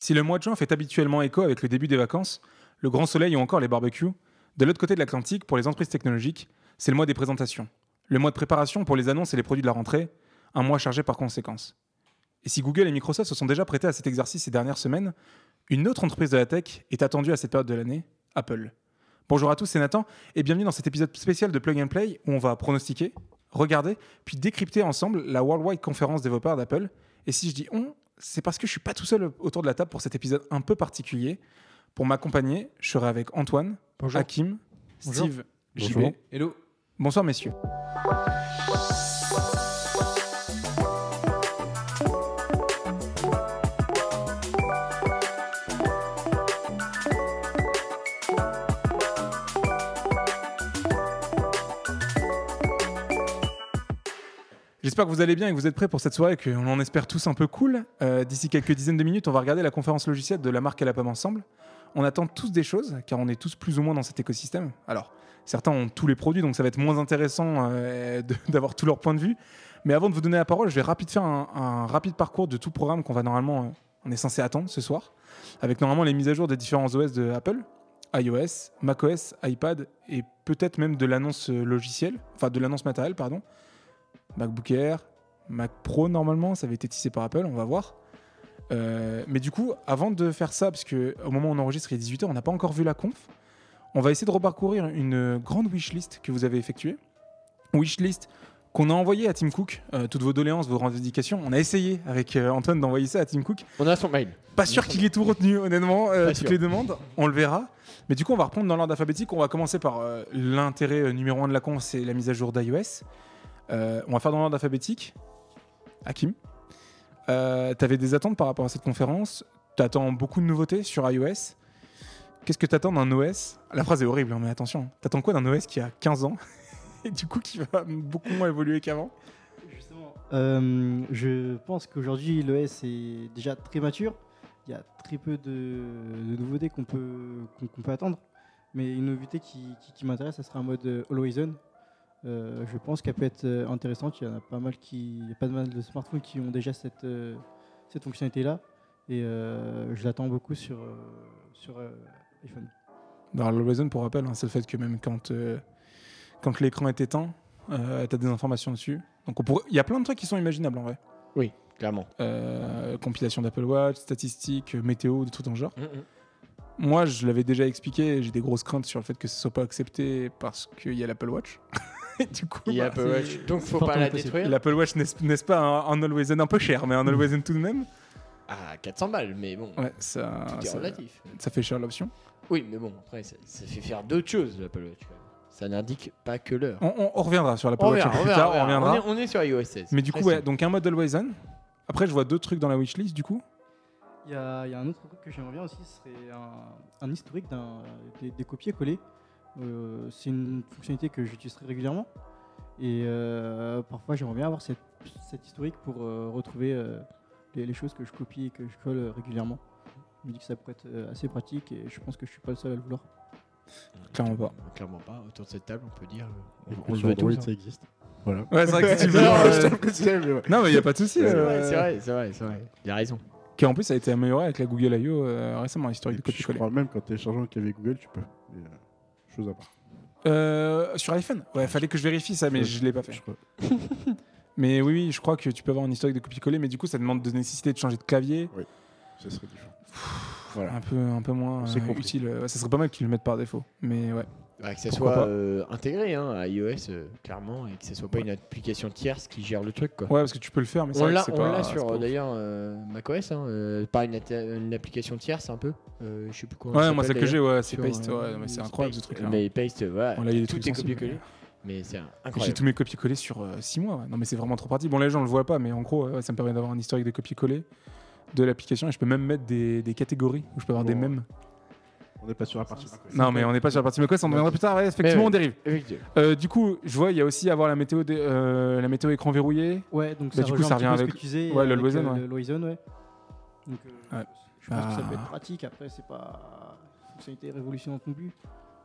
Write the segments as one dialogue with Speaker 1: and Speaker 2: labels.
Speaker 1: Si le mois de juin fait habituellement écho avec le début des vacances, le grand soleil ou encore les barbecues, de l'autre côté de l'Atlantique, pour les entreprises technologiques, c'est le mois des présentations. Le mois de préparation pour les annonces et les produits de la rentrée, un mois chargé par conséquence. Et si Google et Microsoft se sont déjà prêtés à cet exercice ces dernières semaines, une autre entreprise de la tech est attendue à cette période de l'année, Apple. Bonjour à tous, c'est Nathan et bienvenue dans cet épisode spécial de Plug and Play où on va pronostiquer, regarder, puis décrypter ensemble la Worldwide Conférence développeur d'Apple. Et si je dis on, c'est parce que je suis pas tout seul autour de la table pour cet épisode un peu particulier. Pour m'accompagner, je serai avec Antoine,
Speaker 2: Bonjour.
Speaker 1: Hakim,
Speaker 2: Bonjour.
Speaker 1: Steve,
Speaker 2: Bonjour.
Speaker 1: JB.
Speaker 2: Hello.
Speaker 1: Bonsoir messieurs. J'espère que vous allez bien et que vous êtes prêts pour cette soirée que l'on espère tous un peu cool. Euh, D'ici quelques dizaines de minutes, on va regarder la conférence logicielle de la marque à la pomme ensemble. On attend tous des choses, car on est tous plus ou moins dans cet écosystème. Alors, certains ont tous les produits, donc ça va être moins intéressant euh, de- d'avoir tous leurs points de vue. Mais avant de vous donner la parole, je vais rapide faire un, un rapide parcours de tout programme qu'on va normalement, euh, on est censé attendre ce soir, avec normalement les mises à jour des différents OS de Apple, iOS, macOS, iPad et peut-être même de l'annonce euh, logicielle, enfin de l'annonce matérielle, pardon. MacBook Air, Mac Pro normalement, ça avait été tissé par Apple, on va voir. Euh, mais du coup, avant de faire ça, parce que au moment où on enregistre, il est 18h, on n'a pas encore vu la conf, on va essayer de reparcourir une euh, grande wishlist que vous avez effectuée. Wishlist qu'on a envoyée à Tim Cook, euh, toutes vos doléances, vos revendications. On a essayé avec euh, Antoine d'envoyer ça à Tim Cook.
Speaker 2: On a son mail.
Speaker 1: Pas sûr qu'il ait tout retenu, honnêtement, euh,
Speaker 2: Pas
Speaker 1: toutes
Speaker 2: sûr.
Speaker 1: les demandes. On le verra. Mais du coup, on va reprendre dans l'ordre alphabétique. On va commencer par euh, l'intérêt euh, numéro un de la conf, c'est la mise à jour d'iOS. Euh, on va faire dans l'ordre alphabétique. Hakim, euh, tu avais des attentes par rapport à cette conférence. Tu attends beaucoup de nouveautés sur iOS. Qu'est-ce que tu attends d'un OS La phrase est horrible, hein, mais attention. Tu attends quoi d'un OS qui a 15 ans et du coup qui va beaucoup moins évoluer qu'avant
Speaker 3: Justement, euh, je pense qu'aujourd'hui l'OS est déjà très mature. Il y a très peu de, de nouveautés qu'on peut, qu'on qu'on peut attendre. Mais une nouveauté qui, qui- qui m'intéresse, ça sera un mode euh, Always On. Euh, je pense qu'elle peut être euh, intéressante. Il y en a pas mal qui, il y a pas mal de smartphones qui ont déjà cette, euh, cette fonctionnalité-là. Et euh, je l'attends beaucoup sur, euh, sur euh, iPhone.
Speaker 1: Dans le Horizon, pour rappel, hein, c'est le fait que même quand, euh, quand l'écran est éteint, tu as des informations dessus. Donc on pourrait- il y a plein de trucs qui sont imaginables en vrai.
Speaker 2: Oui, clairement.
Speaker 1: Euh, compilation d'Apple Watch, statistiques, euh, météo, des trucs dans le
Speaker 2: Mm,
Speaker 1: genre. Moi, je l'avais déjà expliqué, j'ai des grosses craintes sur le fait que ce soit pas accepté parce qu'il y a l'Apple Watch. Et du coup,
Speaker 2: Il y a
Speaker 1: bah,
Speaker 2: Apple Watch. Donc faut pas
Speaker 3: fortement
Speaker 2: la
Speaker 3: possible.
Speaker 2: détruire.
Speaker 1: l'Apple Watch n'est- n'est-ce pas un, un Always On un peu cher,
Speaker 2: Mm.
Speaker 1: mais un Always On tout de même.
Speaker 2: Ah, 400 balles, mais bon.
Speaker 1: Ouais, ça,
Speaker 2: tout est
Speaker 1: ça,
Speaker 2: relatif.
Speaker 1: ça fait cher l'option.
Speaker 2: Oui, mais bon, après, ça, ça fait faire d'autres choses, l'Apple Watch. quand même. Ça n'indique pas que l'heure.
Speaker 1: On, on- on reviendra sur l'Apple Watch un peu plus tard, on reviendra.
Speaker 2: On est, on est sur iOS 16.
Speaker 1: Mais du coup,
Speaker 2: Restons.
Speaker 1: ouais, donc un mode Always On. Après, je vois deux trucs dans la wishlist, du coup.
Speaker 3: Il y, a, il y a un autre truc que j'aimerais bien aussi, ce serait un, un historique d'un- des, des copier-coller. Euh, c'est une fonctionnalité que j'utiliserai régulièrement. Et euh, parfois, j'aimerais bien avoir cette, cette historique pour euh, retrouver euh, les, les choses que je copie et que je colle euh, régulièrement. Je me dis que ça pourrait être euh, assez pratique et je pense que je suis pas le seul à le vouloir.
Speaker 1: Clairement pas.
Speaker 2: Clairement pas. Autour de cette table, on peut dire. euh,
Speaker 4: On
Speaker 2: le
Speaker 4: le
Speaker 2: veut tous,
Speaker 4: Android,
Speaker 2: hein.
Speaker 4: ça existe.
Speaker 1: Ouais, c'est vrai que si tu veux.
Speaker 2: Non,
Speaker 1: euh,
Speaker 2: je te le précise, mais ouais.
Speaker 1: Non, mais il n'y a pas de souci.
Speaker 2: C'est
Speaker 1: euh,
Speaker 2: vrai, c'est vrai, c'est vrai, c'est vrai. Il a raison.
Speaker 1: Qui en plus a été amélioré avec la Google I.O. euh, récemment, historique de
Speaker 4: Et puis, je
Speaker 1: copier-coller.
Speaker 4: crois même quand t'es chargé qu'avec Google, tu peux. Mais, euh, chose à part.
Speaker 1: Euh, sur iPhone Ouais, fallait que je vérifie ça, Ah, mais
Speaker 4: Ouais.
Speaker 1: je ne l'ai pas fait.
Speaker 4: Je crois.
Speaker 1: Mais oui, oui, je crois que tu peux avoir un historique de copier-coller, mais du coup, ça demande de nécessité de changer de clavier.
Speaker 4: Ça serait différent.
Speaker 2: Voilà.
Speaker 1: Un peu, un peu moins
Speaker 4: C'est
Speaker 1: euh,
Speaker 4: compris.
Speaker 1: utile. Ouais, ça serait pas mal qu'ils le mettent par défaut. Mais ouais.
Speaker 2: Bah, que ça
Speaker 1: Pourquoi
Speaker 2: soit
Speaker 1: pas.
Speaker 2: euh, intégré hein, à iOS, euh, clairement, et que ce soit pas une application tierce qui gère le truc. Quoi.
Speaker 1: Ouais, parce que tu peux le faire, mais c'est
Speaker 2: on
Speaker 1: vrai que
Speaker 2: l'a
Speaker 1: c'est
Speaker 2: on
Speaker 1: pas-
Speaker 2: l'a
Speaker 1: c'est
Speaker 2: sur
Speaker 1: pas
Speaker 2: euh,
Speaker 1: ouf.
Speaker 2: d'ailleurs euh, macOS, hein, euh, par une, atta- une application tierce un peu. Euh, je sais plus comment. elle
Speaker 1: Ouais, moi,
Speaker 2: s'appelle,
Speaker 1: celle que j'ai,
Speaker 2: d'ailleurs.
Speaker 1: ouais, c'est
Speaker 2: Sur,
Speaker 1: Paste.
Speaker 2: euh,
Speaker 1: Ouais, mais c'est incroyable ce
Speaker 2: Paste. Euh,
Speaker 1: truc-là.
Speaker 2: Mais Paste, voilà,
Speaker 1: On a eu des
Speaker 2: tout
Speaker 1: trucs
Speaker 2: est
Speaker 1: sensibles.
Speaker 2: copié-collé. Mais c'est un-
Speaker 1: J'ai
Speaker 2: incroyable.
Speaker 1: tous mes copier-coller sur 6 mois. ouais. Non, mais c'est vraiment trop pratique. Bon, les gens le voient pas, mais en gros, ouais, ça me permet d'avoir un historique de copier-coller de l'application et je peux même mettre des, des catégories où je peux avoir des
Speaker 4: Bon,
Speaker 1: mêmes.
Speaker 4: On n'est pas sur la partie.
Speaker 1: Non, mais on n'est pas sur la partie macOS, on reviendra plus tard. Ouais,
Speaker 2: Mais
Speaker 1: effectivement,
Speaker 2: ouais.
Speaker 1: on dérive.
Speaker 2: Effectivement.
Speaker 1: Euh, du coup, je vois, il y a aussi avoir la météo, des- euh, la météo écran verrouillé.
Speaker 3: Ouais, donc
Speaker 1: Mais Bah,
Speaker 3: ça
Speaker 1: du coup,
Speaker 3: rejoint
Speaker 1: ça
Speaker 3: un petit
Speaker 1: revient
Speaker 3: peu ce
Speaker 1: avec-
Speaker 3: que tu disais,
Speaker 1: ouais, le
Speaker 3: avec,
Speaker 1: Loison,
Speaker 3: euh,
Speaker 1: ouais.
Speaker 3: le Loison, ouais. Donc, euh,
Speaker 1: Ouais.
Speaker 3: je pense que ça
Speaker 1: Ah.
Speaker 3: peut être pratique. Après, c'est pas une fonctionnalité révolutionnante non plus.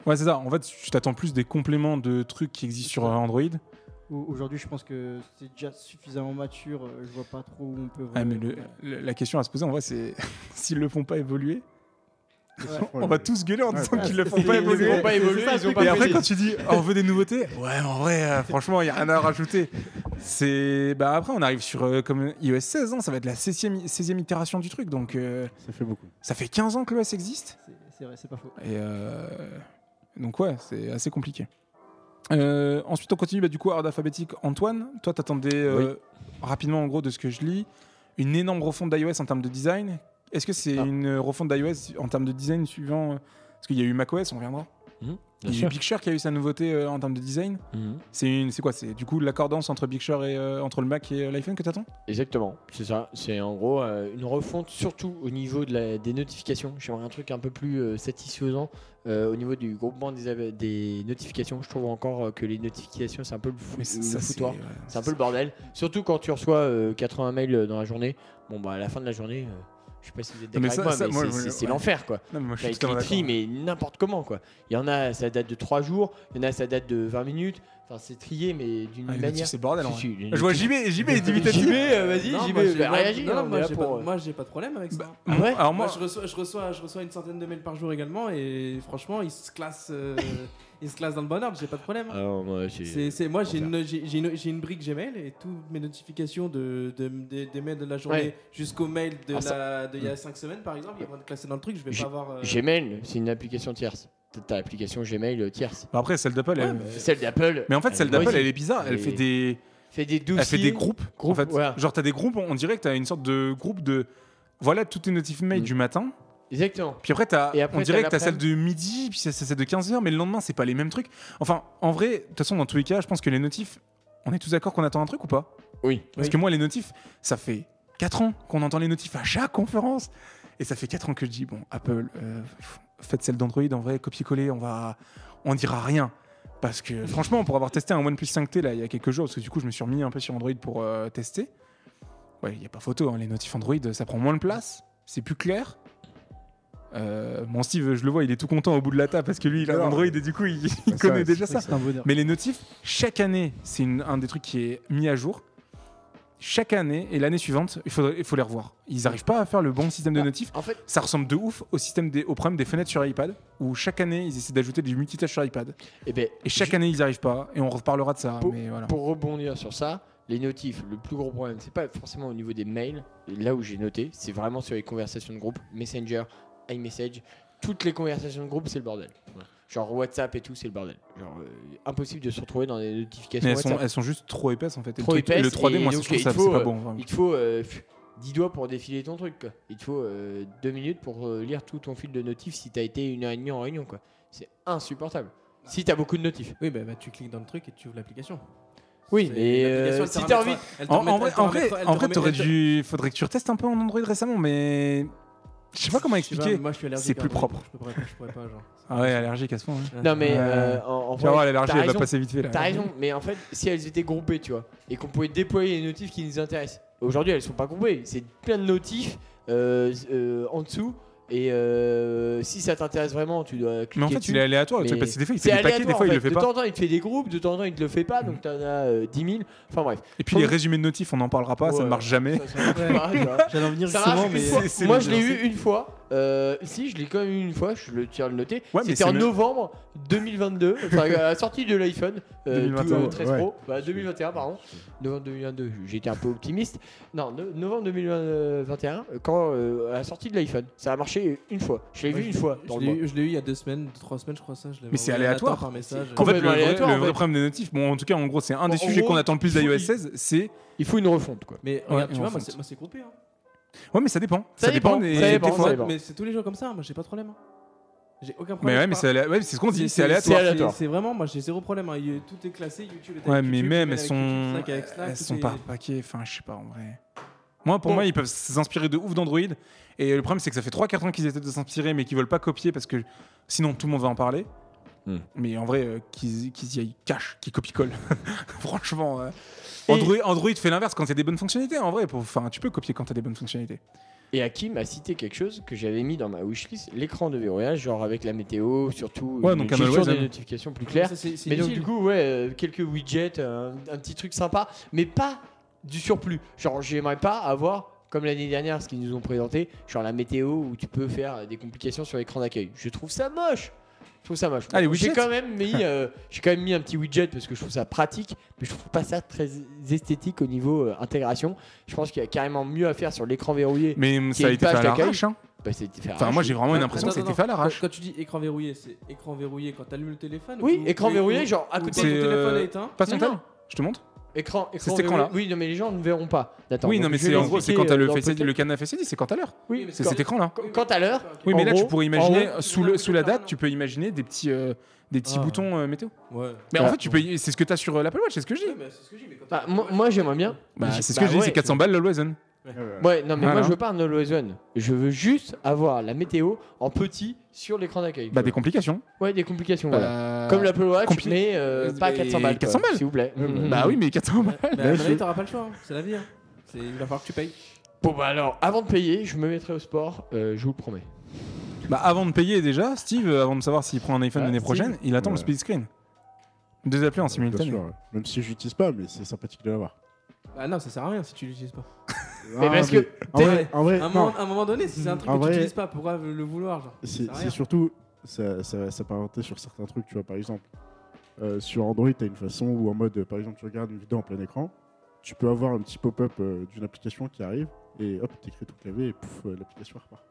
Speaker 1: Ouais, c'est ça. En fait, je t'attends plus des compléments de trucs qui existent sur euh, Android
Speaker 5: Au- Aujourd'hui, je pense que c'est déjà suffisamment mature. euh, Je vois pas trop où on peut.
Speaker 1: Ah, mais
Speaker 5: vraiment-
Speaker 1: le- le- la question à se poser en vrai, c'est s'ils le font pas évoluer,
Speaker 5: Ouais.
Speaker 1: on va tous gueuler en
Speaker 4: Ouais.
Speaker 1: disant qu'ils le font
Speaker 5: Ils
Speaker 1: pas
Speaker 5: le
Speaker 1: évoluer.
Speaker 5: font pas évoluer, ils ont pas
Speaker 1: Et après, quand tu dis oh, on veut des nouveautés, ouais, en vrai, euh, franchement, il n'y a rien à rajouter. C'est bah après, on arrive sur euh, comme iOS 16, hein, ça va être la 16e, 16e itération du truc, donc euh,
Speaker 4: Ça fait
Speaker 6: Bah,
Speaker 4: beaucoup.
Speaker 1: ça fait 15 ans que l'OS existe.
Speaker 5: C'est- C'est vrai, c'est pas faux.
Speaker 1: Et euh, donc ouais, c'est assez compliqué. Euh, ensuite, on continue bah, du coup ordre alphabétique. Antoine, toi, t'attendais euh, rapidement en gros de ce que je lis une énorme refonte d'iOS en termes de design. Est-ce que c'est
Speaker 2: Ah.
Speaker 1: une refonte d'iOS en termes de design suivant euh, Parce qu'il y a eu macOS, on reviendra. Il y a eu Big Sur qui a eu sa nouveauté euh, en termes de design.
Speaker 2: Mhm.
Speaker 1: C'est une, c'est quoi C'est du coup l'accordance entre Big Sur et euh, entre le Mac et euh, l'iPhone que t'attends
Speaker 2: Exactement, c'est ça. C'est en gros euh, une refonte, surtout au niveau de la- des notifications. J'aimerais un truc un peu plus euh, satisfaisant euh, au niveau du groupement des, av- des notifications. Je trouve encore euh, que les notifications, c'est un peu le, fou- le foutoir.
Speaker 1: ouais,
Speaker 2: C'est un peu le bordel. Surtout quand tu reçois euh, 80 mails dans la journée. Bon, bah à la fin de la journée, euh, je sais pas si vous êtes
Speaker 1: Non, mais
Speaker 2: d'accord avec
Speaker 1: ça-
Speaker 2: moi,
Speaker 1: ça,
Speaker 2: mais
Speaker 1: moi,
Speaker 2: c'est-
Speaker 1: je-
Speaker 2: c'est c'est
Speaker 1: ouais.
Speaker 2: l'enfer quoi.
Speaker 1: Non, mais moi, je
Speaker 2: T'as
Speaker 1: suis
Speaker 2: écrit
Speaker 1: totalement
Speaker 2: une fille,
Speaker 1: d'accord.
Speaker 2: mais n'importe comment quoi. Il y en a, ça date de 3 jours, il y en a, ça date de 20 minutes. Enfin, c'est trié, mais d'une
Speaker 1: Ah, les notifs,
Speaker 2: manière.
Speaker 1: c'est bordel. Bah, en
Speaker 2: Si,
Speaker 1: vrai.
Speaker 2: si, les
Speaker 1: Je vois
Speaker 2: notifs-
Speaker 1: JB, JB, il dit vite à
Speaker 2: J'y
Speaker 1: vite.
Speaker 6: vais, euh, vas-y,
Speaker 2: Non,
Speaker 6: j'y
Speaker 2: moi,
Speaker 6: vais.
Speaker 2: je vais
Speaker 6: Moi,
Speaker 2: réagir,
Speaker 6: non,
Speaker 2: hein, on est
Speaker 6: moi,
Speaker 2: là
Speaker 6: j'ai
Speaker 2: pour,
Speaker 6: pas,
Speaker 2: euh,
Speaker 6: moi, j'ai pas de problème avec ça.
Speaker 2: Ah ouais
Speaker 1: Alors
Speaker 6: Moi,
Speaker 1: bah, moi,
Speaker 6: je, reçois, je, reçois, je reçois une centaine de mails par jour également et franchement, ils se classent, euh, ils se classent dans le bon ordre, j'ai pas de problème. hein.
Speaker 2: Alors, Ah, moi, c'est-
Speaker 6: C'est- c'est- moi, j'ai
Speaker 2: enfer.
Speaker 6: une, j'ai- j'ai une, j'ai une brique Gmail et toutes mes notifications de, de- des- des mails de la journée
Speaker 2: Ouais.
Speaker 6: jusqu'aux mails de
Speaker 2: Ah, ça-
Speaker 6: la- d'il y
Speaker 1: Hmm.
Speaker 6: a 5 semaines par exemple, ils vont être classés dans le truc, je vais
Speaker 2: G-
Speaker 6: pas avoir. euh,
Speaker 2: Gmail, c'est une application tierce. T'as- T'as l'application Gmail euh, tierce.
Speaker 1: Bah après celle d'Apple. elle-
Speaker 2: Celle d'Apple.
Speaker 1: Mais en fait, celle
Speaker 2: moi,
Speaker 1: d'Apple,
Speaker 2: j'ai-
Speaker 1: elle est bizarre. Elle
Speaker 2: Et-
Speaker 1: fait des,
Speaker 2: fait des
Speaker 1: elle
Speaker 2: dossiers.
Speaker 1: fait des groupes.
Speaker 2: Groupes,
Speaker 1: en fait,
Speaker 2: voilà.
Speaker 1: genre t'as des groupes. On dirait que t'as une sorte de groupe de. Voilà toutes tes notifs mail
Speaker 2: Mm.
Speaker 1: du matin.
Speaker 2: Exactement.
Speaker 1: Puis après, t'as-
Speaker 2: Et après,
Speaker 1: on dirait
Speaker 2: t'as
Speaker 1: que t'as celle
Speaker 2: l'après-midi.
Speaker 1: de midi, puis c'est celle de 15h, mais le lendemain, c'est pas les mêmes trucs. Enfin, en vrai, de toute façon, dans tous les cas, je pense que les notifs, on est tous d'accord qu'on attend un truc ou pas
Speaker 2: Oui.
Speaker 1: Parce que moi, les notifs, ça fait 4 ans qu'on entend les notifs à chaque conférence. Et ça fait 4 ans que je dis, bon, Apple, euh, pff, faites celle d'Android, en vrai, copier-coller, on va. On dira rien. Parce que franchement, pour avoir testé un OnePlus 5T là, il y a quelques jours, parce que du coup, je me suis remis un peu sur Android pour euh, tester. Ouais, il n'y a pas photo, hein, les notifs Android, ça prend moins de place, c'est plus clair. Euh, mon Steve, je le vois, il est tout content au bout de la table parce que lui, il a
Speaker 4: Non.
Speaker 1: Android et du coup, il, il
Speaker 4: ça,
Speaker 1: connaît
Speaker 4: c'est
Speaker 1: déjà
Speaker 5: C'est vrai
Speaker 1: ça.
Speaker 5: que C'est un bonheur.
Speaker 1: Mais les notifs, chaque année, c'est une- un des trucs qui est mis à jour. Chaque année et l'année suivante, il, faudrait, il faut les revoir. Ils n'arrivent pas à faire le bon système de
Speaker 2: Ah.
Speaker 1: notifs.
Speaker 2: En fait,
Speaker 1: Ça ressemble de ouf au système des, au problème des fenêtres sur iPad, où chaque année, ils essaient d'ajouter du multitâche sur iPad.
Speaker 2: eh ben,
Speaker 1: Et chaque année, ils n'y arrivent pas. Et on reparlera de ça.
Speaker 2: Pour-
Speaker 1: mais voilà.
Speaker 2: Pour rebondir sur ça, les notifs, le plus gros problème, c'est pas forcément au niveau des mails, là où j'ai noté, c'est vraiment sur les conversations de groupe, Messenger, iMessage, toutes les conversations de groupe, c'est le bordel. Voilà. Genre WhatsApp et tout, c'est le bordel. Genre, euh, impossible de se retrouver dans les notifications
Speaker 1: Mais elles
Speaker 2: WhatsApp.
Speaker 1: sont, elles sont juste trop épaisses en fait. Et
Speaker 2: Trop
Speaker 1: le, truc- et le
Speaker 2: épaisses,
Speaker 1: 3D,
Speaker 2: et
Speaker 1: moi,
Speaker 2: donc,
Speaker 1: je trouve
Speaker 2: il
Speaker 1: ça c'est
Speaker 2: faut,
Speaker 1: pas
Speaker 2: euh,
Speaker 1: bon. vraiment.
Speaker 2: Il te faut euh, pff, 10 doigts pour défiler ton truc. quoi. Il te faut euh, deux minutes pour euh, lire tout ton fil de notifs si t'as été une heure et demie en réunion. quoi. C'est insupportable. Si t'as beaucoup de notifs.
Speaker 6: Oui, bah, bah, tu cliques dans le truc et tu ouvres l'application.
Speaker 2: Oui,
Speaker 6: C'est-
Speaker 2: mais
Speaker 6: l'application,
Speaker 2: euh,
Speaker 6: elle te
Speaker 2: si
Speaker 6: remet
Speaker 2: t'as
Speaker 6: trois-
Speaker 2: envie.
Speaker 6: elle te
Speaker 1: En,
Speaker 6: remet-
Speaker 1: en vrai,
Speaker 6: elle te
Speaker 1: en
Speaker 6: remet
Speaker 1: vrai,
Speaker 6: trois- elle
Speaker 1: en
Speaker 6: te
Speaker 1: vrai,
Speaker 6: remet-
Speaker 1: t'aurais
Speaker 6: elle te-
Speaker 1: dû. Faudrait que tu retestes un peu en Android récemment, mais je sais pas comment
Speaker 6: sais
Speaker 1: expliquer.
Speaker 6: mais moi, je suis allergique
Speaker 1: C'est plus
Speaker 6: à Android,
Speaker 1: propre.
Speaker 6: Je pourrais pas, je pourrais pas, genre.
Speaker 1: Ah ouais, allergique à ce point.
Speaker 2: Non, mais
Speaker 1: Ouais.
Speaker 2: euh, en, en
Speaker 1: Tu vas voir,
Speaker 2: vrai,
Speaker 1: l'allergie,
Speaker 2: t'as
Speaker 1: elle va
Speaker 2: raison.
Speaker 1: passer vite fait là.
Speaker 2: T'as raison, mais en fait, si elles étaient groupées, tu vois, et qu'on pouvait déployer les notifs qui nous intéressent. Aujourd'hui, elles sont pas groupées. C'est plein de notifs euh, euh, en dessous. Et euh, si ça t'intéresse vraiment, tu dois cliquer
Speaker 1: Mais en fait,
Speaker 2: dessus.
Speaker 1: il est aléatoire le
Speaker 2: Mais
Speaker 1: truc parce que des fois il
Speaker 2: C'est
Speaker 1: fait des paquets,
Speaker 2: aléatoire.
Speaker 1: des fois
Speaker 2: en
Speaker 1: il
Speaker 2: fait.
Speaker 1: le fait
Speaker 2: de
Speaker 1: pas.
Speaker 2: temps en temps, il te fait des groupes, de temps en temps, il te le fait pas. Donc t'en as euh, 10 000. Enfin bref.
Speaker 1: Et puis les résumés de notifs, on n'en parlera pas, ça ne
Speaker 2: Ouais.
Speaker 1: marche jamais.
Speaker 2: Ça, ça marche pas, tu vois.
Speaker 5: J'allais en venir
Speaker 2: Ça
Speaker 5: justement,
Speaker 2: marche une
Speaker 5: mais
Speaker 2: fois.
Speaker 1: c'est
Speaker 2: Moi,
Speaker 1: le-
Speaker 2: je l'ai eu une fois. Euh, si, je l'ai quand même eu une fois. Je le tiens à le noter.
Speaker 1: Ouais, mais
Speaker 2: C'était
Speaker 1: c'est
Speaker 2: en
Speaker 1: même-
Speaker 2: novembre 2022, enfin, à la sortie de l'iPhone euh,
Speaker 1: 2021,
Speaker 2: tout, euh, 13
Speaker 4: ouais.
Speaker 2: Pro, Bah, 2021 pardon. Novembre 2022, j'étais un peu optimiste. Non, no- novembre 2021, quand euh, à la sortie de l'iPhone, ça a marché une fois. Je l'ai
Speaker 6: Moi,
Speaker 2: vu une
Speaker 6: je-
Speaker 2: fois
Speaker 6: je
Speaker 2: dans le
Speaker 6: l'ai
Speaker 2: mois.
Speaker 6: eu- Je l'ai eu il y a deux semaines, deux, trois semaines, je crois ça. Je l'avais
Speaker 1: Mais c'est
Speaker 6: envoyé à Nathan
Speaker 1: aléatoire.
Speaker 6: Par message.
Speaker 1: En fait, le
Speaker 2: complètement
Speaker 1: vrai,
Speaker 2: aléatoire,
Speaker 1: le
Speaker 2: en
Speaker 1: vrai
Speaker 2: fait.
Speaker 1: problème des notifs, bon, en tout cas, en gros, c'est un des
Speaker 2: En
Speaker 1: sujets
Speaker 2: gros,
Speaker 1: qu'on attend le plus
Speaker 2: il faut-
Speaker 1: d'iOS 16, c'est.
Speaker 2: Il faut une refonte quoi.
Speaker 6: Mais
Speaker 1: Ouais,
Speaker 6: regarde, tu
Speaker 1: et
Speaker 6: vois,
Speaker 1: en
Speaker 6: moi
Speaker 1: fait.
Speaker 6: c'est, moi, c'est groupé. hein.
Speaker 1: Ouais, mais ça dépend.
Speaker 2: Ça dépend,
Speaker 1: des-
Speaker 2: ça
Speaker 1: des
Speaker 2: dépend,
Speaker 1: fois.
Speaker 2: ça dépend.
Speaker 6: Mais c'est tous les jours comme ça, moi j'ai pas de problème. hein. J'ai aucun problème.
Speaker 1: Mais ouais,
Speaker 6: je
Speaker 1: mais
Speaker 6: parle-
Speaker 1: c'est alé- ouais, c'est ce qu'on dit, c'est
Speaker 2: c'est
Speaker 1: aléatoire.
Speaker 6: c'est-
Speaker 2: aléatoire.
Speaker 6: C'est vraiment, moi j'ai zéro problème. hein. Il- Tout est classé, YouTube est avec
Speaker 1: Ouais, mais
Speaker 6: YouTube,
Speaker 1: même,
Speaker 6: Gmail
Speaker 1: elles
Speaker 6: avec
Speaker 1: sont.
Speaker 6: YouTube, Slack avec Slack,
Speaker 1: Elles
Speaker 6: tout
Speaker 1: sont
Speaker 6: est-
Speaker 1: par paquet, enfin, je sais pas en vrai. Moi, pour
Speaker 2: Ah, Bon.
Speaker 1: moi, ils peuvent s'inspirer de ouf d'Android. Et le problème, c'est que ça fait 3-4 ans qu'ils essaient de s'inspirer, mais qu'ils veulent pas copier parce que sinon tout le monde va en parler.
Speaker 2: Hmm.
Speaker 1: Mais en vrai, euh, qu'ils qu'ils y aillent cash, qu'ils copie-collent. Franchement, euh,
Speaker 2: Et-
Speaker 1: Android, Android fait l'inverse quand il y a des bonnes fonctionnalités. En vrai, pour- enfin, tu peux copier quand tu as des bonnes fonctionnalités.
Speaker 2: Et Hakim a cité quelque chose que j'avais mis dans ma wishlist, l'écran de verrouillage, genre avec la météo, surtout
Speaker 1: Ouais,
Speaker 2: une
Speaker 1: donc
Speaker 2: gestion
Speaker 1: Camelot,
Speaker 2: des
Speaker 1: ils aiment.
Speaker 2: notifications plus claires.
Speaker 6: Ça, c'est- c'est
Speaker 2: Mais donc
Speaker 6: utile.
Speaker 2: du coup, ouais, euh, quelques widgets, un, un petit truc sympa, mais pas du surplus. Genre, j'aimerais pas avoir comme l'année dernière, ce qu'ils nous ont présenté, genre la météo où tu peux faire des complications sur l'écran d'accueil. Je trouve ça moche. Je trouve ça moche.
Speaker 1: Ah, les
Speaker 2: j'ai
Speaker 1: widgets
Speaker 2: quand même mis, euh, j'ai quand même mis un petit widget parce que je trouve ça pratique, mais je trouve pas ça très esthétique au niveau euh, intégration. Je pense qu'il y a carrément mieux à faire sur l'écran verrouillé.
Speaker 1: Mais hum,
Speaker 2: Qu'il y
Speaker 1: ça a
Speaker 2: ait
Speaker 1: été
Speaker 2: une
Speaker 1: fait à
Speaker 2: page d'accueil.
Speaker 1: l'arrache. hein.
Speaker 2: Bah, c'est de faire
Speaker 1: Enfin,
Speaker 2: un
Speaker 1: moi
Speaker 2: jeu.
Speaker 1: j'ai vraiment une impression que
Speaker 6: Attends,
Speaker 1: c'était
Speaker 6: attends,
Speaker 1: fait à l'arrache.
Speaker 6: Quand, quand tu dis écran verrouillé, c'est écran verrouillé quand t'allumes le téléphone
Speaker 2: Oui,
Speaker 6: ou-
Speaker 2: écran
Speaker 6: ou-
Speaker 2: verrouillé, genre à
Speaker 6: ou
Speaker 2: côté.
Speaker 6: quand ton
Speaker 1: C'est, euh,
Speaker 6: téléphone est éteint.
Speaker 1: Passe ton
Speaker 2: Non, non.
Speaker 1: tab, je te montre.
Speaker 2: Écran, écran
Speaker 1: cet écran-là.
Speaker 2: verrouillé. Oui, non, mais les gens ne verront pas. Attends,
Speaker 1: oui, non,
Speaker 2: donc
Speaker 1: mais
Speaker 2: je vais
Speaker 1: c'est en gros, c'est
Speaker 2: l'expliquer,
Speaker 1: quand t'as
Speaker 2: euh,
Speaker 1: le,
Speaker 2: dans
Speaker 1: Face ID,
Speaker 2: podcast.
Speaker 1: le canal Face ID, c'est quand t'as l'heure.
Speaker 2: Oui,
Speaker 6: mais
Speaker 2: mais
Speaker 1: C'est
Speaker 6: quand-
Speaker 1: cet écran-là.
Speaker 2: Qu- Quant à l'heure,
Speaker 1: Oui, mais
Speaker 2: En
Speaker 1: là tu
Speaker 2: gros,
Speaker 1: pourrais
Speaker 2: en
Speaker 1: imaginer
Speaker 2: gros-
Speaker 1: euh, sous, le, sous la date, tu peux imaginer des petits, euh, des petits
Speaker 6: Ah.
Speaker 1: boutons euh, météo.
Speaker 6: Ouais.
Speaker 1: Mais en
Speaker 2: Ouais.
Speaker 1: fait, tu peux, c'est ce que t'as sur euh, l'Apple Watch, c'est ce que je dis.
Speaker 6: Ouais, bah, c'est ce que j'ai, mais quand
Speaker 2: bah,
Speaker 6: t'as-
Speaker 2: moi, moi, j'aimerais bien.
Speaker 1: Bah,
Speaker 2: Mais
Speaker 1: c'est ce
Speaker 2: bah
Speaker 1: que je dis,
Speaker 2: ouais.
Speaker 1: c'est 400 balles le Loison.
Speaker 2: Ouais, non, mais moi
Speaker 1: Voilà.
Speaker 2: je veux pas un No Horizon. Je veux juste avoir la météo en petit sur l'écran d'accueil.
Speaker 1: Bah, des complications.
Speaker 2: Ouais, des complications,
Speaker 1: Euh,
Speaker 2: voilà. Comme l'Apple Watch,
Speaker 1: compli-
Speaker 2: mais euh,
Speaker 1: Euh,
Speaker 2: pas à
Speaker 1: mais
Speaker 2: 400 balles.
Speaker 1: 400
Speaker 2: quoi,
Speaker 1: balles.
Speaker 2: S'il vous plaît. Mhm.
Speaker 1: Bah oui, mais 400 balles.
Speaker 6: Mais
Speaker 4: Là,
Speaker 6: à
Speaker 4: je-
Speaker 6: un moment donné, t'auras pas le choix, hein. c'est la vie. hein. C'est- Il va falloir que tu payes.
Speaker 2: Bon, bah alors, avant de payer, je me mettrai au sport, euh, je vous le promets.
Speaker 1: Bah, avant de payer déjà, Steve, euh, avant de savoir s'il prend un iPhone
Speaker 2: Ah,
Speaker 1: l'année
Speaker 2: Steve.
Speaker 1: prochaine, il attend le
Speaker 4: Ouais.
Speaker 1: split screen. Deux applis en simultané.
Speaker 4: Même si je l'utilise pas, mais c'est sympathique de l'avoir.
Speaker 6: Ah non, ça sert à rien si tu l'utilises pas.
Speaker 2: mais
Speaker 4: Ah,
Speaker 2: parce
Speaker 4: mais-
Speaker 2: que.
Speaker 4: En vrai, en vrai,
Speaker 6: À un,
Speaker 4: non,
Speaker 6: moment, à un moment donné, si c'est un truc
Speaker 4: En
Speaker 6: que tu
Speaker 4: vrai-
Speaker 6: n'utilises pas, pourquoi le vouloir genre Ça sert
Speaker 4: c'est
Speaker 6: à
Speaker 4: c'est
Speaker 6: rien.
Speaker 4: surtout. Ça, ça va s'apparenter sur certains trucs, tu vois. Par exemple, euh, sur Android, t'as une façon où, en mode, euh, par exemple, tu regardes une vidéo en plein écran, tu peux avoir un petit pop-up euh, d'une application qui arrive, et hop, t'écris ton clavier, et pouf, euh, l'application repart.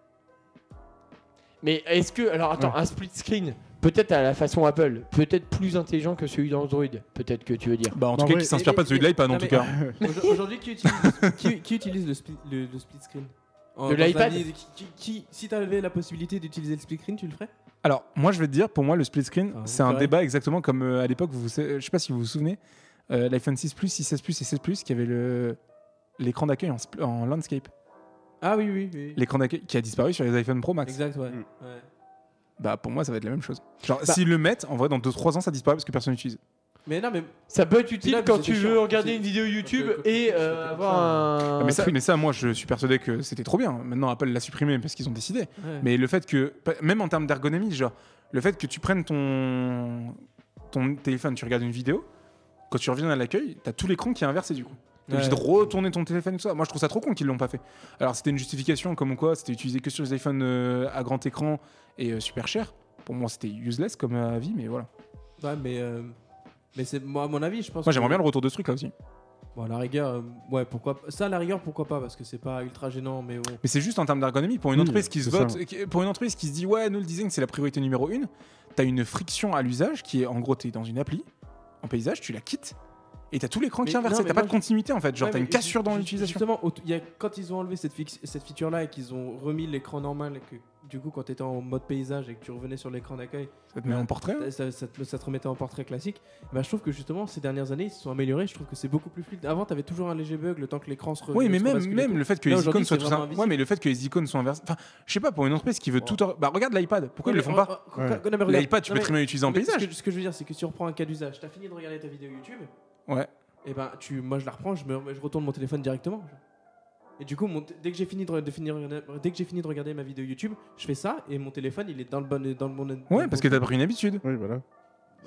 Speaker 2: Mais est-ce que. Alors attends, un split screen, peut-être à la façon Apple, peut-être plus intelligent que celui d'Android, peut-être que tu veux dire.
Speaker 1: Bah, en
Speaker 4: Bah,
Speaker 1: tout cas,
Speaker 4: ouais.
Speaker 1: qui s'inspire pas de celui de l'iPad en
Speaker 6: Non,
Speaker 1: tout
Speaker 6: mais-
Speaker 1: cas.
Speaker 6: Aujourd'hui- Aujourd'hui, qui utilise, qui, qui utilise le, split, le, le split screen En-
Speaker 2: De
Speaker 6: dans un
Speaker 2: l'iPad
Speaker 6: lit- qui, qui- qui- Si t'avais la possibilité d'utiliser le split screen, tu le ferais
Speaker 1: Alors, moi, je vais te dire, pour moi, le split screen,
Speaker 6: Ah, vous
Speaker 1: c'est un
Speaker 6: verrez.
Speaker 1: débat exactement comme euh, à l'époque, vous, vous- je sais pas si vous vous souvenez, euh, l'iPhone 6 Plus, 6S Plus et 16 Plus, qui avait le l'écran d'accueil en, spl- en landscape,
Speaker 6: Ah oui, oui, oui.
Speaker 1: l'écran d'accueil qui a disparu sur les iPhone Pro Max.
Speaker 6: Exact, ouais.
Speaker 4: Mm.
Speaker 6: Ouais.
Speaker 1: Bah, pour moi, ça va être la même chose. Genre,
Speaker 2: Bah-
Speaker 1: s'ils le mettent, en vrai, dans 2-3 ans, ça disparaît parce que personne n'utilise.
Speaker 6: Mais non, mais
Speaker 2: Ça peut être utile
Speaker 6: Là,
Speaker 2: quand
Speaker 6: c'est
Speaker 2: tu
Speaker 6: des
Speaker 2: veux
Speaker 6: chiens.
Speaker 2: regarder
Speaker 6: C'est-
Speaker 2: une vidéo YouTube
Speaker 6: Quand tu-
Speaker 2: et
Speaker 6: quand tu-
Speaker 2: euh,
Speaker 6: quand tu-
Speaker 2: avoir un.
Speaker 1: Ah, mais, ça, mais ça, moi, je suis persuadé que c'était trop bien. Maintenant, Apple l'a supprimé parce qu'ils ont décidé.
Speaker 6: ouais.
Speaker 1: Mais le fait que, pa- même en termes d'ergonomie, genre, le fait que tu prennes ton, ton téléphone, tu regardes une vidéo, quand tu reviens à l'accueil, t'as tout l'écran qui est inversé du coup. T'es obligé de
Speaker 6: Ouais.
Speaker 1: retourner ton téléphone et tout ça. Moi, je trouve ça trop con qu'ils l'ont pas fait. Alors, c'était une justification comme quoi c'était utilisé que sur les iPhones euh, à grand écran et euh, super cher. Pour moi, c'était useless comme euh, avis, mais voilà.
Speaker 6: Ouais, mais, euh, mais c'est moi à mon avis, je pense.
Speaker 1: Moi, j'aimerais
Speaker 6: que-
Speaker 1: bien le retour de ce truc là aussi.
Speaker 6: Bon, à la rigueur, euh, ouais, pourquoi pas- ça, à la rigueur, pourquoi pas, parce que c'est pas ultra gênant, mais bon.
Speaker 1: Mais c'est juste en termes d'ergonomie. Pour une
Speaker 4: Oui,
Speaker 1: entreprise qui se
Speaker 4: c'est
Speaker 1: vote,
Speaker 4: ça.
Speaker 1: qui- pour une entreprise qui se dit ouais, nous le design c'est la priorité numéro une, t'as une friction à l'usage qui est en gros t'es dans une appli, en paysage, tu la quittes et t'as tout l'écran qui est
Speaker 6: Mais
Speaker 1: inversé.
Speaker 6: non, mais
Speaker 1: T'as pas
Speaker 6: moi,
Speaker 1: de continuité en fait. Genre
Speaker 6: Ouais,
Speaker 1: t'as
Speaker 6: mais
Speaker 1: une cassure dans
Speaker 6: ju- ju-
Speaker 1: l'utilisation.
Speaker 6: Justement, au- il y a- quand ils ont enlevé cette, fix- cette feature-là et qu'ils ont remis l'écran normal, et que du coup, quand t'étais en mode paysage et que tu revenais sur l'écran d'accueil,
Speaker 1: Ça te met en portrait. hein.
Speaker 6: ça, ça- ça te, ça te remettait en portrait classique. Bah, je trouve que justement, ces dernières années, ils se sont améliorés. Je trouve que c'est beaucoup plus fluide. Avant, t'avais toujours un léger bug le temps que l'écran se re-
Speaker 1: Oui, mais
Speaker 6: se
Speaker 1: même,
Speaker 6: rebascule et
Speaker 1: même
Speaker 6: tout.
Speaker 1: le fait que
Speaker 6: Là,
Speaker 1: les
Speaker 6: aujourd'hui,
Speaker 1: icônes soient
Speaker 6: c'est
Speaker 1: tous
Speaker 6: vraiment
Speaker 1: in- Ouais, mais le fait que les icônes soient inversées. Enfin, je sais pas, pour une entreprise qui veut
Speaker 6: Ouais.
Speaker 1: tout. or- Bah, regarde l'iPad. Pourquoi ils
Speaker 6: Ouais,
Speaker 1: le
Speaker 6: mais
Speaker 1: font
Speaker 6: en-
Speaker 1: pas
Speaker 6: en-
Speaker 4: Ouais.
Speaker 6: quand- non, mais regarde-
Speaker 1: L'iPad, tu
Speaker 6: non,
Speaker 1: peux
Speaker 6: mais-
Speaker 1: très bien l'utiliser en
Speaker 6: mais ce
Speaker 1: paysage.
Speaker 6: que- Ce que je veux dire, c'est que si on reprend un cas d'usage, t'as fini de regarder ta vidéo YouTube,
Speaker 1: Ouais.
Speaker 6: et ben tu, moi je la reprends, je, me- je retourne mon téléphone directement. Et du coup, mon t- dès que j'ai fini de, re- de finir, dès que j'ai fini de regarder ma vidéo YouTube, je fais ça et mon téléphone il est dans le bon, dans le bon. dans
Speaker 1: Ouais,
Speaker 6: le
Speaker 1: parce que
Speaker 6: bon-
Speaker 1: t'as pris une habitude.
Speaker 4: Oui, voilà.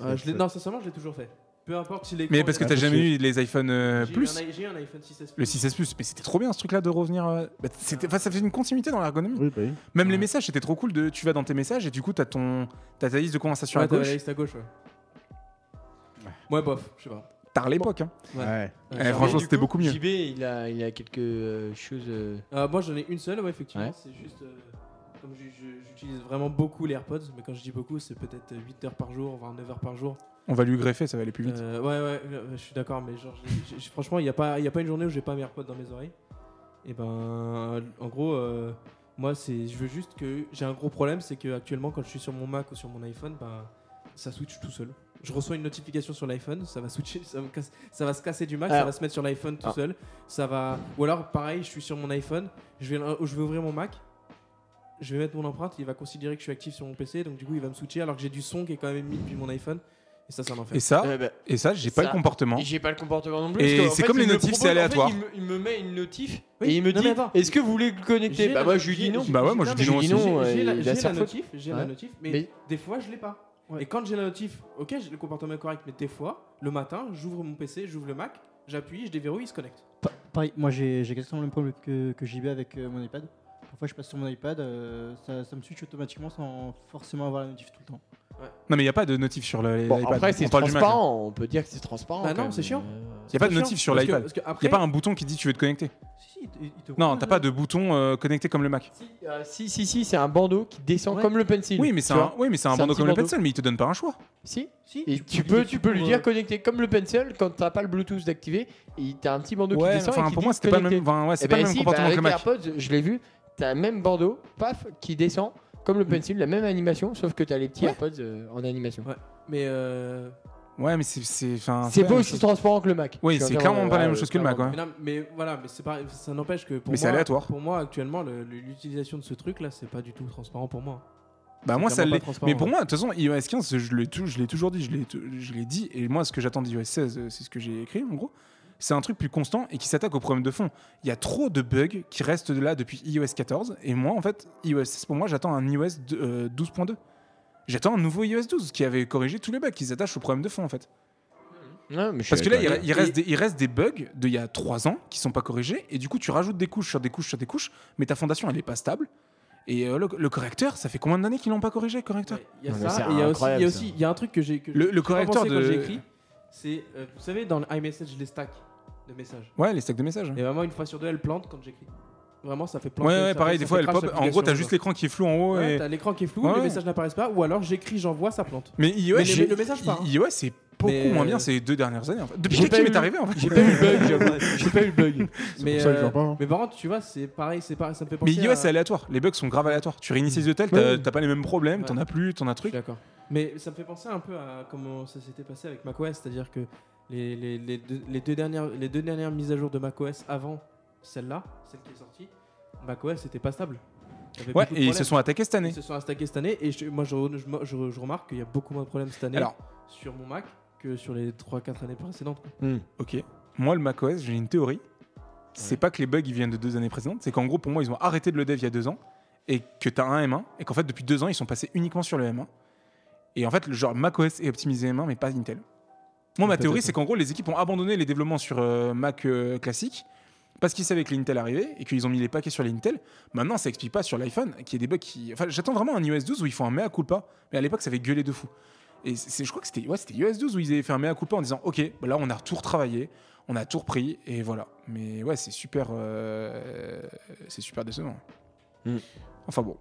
Speaker 6: Euh, je l'ai- non, sincèrement, je l'ai toujours fait. Peu importe si l'écran.
Speaker 1: Mais parce que t'as
Speaker 4: Attention.
Speaker 1: jamais eu les iPhone euh,
Speaker 6: euh, J'ai eu
Speaker 1: Plus.
Speaker 6: un i- J'ai eu un iPhone 6S.
Speaker 1: Le 6S Plus, mais c'était trop bien ce truc-là de revenir. euh, bah, c'était, enfin, ça faisait une continuité dans l'ergonomie.
Speaker 4: Oui, bah oui.
Speaker 1: Même les
Speaker 6: Ouais.
Speaker 1: messages, c'était trop cool. De, tu vas dans tes messages et du coup, t'as ton, t'as ta liste de conversation
Speaker 6: Ouais,
Speaker 1: à
Speaker 6: t'avais la
Speaker 1: gauche.
Speaker 6: liste à gauche, ouais. Ouais, bof, je sais pas.
Speaker 1: T'as l'époque. hein.
Speaker 6: Ouais.
Speaker 1: Eh,
Speaker 6: ça
Speaker 1: franchement,
Speaker 6: va.
Speaker 1: c'était beaucoup mieux.
Speaker 2: JB, il a, il a quelques euh, choses. euh,
Speaker 6: Euh, moi, j'en ai une seule, ouais, effectivement.
Speaker 2: Ouais.
Speaker 6: C'est juste. euh, comme je- je- j'utilise vraiment beaucoup les AirPods, mais quand je dis beaucoup, c'est peut-être 8 heures par jour, voire 9 heures par jour.
Speaker 1: On va lui greffer, ça va aller plus vite.
Speaker 6: Euh, ouais, ouais, euh, je suis d'accord, mais genre, j'ai- j'ai- franchement, il n'y a, pas- il y a pas une journée où j'ai pas mes AirPods dans mes oreilles. Et ben, en gros, euh, moi, c'est, je veux juste que. J'ai un gros problème, c'est que actuellement, quand je suis sur mon Mac ou sur mon iPhone, ben, ça switch tout seul. Je reçois une notification sur l'iPhone, ça va switcher, ça, me casse- ça va se casser du Mac, ça
Speaker 2: Alors.
Speaker 6: va se mettre sur l'iPhone tout
Speaker 2: Ah.
Speaker 6: seul, ça va. Ou alors, pareil, je suis sur mon iPhone, je vais, euh, je vais ouvrir mon Mac, je vais mettre mon empreinte, il va considérer que je suis actif sur mon PC, donc du coup il va me switcher alors que j'ai du son qui est quand même mis depuis mon iPhone. Et ça, c'est un enfer.
Speaker 1: Et ça,
Speaker 2: Euh, bah,
Speaker 1: et ça, j'ai pas
Speaker 2: ça.
Speaker 1: le comportement.
Speaker 2: et j'ai pas le comportement non plus.
Speaker 1: Et
Speaker 2: parce qu'en
Speaker 1: c'est
Speaker 2: fait,
Speaker 1: comme
Speaker 2: il
Speaker 1: les
Speaker 2: me
Speaker 1: notifs,
Speaker 2: propose-
Speaker 1: c'est
Speaker 2: en fait,
Speaker 1: aléatoire.
Speaker 2: il me- il, me, met une notif
Speaker 6: Oui,
Speaker 2: et il me
Speaker 6: non,
Speaker 2: dit
Speaker 6: mais attends.
Speaker 2: Est-ce que vous voulez le connecter
Speaker 6: J'ai
Speaker 2: Bah,
Speaker 6: la-
Speaker 2: moi, je lui dis
Speaker 6: j'ai-
Speaker 2: non.
Speaker 6: j'ai-
Speaker 1: Bah ouais, moi, je dis
Speaker 6: j'ai-
Speaker 1: non
Speaker 6: j'ai-
Speaker 1: aussi.
Speaker 2: euh,
Speaker 6: J'ai
Speaker 2: il
Speaker 6: la-
Speaker 2: a
Speaker 6: j'ai la
Speaker 2: surfauté.
Speaker 6: notif, j'ai
Speaker 2: Ouais.
Speaker 6: la notif, mais
Speaker 2: Mais-
Speaker 6: des fois, je l'ai pas.
Speaker 5: Ouais.
Speaker 6: Et quand j'ai la notif, ok, j'ai le comportement correct, mais des fois, le matin, j'ouvre mon PC, j'ouvre le Mac, j'appuie, je déverrouille, il se connecte.
Speaker 5: Pareil, moi j'ai j'ai exactement le même problème que, que JB avec euh, mon iPad. Parfois je passe sur mon iPad, euh, ça, ça me switch automatiquement sans forcément avoir la notif tout le temps.
Speaker 1: Non, mais il n'y a pas de notif sur le-
Speaker 2: Bon,
Speaker 1: l'iPad.
Speaker 2: après, c'est
Speaker 1: On parle du Mac, hein.
Speaker 2: transparent. On peut dire que c'est transparent.
Speaker 6: Bah
Speaker 2: quand
Speaker 6: non,
Speaker 2: même.
Speaker 6: c'est chiant.
Speaker 2: Euh,
Speaker 1: Y a pas de notif sur l'iPad.
Speaker 6: Parce que
Speaker 1: Il n'y
Speaker 6: après,
Speaker 1: a pas un bouton qui dit tu veux te connecter.
Speaker 5: Si, si, il te, il te
Speaker 1: Non,
Speaker 5: propose
Speaker 1: t'as
Speaker 5: de-
Speaker 1: pas de bouton euh, connecté comme le Mac.
Speaker 2: Si, euh, si, si, si, c'est un bandeau qui descend
Speaker 5: Ouais.
Speaker 2: comme le pencil.
Speaker 1: Oui, mais c'est
Speaker 2: tu
Speaker 1: un,
Speaker 2: vois.
Speaker 1: oui, mais c'est un
Speaker 2: C'est un
Speaker 1: bandeau
Speaker 2: petit
Speaker 1: comme le
Speaker 2: bandeau.
Speaker 1: Pencil, mais il te donne pas un choix.
Speaker 2: Si.
Speaker 5: Si,
Speaker 2: Et tu
Speaker 5: cliques
Speaker 2: peux,
Speaker 5: dessus
Speaker 2: tu peux lui
Speaker 5: pour, euh,
Speaker 2: dire connecter comme le pencil quand t'as pas le Bluetooth d'activé. et T'as un petit bandeau qui
Speaker 1: Ouais,
Speaker 2: descend. et
Speaker 1: enfin,
Speaker 2: qui
Speaker 1: pour
Speaker 2: dit
Speaker 1: moi, c'était pas le
Speaker 2: connecter.
Speaker 1: même, enfin, ouais, c'est
Speaker 2: Eh
Speaker 1: pas
Speaker 2: ben
Speaker 1: le même
Speaker 2: si, bah,
Speaker 1: comportement que le
Speaker 2: avec
Speaker 1: Mac.
Speaker 2: AirPods, je l'ai vu, t'as le même bandeau, paf, qui descend, comme le pencil, la même animation, sauf que t'as les petits
Speaker 1: Mm. Ouais.
Speaker 2: AirPods euh, en animation.
Speaker 6: mais euh,
Speaker 1: Ouais, mais c'est- c'est. enfin,
Speaker 2: C'est
Speaker 1: ouais,
Speaker 2: pas
Speaker 1: mais
Speaker 2: aussi transparent que le Mac.
Speaker 1: Oui,
Speaker 2: Je suis
Speaker 1: c'est
Speaker 2: entièrement-
Speaker 1: clairement pas la
Speaker 2: ouais,
Speaker 1: même chose que le Mac,
Speaker 2: clairement.
Speaker 1: ouais.
Speaker 6: mais, non, mais voilà, mais c'est pas, ça n'empêche que pour
Speaker 1: Mais c'est
Speaker 6: moi,
Speaker 1: aléatoire.
Speaker 6: pour moi actuellement, le- le- l'utilisation de ce truc là, c'est pas du tout transparent pour moi.
Speaker 1: Bah moi ça
Speaker 6: clairement
Speaker 1: l'est.
Speaker 6: pas transparent,
Speaker 1: Mais pour
Speaker 6: ouais.
Speaker 1: moi, de toute façon, iOS 15, je l'ai tou- je l'ai toujours dit, je l'ai tou- je l'ai dit, et moi ce que j'attends d'iOS 16, euh, c'est ce que j'ai écrit en gros. C'est un truc plus constant et qui s'attaque au problème de fond. Il y a trop de bugs qui restent là depuis iOS 14, et moi en fait, iOS 16, pour moi, j'attends un iOS de- euh, 12.2. J'attends un nouveau iOS 12 qui avait corrigé tous les bugs qui s'attachent au problème de fond en fait.
Speaker 2: Ouais, mais je suis
Speaker 1: Parce que là, il,
Speaker 2: d'accord.
Speaker 1: il reste des, il reste des bugs d'il y a 3 ans qui sont pas corrigés, et du coup, tu rajoutes des couches sur des couches sur des couches, mais ta fondation, elle est pas stable. Et euh, le, le correcteur, ça fait combien d'années qu'ils l'ont pas corrigé, le correcteur
Speaker 6: Ouais, Il y a
Speaker 2: Non, mais c'est
Speaker 6: ça, et il y a aussi, il
Speaker 2: incroyable,
Speaker 6: y a
Speaker 2: ça.
Speaker 6: aussi, il y a un truc que j'ai que
Speaker 1: Le- le
Speaker 6: j'ai pas
Speaker 1: correcteur
Speaker 6: pensé quand
Speaker 1: de-
Speaker 6: j'ai écrit, c'est, euh, vous savez, dans le iMessage, les stacks de messages.
Speaker 1: Ouais, les stacks de messages.
Speaker 6: Et vraiment, une fois sur deux, elle plante quand j'écris. Vraiment, ça fait
Speaker 1: Ouais,
Speaker 6: planter.
Speaker 1: ouais,
Speaker 6: ça
Speaker 1: pareil,
Speaker 6: fait-
Speaker 1: des
Speaker 6: ça
Speaker 1: fois
Speaker 6: fait
Speaker 1: elle
Speaker 6: crash
Speaker 1: pop. En gros, t'as
Speaker 6: l'application,
Speaker 1: juste
Speaker 6: quoi.
Speaker 1: l'écran qui est flou en haut.
Speaker 6: Ouais,
Speaker 1: et-
Speaker 6: t'as l'écran qui est flou,
Speaker 1: Ouais, ouais.
Speaker 6: les messages n'apparaissent pas, ou alors j'écris, j'envoie, ça plante.
Speaker 1: Mais iOS,
Speaker 6: Mais le-
Speaker 1: j'ai-
Speaker 6: le message part, hein.
Speaker 1: iOS c'est beaucoup
Speaker 6: Mais,
Speaker 1: moins
Speaker 6: euh,
Speaker 1: bien ces deux dernières années. en fait.
Speaker 2: j'ai
Speaker 1: Depuis
Speaker 2: pas
Speaker 1: qu'il m'est
Speaker 2: eu-
Speaker 1: arrivé, en fait.
Speaker 2: J'ai pas eu le bug, j'avoue. J'ai pas eu le bug.
Speaker 6: Mais,
Speaker 4: pour ça que je
Speaker 6: euh,
Speaker 4: vois pas, hein.
Speaker 6: mais par contre, tu vois, c'est pareil, c'est pareil, ça me fait
Speaker 1: Mais
Speaker 6: penser.
Speaker 1: iOS,
Speaker 6: à-
Speaker 1: c'est aléatoire. Les bugs sont graves aléatoires. Tu réinities les hôtels, t'as t'as pas les mêmes problèmes,
Speaker 6: Ouais.
Speaker 1: t'en as plus, t'en as
Speaker 6: Je suis
Speaker 1: truc.
Speaker 6: d'accord. Mais ça me fait penser un peu à comment ça s'était passé avec macOS, c'est-à-dire que les, les- les deux, les deux dernières, les deux dernières mises à jour de macOS avant celle-là, celle qui est sortie, macOS était pas stable. Il y avait
Speaker 1: Ouais,
Speaker 6: beaucoup de
Speaker 1: et ils
Speaker 6: problèmes.
Speaker 1: se sont attaqués cette année.
Speaker 6: Ils se sont installés cette année, et je- moi je, re- je me- je- je remarque qu'il y a beaucoup moins de problèmes cette année
Speaker 1: Alors,
Speaker 6: sur mon Mac que sur les 3-4 années précédentes. quoi.
Speaker 1: ok. Moi, le macOS, j'ai une théorie. C'est pas que les bugs ils viennent de deux années précédentes, c'est qu'en gros, pour moi, ils ont arrêté de le dev il y a deux ans et que t'as un M1 et qu'en fait, depuis deux ans, ils sont passés uniquement sur le M1. Et en fait, le genre macOS est optimisé M1, mais pas Intel. Moi, ma
Speaker 6: Peut-être,
Speaker 1: théorie,
Speaker 6: ouais.
Speaker 1: c'est qu'en gros, les équipes ont abandonné les développements sur euh, Mac euh, classique parce qu'ils savaient que l'Intel arrivait et qu'ils ont mis les paquets sur les Intel. Maintenant, ça explique pas sur l'iPhone qui est des bugs qui. Enfin, j'attends vraiment un iOS 12 où ils font un mea culpa, mais à l'époque, ça avait gueulé de fou. Et c'est- je crois que c'était ouais, c'était iOS 12 où ils avaient fait un mea culpa en disant Ok, bah là, on a tout retravaillé, on a tout repris, et voilà. Mais ouais, c'est super, euh, c'est super décevant.
Speaker 2: Mm.
Speaker 1: Enfin bon.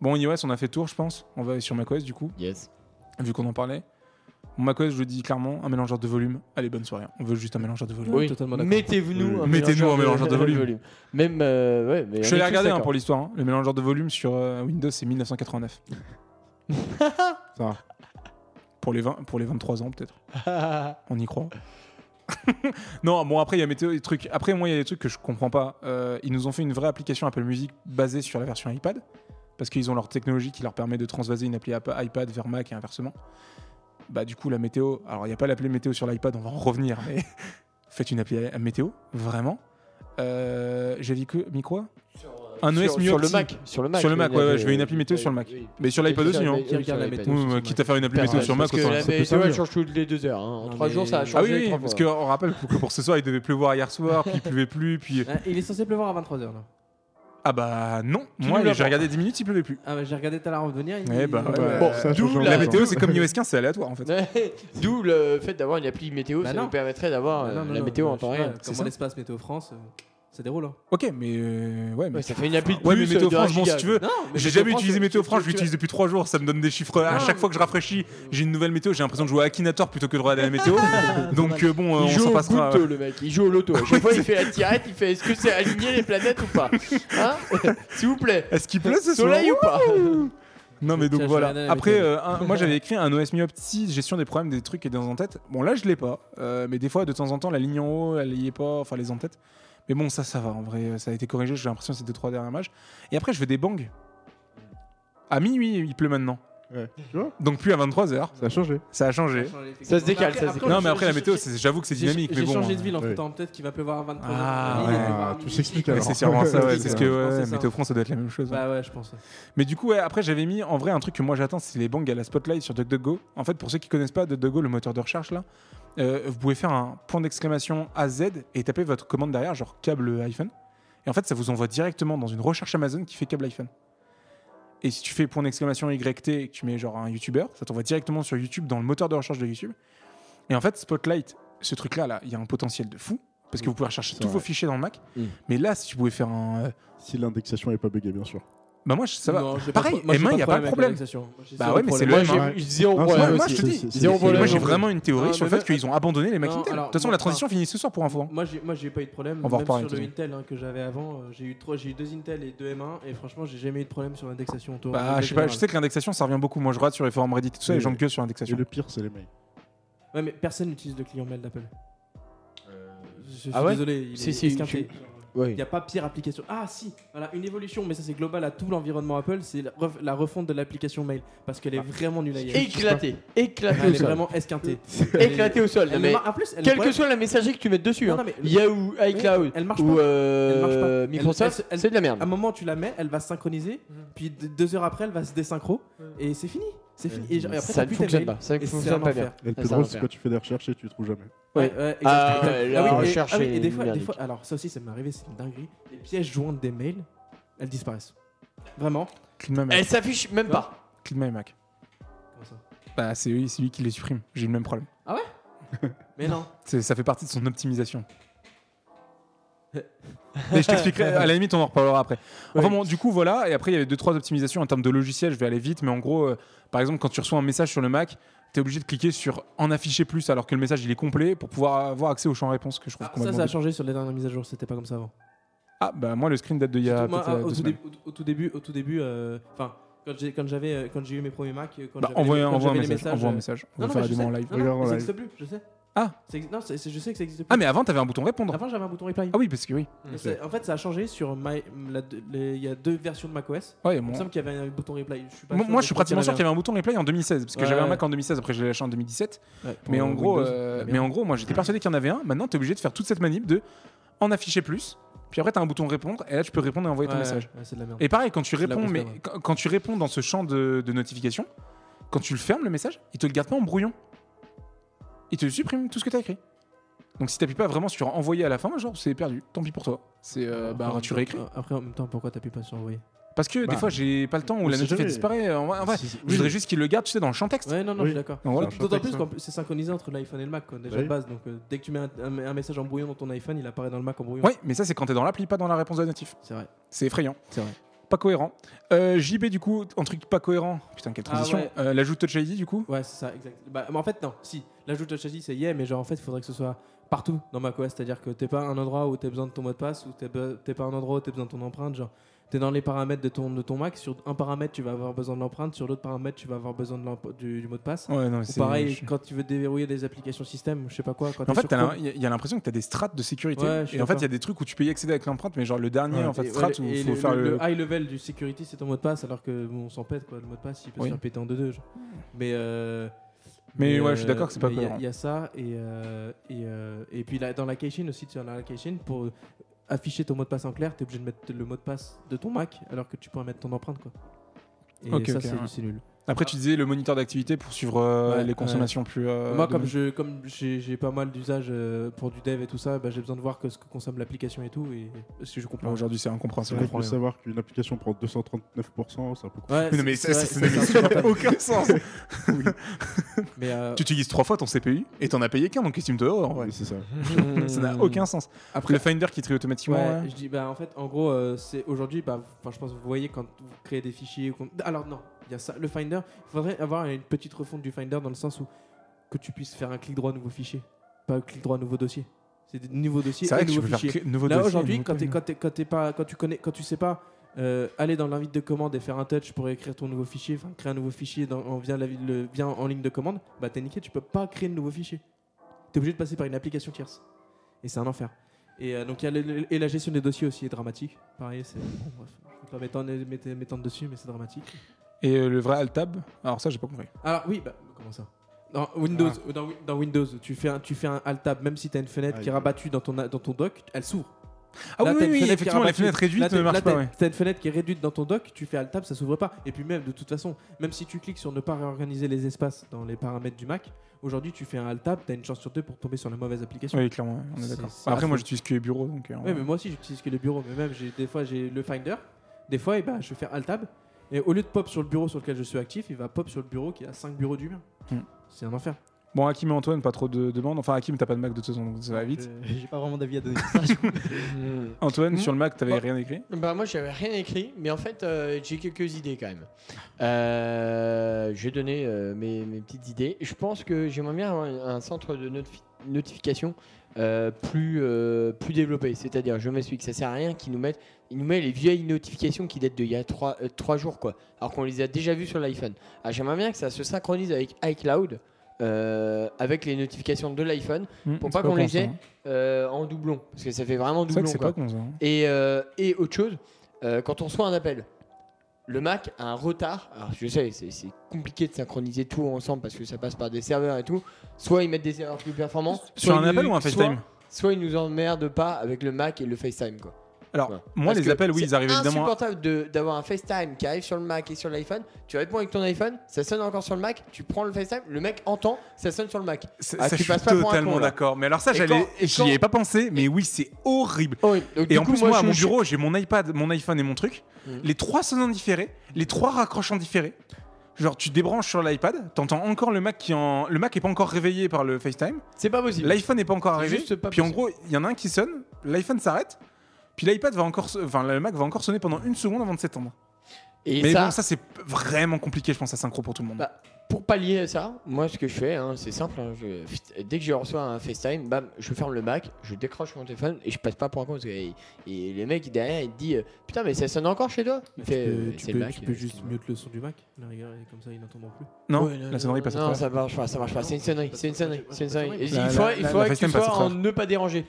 Speaker 1: Bon, iOS, on a fait tour, je pense. On va sur macOS du coup
Speaker 2: Yes.
Speaker 1: vu qu'on en parlait. Mon macOS, je le dis clairement, un mélangeur de volume. Allez, bonne soirée. hein. On veut juste un mélangeur de volume.
Speaker 6: Oui. Totalement d'accord.
Speaker 2: Mettez-vous
Speaker 4: Oui.
Speaker 2: un
Speaker 1: Mettez-nous un mélangeur
Speaker 2: mélangeur
Speaker 1: de volume.
Speaker 2: Même, euh, ouais, mais
Speaker 1: Je suis allé
Speaker 2: on est tous
Speaker 1: regarder hein,
Speaker 2: d'accord.
Speaker 1: pour l'histoire. hein. Le mélangeur de volume sur euh, Windows, c'est 1989.
Speaker 4: Ça va.
Speaker 1: Pour les, 20, pour les 23 ans, peut-être. On y croit. non, bon, après, il y a météo et trucs. Après, moi, il y a des trucs que je comprends pas. Euh, ils nous ont fait une vraie application Apple Music basée sur la version iPad. Parce qu'ils ont leur technologie qui leur permet de transvaser une appli iP- iPad vers Mac et inversement. Bah, du coup, la météo. Alors, il n'y a pas l'appli météo sur l'iPad, on va en revenir. Mais faites une appli à- météo, vraiment. Euh, J'ai dit que. mis quoi Un
Speaker 2: Sur-
Speaker 1: OS mieux
Speaker 2: sur le
Speaker 1: opti-
Speaker 2: Mac. Sur le Mac.
Speaker 1: Sur le Mac,
Speaker 2: il y a
Speaker 1: ouais, ouais,
Speaker 2: des-
Speaker 1: je veux une appli météo
Speaker 2: oui,
Speaker 1: sur le Mac.
Speaker 2: oui.
Speaker 1: Mais sur l'iPad aussi, hein.
Speaker 6: Qui regarde la
Speaker 2: Sur
Speaker 6: météo
Speaker 1: Oui,
Speaker 6: sur
Speaker 1: ouais,
Speaker 6: Mac.
Speaker 1: quitte à faire une appli météo
Speaker 2: Parce
Speaker 1: sur Mac,
Speaker 2: que
Speaker 1: autant-
Speaker 2: la
Speaker 4: ça peut
Speaker 2: météo, elle
Speaker 4: servir.
Speaker 2: change toutes les deux heures. hein. En
Speaker 6: Non,
Speaker 2: trois
Speaker 6: mais-
Speaker 2: jours, ça a
Speaker 1: Ah
Speaker 2: changé.
Speaker 1: oui, oui,
Speaker 2: trois
Speaker 1: parce
Speaker 2: fois.
Speaker 1: qu'on rappelle que pour ce soir, il devait pleuvoir hier soir, puis il pleuvait plus, puis.
Speaker 6: Ah, il est censé pleuvoir à 23h là.
Speaker 1: Ah bah non,
Speaker 2: Tout
Speaker 1: moi j'ai
Speaker 2: nous l'apprend.
Speaker 1: regardé 10 minutes, il pleuvait plus.
Speaker 6: Ah, bah, j'ai regardé tout à l'heure en venir. il- Ah,
Speaker 1: Eh bah,
Speaker 6: il-
Speaker 1: ouais,
Speaker 4: Ouais,
Speaker 2: Bon,
Speaker 4: ça a
Speaker 2: d'où
Speaker 4: changé
Speaker 1: La
Speaker 4: en
Speaker 1: météo,
Speaker 4: temps.
Speaker 1: c'est comme iOS 15, c'est aléatoire en fait.
Speaker 2: D'où le fait d'avoir une appli météo,
Speaker 6: Bah
Speaker 2: ça
Speaker 6: non.
Speaker 2: nous permettrait d'avoir
Speaker 6: Ah,
Speaker 2: euh,
Speaker 6: non, non,
Speaker 2: la
Speaker 6: non,
Speaker 2: météo
Speaker 6: je
Speaker 2: en
Speaker 6: sais
Speaker 2: temps
Speaker 6: pas,
Speaker 2: réel.
Speaker 1: c'est
Speaker 6: Comme
Speaker 1: ça
Speaker 6: en espace Météo France, euh, c'est déroule. hein.
Speaker 1: Ok, mais euh, ouais, mais.
Speaker 2: Ouais, ça fait une appli de
Speaker 1: Ouais, mais
Speaker 2: plus,
Speaker 1: Météo
Speaker 2: euh, de un
Speaker 1: France, bon, si
Speaker 2: giga.
Speaker 1: tu veux,
Speaker 6: Non, mais
Speaker 1: j'ai
Speaker 6: Météo
Speaker 1: jamais
Speaker 6: France,
Speaker 1: utilisé
Speaker 6: tu-
Speaker 1: Météo
Speaker 6: tu-
Speaker 1: France, je
Speaker 6: tu-
Speaker 1: l'utilise depuis 3 jours, ça me donne des chiffres. À
Speaker 2: Ah.
Speaker 6: Non,
Speaker 1: chaque fois que je rafraîchis, j'ai une nouvelle météo, j'ai l'impression de jouer à Akinator plutôt que de regarder la météo. Donc euh, bon, euh, on
Speaker 2: Ah, il joue
Speaker 1: s'en
Speaker 2: au
Speaker 1: passera.
Speaker 2: loto, le mec. Il joue au loto. À chaque fois, il fait la tirette. Il fait est-ce que c'est aligné les planètes ou pas Hein S'il vous plaît.
Speaker 1: euh. Est-ce qu'il pleut ce soir
Speaker 2: Soleil ou pas
Speaker 1: Non mais donc
Speaker 6: Tiens, je vais regarder
Speaker 1: voilà.
Speaker 6: la
Speaker 1: Après,
Speaker 6: météo.
Speaker 1: euh, un- moi j'avais écrit un OS Miopti, gestion des problèmes, des trucs et des entêtes. Bon là je l'ai pas, Euh, mais des fois de temps en temps la ligne en haut, elle y est pas, enfin les entêtes. Mais bon ça ça va en vrai, ça a été corrigé. J'ai l'impression que c'est deux trois derniers matchs. Et après je veux des bangs. À minuit il pleut maintenant.
Speaker 4: Ouais. Tu vois
Speaker 1: Donc plus à 23h,
Speaker 4: Ça a changé.
Speaker 1: ça a changé.
Speaker 2: Ça se décale, ça se décale.
Speaker 1: Non, mais après la météo,
Speaker 6: c'est
Speaker 1: c'est- j'avoue que c'est dynamique. Mais
Speaker 6: J'ai
Speaker 1: bon,
Speaker 6: changé de
Speaker 1: hein.
Speaker 6: ville entre
Speaker 4: Ouais.
Speaker 6: temps, peut-être qu'il va pleuvoir à 23h.
Speaker 1: Ah, ouais.
Speaker 4: Ah, tout s'explique
Speaker 1: Mais
Speaker 4: alors.
Speaker 1: c'est sûrement ça, ouais.
Speaker 4: C'est
Speaker 1: C'est ce
Speaker 4: ça.
Speaker 1: que
Speaker 6: Je pense que
Speaker 1: ouais,
Speaker 6: c'est ça.
Speaker 1: Météo France, ça doit être la même chose. ouais.
Speaker 6: Bah ouais, je pense. ouais.
Speaker 1: Mais du coup, ouais, après, j'avais mis en vrai un truc que moi j'attends, c'est les bangs à la spotlight sur DuckDuckGo. En fait, pour ceux qui connaissent pas DuckDuckGo, le moteur de recherche là, euh, vous pouvez faire un point d'exclamation AZ et taper votre commande derrière, genre câble iPhone. Et en fait, ça vous envoie directement dans une recherche Amazon qui fait câble iPhone. Et si tu fais point d'exclamation YT et que tu mets genre un YouTuber, ça t'envoie directement sur YouTube dans le moteur de recherche de YouTube. Et en fait, Spotlight, ce truc là, là, il y a un potentiel de fou parce que vous pouvez rechercher
Speaker 4: C'est
Speaker 1: tous
Speaker 4: vrai.
Speaker 1: vos fichiers dans le Mac.
Speaker 2: Mm.
Speaker 1: Mais là, si tu pouvais faire un. euh,
Speaker 4: Si l'indexation est pas buggée, bien sûr.
Speaker 1: bah moi, je- ça va.
Speaker 6: Non, j'ai pas
Speaker 1: Pareil,
Speaker 6: de pro- moi, j'ai
Speaker 1: M1, il n'y a pas
Speaker 6: avec
Speaker 1: de
Speaker 6: la
Speaker 1: problème.
Speaker 6: taxation. Moi, j'ai
Speaker 1: Bah
Speaker 6: zéro
Speaker 1: ouais, mais c'est
Speaker 6: problème.
Speaker 1: le
Speaker 2: Moi,
Speaker 1: M1.
Speaker 2: j'ai eu zéro
Speaker 4: Non,
Speaker 2: problème
Speaker 1: moi, moi,
Speaker 2: aussi.
Speaker 1: je te dis,
Speaker 4: C'est- c'est-
Speaker 2: zéro
Speaker 4: c'est-
Speaker 2: problème.
Speaker 1: moi, j'ai
Speaker 4: non,
Speaker 1: vraiment une théorie
Speaker 6: Ah,
Speaker 1: sur le
Speaker 6: mais
Speaker 1: fait
Speaker 6: même-
Speaker 1: qu'ils ont abandonné les Mac
Speaker 6: Non,
Speaker 1: Intel. De
Speaker 6: alors,
Speaker 1: toute façon,
Speaker 6: moi,
Speaker 1: la transition finit ce soir pour info. hein.
Speaker 6: Moi, j'ai, moi, j'ai pas eu de problème.
Speaker 1: On va en
Speaker 6: même
Speaker 1: reparler
Speaker 6: sur le
Speaker 1: de toute
Speaker 6: Intel hein, que j'avais avant, euh, j'ai eu trois, j'ai eu deux Intel et deux M1, et franchement, j'ai jamais eu de problème sur l'indexation auto. en
Speaker 1: Bah,
Speaker 6: règle
Speaker 1: je sais pas, je
Speaker 6: générale.
Speaker 1: sais que l'indexation ça revient beaucoup. Moi, je regarde sur les forums Reddit et tout ça, les
Speaker 4: Oui,
Speaker 1: gens
Speaker 4: oui.
Speaker 1: gueulent sur
Speaker 4: Et
Speaker 1: l'indexation.
Speaker 4: le pire, c'est les mails.
Speaker 6: Ouais, mais personne n'utilise le client mail d'Apple. Je suis
Speaker 2: Ah ouais
Speaker 6: désolé, il
Speaker 2: Si,
Speaker 6: est
Speaker 2: si,
Speaker 6: esquinté.
Speaker 2: Ouais.
Speaker 6: Il n'y a pas pire application. Ah si, voilà, une évolution, mais ça c'est global à tout l'environnement Apple, c'est la, ref- la refonte de l'application mail, parce
Speaker 2: Ah.
Speaker 6: qu'elle est vraiment nulle à y aller.
Speaker 2: Éclaté, éclaté
Speaker 6: Elle
Speaker 2: au
Speaker 6: est
Speaker 2: sol.
Speaker 6: vraiment esquintée.
Speaker 2: Éclaté au sol. Non,
Speaker 6: Elle
Speaker 2: mais
Speaker 6: ne mar- en plus,
Speaker 2: quelle
Speaker 6: elle- le
Speaker 2: que
Speaker 6: problème-
Speaker 2: soit la messagerie que tu mettes dessus,
Speaker 6: Non,
Speaker 2: hein,
Speaker 6: non, mais-
Speaker 2: Yahoo, iCloud
Speaker 6: elle marche
Speaker 2: ou
Speaker 6: pas.
Speaker 2: euh,
Speaker 6: Elle marche pas. Elle-
Speaker 2: Microsoft,
Speaker 6: elle- elle-
Speaker 2: c'est de la merde.
Speaker 6: À un moment, tu la mets, elle va synchroniser, puis d- deux heures après, elle va se désynchro, et c'est fini. C'est fini. Et, j- et après,
Speaker 2: ça
Speaker 6: t'as
Speaker 2: ne
Speaker 6: plus
Speaker 2: fonctionne
Speaker 6: tes
Speaker 2: pas.
Speaker 6: mails.
Speaker 2: Ça
Speaker 6: Et
Speaker 2: ne
Speaker 6: c'est
Speaker 2: fonctionne
Speaker 6: un
Speaker 2: pas
Speaker 6: enfer.
Speaker 2: bien.
Speaker 4: Et le
Speaker 2: Ça,
Speaker 4: plus
Speaker 2: ça
Speaker 4: drôle,
Speaker 2: va
Speaker 4: c'est
Speaker 2: faire.
Speaker 4: quand tu fais des recherches et tu trouves jamais.
Speaker 6: Ouais, ouais, exactement.
Speaker 2: Ah,
Speaker 6: Exact.
Speaker 2: ouais, la
Speaker 6: Ah oui, et-
Speaker 2: recherche
Speaker 6: ah oui, et,
Speaker 2: est
Speaker 6: des fois, des
Speaker 2: merdique.
Speaker 6: fois, alors ça aussi, ça m'est arrivé, c'est une dinguerie. Les pièces jointes des mails, elles disparaissent. Vraiment.
Speaker 1: Clean My
Speaker 2: Elle
Speaker 1: Mac.
Speaker 2: s'affiche même pas.
Speaker 1: Clean My Mac.
Speaker 6: Comment ça
Speaker 1: Bah, c'est lui, c'est lui qui les supprime. J'ai eu le même problème.
Speaker 6: Mais non.
Speaker 1: C'est- Ça fait partie de son optimisation. Mais je t'expliquerai, à la limite on en reparlera après. Enfin
Speaker 2: Ouais.
Speaker 1: bon, du coup voilà, et après il y avait deux trois optimisations en termes de logiciel, je vais aller vite, mais en gros, euh, par exemple quand tu reçois un message sur le Mac, t'es obligé de cliquer sur en afficher plus alors que le message il est complet pour pouvoir avoir accès au champ réponse que je trouve
Speaker 6: Ah, ça,
Speaker 1: complètement
Speaker 6: ça a
Speaker 1: débile.
Speaker 6: changé sur les dernières mises à jour, c'était pas comme ça avant.
Speaker 1: Ah bah moi le screen date d'il y a
Speaker 6: Surtout, moi,
Speaker 1: peut-être, euh,
Speaker 6: ah, au,
Speaker 1: deux
Speaker 6: tout
Speaker 1: semaines.
Speaker 6: dé- au tout- au tout début, au tout début, euh, enfin, quand j'ai quand j'avais euh, quand j'ai eu mes premiers Mac, euh, quand
Speaker 1: Bah,
Speaker 6: j'avais
Speaker 1: envoie,
Speaker 6: les- quand
Speaker 1: envoie un
Speaker 6: j'avais les
Speaker 1: message, envoie un
Speaker 6: euh,
Speaker 1: message. On va
Speaker 6: Non, non,
Speaker 1: faire
Speaker 6: mais
Speaker 1: la
Speaker 6: je
Speaker 1: démo en
Speaker 6: sais.
Speaker 1: live.
Speaker 6: Non, non,
Speaker 4: Regarde en
Speaker 6: mais ça
Speaker 4: live.
Speaker 6: existe plus, je sais.
Speaker 1: Ah.
Speaker 6: Ça exi- Non, c'est- c'est- je sais que ça existe plus.
Speaker 1: Ah mais avant t'avais un bouton répondre.
Speaker 6: Avant, j'avais un bouton reply.
Speaker 1: Ah oui parce que oui.
Speaker 6: Mais c'est- En fait, ça a changé sur my- la- les- il y a deux versions de macOS.
Speaker 1: Ouais,
Speaker 6: Il
Speaker 1: bon.
Speaker 6: me semble qu'il y avait un bouton reply. Je suis pas
Speaker 1: Moi,
Speaker 6: sûr,
Speaker 1: moi,
Speaker 6: mais
Speaker 1: je suis
Speaker 6: crois
Speaker 1: pratiquement sûr qu'il y
Speaker 6: en
Speaker 1: avait un bouton replay en 2016 parce que
Speaker 6: Ouais,
Speaker 1: j'avais un
Speaker 6: ouais.
Speaker 1: Mac en 2016 après je l'ai lâché en 2017
Speaker 6: avait un. Ouais,
Speaker 1: mais
Speaker 6: pour
Speaker 1: en gros
Speaker 6: Windows.
Speaker 1: euh,
Speaker 6: la merde.
Speaker 1: mais en gros moi j'étais persuadé qu'il y en avait un maintenant t'es obligé de faire toute cette manip de en afficher plus puis après t'as un bouton répondre et là tu peux répondre et envoyer ton
Speaker 6: Ouais,
Speaker 1: message
Speaker 6: ouais, c'est de la merde.
Speaker 1: et pareil quand tu
Speaker 6: Hein. C'est de la
Speaker 1: réponds
Speaker 6: grosse
Speaker 1: mais
Speaker 6: merde, hein. ouais.
Speaker 1: quand, quand tu réponds dans ce champ de, de notification quand tu le fermes le message il te le garde pas en brouillon il te supprime tout ce que t'as écrit donc si t'appuies pas vraiment sur envoyer à la fin genre c'est perdu tant pis pour toi c'est euh, bah
Speaker 6: Après,
Speaker 1: tu réécris
Speaker 6: Après, en même temps, pourquoi t'appuies pas sur envoyer
Speaker 1: parce que
Speaker 4: Bah,
Speaker 1: des fois j'ai pas le temps ou
Speaker 4: on
Speaker 1: la
Speaker 4: sait
Speaker 1: notif elle
Speaker 4: jamais.
Speaker 1: disparaît en vrai, en vrai,
Speaker 4: Si, si-
Speaker 1: je voudrais juste qu'il le garde tu sais dans le champ texte
Speaker 6: Ouais, non, non,
Speaker 4: Oui.
Speaker 6: je suis d'accord.
Speaker 1: Donc voilà.
Speaker 4: C'est un
Speaker 6: D'autant
Speaker 4: Chantex,
Speaker 6: plus
Speaker 4: ça.
Speaker 6: qu'en plus, c'est synchronisé entre l'iPhone et le Mac, quoi, déjà
Speaker 4: Oui.
Speaker 6: de base. Donc, euh, dès que tu mets un, un- un message en brouillon dans ton iPhone, il apparaît dans le Mac en brouillon.
Speaker 1: ouais mais ça c'est quand t'es dans l'appli pas dans la réponse de la notif
Speaker 6: C'est vrai.
Speaker 1: C'est effrayant.
Speaker 6: C'est vrai.
Speaker 1: Pas cohérent. Euh, JB, du coup, un truc pas cohérent. Putain, quelle
Speaker 6: Ah
Speaker 1: transition.
Speaker 6: ouais.
Speaker 1: Euh, L'ajout de Touch ID, du coup
Speaker 6: Ouais, c'est ça, exact. Bah, mais en fait, non, si. L'ajout de Touch ID, c'est yeah, mais genre, en fait, il faudrait que ce soit partout dans macOS. C'est-à-dire que t'es pas à un endroit où t'as besoin de ton mot de passe, ou t'es be- t'es pas à un endroit où t'as besoin de ton empreinte. Genre, t'es dans les paramètres de ton, de ton Mac. Sur un paramètre, tu vas avoir besoin de l'empreinte. Sur l'autre paramètre, tu vas avoir besoin de l'emp- du, du mot de passe.
Speaker 1: Ouais, non, mais
Speaker 6: Ou
Speaker 1: c'est.
Speaker 6: pareil,
Speaker 1: je-
Speaker 6: quand tu veux déverrouiller des applications système, je sais pas quoi. Quand
Speaker 1: En
Speaker 6: t'es
Speaker 1: fait,
Speaker 6: sur
Speaker 1: t'as
Speaker 6: Chrome,
Speaker 1: l'im- il y a- il y a l'impression que t'as des strates de sécurité.
Speaker 6: Ouais, je suis
Speaker 1: et en fait, il
Speaker 6: d'accord.
Speaker 1: y a des trucs où tu peux y accéder avec l'empreinte, mais genre le dernier
Speaker 4: Ouais.
Speaker 1: en fait,
Speaker 6: Et
Speaker 1: strat
Speaker 6: ouais,
Speaker 1: où
Speaker 6: et
Speaker 1: il faut
Speaker 6: le,
Speaker 1: faire
Speaker 6: le-
Speaker 1: le.
Speaker 6: le high level du security, c'est ton mot de passe, alors que bon, on s'en pète, quoi. Le mot de passe, il peut
Speaker 1: Oui.
Speaker 6: se faire péter en deux-deux. genre. Mais, euh,
Speaker 1: Mais ouais,
Speaker 6: euh,
Speaker 1: je suis d'accord que c'est pas
Speaker 6: mais il y a-
Speaker 1: cohérent.
Speaker 6: Il y, a ça, et, euh, et, euh, et puis là, dans la caching aussi, tu as la caching pour afficher ton mot de passe en clair, tu es obligé de mettre le mot de passe de ton Mac, alors que tu pourrais mettre ton empreinte, quoi. Et
Speaker 1: Ok,
Speaker 6: ça,
Speaker 1: ok,
Speaker 6: c'est
Speaker 1: ouais.
Speaker 6: c'est nul.
Speaker 1: Après, tu disais le moniteur d'activité pour suivre euh,
Speaker 6: Ouais,
Speaker 1: les consommations plus. euh,
Speaker 6: Moi,
Speaker 1: de
Speaker 6: comme
Speaker 1: menu.
Speaker 6: je, comme j'ai j'ai pas mal d'usages euh, pour du dev et tout ça, bah, j'ai besoin de voir que ce que consomme l'application et tout, et parce que je
Speaker 1: Bon,
Speaker 6: comprends.
Speaker 1: Aujourd'hui, c'est
Speaker 4: C'est
Speaker 1: incompréhensible.
Speaker 4: vrai que de savoir qu'une application prend 239%, c'est un peu con.
Speaker 6: Ouais,
Speaker 1: Non, mais
Speaker 6: c'est-
Speaker 1: ça,
Speaker 6: c'est
Speaker 1: ça
Speaker 6: vrai,
Speaker 1: n'a
Speaker 6: c'est insupportable.
Speaker 1: aucun sens.
Speaker 6: Mais, euh,
Speaker 1: Tu utilises trois fois ton CPU et t'en as payé qu'un, donc estime toi en vrai.
Speaker 4: Mais C'est ça.
Speaker 1: Ça n'a aucun sens.
Speaker 6: Mmh. Hmm. Après,
Speaker 1: Le Finder qui trie automatiquement.
Speaker 6: Ouais,
Speaker 1: ouais.
Speaker 6: je dis, bah en fait, en gros, euh, c'est aujourd'hui, bah, enfin, je pense, vous voyez quand vous créez des fichiers. ou qu'on- Alors, non, il y a ça, le Finder. Il faudrait avoir une petite refonte du Finder dans le sens où que tu puisses faire un clic droit nouveau fichier, pas un clic droit nouveau dossier. C'est des nouveaux dossiers
Speaker 1: C'est vrai
Speaker 6: et
Speaker 1: que tu
Speaker 6: nouveaux
Speaker 1: peux faire
Speaker 6: fichiers.
Speaker 1: que- nouveau euh,
Speaker 6: Là
Speaker 1: dossier,
Speaker 6: aujourd'hui,
Speaker 1: nouveau
Speaker 6: quand, t'es-
Speaker 1: dossier.
Speaker 6: quand, t'es- quand, t'es pas- quand tu connais, quand tu sais pas euh, aller dans l'invite de commande et faire un touch pour écrire ton nouveau fichier, enfin créer un nouveau fichier dans, en, via, la, le, via en ligne de commande, bah t'es niqué, tu peux pas créer de nouveau fichier. T'es obligé de passer par une application tierce. Et c'est un enfer. Et euh, donc il y a le- le- et la gestion des dossiers aussi est dramatique. Pareil, c'est bon, bref, je vais pas m'étendre m'étendre dessus, mais c'est dramatique.
Speaker 1: Et euh, le vrai Altab, alors ça, j'ai pas compris.
Speaker 6: Alors oui, bah, comment ça dans Windows, euh, dans, Win- dans Windows, tu fais un, tu fais un alt tab, même si t'as une fenêtre
Speaker 4: Ah,
Speaker 6: qui est
Speaker 4: il-
Speaker 6: rabattue dans ton, dans ton dock, elle s'ouvre.
Speaker 1: Ah
Speaker 6: Là,
Speaker 1: oui, oui,
Speaker 6: t'as une
Speaker 1: oui,
Speaker 6: fenêtre qui est
Speaker 1: effectivement, les
Speaker 6: rabattue.
Speaker 1: fenêtres
Speaker 6: Là,
Speaker 1: réduites
Speaker 6: t'as-
Speaker 1: ne marchent
Speaker 6: là, t'as-
Speaker 1: pas, ouais.
Speaker 6: T'as une fenêtre qui est réduite dans ton dock, tu fais alt tab, ça s'ouvre pas. Et puis même de toute façon, même si tu cliques sur ne pas réorganiser les espaces dans les paramètres du Mac, aujourd'hui tu fais un alt tab, t'as une chance sur deux pour tomber sur la mauvaise application.
Speaker 1: Oui, clairement, ouais, on est
Speaker 6: C'est-
Speaker 1: d'accord.
Speaker 6: c'est
Speaker 1: Après, moi,
Speaker 6: affreux.
Speaker 1: j'utilise que les bureaux, donc. euh, on-
Speaker 6: Ouais, mais moi aussi j'utilise que les bureaux, mais même j'ai des fois j'ai le Finder, des fois et ben je vais faire alt tab et au lieu de pop sur le bureau sur lequel je suis actif, il va pop sur le bureau qui est à 5 bureaux du mien.
Speaker 1: Hmm.
Speaker 6: C'est un enfer.
Speaker 1: Bon, Hakim et Antoine, pas trop de demandes. Enfin, Hakim, t'as pas de Mac de toute façon, donc ça va vite.
Speaker 5: Je- euh, J'ai pas vraiment d'avis à donner. sur ça, je-
Speaker 1: Antoine,
Speaker 2: Hmm.
Speaker 1: sur le Mac, t'avais
Speaker 2: Bah-
Speaker 1: rien écrit
Speaker 2: Bah moi j'avais rien écrit, mais en fait euh, j'ai quelques idées quand même. Euh, j'ai donné euh, mes, mes petites idées. Je pense que j'aimerais bien avoir un un centre de notifi- notification euh, plus, euh, plus développé. C'est-à-dire, je m'explique, ça sert à rien qu'ils nous mettent ils nous mettent les vieilles notifications qui datent d'il y a 3, jours, quoi. Alors qu'on les a déjà vues sur l'iPhone. Ah, j'aimerais bien que ça se synchronise avec iCloud, euh, avec les notifications de l'iPhone,
Speaker 1: Hmm,
Speaker 2: Pour
Speaker 1: c'est
Speaker 2: Mmh, pas qu'on
Speaker 1: con,
Speaker 2: les
Speaker 1: ça,
Speaker 2: ait
Speaker 1: hein.
Speaker 2: euh, en doublon. Parce que ça fait vraiment
Speaker 1: C'est vrai
Speaker 2: doublon.
Speaker 1: que c'est
Speaker 2: quoi.
Speaker 1: pas con, ça. hein.
Speaker 2: Et, euh, et autre chose, euh, quand on reçoit un appel, le Mac a un retard. Alors je sais, c'est c'est compliqué de synchroniser tout ensemble parce que ça passe par des serveurs et tout. Soit ils mettent des serveurs plus performants.
Speaker 1: Sur
Speaker 2: soit
Speaker 1: un
Speaker 2: ils
Speaker 1: appel
Speaker 2: nous-
Speaker 1: ou un
Speaker 2: soit-
Speaker 1: FaceTime
Speaker 2: Soit ils nous emmerdent pas avec le Mac et le FaceTime quoi.
Speaker 1: Alors,
Speaker 2: Voilà.
Speaker 1: moi,
Speaker 2: Parce
Speaker 1: les
Speaker 2: que
Speaker 1: appels, oui,
Speaker 2: c'est
Speaker 1: ils arrivent évidemment.
Speaker 2: insupportable de- d'avoir un FaceTime qui arrive sur le Mac et sur l'iPhone. Tu réponds avec ton iPhone, ça sonne encore sur le Mac. Tu prends le FaceTime, le mec entend, ça sonne sur le Mac.
Speaker 1: Ça,
Speaker 2: Ah,
Speaker 1: ça,
Speaker 2: tu
Speaker 1: je suis
Speaker 2: passes pas pour un con,
Speaker 1: totalement
Speaker 2: là.
Speaker 1: d'accord. Mais alors, ça,
Speaker 2: Et
Speaker 1: j'allais-
Speaker 2: quand- et
Speaker 1: j'y
Speaker 2: quand-
Speaker 1: avais pas pensé, mais oui, c'est horrible.
Speaker 2: Oui, donc
Speaker 1: Et
Speaker 2: du
Speaker 1: en
Speaker 2: coup,
Speaker 1: plus, moi, à
Speaker 2: je
Speaker 1: mon
Speaker 2: suis-
Speaker 1: bureau, j'ai mon iPad, mon iPhone et mon truc.
Speaker 2: Mhm.
Speaker 1: Les trois sonores différés, les trois raccrochants différés. Genre, tu débranches sur l'iPad, t'entends encore le Mac qui en. Le Mac est pas encore réveillé par le FaceTime.
Speaker 2: C'est pas possible.
Speaker 1: L'iPhone n'est pas encore
Speaker 2: C'est
Speaker 1: arrivé.
Speaker 2: juste pas
Speaker 1: puis en
Speaker 2: possible.
Speaker 1: gros, il y en a un qui sonne, l'iPhone s'arrête. Puis l'iPad va encore, se- enfin le Mac va encore sonner pendant une seconde avant de s'éteindre.
Speaker 2: Et
Speaker 1: Mais
Speaker 2: ça,
Speaker 1: bon, ça c'est vraiment compliqué, je pense, à synchro pour tout le monde.
Speaker 2: Bah, pour pallier à ça, moi ce que je fais, hein, c'est simple. hein, je- pfft, dès que je reçois un FaceTime, bam, je ferme le Mac, je décroche mon téléphone et je passe pas pour un con. Parce que, et, et le mec derrière, il te dit euh, Putain, mais ça sonne encore chez toi Il
Speaker 6: Tu
Speaker 2: fait,
Speaker 6: peux,
Speaker 2: euh,
Speaker 6: tu
Speaker 2: C'est
Speaker 6: peux-
Speaker 2: le Mac.
Speaker 6: tu peux
Speaker 2: euh,
Speaker 6: juste
Speaker 2: excuse-moi.
Speaker 6: mute le son du Mac. La rigueur, et comme ça, il n'entendront plus.
Speaker 1: non,
Speaker 2: Ouais, non,
Speaker 1: la sonnerie
Speaker 2: non,
Speaker 1: passe à
Speaker 2: Non,
Speaker 1: travers.
Speaker 2: ça marche pas, ça marche pas. C'est une sonnerie, c'est une sonnerie, c'est une sonnerie. Il
Speaker 1: La- la-
Speaker 2: faudrait, il
Speaker 1: la-
Speaker 2: faudrait
Speaker 1: la
Speaker 2: que tu
Speaker 1: FaceTime passe
Speaker 2: sois
Speaker 1: à
Speaker 2: en
Speaker 1: travers.
Speaker 2: ne pas déranger,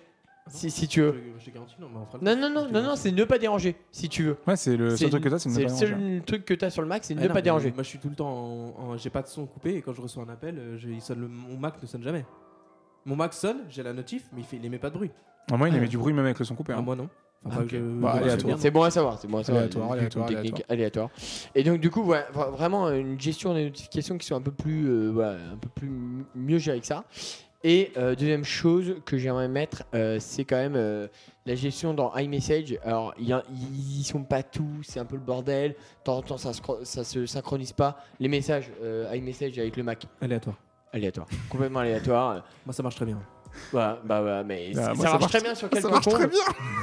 Speaker 2: si, si tu
Speaker 6: Je,
Speaker 2: veux.
Speaker 6: je te garantis, non, mais on fera le
Speaker 2: Non,
Speaker 6: test.
Speaker 2: non,
Speaker 6: Je
Speaker 2: non,
Speaker 6: te
Speaker 2: non, non,
Speaker 6: garantis.
Speaker 2: c'est ne pas déranger, si tu veux.
Speaker 1: Ouais, c'est le seul
Speaker 2: C'est
Speaker 1: truc que t'as, c'est de ne
Speaker 2: c'est le
Speaker 1: pas déranger.
Speaker 2: seul truc que t'as sur le Mac, c'est
Speaker 6: Ah
Speaker 2: ne
Speaker 6: non,
Speaker 2: pas
Speaker 6: mais
Speaker 2: déranger.
Speaker 6: Moi, je suis tout le temps en. en- j'ai pas de son coupé et quand je reçois un appel, euh, je- il sonne le- mon Mac ne sonne jamais. Mon Mac sonne, j'ai la notif, mais il, fait, il émet pas de bruit.
Speaker 1: Ah, moi, il
Speaker 2: Ah.
Speaker 1: émet du bruit même avec le son coupé.
Speaker 6: Ah,
Speaker 1: hein.
Speaker 6: moi, non. Enfin,
Speaker 2: Ah,
Speaker 6: pas
Speaker 2: ok.
Speaker 6: que-
Speaker 1: Bah,
Speaker 6: je me
Speaker 1: aléatoire.
Speaker 6: souvienne.
Speaker 2: C'est bon à savoir, c'est bon à savoir.
Speaker 1: Aléatoire,
Speaker 2: C'est une
Speaker 1: aléatoire,
Speaker 2: technique aléatoire. Et donc du coup, voilà, vra- vraiment euh, une gestion des notifications qui sont un peu plus, euh, voilà, un peu plus m- mieux gérée que ça. Et euh, deuxième chose que j'aimerais mettre, euh, c'est quand même euh, la gestion dans iMessage. Alors il y a- ils y sont pas tous, c'est un peu le bordel. De temps en temps, ça se, cro- ça se synchronise pas. Les messages euh, iMessage avec le Mac,
Speaker 6: Aléatoire.
Speaker 2: aléatoire, complètement aléatoire.
Speaker 6: Moi, ça marche très bien.
Speaker 2: Voilà, bah, bah, mais
Speaker 1: Ah,
Speaker 2: ça,
Speaker 1: moi, ça
Speaker 2: marche
Speaker 1: marche-
Speaker 2: très bien sur quelques
Speaker 1: Ça marche
Speaker 2: comptes.
Speaker 1: très bien.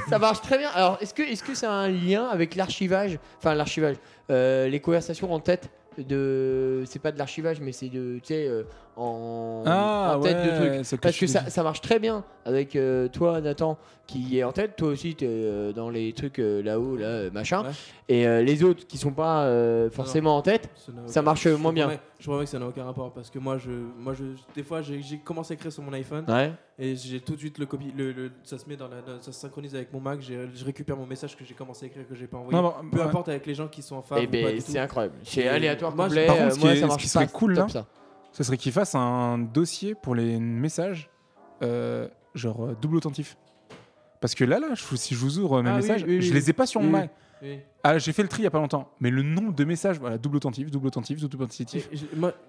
Speaker 2: Ça marche très bien. Alors, est-ce que est-ce que ça a un lien avec l'archivage Enfin, l'archivage. Euh, les conversations en tête de. C'est pas de l'archivage, mais c'est de. Tu sais, euh, en,
Speaker 1: Ah,
Speaker 2: en tête de trucs.
Speaker 1: ouais, c'est
Speaker 2: Parce que
Speaker 1: tu
Speaker 2: ça,
Speaker 1: dis.
Speaker 2: ça marche très bien avec euh, toi, Nathan, qui est en tête. Toi aussi, t'es euh, dans les trucs euh, là-haut, là, euh, machin.
Speaker 6: Ouais.
Speaker 2: Et euh, les autres qui sont pas euh, forcément en tête.
Speaker 6: n'a
Speaker 2: Ça
Speaker 6: aucun-
Speaker 2: marche, euh,
Speaker 6: je
Speaker 2: moins bien.
Speaker 6: promets- Je promets que ça n'a aucun rapport parce que moi, je, moi je, des fois, j'ai j'ai commencé à écrire sur mon iPhone
Speaker 2: Ouais.
Speaker 6: et j'ai tout de suite le copie. Le, le- ça se met dans la, dans- ça se synchronise avec mon Mac. j'ai- Je récupère mon message que j'ai commencé à écrire que j'ai pas envoyé.
Speaker 1: Non, bah,
Speaker 6: Peu
Speaker 1: ouais.
Speaker 6: importe avec les gens qui sont en faveur.
Speaker 2: Et ben, c'est incroyable. C'est
Speaker 6: Et
Speaker 2: aléatoire
Speaker 6: moi, je-
Speaker 2: complet.
Speaker 1: Par contre,
Speaker 2: euh,
Speaker 1: ce qui
Speaker 2: moi,
Speaker 1: est-
Speaker 2: ça
Speaker 1: ce
Speaker 2: marche
Speaker 1: qui serait
Speaker 2: pas,
Speaker 1: cool,
Speaker 2: top,
Speaker 1: là,
Speaker 2: ça.
Speaker 1: Ce serait qu'il fasse un dossier pour les messages, euh, genre euh, double authentif. Parce que là, là, je- si je vous ouvre mes
Speaker 6: Ah oui,
Speaker 1: messages,
Speaker 6: oui, oui,
Speaker 1: je
Speaker 6: oui.
Speaker 1: les ai pas sur mon
Speaker 6: Oui,
Speaker 1: Mac. Ah, j'ai fait le tri il y a pas longtemps. Mais le nombre de messages, voilà, double authentif, double authentif, double authentif.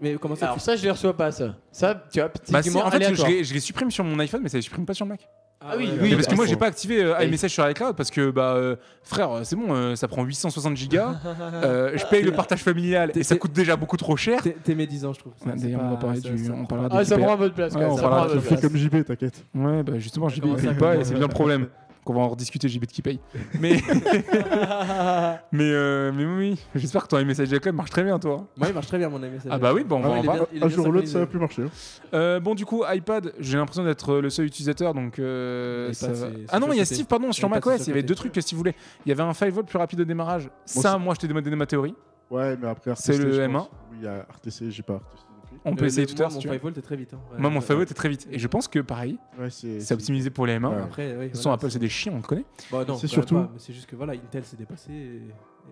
Speaker 6: mais comment ça
Speaker 2: Alors, ça, je les reçois pas, ça. Ça, tu vois,
Speaker 1: Bah, si,
Speaker 2: typiquement
Speaker 1: en fait, je,
Speaker 2: aléatoire.
Speaker 1: les- je les supprime sur mon iPhone, mais ça les supprime pas sur le Mac.
Speaker 2: Ah oui,
Speaker 1: Mais
Speaker 2: oui,
Speaker 1: parce que
Speaker 2: bah,
Speaker 1: moi,
Speaker 4: c'est
Speaker 1: j'ai
Speaker 4: bon.
Speaker 1: pas activé euh,
Speaker 2: Et-
Speaker 1: iMessage sur iCloud parce que, bah, euh, frère, euh, c'est bon, euh, ça prend 860 gigas. euh, je paye le partage familial et ça coûte déjà beaucoup trop cher.
Speaker 6: T'es- T'es médisant, je trouve. Ça,
Speaker 1: Ouais,
Speaker 6: c'est
Speaker 1: d'ailleurs, on
Speaker 6: pas-
Speaker 1: va parler
Speaker 6: ça-
Speaker 1: du-
Speaker 6: ça
Speaker 1: on
Speaker 6: prend
Speaker 1: parlera
Speaker 6: pas
Speaker 1: du
Speaker 2: Ah,
Speaker 6: de-
Speaker 2: ça
Speaker 1: JPR.
Speaker 2: prend votre place.
Speaker 1: Ouais,
Speaker 2: quand même,
Speaker 1: on
Speaker 2: ça
Speaker 1: parlera
Speaker 2: prend
Speaker 1: de
Speaker 2: votre
Speaker 4: Je fais
Speaker 2: place.
Speaker 4: comme JB, t'inquiète.
Speaker 1: Ouais, bah justement, JB il
Speaker 6: commence à
Speaker 1: paye pas
Speaker 6: comprendre.
Speaker 1: et c'est bien le problème. Qu'on va en rediscuter, JB de qui paye. Mais, mais, euh, mais oui, j'espère que ton iMessage iCloud marche très bien, toi.
Speaker 6: Moi, il marche très bien, mon ami. ça-
Speaker 1: Ah bah oui, bon,
Speaker 6: Ah
Speaker 1: bah,
Speaker 6: oui,
Speaker 1: on
Speaker 6: il est
Speaker 1: va-
Speaker 6: bien- il est
Speaker 4: Un
Speaker 6: bien
Speaker 4: jour ou l'autre, ça va
Speaker 6: synchronisé.
Speaker 4: plus marcher. hein.
Speaker 1: Euh, bon, du coup, iPad, j'ai l'impression d'être euh, le seul utilisateur, donc. euh,
Speaker 6: iPad,
Speaker 1: ça
Speaker 6: c'est-
Speaker 1: va.
Speaker 6: c'est
Speaker 1: ah non, il y a
Speaker 6: surcoté.
Speaker 1: Steve, pardon, sur
Speaker 6: iPad,
Speaker 1: macOS,
Speaker 6: c'est
Speaker 1: il y avait
Speaker 6: surcoté.
Speaker 1: deux trucs, si vous voulez. Il y avait un 5 volts plus rapide au démarrage. ça,
Speaker 4: c'est-
Speaker 1: moi, je t'ai demandé ma théorie.
Speaker 4: Ouais, mais après RTC.
Speaker 1: C'est le
Speaker 4: je
Speaker 1: M1.
Speaker 4: pense. Oui, il y a RTC, j'ai pas RTC depuis.
Speaker 1: On peut
Speaker 6: Le-
Speaker 1: essayer tout
Speaker 6: le-
Speaker 1: à l'heure,
Speaker 6: moi,
Speaker 1: si
Speaker 6: Mon
Speaker 1: tu veux.
Speaker 6: 5 volt est très vite. hein. Ouais,
Speaker 1: Moi, mon
Speaker 6: ça-
Speaker 1: favori était très vite. Et je pense que, pareil,
Speaker 4: Ouais, c'est.
Speaker 1: c'est optimisé pour les M1.
Speaker 4: Ouais.
Speaker 1: De
Speaker 6: Après, oui.
Speaker 1: toute façon,
Speaker 6: voilà,
Speaker 1: Apple, c'est des chiens, on le connaît.
Speaker 6: Bon, non,
Speaker 4: C'est
Speaker 6: quand même
Speaker 4: surtout-
Speaker 6: pas, mais C'est juste que voilà, Intel s'est dépassé. et-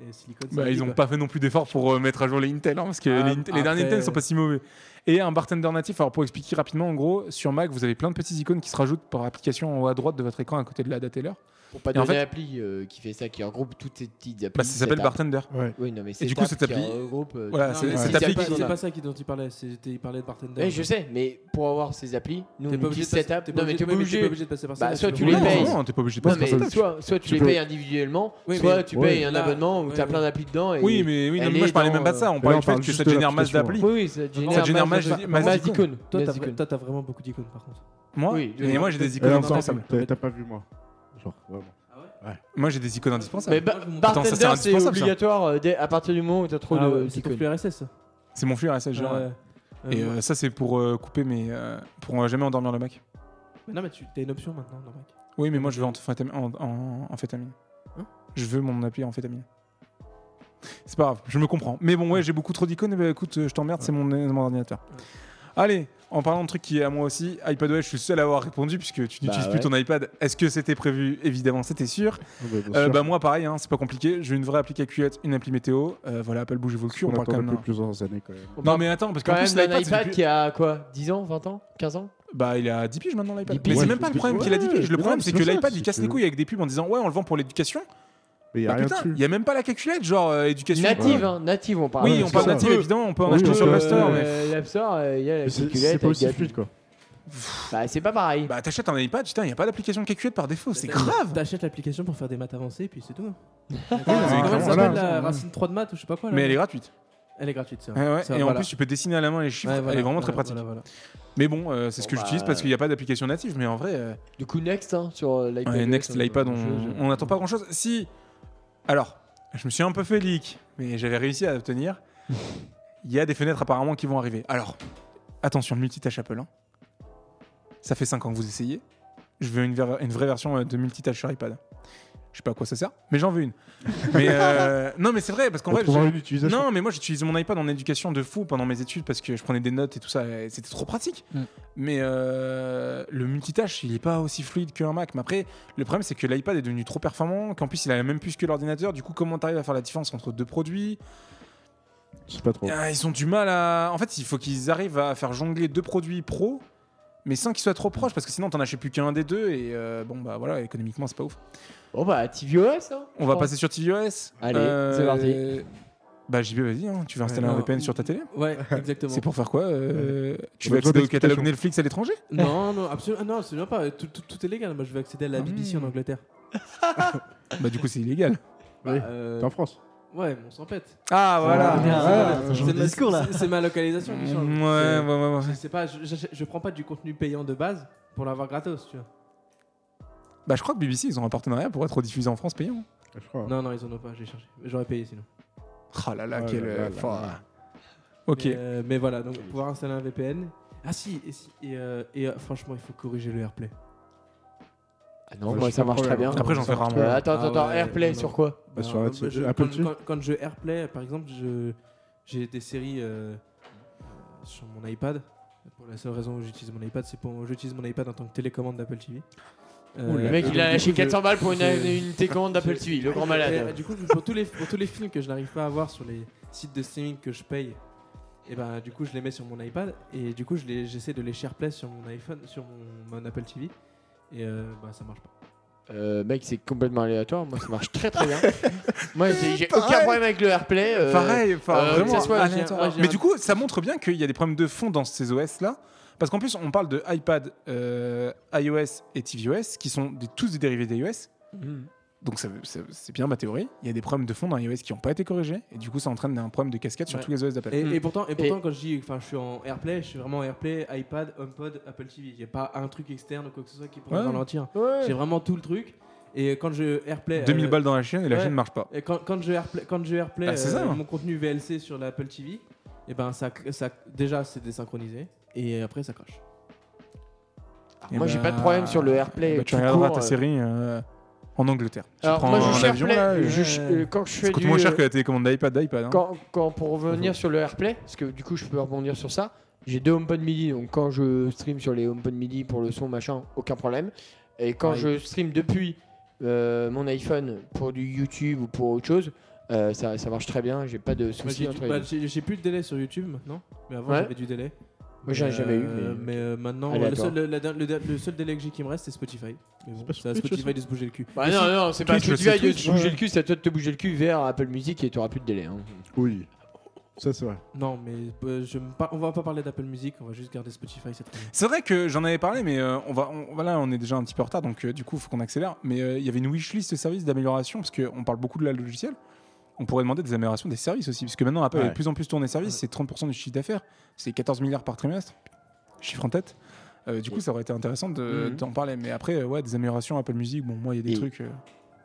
Speaker 6: Et Silicon
Speaker 1: Bah,
Speaker 6: Valley,
Speaker 1: ils n'ont
Speaker 6: quoi.
Speaker 1: pas fait non plus d'efforts pour euh, mettre à jour les Intel, hein, parce que
Speaker 6: Ah,
Speaker 1: les, Int- les derniers
Speaker 6: après,
Speaker 1: Intel ne sont
Speaker 6: ouais.
Speaker 1: pas si mauvais. Et un bartender natif, alors pour expliquer rapidement, en gros, sur Mac, vous avez plein de petites icônes qui se rajoutent par application en haut à droite de votre écran à côté de la date et l'heure.
Speaker 2: Pour pas
Speaker 1: Et en
Speaker 2: donner
Speaker 1: fait-
Speaker 2: l'appli euh, qui fait ça, qui regroupe toutes ces petites applis.
Speaker 1: Bah, ça s'appelle
Speaker 2: cette app-
Speaker 1: Bartender.
Speaker 4: Ouais.
Speaker 2: Oui, non, mais c'est
Speaker 1: du coup,
Speaker 2: app
Speaker 1: cette
Speaker 2: qui
Speaker 1: appli-
Speaker 2: regroupe, euh,
Speaker 1: Voilà,
Speaker 6: Non,
Speaker 1: c'est-
Speaker 6: mais
Speaker 1: cette
Speaker 6: c'est
Speaker 1: appli
Speaker 6: pas-
Speaker 1: qui-
Speaker 6: C'est pas ça qui- dont il parlait, c'était- il parlait de bartender.
Speaker 2: Ouais, je sais, mais pour avoir ces applis, nous
Speaker 6: T'es
Speaker 2: on utilise
Speaker 6: pas obligé de
Speaker 2: cette
Speaker 6: passer-
Speaker 2: app.
Speaker 6: t'es pas
Speaker 2: Non, mais t'es pas
Speaker 6: obligé- oui, mais t'es pas
Speaker 2: obligé.
Speaker 6: obligé de passer
Speaker 2: Bah,
Speaker 6: par ça.
Speaker 2: soit
Speaker 6: parce
Speaker 2: tu
Speaker 6: que-
Speaker 2: les
Speaker 1: Non,
Speaker 2: payes.
Speaker 1: non, non, hein, t'es pas obligé de
Speaker 2: Ouais,
Speaker 1: passer
Speaker 2: mais
Speaker 1: par ça.
Speaker 2: soit, soit tu
Speaker 4: Tu
Speaker 2: les
Speaker 4: peux-
Speaker 2: payes individuellement,
Speaker 6: Oui,
Speaker 2: soit
Speaker 6: mais-
Speaker 2: tu payes
Speaker 6: ouais.
Speaker 2: un
Speaker 6: Là,
Speaker 2: abonnement où
Speaker 6: ouais,
Speaker 2: t'as
Speaker 6: ouais.
Speaker 2: plein d'applis dedans. Et...
Speaker 1: Oui, mais oui, non,
Speaker 2: Elle
Speaker 1: moi
Speaker 2: est
Speaker 1: je parlais même
Speaker 2: dans,
Speaker 1: pas de ça. On
Speaker 4: euh,
Speaker 1: parlait
Speaker 4: on
Speaker 1: du fait
Speaker 4: parle
Speaker 1: que
Speaker 4: juste
Speaker 1: ça
Speaker 4: de
Speaker 1: génère masse
Speaker 4: l'application,
Speaker 1: d'applis.
Speaker 2: Oui, oui, ça génère,
Speaker 1: Ça génère
Speaker 2: masse-
Speaker 1: masse-
Speaker 2: masse
Speaker 1: masse
Speaker 2: d'icônes.
Speaker 6: Toi,
Speaker 2: Masse
Speaker 6: t'as-
Speaker 2: d'icônes.
Speaker 6: toi, t'as vraiment beaucoup d'icônes par contre.
Speaker 1: Moi,
Speaker 2: Oui,
Speaker 1: et moi j'ai des
Speaker 4: Elle
Speaker 1: icônes
Speaker 4: est
Speaker 1: indispensables.
Speaker 4: indispensable. T'as t'as pas vu moi. Genre, vraiment.
Speaker 1: Moi j'ai des icônes
Speaker 2: Mais
Speaker 1: indispensables.
Speaker 2: ba-
Speaker 6: Attends, ça,
Speaker 2: Bartender,
Speaker 1: c'est
Speaker 2: c'est
Speaker 1: indispensable, ça.
Speaker 2: obligatoire euh, dès- à partir du moment où t'as trop
Speaker 6: Ah
Speaker 2: de-
Speaker 6: ouais, C'est ton
Speaker 2: d'icônes.
Speaker 6: flux RSS. ça.
Speaker 1: C'est mon flux RSS. genre,
Speaker 6: Ah ouais.
Speaker 1: ouais.
Speaker 6: Euh,
Speaker 1: Et euh, ça c'est pour euh, couper mes, euh, pour euh, jamais endormir le Mac.
Speaker 6: mais Non, mais tu as une option maintenant dans Mac.
Speaker 1: Oui, mais moi je veux en amphétamine. En, en- amphétamine.
Speaker 6: Hein
Speaker 1: je veux mon appli amphétamine. C'est pas grave, je me comprends. Mais bon, ouais, j'ai beaucoup trop d'icônes. et Bah, écoute, euh, je t'emmerde, c'est mon, mon ordinateur. Allez, en parlant de trucs qui est à moi aussi, iPadOS, je suis seul à avoir répondu puisque tu
Speaker 2: Bah
Speaker 1: n'utilises
Speaker 2: ouais.
Speaker 1: plus ton iPad. Est-ce que c'était prévu Évidemment, c'était sûr.
Speaker 4: Ah bah, bien
Speaker 1: Euh,
Speaker 4: sûr.
Speaker 1: bah, moi, pareil, hein, c'est pas compliqué. J'ai une vraie appli à culotte, une appli météo. Euh, voilà, Apple, bougez-vous le cul, on,
Speaker 4: On
Speaker 1: parle
Speaker 4: attend
Speaker 1: quand même. hein.
Speaker 4: depuis
Speaker 1: d'un-
Speaker 4: plusieurs années quand même.
Speaker 2: On
Speaker 1: Non,
Speaker 2: parle
Speaker 1: mais attends, parce qu'en
Speaker 2: quand
Speaker 1: plus,
Speaker 2: même d'un
Speaker 1: l'iPad, c'est
Speaker 2: iPad
Speaker 1: depuis-
Speaker 2: qui a quoi 10 ans, 20 ans, 15 ans
Speaker 1: Bah, il a 10 piges maintenant l'iPad.
Speaker 2: 10
Speaker 1: Mais
Speaker 2: piges.
Speaker 1: c'est même pas le problème qu'il a 10
Speaker 4: Ouais,
Speaker 1: piges. Le
Speaker 4: mais
Speaker 1: problème,
Speaker 4: non,
Speaker 1: c'est
Speaker 4: c'est
Speaker 1: que
Speaker 4: ça,
Speaker 1: l'iPad,
Speaker 4: c'est
Speaker 1: il casse
Speaker 4: que-
Speaker 1: les couilles avec des pubs en disant Ouais, on le vend pour l'éducation.
Speaker 4: Mais y a
Speaker 1: Bah,
Speaker 4: rien
Speaker 1: putain, il
Speaker 4: dessus.
Speaker 1: n'y a même pas la calculette, genre euh, éducation.
Speaker 2: Native, hein, native, on parle.
Speaker 1: Oui,
Speaker 4: Ouais,
Speaker 1: on
Speaker 4: c'est
Speaker 1: parle
Speaker 4: ça.
Speaker 1: native,
Speaker 2: Euh,
Speaker 1: évidemment, on peut en
Speaker 4: oui,
Speaker 1: acheter
Speaker 4: on
Speaker 1: sur
Speaker 4: peut,
Speaker 1: Master,
Speaker 4: euh,
Speaker 1: mais.
Speaker 2: mais l'App Store, euh, il y a la
Speaker 4: Mais C'est
Speaker 2: calculette.
Speaker 4: c'est pas
Speaker 2: avec
Speaker 4: aussi
Speaker 2: des-
Speaker 4: fluide quoi.
Speaker 2: Bah, c'est pas pareil.
Speaker 1: Bah, t'achètes un iPad, putain, il n'y a pas d'application calculette par défaut, c'est
Speaker 6: T'achètes-
Speaker 1: grave!
Speaker 6: T'achètes l'application pour faire des maths avancées, et puis c'est tout.
Speaker 1: mais
Speaker 6: Comment elle
Speaker 1: clairement,
Speaker 6: s'appelle
Speaker 4: voilà.
Speaker 6: la racine 3 Ah, de maths ou je sais pas quoi là
Speaker 1: Mais elle est gratuite.
Speaker 6: Elle est gratuite, ça.
Speaker 1: Ouais, ouais,
Speaker 6: Ça,
Speaker 1: Et en
Speaker 6: voilà.
Speaker 1: plus, tu peux dessiner à la main les chiffres,
Speaker 6: Ouais,
Speaker 1: elle
Speaker 6: voilà,
Speaker 1: est vraiment
Speaker 6: voilà,
Speaker 1: très pratique.
Speaker 6: voilà, voilà.
Speaker 1: Mais bon, euh, c'est ce que
Speaker 2: Bon,
Speaker 1: j'utilise
Speaker 2: bah,
Speaker 1: parce qu'il n'y a pas d'application native, mais en vrai, euh,
Speaker 2: Du coup, Next hein, sur euh, l'iPad.
Speaker 1: ouais,
Speaker 2: OS,
Speaker 1: Next,
Speaker 2: on-
Speaker 1: l'iPad,
Speaker 2: je- je-
Speaker 1: on n'attend pas grand chose. Si, alors, je me suis un peu fait leak, mais j'avais réussi à obtenir. Il y a des fenêtres apparemment qui vont arriver. Alors, attention, multitâche Apple, hein. ça fait 5 ans que vous essayez. Je veux une, ver- une vraie version euh, de multitâche sur iPad. Je sais pas à quoi ça sert, mais j'en veux une. mais euh, non, mais c'est vrai, parce qu'en
Speaker 4: On
Speaker 1: vrai,
Speaker 4: trouvera
Speaker 1: je-
Speaker 4: une utilisation.
Speaker 1: non, mais moi j'utilisais mon iPad en éducation de fou pendant mes études parce que je prenais des notes et tout ça, et c'était trop pratique.
Speaker 2: Mm.
Speaker 1: Mais euh, le multitâche, il est pas aussi fluide qu'un Mac. Mais après, le problème c'est que l'iPad est devenu trop performant, qu'en plus il a la même puce que l'ordinateur. Du coup, comment t'arrives à faire la différence entre deux produits
Speaker 4: Je sais pas trop.
Speaker 1: Ah, Ils ont du mal à. En fait, il faut qu'ils arrivent à faire jongler deux produits pro, mais sans qu'ils soient trop proches parce que sinon t'en achètes plus qu'un des deux et euh, bon bah voilà, économiquement c'est pas ouf.
Speaker 2: Bon, bah, TVOS. Hein,
Speaker 1: On
Speaker 2: je
Speaker 1: va
Speaker 2: pense.
Speaker 1: passer sur tvOS.
Speaker 2: Allez, c'est parti.
Speaker 1: Euh, Bah JB, vas-y, hein, tu vas installer
Speaker 6: Ouais,
Speaker 1: un
Speaker 6: non.
Speaker 1: VPN sur ta télé
Speaker 6: Ouais, exactement.
Speaker 1: c'est pour faire quoi euh, Tu
Speaker 4: On
Speaker 1: veux
Speaker 4: a besoin
Speaker 1: accéder au catalogue
Speaker 4: d'explications.
Speaker 1: Netflix à l'étranger
Speaker 6: Non, non, absolument, ah non, absolument pas. Tout, tout- tout est légal. Moi, je vais accéder à la BBC en
Speaker 1: Ah.
Speaker 6: Angleterre.
Speaker 1: Bah du coup c'est illégal.
Speaker 6: Bah,
Speaker 4: Oui.
Speaker 6: euh,
Speaker 4: T'es en France.
Speaker 6: Ouais, mais on s'en pète.
Speaker 1: Ah
Speaker 4: voilà.
Speaker 6: C'est
Speaker 4: Ah,
Speaker 6: ma-
Speaker 4: ça
Speaker 6: c'est
Speaker 4: change
Speaker 6: ma-
Speaker 5: de discours, là.
Speaker 6: c'est- C'est ma localisation qui
Speaker 1: Ouais,
Speaker 6: change.
Speaker 1: ouais, ouais, ouais.
Speaker 6: C'est- C'est pas, je, j'achète- je prends pas du contenu payant de base pour l'avoir gratos, tu vois.
Speaker 1: Bah je crois que BBC ils ont un partenariat pour être diffusé en France payant.
Speaker 4: Je
Speaker 1: Oh.
Speaker 4: crois.
Speaker 6: Non, non, ils en ont pas. J'ai cherché. J'aurais payé sinon.
Speaker 1: Ah là là,
Speaker 4: Ah
Speaker 1: quel.
Speaker 4: là là
Speaker 1: euh,
Speaker 4: là
Speaker 1: fin.
Speaker 4: là.
Speaker 1: Ok.
Speaker 6: Mais, euh, mais voilà, donc pouvoir installer un VPN. Ah si, et, si- et, euh, et, euh, franchement, il faut corriger le AirPlay.
Speaker 2: Ah non,
Speaker 4: Ouais,
Speaker 2: moi,
Speaker 4: je
Speaker 2: ça
Speaker 4: sais
Speaker 2: marche
Speaker 4: pas,
Speaker 2: très bien.
Speaker 4: ouais.
Speaker 1: Après j'en fais rarement.
Speaker 2: Euh, attends, attends,
Speaker 6: Ah
Speaker 2: attends,
Speaker 6: ouais,
Speaker 2: Airplay
Speaker 6: non,
Speaker 2: sur
Speaker 6: non.
Speaker 2: quoi
Speaker 4: Bah, sur la-
Speaker 6: je-
Speaker 4: Apple
Speaker 6: quand,
Speaker 4: TV.
Speaker 6: quand- quand je AirPlay, par exemple, je- j'ai des séries euh, euh, sur mon iPad. Pour la seule raison où j'utilise mon iPad, c'est pour j'utilise mon iPad en tant que télécommande d'Apple TV. Euh,
Speaker 2: Le mec,
Speaker 6: et
Speaker 2: il a
Speaker 6: donc,
Speaker 2: lâché
Speaker 6: je-
Speaker 2: 400 balles pour une,
Speaker 6: je-
Speaker 2: une télécommande d'Apple
Speaker 6: je-
Speaker 2: TV, le grand
Speaker 6: Et,
Speaker 2: malade.
Speaker 6: euh, du coup, pour tous, les, pour tous les films que je n'arrive pas à voir sur les sites de streaming que je paye, et ben du coup, je les mets sur mon iPad et du coup, je les- j'essaie de les SharePlay sur mon iPhone, sur mon, mon Apple TV. Et euh, bah, ça marche pas.
Speaker 2: Euh, mec, c'est complètement aléatoire. Moi, ça marche très très bien. Moi, j'ai j'ai aucun problème avec le Airplay. euh,
Speaker 1: Pareil, enfin,
Speaker 2: euh,
Speaker 1: vraiment
Speaker 2: que ça soit-
Speaker 1: aléatoire.
Speaker 6: j'ai un- j'ai
Speaker 1: Mais
Speaker 6: un-
Speaker 1: du coup, ça montre bien qu'il y a des problèmes de fond dans ces OS là. Parce qu'en plus, on parle de iPad, euh, iOS et tvOS qui sont des- tous des dérivés d'iOS.
Speaker 2: hmm.
Speaker 1: Donc ça- ça- c'est bien ma théorie. Il y a des problèmes de fond dans iOS qui n'ont pas été corrigés. Et du coup, ça entraîne un problème de cascade sur
Speaker 6: Ouais.
Speaker 1: tous les OS d'Apple.
Speaker 6: Et,
Speaker 2: Mm.
Speaker 6: et pourtant, et pourtant
Speaker 2: Et-
Speaker 6: quand je dis, enfin, je suis en AirPlay, je suis vraiment en AirPlay, iPad, HomePod, Apple TV. Il n'y a pas un truc externe ou quoi que ce soit qui pourrait
Speaker 1: Ouais.
Speaker 6: ralentir.
Speaker 2: Ouais.
Speaker 6: J'ai vraiment tout le truc. Et quand je AirPlay,
Speaker 1: 2000
Speaker 6: euh,
Speaker 1: balles dans la chaîne et la
Speaker 6: ouais.
Speaker 1: chaîne ne marche pas.
Speaker 6: Et quand, quand je airplay, quand je airplay
Speaker 1: Bah, c'est
Speaker 6: euh,
Speaker 1: ça.
Speaker 6: mon contenu VLC sur l'Apple TV, et ben ça, ça déjà c'est désynchronisé et après ça crache.
Speaker 1: Eh
Speaker 2: Moi, j'ai
Speaker 1: ben,
Speaker 2: pas de problème sur le AirPlay.
Speaker 1: bah, tu
Speaker 2: tout
Speaker 1: regarderas
Speaker 2: court,
Speaker 1: ta
Speaker 2: euh.
Speaker 1: série euh, en Angleterre. Tu
Speaker 2: Alors,
Speaker 1: prends
Speaker 2: moi,
Speaker 1: un
Speaker 2: je
Speaker 1: avion, là, et-
Speaker 2: SharePlay. je- je- euh, Quand je
Speaker 1: Ça
Speaker 2: fais
Speaker 1: coûte
Speaker 2: du.
Speaker 1: moins cher que la télécommande d'iPad d'iPad. hein.
Speaker 2: Quand, quand pour revenir sur le AirPlay, parce que du coup je peux rebondir sur ça, j'ai deux HomePod MIDI, donc quand je stream sur les HomePod MIDI pour le son machin, aucun problème. Et quand
Speaker 6: Ouais.
Speaker 2: je stream depuis euh, mon iPhone pour du YouTube ou pour autre chose, Euh, ça, ça marche très bien, j'ai pas de
Speaker 6: Moi,
Speaker 2: soucis
Speaker 6: J'ai
Speaker 2: entre
Speaker 6: du-
Speaker 2: les
Speaker 6: bah,
Speaker 2: deux.
Speaker 6: j'ai- j'ai plus de délai sur YouTube maintenant, mais avant
Speaker 2: Ouais.
Speaker 6: j'avais du délai.
Speaker 2: Moi, j'en ai jamais eu, mais-
Speaker 6: euh, maintenant,
Speaker 2: Allez,
Speaker 6: ouais,
Speaker 2: à
Speaker 6: le
Speaker 2: toi.
Speaker 6: seul, le- la- le- le seul délai que j'ai qui me reste, c'est Spotify. Mais bon,
Speaker 4: pas sur
Speaker 6: c'est à
Speaker 4: Twitch,
Speaker 6: Spotify
Speaker 4: ça
Speaker 6: de se bouger le cul.
Speaker 2: Bah non, non, c'est pas
Speaker 1: Twitch,
Speaker 2: que tu
Speaker 1: c'est
Speaker 2: vas de
Speaker 1: Twitch,
Speaker 2: te bouger
Speaker 1: ouais.
Speaker 2: le cul, c'est à toi de te bouger le cul vers Apple Music et t'auras plus de délai. hein.
Speaker 4: Oui. Ça, c'est vrai.
Speaker 6: Non, mais euh, je me par- on va pas parler d'Apple Music, on va juste garder Spotify cette année.
Speaker 1: C'est vrai que j'en avais parlé, mais euh, on va, on, voilà, on est déjà un petit peu en retard, donc euh, du coup, il faut qu'on accélère. Mais euh, il y avait une wishlist de services d'amélioration, parce qu'on parle beaucoup de la logiciel. On pourrait demander des améliorations des services aussi, parce que maintenant, Apple est
Speaker 4: Ouais.
Speaker 1: de plus en plus tourné service, c'est 30% du chiffre d'affaires, c'est 14 milliards par trimestre, chiffre en tête. Euh, du coup, ça aurait été intéressant de-
Speaker 2: Mhm.
Speaker 1: d'en parler. Mais après, euh, ouais, des améliorations Apple Music, bon, moi, il y a des
Speaker 2: Et-
Speaker 1: trucs. euh,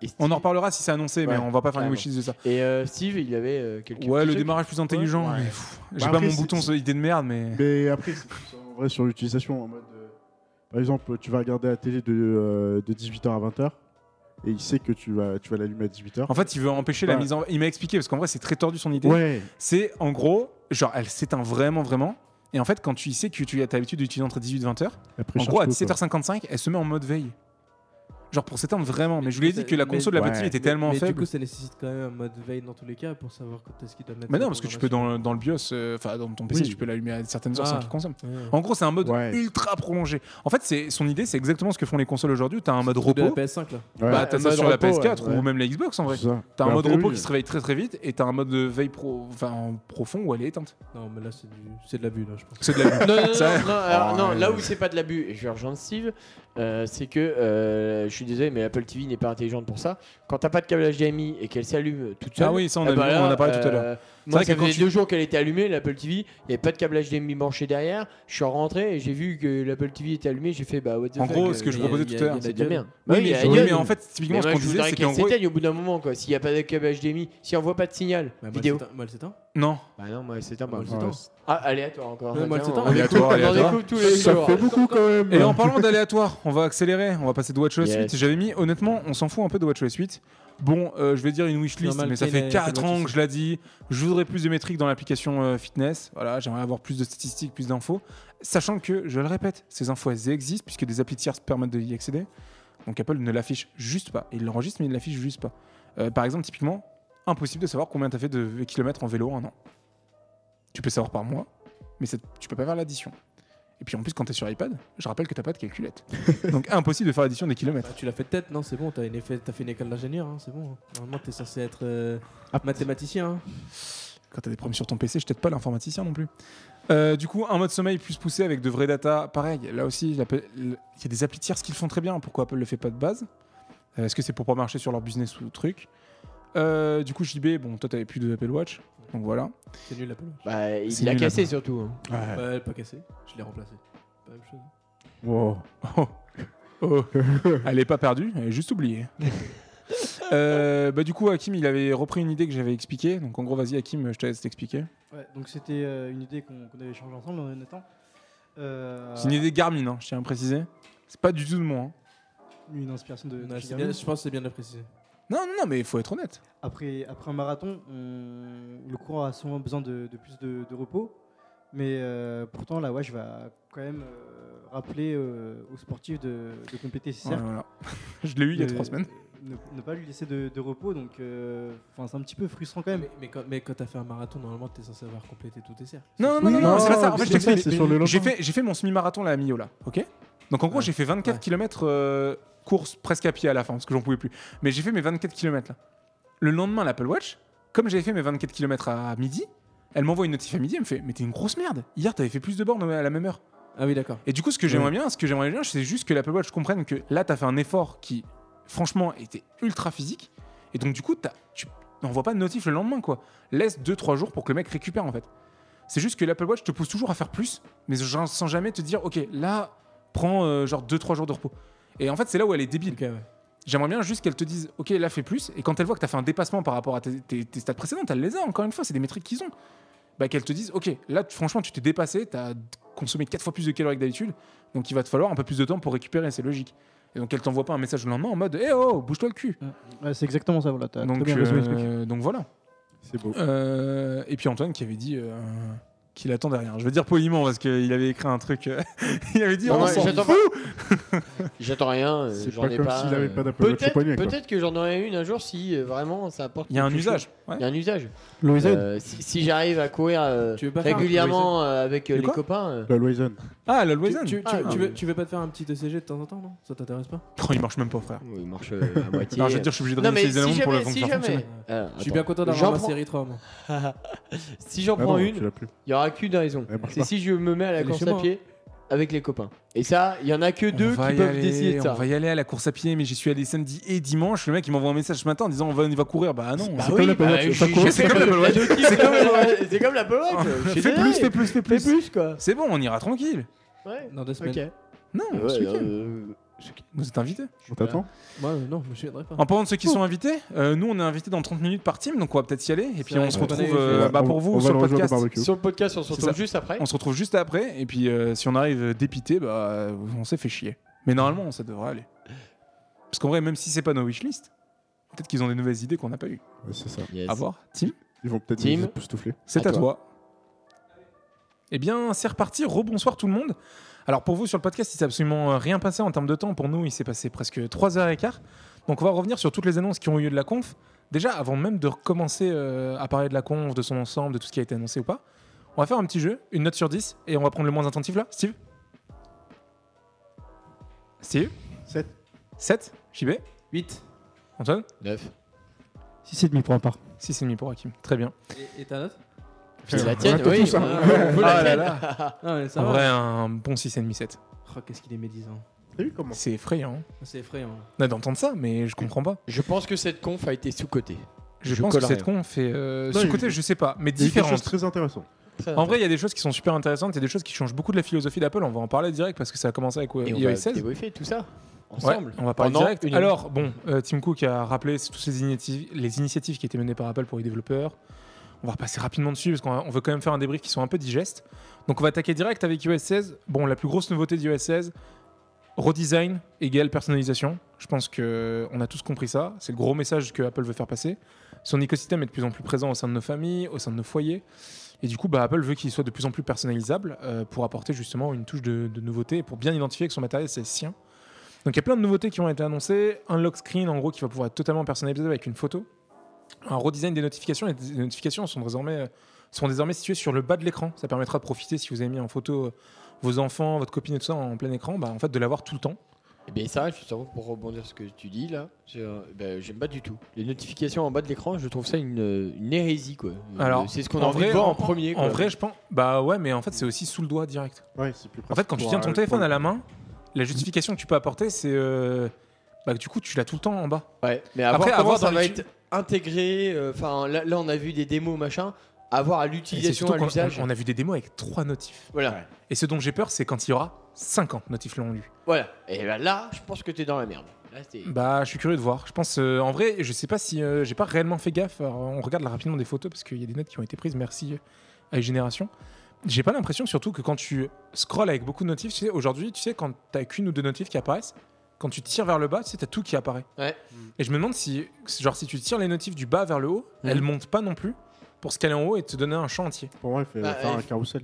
Speaker 2: Et
Speaker 1: On en
Speaker 2: Steve-
Speaker 1: reparlera si c'est annoncé, mais
Speaker 2: Ouais,
Speaker 1: on va pas faire une
Speaker 2: carrément.
Speaker 1: wishlist de ça.
Speaker 2: Et euh, Steve, il avait euh, quelques
Speaker 1: Ouais,
Speaker 2: petits
Speaker 1: le
Speaker 2: trucs.
Speaker 1: démarrage plus intelligent.
Speaker 2: Ouais.
Speaker 1: mais, pff, J'ai
Speaker 4: Bah
Speaker 1: pas
Speaker 4: après,
Speaker 1: mon
Speaker 4: c'est- Bah,
Speaker 1: bouton sur idée de merde, mais.
Speaker 4: Mais après, c'est plus en vrai sur l'utilisation. En mode, euh, par exemple, tu vas regarder la télé de, 18h à 20h et il sait que tu vas, tu vas l'allumer à 18h.
Speaker 1: En fait, il veut empêcher la
Speaker 4: Ouais.
Speaker 1: mise en. Il m'a expliqué parce qu'en vrai, c'est très tordu son idée.
Speaker 4: ouais,
Speaker 1: C'est en gros, genre, elle s'éteint vraiment, vraiment. Et en fait, quand tu sais que tu as l'habitude d'utiliser entre 18 et 20 heures,
Speaker 4: après
Speaker 1: en gros, à
Speaker 4: charge-toi, quoi.
Speaker 1: 17h55, elle se met en mode veille. Genre pour s'éteindre vraiment. Mais je lui ai
Speaker 6: Mais-
Speaker 1: dit que la
Speaker 6: mais-
Speaker 1: console de la
Speaker 4: Ouais.
Speaker 1: petite était
Speaker 6: Mais-
Speaker 1: tellement
Speaker 6: mais
Speaker 1: faible.
Speaker 6: du coup, ça nécessite quand même un mode veille dans tous les cas pour savoir quand est-ce qu'il doit mettre.
Speaker 1: mais non,
Speaker 6: la
Speaker 1: parce que tu peux dans, dans le BIOS, euh, enfin dans ton PC,
Speaker 4: Oui.
Speaker 1: tu peux l'allumer à certaines heures sans
Speaker 6: Ah.
Speaker 1: qu'il consomme.
Speaker 6: programmation. Ouais.
Speaker 1: En gros, c'est un mode
Speaker 4: Ouais.
Speaker 1: ultra prolongé. En fait, c'est son idée, c'est exactement ce que font les consoles aujourd'hui. T'as un mode
Speaker 6: Surtout de la
Speaker 1: repos.
Speaker 6: PS5 là.
Speaker 4: Ouais,
Speaker 1: Bah, t'as
Speaker 2: un
Speaker 1: ça
Speaker 2: mode
Speaker 1: sur la
Speaker 2: repos, ouais,
Speaker 1: PS4 ou
Speaker 4: ouais.
Speaker 1: même la Xbox en vrai.
Speaker 4: c'est ça.
Speaker 1: T'as un
Speaker 4: Bah,
Speaker 1: mode
Speaker 4: après,
Speaker 1: repos
Speaker 4: oui.
Speaker 1: qui se réveille très très vite et t'as un mode de veille pro, enfin, profond où elle est éteinte.
Speaker 6: Non, mais là c'est du- c'est de l'abus là, je pense.
Speaker 1: C'est de la
Speaker 2: Non, non, non,
Speaker 1: Ça-
Speaker 2: non, alors,
Speaker 4: Ah,
Speaker 2: non,
Speaker 4: ouais.
Speaker 2: là où c'est pas de l'abus, et je vais rejoindre Steve, euh, c'est que euh, je suis désolé, mais Apple TV n'est pas intelligente pour ça. Quand t'as pas de câble HDMI et qu'elle s'allume toute seule.
Speaker 1: Ah oui, ça on,
Speaker 2: eh
Speaker 1: a
Speaker 2: ben
Speaker 1: vu,
Speaker 2: là,
Speaker 1: on en a parlé tout à
Speaker 2: euh,
Speaker 1: l'heure. C'est
Speaker 2: Moi,
Speaker 1: vrai
Speaker 2: ça
Speaker 1: que quand
Speaker 2: faisait
Speaker 1: tu-
Speaker 2: deux jours qu'elle était allumée, l'Apple TV, il n'y avait pas de câble HDMI branché derrière. Je suis rentré et j'ai vu que l'Apple TV était allumée. J'ai fait bah what the
Speaker 1: En
Speaker 2: fuck,
Speaker 1: gros,
Speaker 2: euh,
Speaker 1: ce que je
Speaker 2: mais-
Speaker 1: proposais tout à l'heure,
Speaker 2: C'est de la merde.
Speaker 1: Oui,
Speaker 2: Bah Oui,
Speaker 1: mais,
Speaker 2: mais
Speaker 1: oui,
Speaker 2: ailleurs,
Speaker 1: mais en fait, typiquement,
Speaker 2: Mais
Speaker 1: ce
Speaker 2: moi,
Speaker 1: qu'on
Speaker 2: je
Speaker 1: disait,
Speaker 2: voudrais
Speaker 1: c'est qu'en
Speaker 2: qu'elle
Speaker 1: gros. Bah,
Speaker 2: s'éteigne au bout d'un moment, quoi. S'il n'y a pas de câble HDMI, si on voit pas de signal
Speaker 6: Bah, moi,
Speaker 2: vidéo.
Speaker 6: c'est un- Moi, c'est un.
Speaker 1: Non.
Speaker 2: Bah non, moi, c'est un
Speaker 6: Moi, c'est
Speaker 4: Ouais,
Speaker 6: un.
Speaker 2: Ah, aléatoire encore.
Speaker 6: Ouais, moi, c'est
Speaker 2: Tiens, on
Speaker 6: un.
Speaker 1: Aléatoire,
Speaker 2: découvre- on
Speaker 1: aléatoire.
Speaker 2: découvre tous les
Speaker 4: Ça
Speaker 2: jours.
Speaker 4: fait beaucoup quand même.
Speaker 1: Et en parlant d'aléatoire, on va accélérer, on va passer de WatchOS
Speaker 2: Yes.
Speaker 1: 8. J'avais mis, honnêtement, on s'en fout un peu de WatchOS 8. Bon, euh, je vais dire une wishlist,
Speaker 6: Normal,
Speaker 1: mais ça
Speaker 6: Ken a-
Speaker 1: fait
Speaker 6: fait
Speaker 1: 4
Speaker 6: de
Speaker 1: ans
Speaker 6: WatchOS.
Speaker 1: que je l'ai dit. Je voudrais plus de métriques dans l'application euh, fitness. Voilà, j'aimerais avoir plus de statistiques, plus d'infos. Sachant que, je le répète, ces infos, elles existent puisque des applis tierces permettent d'y accéder. Donc Apple ne l'affiche juste pas. Il l'enregistre, mais il l'affiche juste pas. Euh, par exemple, typiquement, impossible de savoir combien t'as fait de kilomètres en vélo en un an. Tu peux savoir par mois, mais ça- tu peux pas faire l'addition. Et puis en plus, quand t'es sur iPad, je rappelle que t'as pas de calculette. Donc impossible de faire l'addition des kilomètres.
Speaker 6: Bah, tu l'as fait de tête, non C'est bon, t'as une effet- t'as fait une école d'ingénieur, hein, c'est bon. Normalement, t'es censé être euh, mathématicien. hein.
Speaker 1: Quand t'as des problèmes sur ton PC, je t'aide pas l'informaticien non plus. Euh, du coup, un mode sommeil plus poussé avec de vraies data, pareil. Là aussi, la- il y a des applis tierces qui le font très bien. Pourquoi Apple le fait pas de base Euh, Est-ce que c'est pour pas marcher sur leur business ou truc Euh, Du coup, JB, bon, toi t'avais plus de Apple Watch, donc voilà.
Speaker 6: C'est nul l'Apple Watch.
Speaker 2: Bah, il
Speaker 1: C'est
Speaker 2: l'a
Speaker 1: nul,
Speaker 2: cassé
Speaker 1: hein.
Speaker 2: surtout. hein.
Speaker 6: Bah, elle est pas cassée, je l'ai remplacée. Pas la même chose.
Speaker 4: Wow.
Speaker 1: Oh. Oh. Elle est pas perdue, elle est juste oubliée. Euh, bah, du coup, Hakim, il avait repris une idée que j'avais expliquée. Donc, en gros, vas-y, Hakim, je te laisse t'expliquer.
Speaker 5: Ouais, donc c'était euh, une idée qu'on qu'on avait échangée ensemble, euh, Nathan. Euh,
Speaker 1: C'est une idée Garmin, hein, je tiens à préciser. C'est pas du tout de moi. hein.
Speaker 5: une inspiration
Speaker 3: Euh,
Speaker 5: de. de
Speaker 6: Non,
Speaker 5: chez
Speaker 6: c'est
Speaker 5: Garmin.
Speaker 6: bien- je pense que c'est bien de le préciser.
Speaker 1: Non, non, non, mais il faut être honnête.
Speaker 5: Après, après un marathon, on- le coureur a souvent besoin de, de plus de, de repos. Mais euh, pourtant, la WASH va quand même euh, rappeler euh, aux sportifs de, de compléter ses
Speaker 1: Ouais,
Speaker 5: cercles.
Speaker 1: voilà. je l'ai eu il
Speaker 4: Euh,
Speaker 1: y a
Speaker 5: de-
Speaker 1: trois semaines.
Speaker 5: Ne, ne pas lui laisser de, de repos. Donc, euh, enfin, c'est un petit peu frustrant quand même.
Speaker 6: Mais, mais quand, mais quand t'as fait un marathon, normalement, t'es censé avoir complété tous tes cercles.
Speaker 1: Non, non,
Speaker 4: Oui,
Speaker 1: non, non,
Speaker 4: non,
Speaker 1: c'est pas ça. En fait,
Speaker 4: mais
Speaker 1: je
Speaker 4: c'est ça,
Speaker 1: t'explique.
Speaker 4: c'est sur le long
Speaker 1: J'ai
Speaker 4: terme.
Speaker 1: fait, j'ai fait mon semi-marathon là, à Mio, là. OK Donc, en gros,
Speaker 6: Ouais.
Speaker 1: j'ai fait 24
Speaker 6: Ouais.
Speaker 1: km course presque à pied à la fin, parce que j'en pouvais plus. Mais j'ai fait mes 24 km là. Le lendemain, l'Apple Watch, comme j'avais fait mes 24 km à midi, elle m'envoie une notif à midi, elle me fait Mais t'es une grosse merde. Hier, t'avais fait plus de bornes à la même heure.
Speaker 6: Ah oui, d'accord.
Speaker 1: Et du coup, ce que j'aimerais bien, ce que j'aimerais bien, c'est juste que l'Apple Watch comprenne que là, t'as fait un effort qui, franchement, était ultra physique. Et donc, du coup, t'as- tu n'envoies pas de notif le lendemain, quoi. Laisse 2-3 jours pour que le mec récupère, en fait. C'est juste que l'Apple Watch te pousse toujours à faire plus, mais genre sans jamais te dire, ok, là, prends euh, genre 2-3 jours de repos. Et en fait, c'est là où elle est débile.
Speaker 6: Ok, ouais.
Speaker 1: J'aimerais bien juste qu'elle te dise, ok, là, fais plus. Et quand elle voit que t'as fait un dépassement par rapport à tes, tes- tes stats précédentes, elle les a, encore une fois, c'est des métriques qu'ils ont. Bah, qu'elle te dise, ok, là, tu- franchement, tu t'es dépassé, t'as consommé 4 fois plus de calories que d'habitude, donc il va te falloir un peu plus de temps pour récupérer, c'est logique. Et donc, elle t'envoie pas un message le lendemain en mode, eh oh, bouge-toi le cul.
Speaker 5: Ouais, c'est exactement ça. Voilà,
Speaker 3: Ah,
Speaker 5: t'as très
Speaker 1: Donc,
Speaker 5: bien résumé le truc.
Speaker 1: euh, donc voilà.
Speaker 4: C'est beau.
Speaker 1: Euh, et puis Antoine qui avait dit, euh, qui- qu'il attend derrière. Je veux dire poliment parce qu'il avait écrit un truc. euh, il avait dit
Speaker 2: Non,
Speaker 1: on
Speaker 2: ouais,
Speaker 1: s'en
Speaker 2: j'attends
Speaker 1: fout.
Speaker 2: J'attends rien. euh,
Speaker 4: C'est
Speaker 2: j'en
Speaker 4: pas
Speaker 2: ai
Speaker 4: comme
Speaker 2: pas.
Speaker 4: s'il avait
Speaker 2: euh,
Speaker 4: pas d'apologie
Speaker 2: Peut-être
Speaker 4: poignée, quoi.
Speaker 2: peut-être que j'en aurai une un jour si euh, vraiment ça apporte.
Speaker 1: Il y a un
Speaker 2: quelque chose.
Speaker 1: usage. ouais.
Speaker 2: Il y a un usage.
Speaker 5: Louis Vuitton.
Speaker 2: Euh, si si j'arrive à courir euh,
Speaker 6: Tu veux pas faire un
Speaker 2: régulièrement euh, avec euh,
Speaker 1: De
Speaker 2: les
Speaker 1: quoi
Speaker 2: copains. euh,
Speaker 4: La Loison.
Speaker 1: Ah, la
Speaker 6: Tu,
Speaker 1: Loison.
Speaker 6: tu- tu-
Speaker 2: Ah,
Speaker 6: tu
Speaker 2: mais-
Speaker 6: veux, tu veux pas te faire un petit ECG de temps en temps, non Ça t'intéresse pas
Speaker 1: Oh, il marche même pas, frère.
Speaker 2: oui, il marche euh, à moitié.
Speaker 1: Non, je veux dire, je suis obligé de
Speaker 2: Non, mais
Speaker 1: remettre les
Speaker 2: si
Speaker 1: éléments pour le
Speaker 2: jamais,
Speaker 1: pour le
Speaker 2: si
Speaker 1: faire
Speaker 2: jamais.
Speaker 1: fonctionner.
Speaker 2: Euh,
Speaker 6: Je suis
Speaker 2: attends.
Speaker 6: bien content d'avoir
Speaker 2: J'en
Speaker 6: ma
Speaker 2: prends-
Speaker 6: série 3. moi.
Speaker 2: si j'en
Speaker 4: Ah
Speaker 2: prends
Speaker 4: non, tu
Speaker 2: une,
Speaker 4: l'as plus.
Speaker 2: il y aura qu'une raison.
Speaker 4: Elle marche
Speaker 2: C'est
Speaker 4: pas.
Speaker 2: si je me mets à la
Speaker 6: Elle est
Speaker 2: course
Speaker 6: chez
Speaker 2: à
Speaker 6: moi, hein.
Speaker 2: pied avec les copains. Et ça, il y en a que deux
Speaker 1: On
Speaker 2: qui
Speaker 1: va y
Speaker 2: peuvent
Speaker 1: aller,
Speaker 2: décider de
Speaker 1: On
Speaker 2: ça.
Speaker 1: va y aller à la course à pied, mais j'y suis allé samedi et dimanche. Le mec, il m'envoie un message ce matin en disant on va, on y va courir. Bah non.
Speaker 2: Bah
Speaker 1: c'est-
Speaker 2: oui,
Speaker 4: comme la Apple
Speaker 2: bah,
Speaker 4: Watch,
Speaker 2: j'ai-
Speaker 4: ça
Speaker 2: j'ai
Speaker 4: compte,
Speaker 2: fait
Speaker 1: c'est comme
Speaker 2: le-
Speaker 1: la Apple Watch.
Speaker 2: la notif,
Speaker 1: C'est comme la Apple
Speaker 2: C'est comme la Apple Watch. je suis
Speaker 1: Fais
Speaker 2: désolé.
Speaker 1: plus, fais plus, fais
Speaker 2: euh, Fais
Speaker 1: plus.
Speaker 2: plus quoi. Ah,
Speaker 1: C'est bon, on ira tranquille.
Speaker 2: Ouais.
Speaker 6: Dans deux semaines.
Speaker 2: Ok.
Speaker 1: Non,
Speaker 2: Ouais,
Speaker 1: ce week-end.
Speaker 2: euh, ce week-end.
Speaker 1: Vous êtes invités.
Speaker 4: On t'attend
Speaker 6: Moi, euh, non, je me souviendrai pas.
Speaker 1: En parlant de ceux qui sont invités, euh, nous on est invités dans 30 minutes par team, donc on va peut-être y aller. Et puis
Speaker 6: vrai,
Speaker 1: on se
Speaker 6: on va
Speaker 1: retrouve
Speaker 6: aller-
Speaker 1: euh,
Speaker 6: on va-
Speaker 1: bah, pour vous sur le podcast.
Speaker 2: Sur le podcast, on se retrouve
Speaker 1: ça.
Speaker 2: juste après.
Speaker 1: On se retrouve juste après. Et puis euh, si on arrive euh, dépité, bah, euh, on s'est fait chier. Mais normalement, ça devrait aller. Parce qu'en vrai, même si c'est pas nos wishlists, peut-être qu'ils ont des nouvelles idées qu'on n'a pas eues.
Speaker 4: Ouais, c'est ça.
Speaker 2: Yes.
Speaker 1: À voir. Tim,
Speaker 4: Ils vont peut-être
Speaker 2: Team.
Speaker 4: nous époustoufler.
Speaker 1: c'est
Speaker 2: À
Speaker 1: à, toi. Eh bien, c'est reparti. Rebonsoir tout le monde. Alors pour vous sur le podcast, il s'est absolument euh, rien passé en termes de temps. Pour nous, il s'est passé presque 3h15. Donc on va revenir sur toutes les annonces qui ont eu lieu de la conf. Déjà, avant même de recommencer euh, à parler de la conf, de son ensemble, de tout ce qui a été annoncé ou pas, on va faire un petit jeu, une note sur 10, et on va prendre le moins attentif là. Steve Steve
Speaker 4: 7.
Speaker 1: 7 JB
Speaker 6: 8.
Speaker 1: Antoine
Speaker 2: Neuf.
Speaker 5: 6,5 points par.
Speaker 1: 6,5 pour Hakim. Très bien.
Speaker 6: Et ta note
Speaker 2: C'est la
Speaker 4: Ouais,
Speaker 2: tienne,
Speaker 4: t'as
Speaker 2: oui.
Speaker 4: tout ça.
Speaker 2: voilà, on peut la
Speaker 1: Ah là
Speaker 2: tienne.
Speaker 1: là.
Speaker 6: Non, mais ça
Speaker 1: En
Speaker 6: va.
Speaker 1: vrai, un bon 6,5-7.
Speaker 6: Oh, Qu'est-ce qu'il est médisant.
Speaker 4: T'as vu comment
Speaker 1: C'est effrayant
Speaker 6: C'est effrayant.
Speaker 1: hein, d'entendre ça, mais je comprends pas.
Speaker 2: Je pense que cette conf a été sous-cotée.
Speaker 1: Je,
Speaker 2: Je
Speaker 1: pense que
Speaker 2: colle
Speaker 1: cette
Speaker 2: rien.
Speaker 1: conf est. Euh,
Speaker 4: Non,
Speaker 1: ce
Speaker 4: il-
Speaker 1: côté, je sais pas, mais
Speaker 4: Il y a eu quelque
Speaker 1: différente.
Speaker 4: chose de très intéressant.
Speaker 1: En vrai, il y a des choses qui sont super intéressantes et des choses qui changent beaucoup de la philosophie d'Apple. On va en parler direct parce que ça a commencé avec euh,
Speaker 2: et on
Speaker 1: iOS
Speaker 2: va
Speaker 1: 16.
Speaker 2: débriefer tout ça
Speaker 1: Ouais,
Speaker 2: ensemble.
Speaker 1: on va parler
Speaker 2: Pendant
Speaker 1: direct.
Speaker 2: une-
Speaker 1: Alors, bon, euh, Tim Cook a rappelé toutes ces initiatives, les initiatives qui étaient menées par Apple pour les développeurs. On va repasser rapidement dessus parce qu'on va- on veut quand même faire un débrief qui soit un peu digeste. Donc, on va attaquer direct avec iOS 16. Bon, la plus grosse nouveauté d'iOS 16, redesign égale personnalisation. Je pense que on a tous compris ça. C'est le gros message que Apple veut faire passer. Son écosystème est de plus en plus présent au sein de nos familles, au sein de nos foyers. Et du coup, bah, Apple veut qu'il soit de plus en plus personnalisable euh, pour apporter justement une touche de, de nouveauté et pour bien identifier que son matériel, c'est le sien. Donc il y a plein de nouveautés qui ont été annoncées. Un lock screen, en gros, qui va pouvoir être totalement personnalisé avec une photo. Un redesign des notifications. Et les notifications sont désormais, euh, sont désormais situées sur le bas de l'écran. Ça permettra de profiter si vous avez mis en photo euh, vos enfants, votre copine et tout ça en plein écran, bah, en fait, de l'avoir tout le temps.
Speaker 2: Eh bien ça, justement, pour rebondir sur ce que tu dis là, sur- ben, j'aime pas du tout. Les notifications en bas de l'écran, je trouve ça une, une hérésie quoi.
Speaker 1: Alors,
Speaker 2: Euh, c'est ce qu'on a envie de voir en premier.
Speaker 1: En
Speaker 2: quoi.
Speaker 1: vrai, je pense. Bah ouais, mais en fait, c'est aussi sous le doigt direct.
Speaker 4: Ouais, c'est plus
Speaker 1: En fait, quand tu tiens ton téléphone à la main, la justification que tu peux apporter, c'est. euh, bah, que du coup, tu l'as tout le temps en bas.
Speaker 2: Ouais, mais à
Speaker 1: Après,
Speaker 2: voir
Speaker 1: à
Speaker 2: comment
Speaker 1: voir
Speaker 2: ça
Speaker 1: dans
Speaker 2: va
Speaker 1: les-
Speaker 2: être intégré. euh, Enfin, là, là, on a vu des démos machin. À voir à
Speaker 1: Et c'est
Speaker 2: l'utilisation,
Speaker 1: surtout
Speaker 2: à
Speaker 1: qu'on
Speaker 2: l'usage.
Speaker 1: on a vu des démos avec trois notifs.
Speaker 2: Voilà,
Speaker 1: Et ce dont j'ai peur, c'est quand il y aura 50 notifs longs lus.
Speaker 2: voilà. Et ben là, je pense que t'es dans la merde. Là, c'est-
Speaker 1: Bah, je suis curieux de voir. Je pense, euh, en vrai, je sais pas si euh, j'ai pas réellement fait gaffe. Alors, on regarde là rapidement des photos parce qu'il y a des notes qui ont été prises. Merci euh, à Génération. J'ai pas l'impression, surtout que quand tu scrolls avec beaucoup de notifs, tu sais, aujourd'hui, tu sais, quand t'as qu'une ou deux notifs qui apparaissent, quand tu tires vers le bas, tu sais, t'as tout qui apparaît.
Speaker 2: Ouais.
Speaker 1: Et je me demande si, genre, si tu tires les notifs du bas vers le haut,
Speaker 2: Mhm.
Speaker 1: elles montent pas non plus pour se caler en haut et te donner un champ entier.
Speaker 4: Pour moi, il faut
Speaker 2: Bah,
Speaker 4: faire
Speaker 2: euh,
Speaker 4: un carrousel.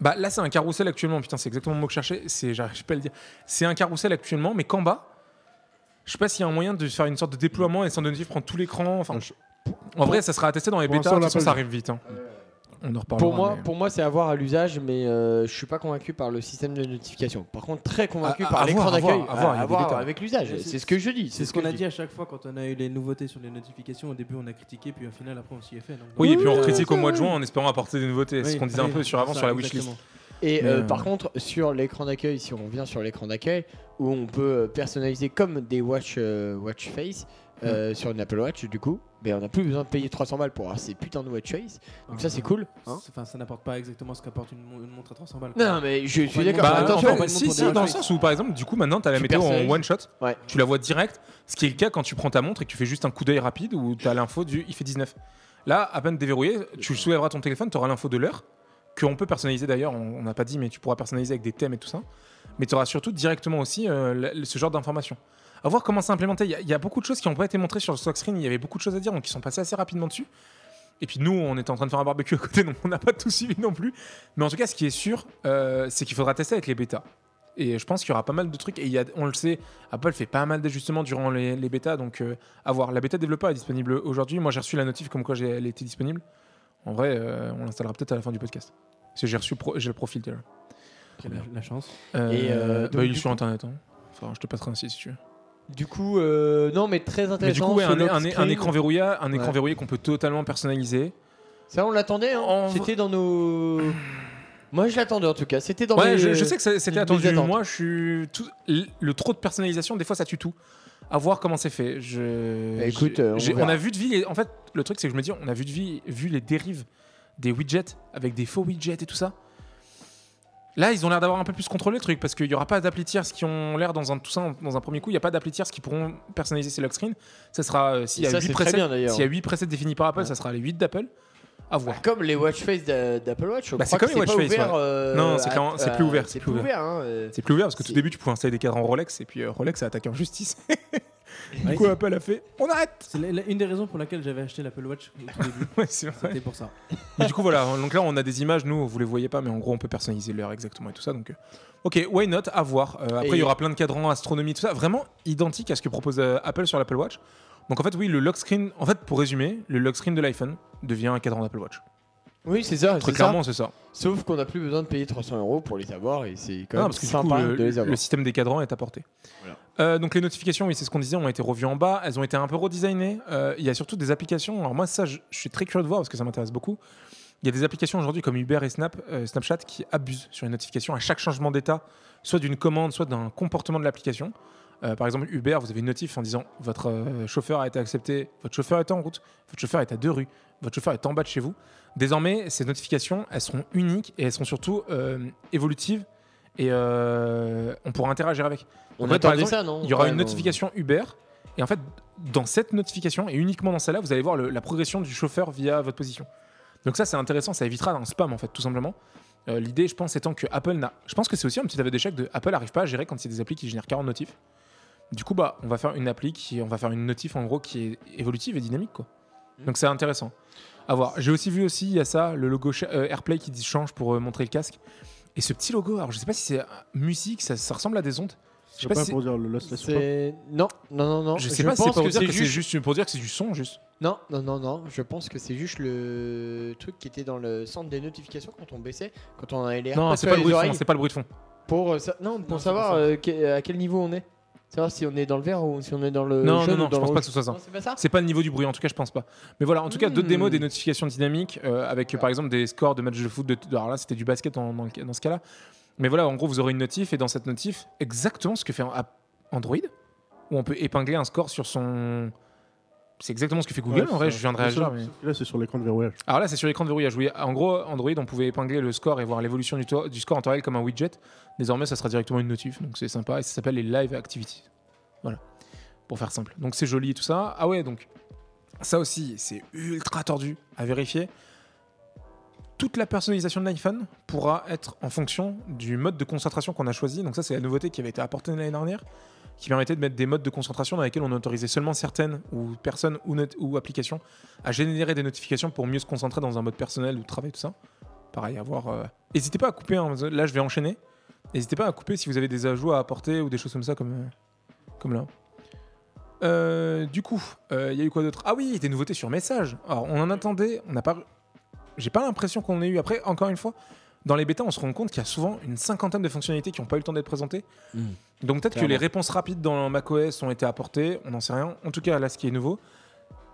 Speaker 1: Bah là, c'est un carrousel actuellement. Putain, c'est exactement le mot que je cherchais. C'est, j'arrive pas à le dire. C'est un carrousel actuellement, mais qu'en bas, je sais pas s'il y a un moyen de faire une sorte de déploiement et sans notif prendre tout l'écran. Enfin, en vrai, ça sera à tester dans les
Speaker 4: Pour
Speaker 1: bêtas. De
Speaker 4: l'instant,
Speaker 1: toute façon,
Speaker 4: on l'a
Speaker 1: ça
Speaker 4: pas
Speaker 1: arrive vite. hein. On en reparlera.
Speaker 2: Pour moi,
Speaker 1: mais-
Speaker 2: pour moi, c'est à voir à l'usage, mais euh, je suis pas convaincu par le système de notification. Par contre, très convaincu
Speaker 1: À- à-
Speaker 2: par
Speaker 1: Ah, à
Speaker 2: l'écran
Speaker 1: voir, à
Speaker 2: d'accueil.
Speaker 1: voir, à voir, il y a des détails.
Speaker 2: avec l'usage.
Speaker 6: Mais c'est-
Speaker 2: C'est ce que je dis.
Speaker 6: C'est ce
Speaker 2: que
Speaker 6: qu'on a
Speaker 2: je
Speaker 6: dit à chaque fois quand on a eu les nouveautés sur les notifications. Au début, on a critiqué, puis au final, après, on s'y est fait. donc-
Speaker 1: Oui, et puis on
Speaker 2: Oui,
Speaker 1: critique
Speaker 2: oui,
Speaker 1: au mois de
Speaker 2: oui.
Speaker 1: juin en espérant apporter des nouveautés. C'est
Speaker 6: Oui, Ah
Speaker 1: ce qu'on disait un
Speaker 6: oui,
Speaker 1: peu sur
Speaker 6: c'est
Speaker 1: avant
Speaker 6: ça,
Speaker 1: sur la
Speaker 6: exactement.
Speaker 1: wishlist.
Speaker 2: Et
Speaker 1: Mais,
Speaker 2: euh,
Speaker 1: euh,
Speaker 2: par contre, sur l'écran d'accueil, si on revient sur l'écran d'accueil, où on peut euh, personnaliser comme des watch, euh, watch face euh, sur une Apple Watch, du coup, ben on n'a plus besoin de payer 300 balles pour avoir ces putains de watch face. Donc ça, c'est cool. hein.
Speaker 6: Ah C'est- Enfin, ça n'apporte pas exactement ce qu'apporte une, mon- une montre à 300 balles.
Speaker 2: non, mais je suis
Speaker 6: Ouais,
Speaker 2: d'accord.
Speaker 6: bah,
Speaker 2: attention,
Speaker 6: en fait,
Speaker 1: si,
Speaker 6: pour
Speaker 1: si,
Speaker 6: des
Speaker 1: dans le
Speaker 6: trucs.
Speaker 1: sens où, par exemple, du coup, maintenant, t'as la
Speaker 2: Tu
Speaker 1: météo en
Speaker 2: personnalises.
Speaker 1: one shot.
Speaker 2: Ouais.
Speaker 1: Tu la vois direct, ce qui est le cas quand tu prends ta montre et que tu fais juste un coup d'œil rapide ou t'as l'info du il fait 19. Là, à peine déverrouillé, tu soulèveras ton téléphone, tu auras l'info de l'heure, que on peut personnaliser d'ailleurs, on on n'a pas dit, mais tu pourras personnaliser avec des thèmes et tout ça. Mais tu auras surtout directement aussi euh, le- le- ce genre d'informations. À voir comment c'est implémenté. Il y a- il y, a beaucoup de choses qui n'ont pas été montrées sur le stock screen, il y avait beaucoup de choses à dire, donc ils sont passés assez rapidement dessus. Et puis nous, on était en train de faire un barbecue à côté, donc on n'a pas tout suivi non plus. Mais en tout cas, ce qui est sûr, euh, c'est qu'il faudra tester avec les bêtas. Et je pense qu'il y aura pas mal de trucs. Et il y a- on le sait, Apple fait pas mal d'ajustements durant les, les bêtas. Donc, euh, à voir. La bêta développeur est disponible aujourd'hui. Moi, j'ai reçu la notif comme quoi j'ai- elle était disponible. En vrai, euh, on l'installera peut-être à la fin du podcast. Parce que j'ai reçu pro- j'ai le profil déjà.
Speaker 6: la, la chance.
Speaker 1: Euh,
Speaker 2: Et, euh,
Speaker 1: bah,
Speaker 2: donc,
Speaker 1: il est
Speaker 2: du
Speaker 1: sur
Speaker 2: coup-
Speaker 1: internet. hein. Enfin, je te passerai ainsi si tu veux.
Speaker 2: Du coup, euh, non, mais très intéressant.
Speaker 1: Mais du coup, ouais,
Speaker 2: ce
Speaker 1: un,
Speaker 2: lock
Speaker 1: un- un
Speaker 2: screen.
Speaker 1: écran verrouillé, un écran
Speaker 2: Ouais.
Speaker 1: verrouillé qu'on peut totalement personnaliser.
Speaker 2: Ça, on l'attendait. hein.
Speaker 1: En vrai-
Speaker 2: C'était dans nos. Moi, je l'attendais en tout cas. C'était dans. euh,
Speaker 1: Ouais,
Speaker 2: mes-
Speaker 1: je, je sais que ça- c'était
Speaker 2: mes
Speaker 1: attendu.
Speaker 2: attentes.
Speaker 1: Moi, je suis tout- l- le trop de personnalisation. Des fois, ça tue tout. À voir comment c'est fait. Je,
Speaker 2: Bah, écoute,
Speaker 1: j'ai-
Speaker 2: euh, on
Speaker 1: j'ai- on,
Speaker 2: verra.
Speaker 1: a vu de vie. les- en fait, le truc, c'est que je me dis, on a vu de vie, vu les dérives des widgets avec des faux widgets et tout ça. Là, ils ont l'air d'avoir un peu plus contrôlé le truc parce qu'il n'y aura pas d'appli tiers qui ont l'air dans un tout ça dans un premier coup. Il n'y a pas d'appli tiers qui pourront personnaliser ces lock screens. Ça sera euh, s'il y
Speaker 2: Et
Speaker 1: a
Speaker 2: ça,
Speaker 1: 8
Speaker 2: c'est très
Speaker 1: presets,
Speaker 2: bien, d'ailleurs.
Speaker 1: s'il y a 8 presets définis par Apple,
Speaker 2: Ouais.
Speaker 1: ça sera les 8 d'Apple. À voir.
Speaker 2: Bah, comme les watch face d'a- d'Apple Watch. je
Speaker 1: Bah, c'est
Speaker 2: crois que
Speaker 1: comme les
Speaker 2: pas
Speaker 1: watch face,
Speaker 2: ouvert, euh,
Speaker 1: Non, c'est
Speaker 2: à-
Speaker 1: clairement- c'est
Speaker 2: à-
Speaker 1: plus ouvert,
Speaker 2: C'est plus ouvert. hein, euh.
Speaker 1: C'est plus ouvert parce que tout
Speaker 2: C'est-
Speaker 1: début tu pouvais installer des cadrans Rolex et puis euh, Rolex a attaqué en justice.
Speaker 6: Ouais.
Speaker 1: du coup Apple a fait on arrête.
Speaker 6: C'est la- la- une des raisons pour laquelle j'avais acheté l'Apple Watch au tout début.
Speaker 1: Ouais, c'est vrai.
Speaker 6: C'était pour ça.
Speaker 1: Et du coup voilà donc là on a des images nous vous les voyez pas mais en gros on peut personnaliser l'heure exactement et tout ça donc euh, ok why not à voir. Euh, après il
Speaker 2: Et-
Speaker 1: y aura plein de cadrans astronomie tout ça vraiment identique à ce que propose euh, Apple sur l'Apple Watch. Donc en fait oui le lock screen en fait pour résumer le lock screen de l'iPhone devient un cadran d'Apple Watch.
Speaker 2: Oui, c'est ça.
Speaker 1: Très
Speaker 2: c'est ça.
Speaker 1: clairement c'est ça.
Speaker 2: Sauf qu'on n'a plus besoin de payer 300 euros pour les avoir et c'est quand
Speaker 1: Non,
Speaker 2: même
Speaker 1: parce que du
Speaker 2: sympa
Speaker 1: coup, le,
Speaker 2: de les avoir.
Speaker 1: le système des cadrans est apporté.
Speaker 2: Voilà.
Speaker 1: Euh, donc les notifications, oui, c'est ce qu'on disait, ont été revues en bas. Elles ont été un peu redesignées. Euh, Il y a surtout des applications. Alors moi, ça, je, je suis très curieux de voir parce que ça m'intéresse beaucoup. Il y a des applications aujourd'hui comme Uber et Snap, euh, Snapchat qui abusent sur les notifications à chaque changement d'état, soit d'une commande, soit d'un comportement de l'application. Euh, par exemple, Uber, vous avez une notif en disant votre euh, chauffeur a été accepté, votre chauffeur est en route, votre chauffeur est à deux rues, votre chauffeur est en bas de chez vous. Désormais, ces notifications, elles seront uniques et elles seront surtout euh, évolutives et euh, on pourra interagir avec.
Speaker 2: On
Speaker 1: En fait, par
Speaker 2: attendait
Speaker 1: exemple,
Speaker 2: ça, non
Speaker 1: Il y aura
Speaker 2: Ouais,
Speaker 1: une
Speaker 2: non.
Speaker 1: notification Uber et en fait, dans cette notification et uniquement dans celle-là, vous allez voir le- la progression du chauffeur via votre position. Donc ça, c'est intéressant, ça évitera un spam en fait, tout simplement. Euh, L'idée, je pense, étant que Apple n'a. Je pense que c'est aussi un petit aveu d'échec de Apple n'arrive pas à gérer quand il y a des applis qui génèrent 40 notifs. Du coup, bah, on va faire une appli qui, on va faire une notif en gros qui est évolutive et dynamique, quoi.
Speaker 2: Mhm.
Speaker 1: Donc c'est intéressant. À voir. J'ai aussi vu aussi il y a ça, le logo cha- euh, AirPlay qui dit change pour euh, montrer le casque. Et ce petit logo, alors je sais pas si c'est euh, musique, ça, ça ressemble à des ondes. Je sais
Speaker 4: C'est
Speaker 1: pas
Speaker 4: pas
Speaker 1: si-
Speaker 4: pour dire le Lost Last Supper.
Speaker 2: C'est- Non, non, non, non.
Speaker 1: Je sais pas, c'est
Speaker 2: pense
Speaker 1: pour
Speaker 2: que
Speaker 1: dire
Speaker 2: c'est
Speaker 1: que c'est
Speaker 2: juste.
Speaker 1: juste pour dire que c'est du son, juste.
Speaker 2: Non, non, non, non. Je pense que c'est juste le truc qui était dans le centre des notifications quand on baissait, quand on allait.
Speaker 1: Non, c'est pas le bruit de fond, c'est pas le bruit de fond.
Speaker 2: Pour euh, sa- non, pour
Speaker 6: Non, c'est
Speaker 2: savoir
Speaker 6: pas ça.
Speaker 2: euh, que- à quel niveau on est. Savoir si on est dans le vert ou si on est dans le
Speaker 1: non, non,
Speaker 2: jaune
Speaker 1: non,
Speaker 2: ou
Speaker 1: je
Speaker 2: Euh,
Speaker 1: pense
Speaker 2: dans le
Speaker 1: pas
Speaker 2: rouge.
Speaker 1: que ce soit ça.
Speaker 2: Non, c'est pas ça.
Speaker 1: C'est pas le niveau du bruit, en tout cas, je pense pas. Mais voilà, en tout cas, d'autres
Speaker 2: Hmm.
Speaker 1: démos, des notifications dynamiques, euh, avec euh, par exemple des scores de matchs de foot. De de- alors là, c'était du basket dans, dans le- dans ce cas-là. Mais voilà, en gros, vous aurez une notif, et dans cette notif, exactement ce que fait App- Android, où on peut épingler un score sur son. C'est exactement ce que fait Google,
Speaker 4: Ouais,
Speaker 1: en vrai,
Speaker 4: c'est
Speaker 1: je viens de
Speaker 4: ça.
Speaker 1: réagir.
Speaker 4: Sauf-
Speaker 1: mais-
Speaker 4: sauf que Là, c'est sur l'écran de verrouillage.
Speaker 1: Alors là, c'est sur l'écran de verrouillage. Oui, en gros, Android, on pouvait épingler le score et voir l'évolution du, to- du score en temps réel comme un widget. Désormais, ça sera directement une notif, donc c'est sympa. Et ça s'appelle les Live Activities. Voilà, pour faire simple. Donc c'est joli et tout ça. Ah ouais, donc ça aussi, c'est ultra tordu à vérifier. Toute la personnalisation de l'iPhone pourra être en fonction du mode de concentration qu'on a choisi. Donc ça, c'est la nouveauté qui avait été apportée l'année dernière, qui permettait de mettre des modes de concentration dans lesquels on autorisait seulement certaines ou personnes ou, not- ou applications à générer des notifications pour mieux se concentrer dans un mode personnel ou de travail, tout ça. Pareil, à voir. euh. N'hésitez pas à couper, hein, là je vais enchaîner. N'hésitez pas à couper si vous avez des ajouts à apporter ou des choses comme ça, comme, euh, comme là. Euh, du coup, euh, il y a eu quoi d'autre Ah oui, des nouveautés sur message. Alors, on en attendait, on n'a pas. J'ai pas l'impression qu'on en ait eu. Après, encore une fois, dans les bêtas, on se rend compte qu'il y a souvent une cinquantaine de fonctionnalités qui n'ont pas eu le temps d'être présentées.
Speaker 4: Mmh.
Speaker 2: Mm.
Speaker 1: Donc peut-être que
Speaker 2: Clairement.
Speaker 1: les réponses rapides dans macOS ont été apportées, on n'en sait rien. En tout cas, là, ce qui est nouveau,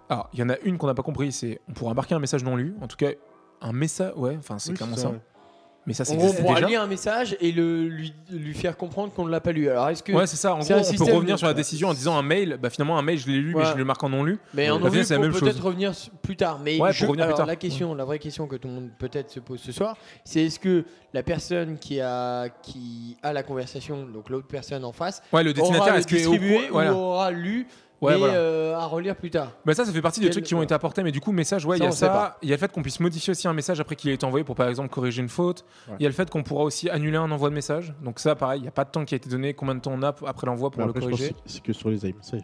Speaker 1: alors il y en a une qu'on n'a pas compris, c'est on pourra marquer un message non lu. En tout cas, un message, ouais, enfin c'est
Speaker 4: Oui,
Speaker 1: clairement
Speaker 4: c'est
Speaker 1: ça.
Speaker 4: ouais.
Speaker 1: Mais ça, c'est
Speaker 2: En gros, on
Speaker 1: déjà.
Speaker 2: pourra lire un message et le, lui, lui faire comprendre qu'on ne l'a pas lu. Alors, est-ce que.
Speaker 1: Ouais, c'est ça. En
Speaker 2: C'est
Speaker 1: gros,
Speaker 2: un
Speaker 1: on peut
Speaker 2: système
Speaker 1: revenir
Speaker 2: de-
Speaker 1: sur la décision en disant un mail. Bah, finalement, un mail, je l'ai lu,
Speaker 2: Ouais.
Speaker 1: mais je le marque en non lu.
Speaker 2: mais en
Speaker 1: Bah,
Speaker 2: anglais,
Speaker 1: c'est la
Speaker 2: pour
Speaker 1: même chose.
Speaker 2: peut-être revenir s- plus tard. Mais
Speaker 1: Ouais,
Speaker 2: je-
Speaker 1: pour revenir plus
Speaker 2: alors,
Speaker 1: tard. Mm.
Speaker 2: La, question, la vraie question que tout le monde peut-être se pose ce soir, c'est est-ce que la personne qui a, qui a la conversation, donc l'autre personne en face,
Speaker 1: Ouais, le
Speaker 2: aura
Speaker 1: destinataire,
Speaker 2: le
Speaker 1: est-ce que
Speaker 2: distribué
Speaker 1: voilà.
Speaker 2: ou aura lu,
Speaker 1: Ouais,
Speaker 2: mais
Speaker 1: voilà.
Speaker 2: euh, à relire plus tard
Speaker 1: Bah ça, ça fait partie des
Speaker 2: Quel-
Speaker 1: trucs qui ont été apportés, mais du coup, message, ouais, il
Speaker 2: Ça,
Speaker 1: y a
Speaker 2: on sait
Speaker 1: ça.
Speaker 2: pas.
Speaker 1: Il y a le fait qu'on puisse modifier aussi un message après qu'il ait été envoyé pour, par exemple, corriger une faute. Il
Speaker 4: Ouais.
Speaker 1: y a le fait qu'on pourra aussi annuler un envoi de message. Donc ça, pareil, il n'y a pas de temps qui a été donné, combien de temps on a p- après l'envoi pour
Speaker 4: Mais
Speaker 1: le
Speaker 4: après, je pense
Speaker 1: corriger.
Speaker 4: que c'est- c'est que sur les iMessage.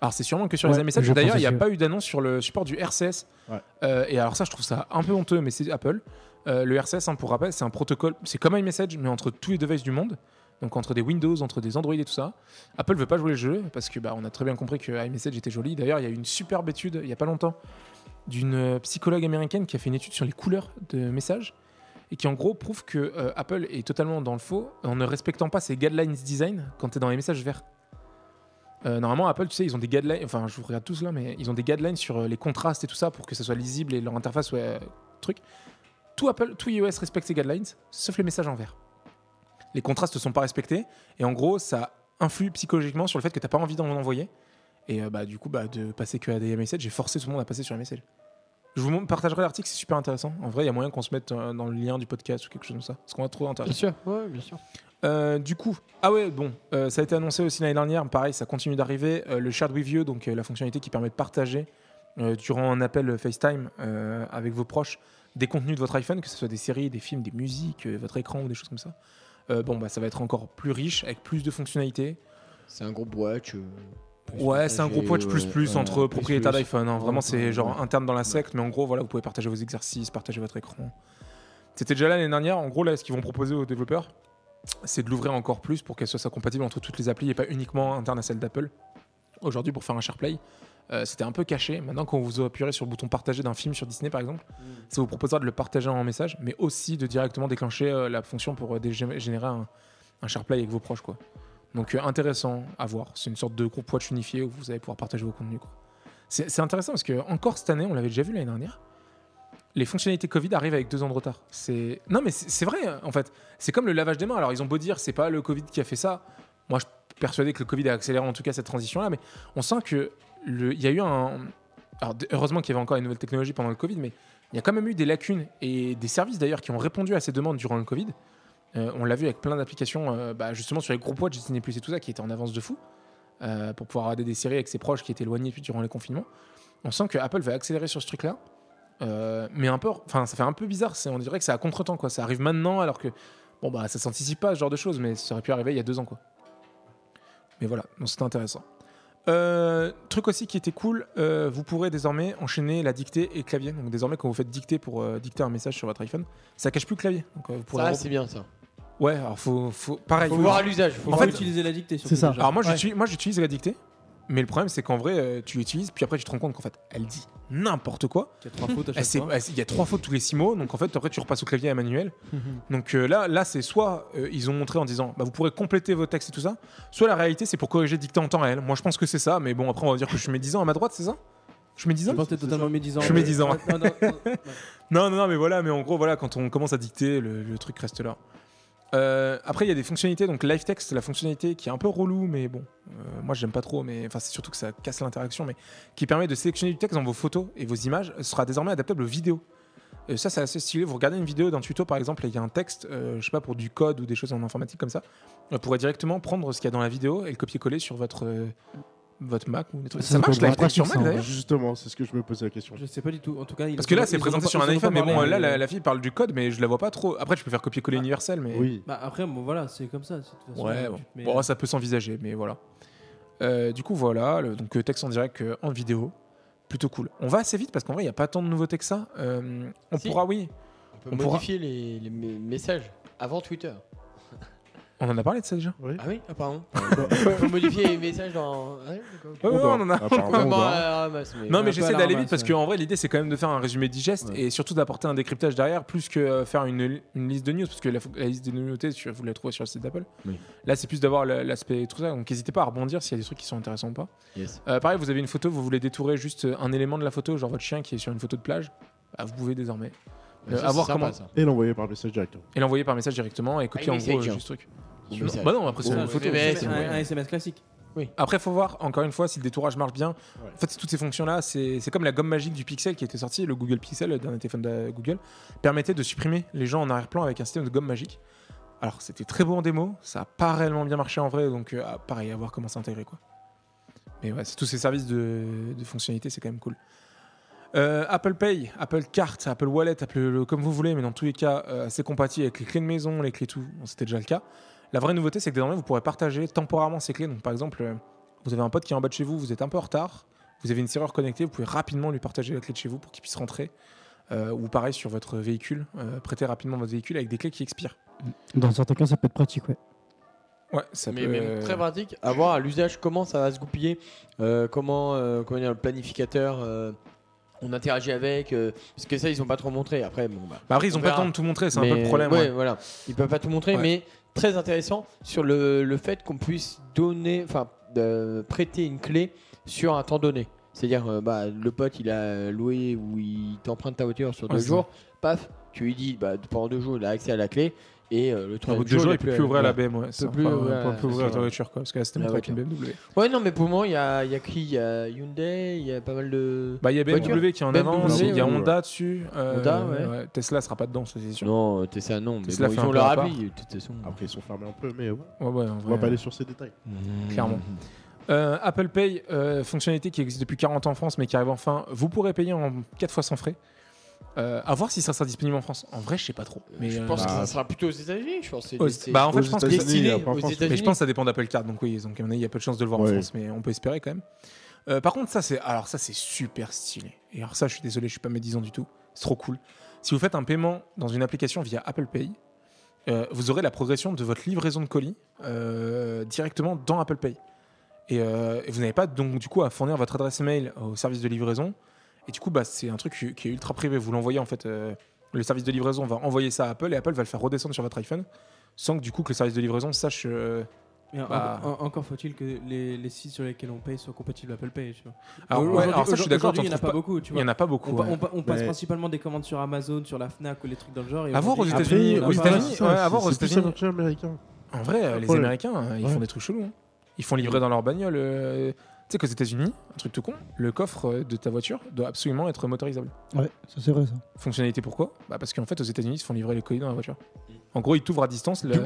Speaker 1: Alors c'est sûrement que sur
Speaker 5: Ouais,
Speaker 1: les iMessage.
Speaker 5: je pense
Speaker 1: D'ailleurs, il n'y a
Speaker 5: aussi,
Speaker 1: pas eu d'annonce sur le support du RCS.
Speaker 4: Ouais.
Speaker 1: Euh, et alors ça, je trouve ça un peu honteux, mais c'est Apple. Euh, le RCS, hein, pour rappel, c'est un protocole, c'est comme iMessage, mais entre tous les devices du monde. Donc entre des Windows, entre des Android et tout ça. Apple veut pas jouer le jeu parce que bah, on a très bien compris que iMessage était joli. D'ailleurs, il y a eu une superbe étude il y a pas longtemps d'une euh, psychologue américaine qui a fait une étude sur les couleurs de messages et qui en gros prouve que euh, Apple est totalement dans le faux en ne respectant pas ses guidelines design quand tu es dans les messages verts. Euh, normalement, Apple, tu sais, ils ont des guidelines, enfin, je vous regarde tous là, mais ils ont des guidelines sur euh, les contrastes et tout ça pour que ça soit lisible et leur interface soit euh, truc. Tout Apple, tout iOS respecte ces guidelines, sauf les messages en vert. Les contrastes ne sont pas respectés et en gros, ça influe psychologiquement sur le fait que t'as pas envie d'en envoyer. Et euh, bah, du coup, bah, de passer que à des messages, j'ai forcé tout le monde à passer sur les messages. Je vous mon- partagerai l'article, c'est super intéressant. En vrai, il y a moyen qu'on se mette euh, dans le lien du podcast ou quelque chose comme ça. Parce qu'on va trouver intéressant.
Speaker 2: sûr, ouais, bien sûr.
Speaker 1: Euh, du coup, ah ouais, bon, euh, ça a été annoncé aussi l'année dernière, pareil, ça continue d'arriver. Euh, le Shared With You, donc euh, la fonctionnalité qui permet de partager euh, durant un appel euh, FaceTime euh, avec vos proches des contenus de votre iPhone, que ce soit des séries, des films, des musiques, euh, votre écran ou des choses comme ça. Euh, bon, bah ça va être encore plus riche avec plus de fonctionnalités.
Speaker 2: C'est un groupe watch. euh, plus
Speaker 1: Ouais, c'est un
Speaker 2: partagé,
Speaker 1: groupe watch plus
Speaker 2: ouais,
Speaker 1: plus
Speaker 2: ouais,
Speaker 1: entre
Speaker 2: plus
Speaker 1: propriétaires
Speaker 2: plus.
Speaker 1: d'iPhone. hein. Vraiment,
Speaker 2: Ouais,
Speaker 1: c'est
Speaker 2: ouais,
Speaker 1: genre
Speaker 2: ouais.
Speaker 1: interne dans la secte, mais en gros, voilà, vous pouvez partager vos exercices, partager votre écran. C'était déjà là l'année dernière. En gros, là, ce qu'ils vont proposer aux développeurs, c'est de l'ouvrir encore plus pour qu'elle soit soit compatible entre toutes les applis et pas uniquement interne à celle d'Apple. Aujourd'hui, pour faire un SharePlay, euh, c'était un peu caché. Maintenant, quand vous appuierez sur le bouton partager d'un film sur Disney, par exemple,
Speaker 2: Mm.
Speaker 1: ça vous proposera de le partager en message, mais aussi de directement déclencher euh, la fonction pour euh, dé- générer un, un SharePlay avec vos proches, quoi. Donc euh, intéressant à voir. C'est une sorte de groupe watch unifié où vous allez pouvoir partager vos contenus. quoi. C'est c'est intéressant parce que encore cette année, on l'avait déjà vu l'année dernière, les fonctionnalités Covid arrivent avec deux ans de retard. C'est non mais c'est c'est vrai en fait. C'est comme le lavage des mains. Alors ils ont beau dire c'est pas le Covid qui a fait ça. Moi je suis persuadé que le Covid a accéléré en tout cas cette transition là, mais on sent que le il y a eu un alors d- heureusement qu'il y avait encore une nouvelle technologie pendant le Covid, mais il y a quand même eu des lacunes et des services d'ailleurs qui ont répondu à ces demandes durant le Covid. Euh, on l'a vu avec plein d'applications, euh, bah, justement sur les groupes Watch, Disney Plus et tout ça, qui étaient en avance de fou euh, pour pouvoir regarder des séries avec ses proches qui étaient éloignés depuis- durant les confinements. On sent que Apple va accélérer sur ce truc-là, Euh, mais un peu, enfin, ça fait un peu bizarre. c'est- On dirait que c'est à contre-temps, quoi. Ça arrive maintenant, alors que bon, bah, ça s'anticipe pas ce genre de choses, mais ça aurait pu arriver il y a deux ans, quoi. Mais voilà, donc c'était intéressant. Euh, truc aussi qui était cool, euh, vous pourrez désormais enchaîner la dictée et clavier. Donc désormais, quand vous faites dictée pour euh, dicter un message sur votre iPhone, ça cache plus le clavier. Donc, euh, vous pourrez
Speaker 2: Ça,
Speaker 1: rep-
Speaker 2: c'est bien ça.
Speaker 1: Ouais, alors faut, faut pareil.
Speaker 2: Faut
Speaker 1: faut-
Speaker 2: voir à l'usage. faut
Speaker 6: En
Speaker 1: fait-
Speaker 6: fait, utiliser la dictée. surtout,
Speaker 5: C'est ça.
Speaker 6: déjà.
Speaker 1: Alors moi,
Speaker 6: Ouais.
Speaker 1: j'utilise- moi j'utilise la dictée, mais le problème c'est qu'en vrai euh, tu l'utilises, puis après tu te rends compte qu'en fait elle dit n'importe quoi.
Speaker 6: Il y a trois fautes à
Speaker 1: Elle
Speaker 6: chaque
Speaker 1: s'est-
Speaker 6: fois.
Speaker 1: elle s'est- Il y a trois fautes tous les six mots, donc en fait après tu repasses au clavier à manuel.
Speaker 2: Mhm.
Speaker 1: Donc euh, là, là c'est soit euh, ils ont montré en disant bah, vous pourrez compléter vos textes et tout ça, soit la réalité c'est pour corriger dictée en temps réel. Moi je pense que c'est ça, mais bon après on va dire que je suis médisant à ma droite, c'est ça Je suis
Speaker 6: Je
Speaker 1: médisant
Speaker 6: pense que t'es totalement médisant.
Speaker 1: Je suis médisant.
Speaker 6: Ouais, non, non, non, ouais.
Speaker 1: Non, non, non, mais voilà, mais en gros, voilà, quand on commence à dicter, le, le truc reste là. Euh, après, il y a des fonctionnalités, donc live text, la fonctionnalité qui est un peu relou, mais bon, euh, moi j'aime pas trop, mais enfin c'est surtout que ça casse l'interaction, mais qui permet de sélectionner du texte dans vos photos et vos images euh, sera désormais adaptable aux vidéos. Euh, ça, c'est assez stylé. Vous regardez une vidéo d'un tuto par exemple, et il y a un texte, euh, je sais pas, pour du code ou des choses en informatique comme ça, on pourrait directement prendre ce qu'il y a dans la vidéo et le copier-coller sur votre, euh, votre Mac ou des trucs.
Speaker 5: Ça,
Speaker 1: Ça,
Speaker 5: ça
Speaker 1: marche,
Speaker 5: peut
Speaker 1: live
Speaker 5: être
Speaker 1: text sur
Speaker 5: pratique,
Speaker 1: Mac
Speaker 5: ça, en
Speaker 1: d'ailleurs
Speaker 4: Justement, c'est ce que je me posais la question.
Speaker 6: Je sais pas du tout. En tout cas, ils
Speaker 1: parce que
Speaker 6: ont-
Speaker 1: là, c'est
Speaker 6: ils ont
Speaker 1: présent
Speaker 6: pas-
Speaker 1: sur
Speaker 6: ils
Speaker 1: un
Speaker 6: ont pas
Speaker 1: iPhone, mais
Speaker 6: parlé,
Speaker 1: bon, là,
Speaker 6: euh,
Speaker 1: la, la fille parle du code, mais je la vois pas trop. Après, je peux faire copier-coller universel, mais.
Speaker 4: Oui.
Speaker 6: Bah après, bon voilà, c'est comme ça. c'est- de toute façon,
Speaker 1: Ouais,
Speaker 6: tu
Speaker 1: bon.
Speaker 6: te mets-
Speaker 1: Bon, ça peut s'envisager, mais voilà. Euh, du coup, voilà, le- donc euh, texte en direct euh, en vidéo. Plutôt cool. On va assez vite parce qu'en vrai, il n'y a pas tant de nouveautés que ça. Euh, on
Speaker 2: Si.
Speaker 1: pourra, oui.
Speaker 2: On peut
Speaker 1: On pourra- Mm.
Speaker 2: modifier les, les me- messages avant Twitter.
Speaker 1: On en a parlé de ça déjà.
Speaker 2: Ah oui, ah, pardon. on peut modifier les messages dans. Ouais, d'accord, ok.
Speaker 1: Ouais, ouais, on en a.
Speaker 4: Apparemment, on
Speaker 2: Bon, bah, ah,
Speaker 4: doit.
Speaker 2: à la ramasse, mais-
Speaker 1: hein. Non,
Speaker 6: un
Speaker 1: mais
Speaker 6: peu à
Speaker 1: j'essaie
Speaker 6: la
Speaker 1: d'aller
Speaker 6: ramasse,
Speaker 1: vite parce
Speaker 6: ouais.
Speaker 1: qu'en vrai, l'idée, c'est quand même de faire un résumé digeste
Speaker 4: Ouais.
Speaker 1: et surtout d'apporter un décryptage derrière plus que euh, faire une, li- une liste de news parce que la, fo- la liste de nouveautés, tu- vous la trouvez sur le site d'Apple.
Speaker 2: Oui.
Speaker 1: Là, c'est plus d'avoir la- l'aspect tout ça. Donc, n'hésitez pas à rebondir s'il y a des trucs qui sont intéressants ou pas.
Speaker 2: Yes.
Speaker 1: Euh, pareil, vous avez une photo, vous voulez détourer juste euh, un élément de la photo, genre votre chien qui est sur une photo de plage. Bah, vous pouvez désormais
Speaker 2: Ça,
Speaker 1: à
Speaker 2: c'est
Speaker 1: voir
Speaker 2: sympa,
Speaker 1: Euh, comment-
Speaker 2: ça.
Speaker 4: Et l'envoyer par message direct.
Speaker 1: et l'envoyer par message directement et copier en
Speaker 2: iMessage,
Speaker 1: gros euh,
Speaker 2: hein.
Speaker 1: juste le truc.
Speaker 2: Ou
Speaker 1: Non,
Speaker 2: message.
Speaker 1: bah non, après c'est
Speaker 4: Ouais,
Speaker 1: une
Speaker 6: Ouais,
Speaker 1: photo.
Speaker 6: un
Speaker 2: mais
Speaker 1: c'est-
Speaker 6: SMS,
Speaker 2: c'est
Speaker 6: un,
Speaker 2: moyen.
Speaker 6: un SMS classique.
Speaker 1: Après, faut voir encore une fois si le détourage marche bien. En fait, toutes ces fonctions-là, c'est c'est comme la gomme magique du Pixel qui était sortie, le Google Pixel, le dernier téléphone de Google, permettait de supprimer les gens en arrière-plan avec un système de gomme magique. Alors, c'était très beau en démo, ça a pas réellement bien marché en vrai, donc euh, ah, pareil, à voir comment c'est intégré. Quoi. Mais ouais, c'est tous ces services de, de fonctionnalité, c'est quand même cool. Euh, Apple Pay, Apple Card, Apple Wallet, Apple le- comme vous voulez, mais dans tous les cas, euh, c'est compatible avec les clés de maison, les clés tout, bon, c'était déjà le cas. La vraie nouveauté, c'est que désormais, vous pourrez partager temporairement ces clés. Donc, par exemple, euh, Vous avez un pote qui est en bas de chez vous, vous êtes un peu en retard, vous avez une serrure connectée, vous pouvez rapidement lui partager la clé de chez vous pour qu'il puisse rentrer. Euh, ou pareil sur votre véhicule, euh, prêtez rapidement votre véhicule avec des clés qui expirent.
Speaker 3: Dans certains cas, ça peut être pratique, ouais.
Speaker 1: Ouais, ça
Speaker 2: mais,
Speaker 1: peut,
Speaker 2: mais
Speaker 1: euh,
Speaker 2: très pratique à voir à l'usage comment ça va se goupiller euh, comment, euh, comment dire, le planificateur euh, on interagit avec euh, parce que ça ils ont pas trop montré après bon bah
Speaker 1: bah après, ils
Speaker 2: on
Speaker 1: ont pas le
Speaker 2: verra.
Speaker 1: temps de tout montrer, c'est un
Speaker 2: Mais,
Speaker 1: peu le problème. hein.
Speaker 2: ouais,
Speaker 1: ouais.
Speaker 2: voilà ils peuvent pas tout montrer
Speaker 1: Ouais.
Speaker 2: mais très intéressant sur le, le fait qu'on puisse donner enfin euh, prêter une clé sur un temps donné c'est-à-dire euh, bah, le pote il a loué ou il t'emprunte ta voiture sur
Speaker 1: Ouais,
Speaker 2: deux
Speaker 1: c'est
Speaker 2: jours paf tu lui dis bah, pendant deux jours il a accès à la clé et euh, le
Speaker 1: Au bout
Speaker 2: troisième
Speaker 1: de deux jours,
Speaker 2: il a
Speaker 1: il peut
Speaker 2: plus
Speaker 1: plus ouvrir
Speaker 2: voilà.
Speaker 1: la BMW. ça.
Speaker 2: plus,
Speaker 1: Enfin,
Speaker 2: ouais,
Speaker 1: on peut plus
Speaker 2: c'est
Speaker 1: ouvrir
Speaker 2: ça.
Speaker 1: la voiture, quoi, parce que là, c'était
Speaker 2: La
Speaker 1: montré avec une
Speaker 2: voiture.
Speaker 1: BMW.
Speaker 2: Ouais, non, mais pour le moment, il y a, il y a qui Il y a Hyundai, il y a pas mal de.
Speaker 1: Bah, il y a BMW
Speaker 2: Voiture.
Speaker 1: qui est en
Speaker 2: BMW,
Speaker 1: avance, il y a
Speaker 4: ouais.
Speaker 1: Honda dessus. euh,
Speaker 2: Honda, ouais.
Speaker 1: Tesla sera pas dedans, ça, c'est sûr.
Speaker 2: non, Tesla, non, mais
Speaker 1: Tesla
Speaker 2: bon,
Speaker 1: fait
Speaker 2: ils
Speaker 1: un
Speaker 2: ont
Speaker 1: peu Ah
Speaker 2: leur
Speaker 1: à part.
Speaker 2: appli, de toute façon.
Speaker 4: Après, ils sont fermés un peu, mais ouais,
Speaker 1: Ouais, ouais, en
Speaker 4: on va
Speaker 1: vrai,
Speaker 4: pas aller sur ces détails.
Speaker 2: Mmh.
Speaker 1: clairement. Euh, Apple Pay, euh, fonctionnalité qui existe depuis 40 ans en France, mais qui arrive enfin. Vous pourrez payer en 4 fois sans frais. Euh, à voir si ça sera disponible en France. En vrai, je sais pas trop. Mais
Speaker 2: je
Speaker 1: euh,
Speaker 2: pense
Speaker 1: bah,
Speaker 2: que ça sera plutôt aux États-Unis, je pense. c'est-
Speaker 1: aux-
Speaker 2: c'est-
Speaker 1: bah, en fait,
Speaker 4: aux
Speaker 1: je pense que-
Speaker 4: États-Unis,
Speaker 2: destiné
Speaker 4: après, en
Speaker 2: aux
Speaker 4: France.
Speaker 2: États-Unis.
Speaker 1: Mais je pense que ça dépend d'Apple Card, donc oui, donc, à mon avis, il y a peu de chances de le voir en
Speaker 4: Ouais.
Speaker 1: France, mais on peut espérer quand même. Euh, par contre, ça c'est alors ça c'est super stylé. Et alors ça, je suis désolé, je suis pas médisant du tout. C'est trop cool. Si vous faites un paiement dans une application via Apple Pay, euh, vous aurez la progression de votre livraison de colis euh, directement dans Apple Pay. Et, euh, et vous n'avez pas donc du coup à fournir votre adresse mail au service de livraison. Et du coup, bah, c'est un truc qui- qui est ultra privé. Vous l'envoyez en fait. euh, le service de livraison va envoyer ça à Apple et Apple va le faire redescendre sur votre iPhone sans que du coup que le service de livraison sache euh,
Speaker 6: Mais en-
Speaker 1: Bah.
Speaker 6: en- encore faut-il que les, les sites sur lesquels on paye soient compatibles Apple Pay. Tu vois.
Speaker 1: Alors, Ah, ouais,
Speaker 6: Aujourd'hui-
Speaker 1: alors ça, je suis
Speaker 6: aujourd'hui,
Speaker 1: d'accord,
Speaker 6: Il n'y en
Speaker 1: t'en
Speaker 6: a
Speaker 1: trouves
Speaker 6: pas
Speaker 1: pas-
Speaker 6: beaucoup. Tu
Speaker 1: il y
Speaker 6: vois.
Speaker 1: en a pas beaucoup.
Speaker 6: On, pa-
Speaker 1: ouais.
Speaker 6: on pa- on passe
Speaker 4: Mais-
Speaker 6: principalement des commandes sur Amazon, sur la Fnac ou les trucs dans le genre. et
Speaker 1: À voir
Speaker 6: aujourd'hui,
Speaker 1: aux États-Unis,
Speaker 6: Apple,
Speaker 1: aux
Speaker 6: on a pas-
Speaker 1: États-Unis, ouais, à voir aux
Speaker 4: c'est plus
Speaker 1: États-Unis.
Speaker 4: un marché américain.
Speaker 1: En vrai, euh, les
Speaker 4: Ouais.
Speaker 1: Américains, euh, ils
Speaker 4: Ouais.
Speaker 1: font des trucs chelous. hein. Ils font livrer dans leur bagnole. euh, Tu sais qu'aux États-Unis, un truc tout con, le coffre euh, de ta voiture doit absolument être motorisable.
Speaker 3: Ouais, ça c'est vrai ça.
Speaker 1: Fonctionnalité pourquoi Bah parce qu'en fait, aux États-Unis, ils se font livrer les colis dans la voiture. En gros, ils t'ouvrent à distance. Le,
Speaker 6: Tu- tu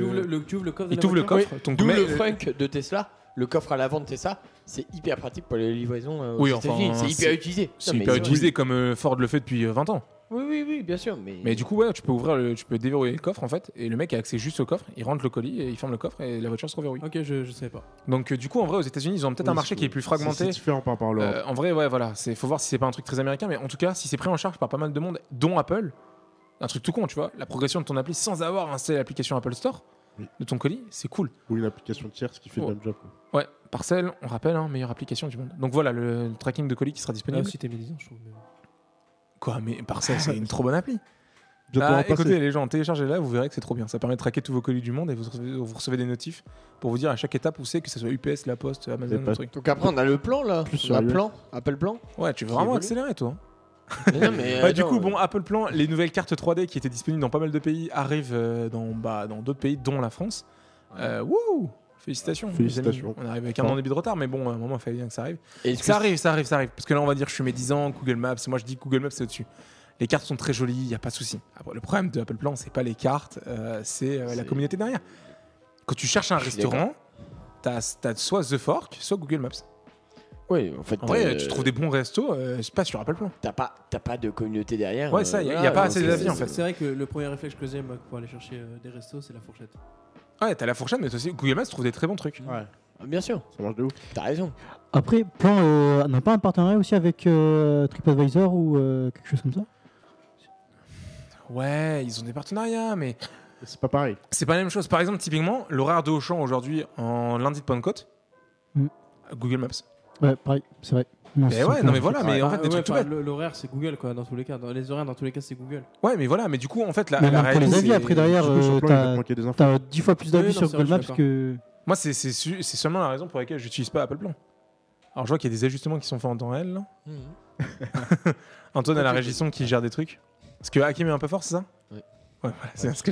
Speaker 1: le-
Speaker 6: ouvres le- le- Tu ouvres le coffre de
Speaker 1: Ils
Speaker 6: la
Speaker 1: t'ouvrent le
Speaker 6: voiture
Speaker 1: coffre. donc
Speaker 2: D'où
Speaker 1: mais-
Speaker 2: le funk de Tesla, le coffre à l'avant de Tesla, c'est hyper pratique pour les livraisons euh, aux
Speaker 1: Oui, enfin,
Speaker 2: États-Unis. c'est hyper
Speaker 1: c'est-
Speaker 2: utilisé.
Speaker 1: C'est
Speaker 2: Non, mais
Speaker 1: hyper
Speaker 2: c'est-
Speaker 1: utilisé comme euh, Ford le fait depuis euh, 20 ans.
Speaker 2: Oui, oui, oui, bien sûr. Mais,
Speaker 1: Mais du coup, ouais, tu peux ouvrir, le, tu peux déverrouiller le coffre en fait, et le mec a accès juste au coffre, il rentre le colis, et il ferme le coffre et la voiture se reverrouille.
Speaker 6: Ok, je, je savais pas.
Speaker 1: Donc euh, du coup, en vrai, aux États-Unis, ils ont peut-être
Speaker 4: Oui,
Speaker 1: un marché
Speaker 4: c'est-
Speaker 1: qui est plus
Speaker 4: c'est-
Speaker 1: fragmenté.
Speaker 4: C'est différent par rapport à l'Europe.
Speaker 1: Euh, en vrai, ouais, voilà, c'est faut voir si c'est pas un truc très américain, mais en tout cas, si c'est pris en charge par pas mal de monde, dont Apple, un truc tout con, tu vois, la progression de ton appli sans avoir installé l'application Apple Store
Speaker 4: Oui.
Speaker 1: de ton colis, c'est cool.
Speaker 4: Ou une application tierce qui fait
Speaker 1: Oh.
Speaker 4: le même job. quoi.
Speaker 1: Euh, Ouais, parcelle, on rappelle, hein, meilleure application du monde. Donc voilà, le tracking de colis qui sera disponible.
Speaker 6: Ah, si t'es médisant, je trouve.
Speaker 1: Ah, Quoi, mais parcelle, c'est une trop bonne appli.
Speaker 4: Bientôt
Speaker 1: Ah,
Speaker 4: en
Speaker 1: écoutez,
Speaker 4: passer.
Speaker 1: les gens, téléchargez-la, vous verrez que c'est trop bien. Ça permet de traquer tous vos colis du monde et vous recevez, vous recevez des notifs pour vous dire à chaque étape où c'est, que ce soit UPS, La Poste, Amazon,
Speaker 4: pas-
Speaker 1: un truc.
Speaker 2: Donc après, on a le plan là.
Speaker 4: Plus
Speaker 2: On a
Speaker 4: sérieux.
Speaker 2: plan, Apple Plan.
Speaker 1: Ouais, tu veux
Speaker 2: Qui
Speaker 1: vraiment
Speaker 2: évolue.
Speaker 1: accélérer, toi. hein.
Speaker 2: Mais non, mais,
Speaker 1: Ouais,
Speaker 2: attends,
Speaker 1: Bah, du coup,
Speaker 2: euh,
Speaker 1: bon, Apple Plan, les nouvelles cartes 3D qui étaient disponibles dans pas mal de pays arrivent euh, dans bah, dans d'autres pays, dont la France. Euh, wouh Félicitations. les
Speaker 4: Félicitations.
Speaker 1: amis. On arrive avec un an et demi de retard, mais bon, à un moment, il fallait bien que ça arrive.
Speaker 2: est-ce que
Speaker 1: Ça arrive, ça arrive, ça arrive. Parce que là, on va dire, je suis médisant, Google Maps. Moi, je dis Google Maps, c'est au-dessus. Les cartes sont très jolies, il n'y a pas de souci. Après, le problème de Apple Plan, c'est pas les cartes, euh, c'est euh, la
Speaker 2: C'est-
Speaker 1: communauté derrière. Quand tu cherches un
Speaker 2: Je suis
Speaker 1: restaurant, t'as as soit The Fork, soit Google Maps.
Speaker 2: Oui, en fait,
Speaker 1: En vrai,
Speaker 2: euh,
Speaker 1: tu trouves des bons restos, euh, c'est pas sur Apple Plan.
Speaker 2: T'as pas, t'as pas de communauté derrière. euh,
Speaker 1: Ouais, ça, y a- y a pas assez
Speaker 2: c'est-
Speaker 1: d'avis, en fait.
Speaker 6: C'est vrai que le premier réflexe que j'ai moi, pour aller chercher euh, des restos, c'est la fourchette.
Speaker 1: Ah Ouais, t'as la fourchette, mais t'as aussi Google Maps trouve des très bons trucs.
Speaker 4: Ouais,
Speaker 2: Ah, Bien sûr,
Speaker 4: ça marche de ouf.
Speaker 2: t'as raison.
Speaker 3: Après, Plan euh, n'a pas un partenariat aussi avec euh, TripAdvisor ou euh, quelque chose comme ça
Speaker 1: Ouais, ils ont des partenariats, mais
Speaker 4: C'est pas pareil.
Speaker 1: c'est pas la même chose. Par exemple, typiquement, l'horaire de Auchan aujourd'hui en lundi de Pentecôte,
Speaker 3: Mm.
Speaker 1: Google Maps.
Speaker 3: Ouais, pareil, c'est vrai.
Speaker 1: Mais
Speaker 3: Non, Ah, c'est
Speaker 1: Eh ouais,
Speaker 3: ça,
Speaker 1: non
Speaker 3: Plan.
Speaker 1: mais voilà, mais en fait, des trucs tout bêtes.
Speaker 6: L'horaire, c'est Google, quoi, dans tous les cas. Dans les horaires, dans tous les cas, c'est Google.
Speaker 1: Ouais, mais voilà, mais du coup, en fait, la,
Speaker 3: Mais
Speaker 1: Ah, la
Speaker 3: même pour les
Speaker 1: réalité,
Speaker 3: avis,
Speaker 1: c'est-
Speaker 3: après derrière,
Speaker 4: Du coup, sur
Speaker 3: euh,
Speaker 4: le plan, il va te
Speaker 3: t'as-
Speaker 4: manquer des infos.
Speaker 3: t'as 10 fois plus d'avis
Speaker 6: Oui, non,
Speaker 3: sur
Speaker 6: c'est vrai,
Speaker 3: Google
Speaker 6: je suis
Speaker 3: Maps que.
Speaker 1: Moi, c'est c'est su- c'est seulement la raison pour laquelle j'utilise pas Apple Plan. Alors, je vois qu'il y a des ajustements qui sont faits en temps réel. là. Antoine a la
Speaker 2: Ok.
Speaker 1: régisson qui gère des trucs. Parce que Hakim est un peu fort, c'est ça
Speaker 2: Ouais.
Speaker 1: Ouais, voilà, c'est parce que.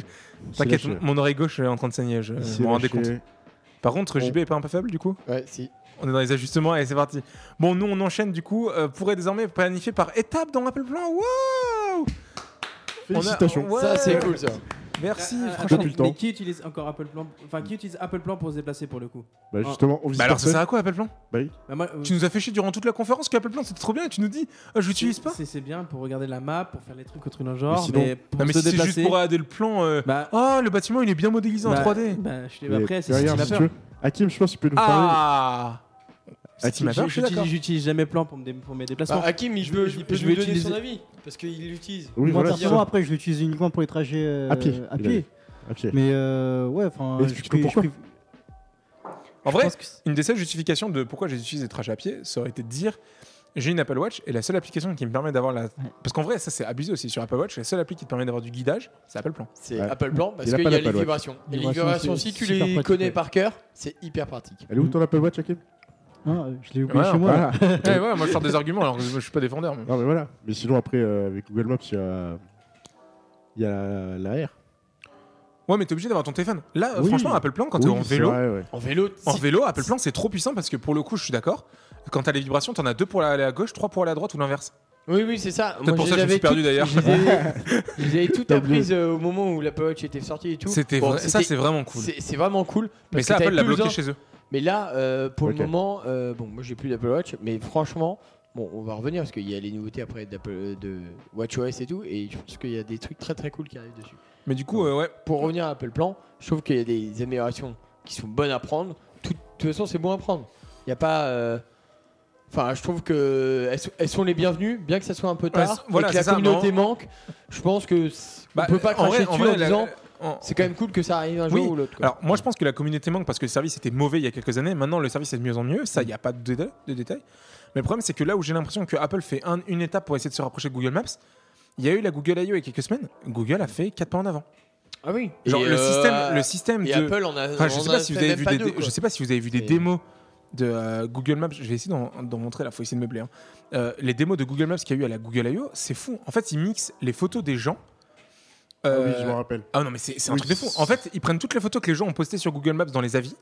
Speaker 4: C'est
Speaker 1: T'inquiète,
Speaker 4: lâché.
Speaker 1: mon oreille gauche est en train de saigner, je
Speaker 4: C'est
Speaker 1: me rendais compte.
Speaker 4: lâché.
Speaker 1: Par contre, JB est pas un peu faible du coup
Speaker 2: Ouais, si.
Speaker 1: On est dans les ajustements et c'est parti. Bon, nous on enchaîne du coup. euh, pourrait désormais planifier par étapes dans Apple Plan. Wow On a-
Speaker 4: Félicitations.
Speaker 1: ouais,
Speaker 2: Ça, c'est cool, ça.
Speaker 1: Merci,
Speaker 6: Ah, ah,
Speaker 1: franchement.
Speaker 6: attends,
Speaker 4: plus le temps.
Speaker 6: Mais qui utilise encore Apple Plan Enfin, qui utilise Apple Plan pour se déplacer pour le coup
Speaker 4: Bah justement, on visite
Speaker 1: Bah alors, ça
Speaker 4: personne.
Speaker 1: sert à quoi Apple Plan
Speaker 4: Bah oui.
Speaker 6: Bah, moi, euh,
Speaker 1: Tu nous as fait chier durant toute la conférence qu'Apple Plan c'était trop bien et tu nous dis euh, je l'utilise pas
Speaker 6: C'est c'est bien pour regarder la map, pour faire les trucs au truc dans le genre,
Speaker 4: Mais sinon-
Speaker 6: mais pour
Speaker 1: Non, mais
Speaker 6: se
Speaker 1: si c'est
Speaker 6: déplacer.
Speaker 1: juste pour aider le plan. euh,
Speaker 6: Bah,
Speaker 1: Oh, le bâtiment il est bien modélisé en
Speaker 6: bah,
Speaker 1: 3D.
Speaker 6: Bah, je l'ai
Speaker 4: Mais
Speaker 6: après, c'est
Speaker 4: derrière,
Speaker 6: c'est la
Speaker 4: si
Speaker 6: peur.
Speaker 4: tu veux. Hakim, je pense que tu peux nous parler.
Speaker 1: Ah Estimateur, je suis
Speaker 6: J'utilise
Speaker 1: d'accord. Ah,
Speaker 6: j'utilise jamais plan pour, me dé- pour mes déplacements.
Speaker 2: Bah, Hakim, il
Speaker 6: Je
Speaker 2: peut,
Speaker 6: vais- je
Speaker 2: il peut
Speaker 6: vais
Speaker 2: nous donner
Speaker 6: utiliser-
Speaker 2: son avis parce qu'il l'utilise.
Speaker 4: Oui,
Speaker 3: Moi,
Speaker 4: voilà, c'est
Speaker 3: personnellement,
Speaker 4: ça.
Speaker 3: après, je l'utilise uniquement pour les trajets euh,
Speaker 4: À pied, il a dit. À pied.
Speaker 3: Mais euh, ouais, enfin.
Speaker 4: Mais explique-nous pourquoi.
Speaker 1: En vrai,
Speaker 3: pense que c'est-
Speaker 1: une des seules justifications de pourquoi j'ai utilisé des trajets à pied, ça aurait été de dire j'ai une Apple Watch et la seule application qui me permet d'avoir la. Parce qu'en vrai, ça c'est abusé aussi. Sur Apple Watch, la seule appli qui te permet d'avoir du guidage, c'est Apple Plan.
Speaker 2: C'est
Speaker 4: Ouais.
Speaker 2: Apple Plan parce
Speaker 4: Il a
Speaker 2: qu'il y
Speaker 4: pas
Speaker 2: a
Speaker 4: d'Apple
Speaker 2: les
Speaker 4: Watch.
Speaker 2: vibrations. Et les
Speaker 3: Vibrations,
Speaker 2: vibrations,
Speaker 3: c'est
Speaker 2: si tu
Speaker 3: super
Speaker 2: les
Speaker 3: pratique,
Speaker 2: connais
Speaker 3: ouais.
Speaker 2: par cœur, c'est hyper pratique.
Speaker 4: Elle est où ton Apple Watch, Hakim
Speaker 3: Non, je l'ai oublié
Speaker 1: Ouais,
Speaker 3: chez moi.
Speaker 4: Voilà.
Speaker 1: ouais,
Speaker 2: Eh
Speaker 1: ouais, moi je sors des arguments alors que je suis pas défendeur. mais-
Speaker 4: Non, mais voilà. Mais sinon, après, euh, avec Google Maps, il y a, il y a la, la R.
Speaker 1: Ouais, mais t'es obligé d'avoir ton téléphone. Là, euh,
Speaker 4: Oui.
Speaker 1: franchement, Apple Plan, quand t'es
Speaker 4: Oui,
Speaker 1: en
Speaker 4: c'est
Speaker 1: vélo,
Speaker 4: vrai, ouais.
Speaker 2: En vélo,
Speaker 1: en
Speaker 2: si-
Speaker 1: vélo, Apple Plan c'est trop puissant parce que pour le coup, je suis d'accord. Quand t'as les vibrations, t'en as deux pour aller à gauche, trois pour aller à droite ou l'inverse.
Speaker 2: Oui, oui, c'est ça.
Speaker 1: pour ça que je me suis perdu, d'ailleurs.
Speaker 2: Vous avez tout
Speaker 4: T'as
Speaker 2: appris euh, au moment où l'Apple Watch était sortie et tout.
Speaker 1: C'était
Speaker 2: Bon,
Speaker 1: vrai- ça, c'est vraiment cool.
Speaker 2: c'est- c'est vraiment cool.
Speaker 1: Mais
Speaker 2: parce
Speaker 1: ça,
Speaker 2: que t'avais
Speaker 1: Apple l'a
Speaker 2: plus besoin-
Speaker 1: bloqué chez eux.
Speaker 2: Mais là, euh, pour
Speaker 4: Ok.
Speaker 2: le moment, euh, bon, moi j'ai plus d'Apple Watch, mais franchement, bon, on va revenir parce qu'il y a les nouveautés après d'Apple, euh, de WatchOS et tout, et je pense qu'il y a des trucs très très cool qui arrivent dessus.
Speaker 1: Mais du coup, euh, ouais,
Speaker 2: Pour revenir à Apple Plan, je trouve qu'il y a des améliorations qui sont bonnes à prendre. Tout- de toute façon, c'est bon à prendre. Il n'y a pas. euh, Enfin, je trouve que elles, sont- elles sont les bienvenues, bien que ça soit un peu
Speaker 1: Ouais,
Speaker 2: tard,
Speaker 1: c'est- voilà,
Speaker 2: et que la
Speaker 1: c'est ça,
Speaker 2: communauté
Speaker 1: mais
Speaker 2: manque. Je pense que c-
Speaker 1: Bah,
Speaker 2: on peut pas
Speaker 1: en vrai-
Speaker 2: cracher
Speaker 1: en
Speaker 2: dessus en,
Speaker 1: vrai, la-
Speaker 2: disant
Speaker 1: en-
Speaker 2: c'est quand même cool que ça arrive un jour
Speaker 1: Oui.
Speaker 2: ou l'autre. quoi.
Speaker 1: Alors moi je pense que la communauté manque parce que le service était mauvais il y a quelques années. Maintenant le service est de mieux en mieux. Ça, il n'y a pas de, déta- de détails. Mais le problème c'est que là où j'ai l'impression que Apple fait un- une étape pour essayer de se rapprocher de Google Maps, il y a eu la Google I.O. il y a quelques semaines. Google a fait 4 pas en avant.
Speaker 2: ah oui.
Speaker 1: Genre
Speaker 2: Et,
Speaker 1: le
Speaker 2: euh,
Speaker 1: système, le système
Speaker 2: Et
Speaker 1: de...
Speaker 2: Apple en a.
Speaker 1: Enfin, je
Speaker 2: en
Speaker 1: sais
Speaker 2: a
Speaker 1: pas si vous
Speaker 2: fait
Speaker 1: avez
Speaker 2: même
Speaker 1: vu
Speaker 2: pas
Speaker 1: des,
Speaker 2: deux,
Speaker 1: dé-
Speaker 2: quoi.
Speaker 1: je sais pas si vous avez vu des
Speaker 2: C'est-
Speaker 1: démos de euh, Google Maps. Je vais essayer d'en d'en montrer là. Faut essayer de meubler. hein. Euh, les démos de Google Maps qu'il y a eu à la Google I.O. C'est fou. En fait, ils mixent les photos des gens.
Speaker 4: Ah
Speaker 1: euh,
Speaker 4: oui, je me rappelle.
Speaker 1: ah non, mais c'est c'est un
Speaker 4: Oui,
Speaker 1: truc de fou.
Speaker 4: c'est-
Speaker 1: En fait, ils prennent toutes les photos que les gens ont postées sur Google Maps dans les avis,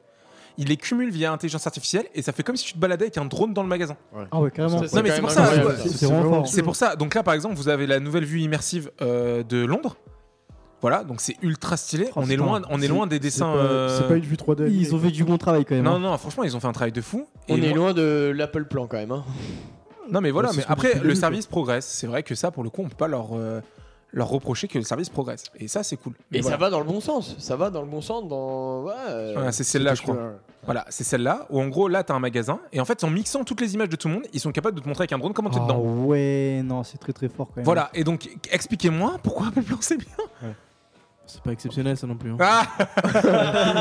Speaker 1: ils les cumulent via intelligence artificielle et ça fait comme si tu te baladais avec un drone dans le magasin.
Speaker 3: Ah ouais, carrément.
Speaker 2: Ça,
Speaker 1: Non, mais
Speaker 2: quand
Speaker 1: c'est pour
Speaker 2: même
Speaker 1: ça,
Speaker 2: incroyable,
Speaker 1: ouais.
Speaker 3: C'est- c'est vraiment fort.
Speaker 1: C'est pour ça. Donc là, par exemple, vous avez la nouvelle vue immersive euh, de Londres. Voilà, donc c'est ultra stylé.
Speaker 3: Oh,
Speaker 1: on, est
Speaker 3: putain.
Speaker 1: loin, on est
Speaker 4: C'est-
Speaker 1: loin des
Speaker 4: C'est
Speaker 1: dessins.
Speaker 4: pas,
Speaker 1: euh,
Speaker 4: c'est pas une vue 3D. animée.
Speaker 3: Ils ont fait du bon travail quand même.
Speaker 1: Non,
Speaker 3: hein.
Speaker 1: non, franchement, ils ont fait un travail de fou.
Speaker 2: On
Speaker 1: Et
Speaker 2: est
Speaker 1: moi-
Speaker 2: loin de l'Apple Plan quand même. hein.
Speaker 1: Non, mais voilà,
Speaker 4: Ouais, c'est
Speaker 1: mais
Speaker 4: ce qu'on
Speaker 1: après,
Speaker 4: disait au
Speaker 1: le
Speaker 4: début,
Speaker 1: service progresse. C'est vrai que ça, pour le coup, on peut pas leur, euh, leur reprocher que le service progresse. Et ça, c'est cool. Mais
Speaker 2: Et
Speaker 1: voilà.
Speaker 2: ça va dans le bon sens. Ça va dans le bon sens. Dans ouais, euh,
Speaker 1: Voilà, c'est celle-là, je crois.
Speaker 4: Celui-là,
Speaker 1: Voilà, c'est celle-là où en gros là t'as un magasin et en fait en mixant toutes les images de tout le monde, ils sont capables de te montrer avec un drone comment tu es
Speaker 3: Ah
Speaker 1: dedans.
Speaker 3: ouais, non, c'est très très fort quand même.
Speaker 1: Voilà, et donc expliquez-moi pourquoi Apple Plan c'est bien.
Speaker 6: C'est pas exceptionnel ça non plus. hein.
Speaker 1: Ah
Speaker 4: ouais.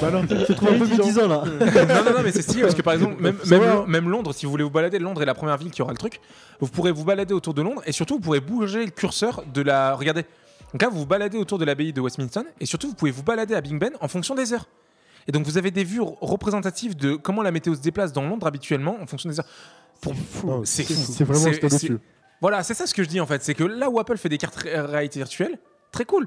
Speaker 4: Bah non,
Speaker 3: Ah, C'est trop un peu médisant là.
Speaker 1: non, non, non, mais c'est hein. stylé parce que par exemple, même,
Speaker 4: Ça
Speaker 1: même,
Speaker 4: va,
Speaker 1: Lon- même Londres, si vous voulez vous balader, Londres est la première ville qui aura le truc. Vous pourrez vous balader autour de Londres et surtout vous pourrez bouger le curseur de la. Regardez. Donc là, vous vous baladez autour de l'abbaye de Westminster et surtout vous pouvez vous balader à Big Ben en fonction des heures. Et donc vous avez des vues r- représentatives de comment la météo se déplace dans Londres habituellement en fonction des heures. Pour-
Speaker 4: non,
Speaker 1: c'est fou.
Speaker 4: C'est vraiment un
Speaker 1: C'est-
Speaker 4: stade
Speaker 1: c'est-
Speaker 4: au-dessus.
Speaker 1: Voilà, c'est ça ce que je dis en fait. C'est que là où Apple fait des cartes ré- réalité virtuelle, très cool.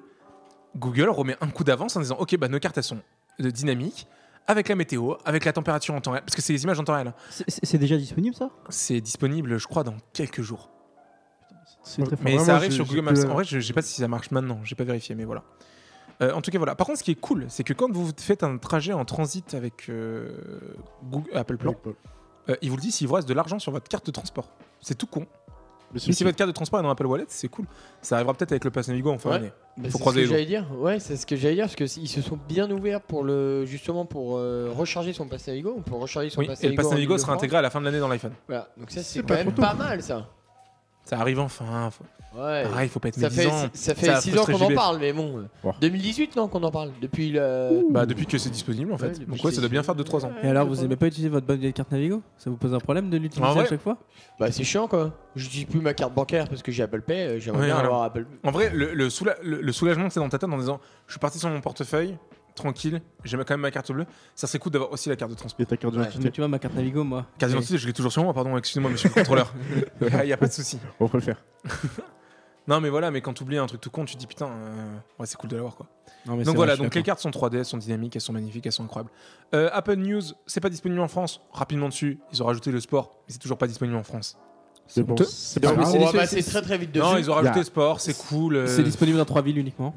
Speaker 1: Google remet un coup d'avance en disant Ok, bah nos cartes elles sont de dynamiques, avec la météo, avec la température en temps réel, parce que c'est les images en temps réel. hein.
Speaker 3: C'est- C'est c'est déjà disponible ça
Speaker 1: C'est disponible, je crois, dans quelques jours.
Speaker 3: C'est très fort.
Speaker 1: Mais
Speaker 4: Vraiment,
Speaker 1: ça arrive
Speaker 4: j'ai-
Speaker 1: sur
Speaker 4: j'ai
Speaker 1: Google
Speaker 4: plus
Speaker 1: Maps.
Speaker 4: la-
Speaker 1: En vrai, je, je sais pas si ça marche maintenant, j'ai pas vérifié, mais voilà. Euh, en tout cas, voilà. Par contre, ce qui est cool, c'est que quand vous faites un trajet en transit avec euh, Google- Apple Plan, euh, il vous le dit s'il vous reste de l'argent sur votre carte de transport. C'est tout con. Mais
Speaker 4: Mais c'est
Speaker 1: si votre carte de transport est dans Apple Wallet, c'est cool. Ça arrivera peut-être avec le Pass Navigo en fin
Speaker 2: Ouais.
Speaker 1: d'année. faut
Speaker 2: bah, c'est ce
Speaker 1: croiser
Speaker 2: que
Speaker 1: les gens.
Speaker 2: j'allais dire. Ouais, c'est ce que j'allais dire parce que ils se sont bien ouverts pour le justement pour euh, recharger son pass Navigo, pour recharger son
Speaker 1: Oui,
Speaker 2: pass
Speaker 1: et le Pass
Speaker 2: en
Speaker 1: Navigo sera
Speaker 2: Ile-de-France.
Speaker 1: intégré à la fin de l'année dans l'iPhone.
Speaker 2: Voilà. Donc ça
Speaker 4: C'est
Speaker 2: c'est
Speaker 4: pas
Speaker 2: quand même
Speaker 4: trop tôt.
Speaker 2: pas mal ça.
Speaker 1: Ça arrive enfin. hein, Faut...
Speaker 2: Ouais.
Speaker 1: Pareil, faut pas être
Speaker 2: Ça fait,
Speaker 1: médisant.
Speaker 2: ça
Speaker 1: Ça
Speaker 2: fait
Speaker 1: a
Speaker 2: 6 ans
Speaker 1: frustré
Speaker 2: qu'on en
Speaker 1: JB.
Speaker 2: parle, mais bon.
Speaker 4: Ouah.
Speaker 2: 2018, non, qu'on en parle. Depuis le.
Speaker 1: Bah, depuis que c'est disponible en fait. Donc, ouais, ça doit bien faire 2-3 ans.
Speaker 6: Et alors vous aimez pas utiliser votre bonne vieille carte Navigo Ça vous pose un problème de l'utiliser
Speaker 1: En vrai-
Speaker 6: à chaque fois
Speaker 2: Bah, c'est chiant quoi. J'utilise plus ma carte bancaire parce que j'ai Apple Pay. euh, J'aimerais
Speaker 1: Ouais,
Speaker 2: bien
Speaker 1: voilà.
Speaker 2: avoir Apple.
Speaker 1: En vrai, le, le soula- le- le soulagement, c'est dans ta tête en disant Je suis parti sur mon portefeuille, tranquille, j'ai quand même ma carte bleue. Ça serait cool d'avoir aussi la carte de transport.
Speaker 4: Et ta carte
Speaker 2: Ouais.
Speaker 6: Mais
Speaker 4: d'identité,
Speaker 6: tu vois ma carte Navigo moi.
Speaker 1: Carte
Speaker 6: elle-
Speaker 1: d'identité, je l'ai toujours sur moi, pardon, excusez-moi, monsieur le contrôleur. Il n'y a pas de souci.
Speaker 4: on peut le faire.
Speaker 1: Non, mais voilà, mais quand tu oublies un truc tout con, tu te dis Putain, euh, ouais, c'est cool de l'avoir quoi.
Speaker 6: Non, mais c'est
Speaker 1: Donc
Speaker 6: vrai,
Speaker 1: voilà,
Speaker 6: je suis
Speaker 1: donc les
Speaker 6: d'accord.
Speaker 1: cartes sont 3D, elles sont dynamiques, elles sont magnifiques, elles sont incroyables. Euh, Apple News, c'est pas disponible en France. Rapidement dessus, ils ont rajouté le sport, mais c'est toujours pas disponible en France.
Speaker 4: C'est bon.
Speaker 1: honteux.
Speaker 4: C'est
Speaker 1: Non,
Speaker 4: pas
Speaker 1: mais
Speaker 4: grave.
Speaker 2: Ah, on va
Speaker 6: c'est-
Speaker 2: passer
Speaker 6: c'est-
Speaker 2: très très vite dessus.
Speaker 1: Non, ils ont
Speaker 4: Y
Speaker 1: rajouté
Speaker 4: a-
Speaker 1: sport, c'est cool. euh,
Speaker 6: C'est disponible dans trois villes uniquement.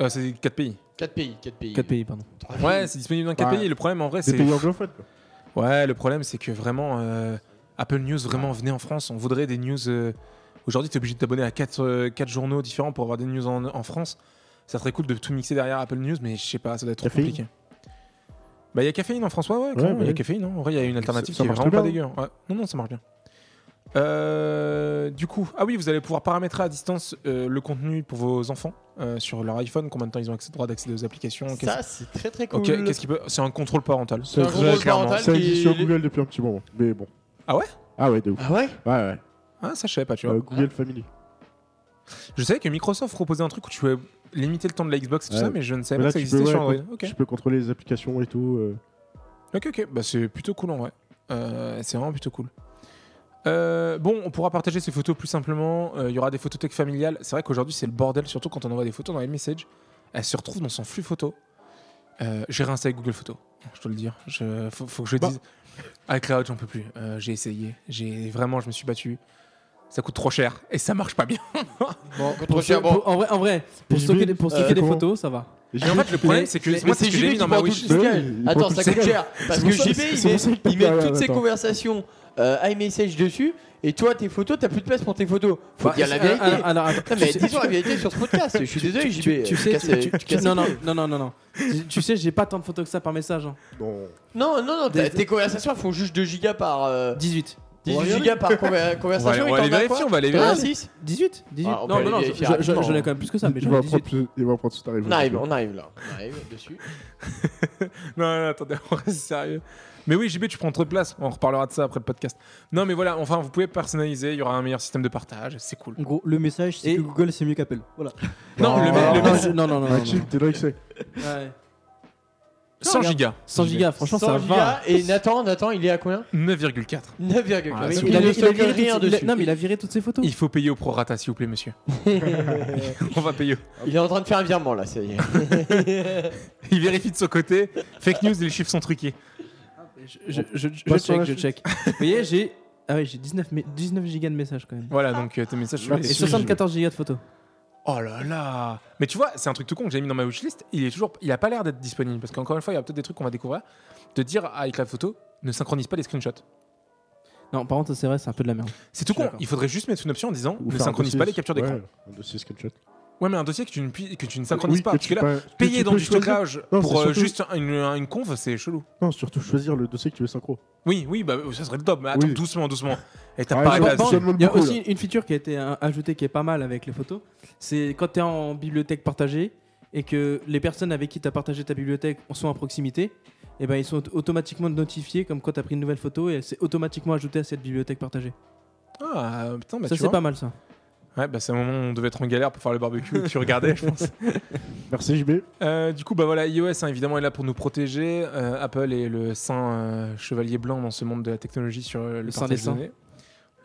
Speaker 1: euh, c'est 4 pays.
Speaker 2: 4 pays, 4 pays.
Speaker 6: 4 pays pardon.
Speaker 2: Trois
Speaker 1: Ouais, c'est disponible dans 4
Speaker 4: Ouais.
Speaker 1: pays. Le problème en vrai,
Speaker 4: Des
Speaker 1: c'est.
Speaker 4: pays anglophones. quoi.
Speaker 1: Ouais, le problème, c'est que vraiment, euh, Apple News, vraiment, venez en France. On voudrait des news. euh, Aujourd'hui, tu es obligé de t'abonner à 4, journaux différents pour avoir des news en, en France. Ça serait cool de tout mixer derrière Apple News, mais je sais pas, ça doit être trop
Speaker 4: Caféine
Speaker 1: compliqué. Bah, il y a caféine en François, ouais. clairement, Il y a
Speaker 4: ouais.
Speaker 1: caféine, hein. En vrai, il y a une alternative
Speaker 4: ça
Speaker 1: qui est
Speaker 4: marche
Speaker 1: vraiment pas
Speaker 4: très
Speaker 1: dégueu. hein. Ouais. Non, non, ça marche bien. Euh, du coup, ah oui, vous allez pouvoir paramétrer à distance euh, le contenu pour vos enfants euh, sur leur iPhone, combien de temps ils ont accès- droit d'accéder aux applications. qu'est-ce-
Speaker 2: Ça, c'est très très cool.
Speaker 1: Ok, qu'est-ce qui peut C'est un contrôle parental.
Speaker 4: C'est
Speaker 2: un
Speaker 4: très
Speaker 2: contrôle
Speaker 1: clairement.
Speaker 2: parental
Speaker 4: Ça existe
Speaker 2: qui-
Speaker 4: sur Google depuis un petit moment, mais bon.
Speaker 1: Ah ouais
Speaker 4: Ah ouais, de ouf.
Speaker 2: Ah ouais
Speaker 4: Ouais, ouais.
Speaker 1: Ah, ça je savais pas, tu vois.
Speaker 4: Euh, Google Family.
Speaker 1: Je savais que Microsoft proposait un truc où tu pouvais limiter le temps de la Xbox et tout
Speaker 4: Ouais.
Speaker 1: ça, mais je ne savais
Speaker 4: Mais
Speaker 1: pas
Speaker 4: là,
Speaker 1: que ça
Speaker 4: tu
Speaker 1: existait
Speaker 4: peux,
Speaker 1: sur
Speaker 4: ouais,
Speaker 1: Android. Ok,
Speaker 4: Tu peux contrôler les applications et tout. euh.
Speaker 1: ok, ok. Bah, c'est plutôt cool en vrai. Euh, c'est vraiment plutôt cool. Euh, bon, on pourra partager ces photos plus simplement. Euh, Il y aura des photothèques familiales. C'est vrai qu'aujourd'hui, c'est le bordel, surtout quand on envoie des photos dans les messages. Elles se retrouvent dans son flux photo. Euh, j'ai rincé avec Google Photos, je dois le dire. Je, faut, faut que je
Speaker 4: Bah.
Speaker 1: dise. Avec Cloud, j'en peux plus. Euh, j'ai essayé. J'ai Vraiment, je me suis battu. Ça coûte trop cher et ça marche pas bien.
Speaker 2: Bon,
Speaker 6: Pour
Speaker 2: contre cher,
Speaker 6: se-
Speaker 2: bon.
Speaker 6: pour- en vrai, en vrai, pour
Speaker 4: JB,
Speaker 6: stocker des, pour
Speaker 4: euh,
Speaker 6: stocker des
Speaker 4: comment
Speaker 6: photos, ça va.
Speaker 1: Et en fait, le problème, c'est que
Speaker 6: Mais-
Speaker 1: moi,
Speaker 2: Mais
Speaker 1: c'est ce que j'ai mis
Speaker 2: qui
Speaker 1: dans ma
Speaker 2: prend tout le
Speaker 1: wish.
Speaker 4: wishlist.
Speaker 2: fiscal.
Speaker 4: Oui, il
Speaker 2: Attends,
Speaker 4: prend tout
Speaker 2: ça
Speaker 4: le
Speaker 2: coûte
Speaker 4: fiscal.
Speaker 2: cher. Parce
Speaker 4: pour
Speaker 2: que
Speaker 4: ça-
Speaker 2: JB,
Speaker 4: c'est
Speaker 2: il
Speaker 4: pour
Speaker 2: met,
Speaker 4: ça qu'il
Speaker 2: il met
Speaker 4: perd,
Speaker 2: toutes ses
Speaker 4: attends.
Speaker 2: conversations euh, iMessage dessus. Et toi, tes photos, t'as plus de place pour tes photos. Faut
Speaker 6: Bah,
Speaker 2: dire la
Speaker 6: euh,
Speaker 2: vérité.
Speaker 6: alors- alors, attends,
Speaker 2: Non, mais
Speaker 6: tu sais-
Speaker 2: disons la vérité sur ce podcast. Je suis désolé, JB.
Speaker 6: tu, tu
Speaker 2: euh,
Speaker 6: sais,
Speaker 2: casse-
Speaker 6: tu- tu-
Speaker 2: tu casses-
Speaker 6: non, non, non, non, non, non. Tu- Tu sais, j'ai pas tant de photos que ça par message. hein.
Speaker 4: Non.
Speaker 2: Non, non, non, t'as-
Speaker 6: Des-
Speaker 2: tes conversations elles font juste 2 gigas par. euh,
Speaker 6: 18.
Speaker 2: 18 gigas par conver-
Speaker 1: On va,
Speaker 2: conversation.
Speaker 1: on va
Speaker 2: et
Speaker 1: les
Speaker 2: t'en as
Speaker 1: vérifier,
Speaker 2: quoi
Speaker 1: on va les
Speaker 2: T'en as
Speaker 1: vérifier.
Speaker 2: 6 Ah,
Speaker 6: 18
Speaker 2: on
Speaker 6: Non,
Speaker 2: peut
Speaker 6: non, non,
Speaker 2: aller
Speaker 6: je-
Speaker 2: vérifier
Speaker 6: je- je-
Speaker 2: rapidement.
Speaker 6: j'en ai quand même plus que ça, mais
Speaker 4: il,
Speaker 6: j'en
Speaker 4: va
Speaker 6: ai
Speaker 4: en
Speaker 6: 18.
Speaker 4: prendre plus- il va en prendre tout arrivé.
Speaker 2: On arrive, on arrive là. On arrive dessus.
Speaker 1: Non, non, attendez, on reste sérieux. Mais oui, JB, tu prends trop de place. On reparlera de ça après le podcast. Non, mais voilà, enfin, vous pouvez personnaliser. Il y aura un meilleur système de partage. C'est cool.
Speaker 3: En gros, le message, c'est
Speaker 6: Et-
Speaker 3: que Google, c'est mieux qu'Apple. Voilà.
Speaker 1: Non, le,
Speaker 6: Non,
Speaker 1: le-
Speaker 6: non, je- non, non, non, non, non.
Speaker 4: Maxime, t'es là, il sait.
Speaker 6: Ouais.
Speaker 1: 100 gigas.
Speaker 6: 100 gigas, franchement,
Speaker 2: 100
Speaker 6: ça
Speaker 2: gigas.
Speaker 6: va.
Speaker 2: Et Nathan, Nathan, il est à combien
Speaker 1: 9,4.
Speaker 2: 9,4.
Speaker 1: Ah, c'est
Speaker 2: il
Speaker 1: bon.
Speaker 2: ne stocke
Speaker 6: viré
Speaker 2: rien
Speaker 6: toutes ses- il a-
Speaker 2: dessus.
Speaker 6: non, mais il a viré toutes ses photos.
Speaker 1: Il faut payer au prorata, s'il vous plaît, monsieur. on va payer. au-
Speaker 2: Il est en train de faire un virement là, ça y est.
Speaker 1: Il vérifie de son côté. Fake news, les chiffres sont truqués.
Speaker 6: Je, je- je- je
Speaker 4: Passe sur
Speaker 6: check,
Speaker 4: la
Speaker 6: je check. Vous voyez, j'ai. Ah ouais, j'ai 19, mais 19 gigas de messages quand même.
Speaker 1: Voilà, donc euh, tes messages sont
Speaker 6: Et
Speaker 4: Merci.
Speaker 1: sur-
Speaker 6: 74 gigas de photos.
Speaker 1: Oh là là Mais tu vois, c'est un truc tout con que j'ai mis dans ma wishlist. Il est toujours, il a pas l'air d'être disponible parce qu'encore une fois, il y a peut-être des trucs qu'on va découvrir. De dire à iCloud Photo, ne synchronise pas les screenshots.
Speaker 6: Non, par contre, c'est vrai, c'est un peu de la merde.
Speaker 1: C'est tout
Speaker 6: Je suis
Speaker 1: con.
Speaker 6: d'accord.
Speaker 1: Il faudrait juste mettre une option en disant
Speaker 4: Ou
Speaker 1: ne
Speaker 4: faire un
Speaker 1: synchronise
Speaker 4: dossier-
Speaker 1: pas les captures d'écran.
Speaker 4: Ouais, un dossier screenshot.
Speaker 1: Ouais, mais un dossier que tu ne, puis- que tu ne synchronises
Speaker 4: Oui,
Speaker 1: pas.
Speaker 4: que
Speaker 1: Parce que
Speaker 4: tu
Speaker 1: là,
Speaker 4: pas- que
Speaker 1: payer
Speaker 4: tu
Speaker 1: dans
Speaker 4: peux
Speaker 1: du
Speaker 4: choisir.
Speaker 1: stockage
Speaker 4: Non,
Speaker 1: pour
Speaker 4: c'est
Speaker 1: euh,
Speaker 4: surtout-
Speaker 1: juste une, une conf, c'est chelou.
Speaker 4: Non, surtout choisir le dossier que tu veux synchro.
Speaker 1: Oui, oui, bah ça serait le top. Mais attends,
Speaker 4: Oui.
Speaker 1: doucement, doucement. Et
Speaker 4: Ah,
Speaker 1: t'as pas
Speaker 4: non,
Speaker 1: la-
Speaker 4: bon,
Speaker 1: sur-
Speaker 4: bon. demande
Speaker 6: Il y a
Speaker 4: beaucoup,
Speaker 6: aussi une feature qui a été euh, ajoutée qui est pas mal avec les photos. C'est quand tu es en bibliothèque partagée et que les personnes avec qui tu as partagé ta bibliothèque sont à proximité, et ben ils sont aut- automatiquement notifiés comme quand tu as pris une nouvelle photo et c'est automatiquement ajouté à cette bibliothèque partagée.
Speaker 1: Ah, euh, putain, bah
Speaker 6: ça
Speaker 1: tu
Speaker 6: c'est
Speaker 1: vois.
Speaker 6: pas mal ça.
Speaker 1: Ouais, bah c'est un moment où on devait être en galère pour faire le barbecue et que tu regardais, je pense.
Speaker 4: Merci JB.
Speaker 1: Euh, du coup, bah voilà, iOS hein, évidemment est là pour nous protéger. Euh, Apple est le saint euh, chevalier blanc dans ce monde de la technologie sur euh, le,
Speaker 6: Le saint
Speaker 1: partage
Speaker 6: des saints.
Speaker 1: des données.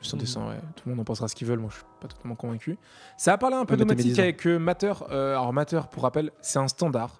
Speaker 1: Le saint des
Speaker 6: Mhm.
Speaker 1: saints, ouais. Tout le monde en pensera ce qu'ils veulent. Moi, je suis pas totalement convaincu. Ça a parlé un peu
Speaker 6: mais t'es
Speaker 1: d'Omatic
Speaker 6: médisant.
Speaker 1: avec euh, Matter. Euh, alors Matter, pour rappel, c'est un standard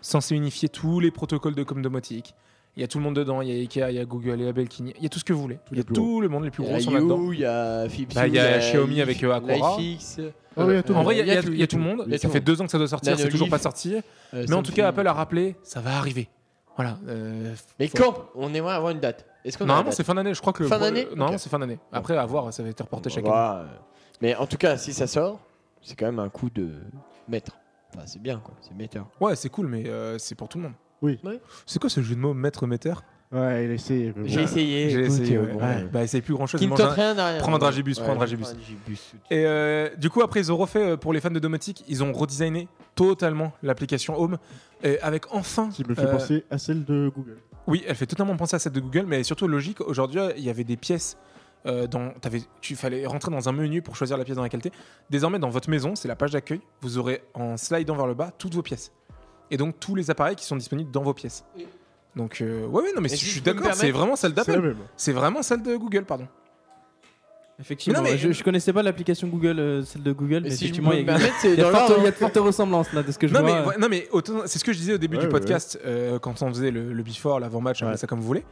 Speaker 1: censé unifier tous les protocoles de com domotique. Il y a tout le monde dedans. Il y a Ikea, il y a Google, il y a Belkin, il y a tout ce que vous voulez.
Speaker 4: Tous
Speaker 1: Il y
Speaker 4: les
Speaker 1: a
Speaker 4: plus gros.
Speaker 1: tout le monde, les plus
Speaker 2: Il y
Speaker 1: gros
Speaker 2: a
Speaker 1: sont là-dedans.
Speaker 2: You, il y a Philips
Speaker 1: Bah,
Speaker 2: Hue,
Speaker 1: il y a Xiaomi avec, euh, Aquara.
Speaker 2: Lifex.
Speaker 4: Ah oui, à tout
Speaker 1: En
Speaker 4: le monde.
Speaker 1: vrai, il y a- il y, a- il y a tout le
Speaker 2: Il y
Speaker 1: monde.
Speaker 2: a
Speaker 1: Ça
Speaker 2: tout
Speaker 1: fait
Speaker 2: le monde.
Speaker 1: deux ans que ça doit sortir, c'est
Speaker 2: Nanolive.
Speaker 1: toujours pas sorti.
Speaker 2: Euh,
Speaker 1: Mais en tout
Speaker 2: Samsung.
Speaker 1: cas, Apple a rappelé, ça va arriver. Voilà. euh,
Speaker 2: Mais
Speaker 1: faut-
Speaker 2: quand On aimerait avoir une date. Est-ce qu'on a la
Speaker 1: Normalement,
Speaker 2: date
Speaker 1: c'est fin d'année. Je crois que le-
Speaker 2: Fin d'année
Speaker 1: euh, Normalement,
Speaker 2: Ok.
Speaker 1: c'est fin d'année. Après, à voir, ça va être reporté
Speaker 2: On
Speaker 1: chaque
Speaker 4: Bah.
Speaker 1: année.
Speaker 2: va, euh, Mais en tout cas, si ça sort, c'est quand même un coup de maître. Enfin, c'est bien quoi, c'est metteur.
Speaker 1: Ouais, c'est cool, mais euh, c'est pour tout le monde.
Speaker 4: Oui.
Speaker 2: Ouais.
Speaker 1: C'est quoi ce jeu de mots maître metteur
Speaker 4: Ouais, il a essayé. mais bon.
Speaker 2: J'ai essayé.
Speaker 1: J'ai
Speaker 2: écoute,
Speaker 1: essayé.
Speaker 2: euh,
Speaker 1: ouais.
Speaker 2: bon,
Speaker 1: Ouais.
Speaker 2: euh,
Speaker 1: Bah, essaye plus grand chose.
Speaker 2: Qui me tente rien derrière.
Speaker 1: Prends un dragibus, prends un dragibus. Et euh, du coup, après, ils ont refait euh, pour les fans de Domotique, ils ont redesigné totalement l'application Home et avec enfin.
Speaker 4: Qui me fait
Speaker 1: euh,
Speaker 4: penser à celle de Google.
Speaker 1: Oui, elle fait totalement penser à celle de Google, mais elle est surtout logique. Aujourd'hui, euh, il y avait des pièces. Euh, dans, t'avais- tu fallait rentrer dans un menu pour choisir la pièce dans laquelle t'es. Désormais, dans votre maison, c'est la page d'accueil. Vous aurez en slidant vers le bas toutes vos pièces. Et donc tous les appareils qui sont disponibles dans vos pièces. Donc euh, ouais, ouais, non, mais
Speaker 2: Et
Speaker 1: je
Speaker 2: si
Speaker 1: suis
Speaker 2: je peux me
Speaker 1: d'accord, c'est
Speaker 2: permettre-
Speaker 1: vraiment celle
Speaker 4: C'est la
Speaker 1: d'Apple.
Speaker 4: même.
Speaker 1: C'est vraiment celle de Google, pardon.
Speaker 6: Effectivement,
Speaker 1: Mais non, mais-
Speaker 6: je, je connaissais pas l'application Google, euh, celle de Google, mais,
Speaker 2: Mais si je
Speaker 6: effectivement
Speaker 2: me
Speaker 6: il y a,
Speaker 2: permets, c'est
Speaker 6: il y a
Speaker 2: dans
Speaker 6: de fortes-
Speaker 2: l'ordre.
Speaker 6: il y a de fortes ressemblances là de ce que je
Speaker 1: non,
Speaker 6: vois.
Speaker 1: mais, ouais, non mais autant- c'est ce que je disais au début
Speaker 4: Ouais,
Speaker 1: du
Speaker 4: ouais.
Speaker 1: podcast euh, quand on faisait le, le before, l'avant-match, appelez
Speaker 4: Ouais.
Speaker 1: ça comme vous voulez.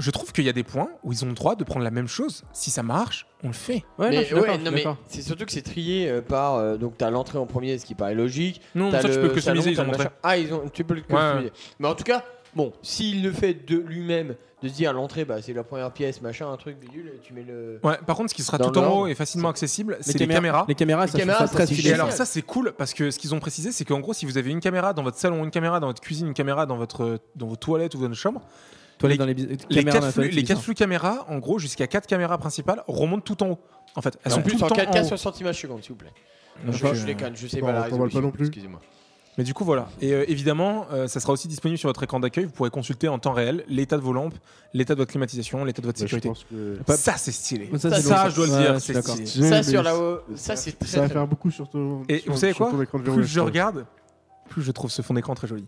Speaker 1: Je trouve qu'il y a des points où ils ont le droit de prendre la même chose. Si ça marche, on le fait.
Speaker 6: Ouais, non, je
Speaker 2: Mais
Speaker 6: suis
Speaker 2: ouais,
Speaker 6: d'accord, je
Speaker 2: non,
Speaker 6: suis
Speaker 2: mais
Speaker 6: d'accord.
Speaker 2: c'est surtout que c'est trié euh, par. euh, donc t'as l'entrée en premier, ce qui paraît logique.
Speaker 1: Non,
Speaker 2: T'as
Speaker 1: ça tu
Speaker 2: le
Speaker 1: peux customiser,
Speaker 2: salon,
Speaker 1: ils
Speaker 2: t'as
Speaker 1: ont
Speaker 2: le
Speaker 1: montré.
Speaker 2: machin. Ah, ils ont, tu peux le customiser. Mais en tout cas, Bon, s'il le fait de lui-même, de se dire à l'entrée, bah, c'est la première pièce, machin, un truc bidule, tu mets le.
Speaker 1: Ouais, par contre, ce qui sera
Speaker 2: Dans
Speaker 1: tout en haut
Speaker 2: l'ordre,
Speaker 1: et facilement accessible, c'est les
Speaker 6: caméras-
Speaker 1: caméras.
Speaker 6: Les caméras,
Speaker 2: Les
Speaker 6: ça, je trouve
Speaker 2: caméras,
Speaker 6: ça très
Speaker 2: ça, c'est
Speaker 1: Et
Speaker 6: stylé.
Speaker 2: génial.
Speaker 1: alors ça c'est cool parce que ce qu'ils ont précisé c'est qu'en gros si vous avez une caméra dans votre salon, une caméra dans votre cuisine, une caméra dans votre dans vos toilettes ou dans votre chambre,
Speaker 6: Toilettes
Speaker 1: les-
Speaker 6: dans les, bi-
Speaker 1: les
Speaker 6: caméras dans
Speaker 1: quatre
Speaker 6: la
Speaker 1: flux,
Speaker 6: toilette,
Speaker 1: les
Speaker 6: c'est
Speaker 1: quatre
Speaker 6: bizarre.
Speaker 1: flux caméras en gros jusqu'à quatre caméras principales remontent tout en haut. En fait, elles
Speaker 2: en
Speaker 1: sont
Speaker 2: plus
Speaker 1: tout
Speaker 2: en
Speaker 1: le temps
Speaker 2: 4K
Speaker 1: en haut.
Speaker 2: 60 images secondes, s'il vous plaît.
Speaker 1: Donc,
Speaker 2: je,
Speaker 1: euh,
Speaker 2: je déconne, je sais
Speaker 4: Bon,
Speaker 2: pas la
Speaker 4: on t'emballe
Speaker 2: résolution,
Speaker 4: pas non plus.
Speaker 2: Excusez-moi.
Speaker 1: Mais du coup, voilà. Et euh, évidemment, euh, ça sera aussi disponible sur votre écran d'accueil. Vous pourrez consulter en temps réel l'état de vos lampes, l'état de votre climatisation, l'état de votre
Speaker 4: Bah, je
Speaker 1: sécurité.
Speaker 4: pense que
Speaker 6: Pas-
Speaker 1: Ça, c'est stylé.
Speaker 6: Ça,
Speaker 1: Ça,
Speaker 6: c'est bon,
Speaker 1: je dois le
Speaker 6: ouais, je
Speaker 1: dire,
Speaker 6: suis
Speaker 1: c'est
Speaker 6: d'accord.
Speaker 1: stylé.
Speaker 2: Ça,
Speaker 4: mais
Speaker 2: sur la.
Speaker 4: ça-
Speaker 2: Ça, c'est très.
Speaker 4: ça va
Speaker 2: très
Speaker 4: faire beaucoup sur ton.
Speaker 1: Et
Speaker 4: sur-
Speaker 1: vous savez
Speaker 4: sur
Speaker 1: quoi
Speaker 4: ton écran de
Speaker 1: Plus
Speaker 4: verrouillage,
Speaker 1: je
Speaker 4: quoi.
Speaker 1: regarde, plus je trouve ce fond d'écran très joli.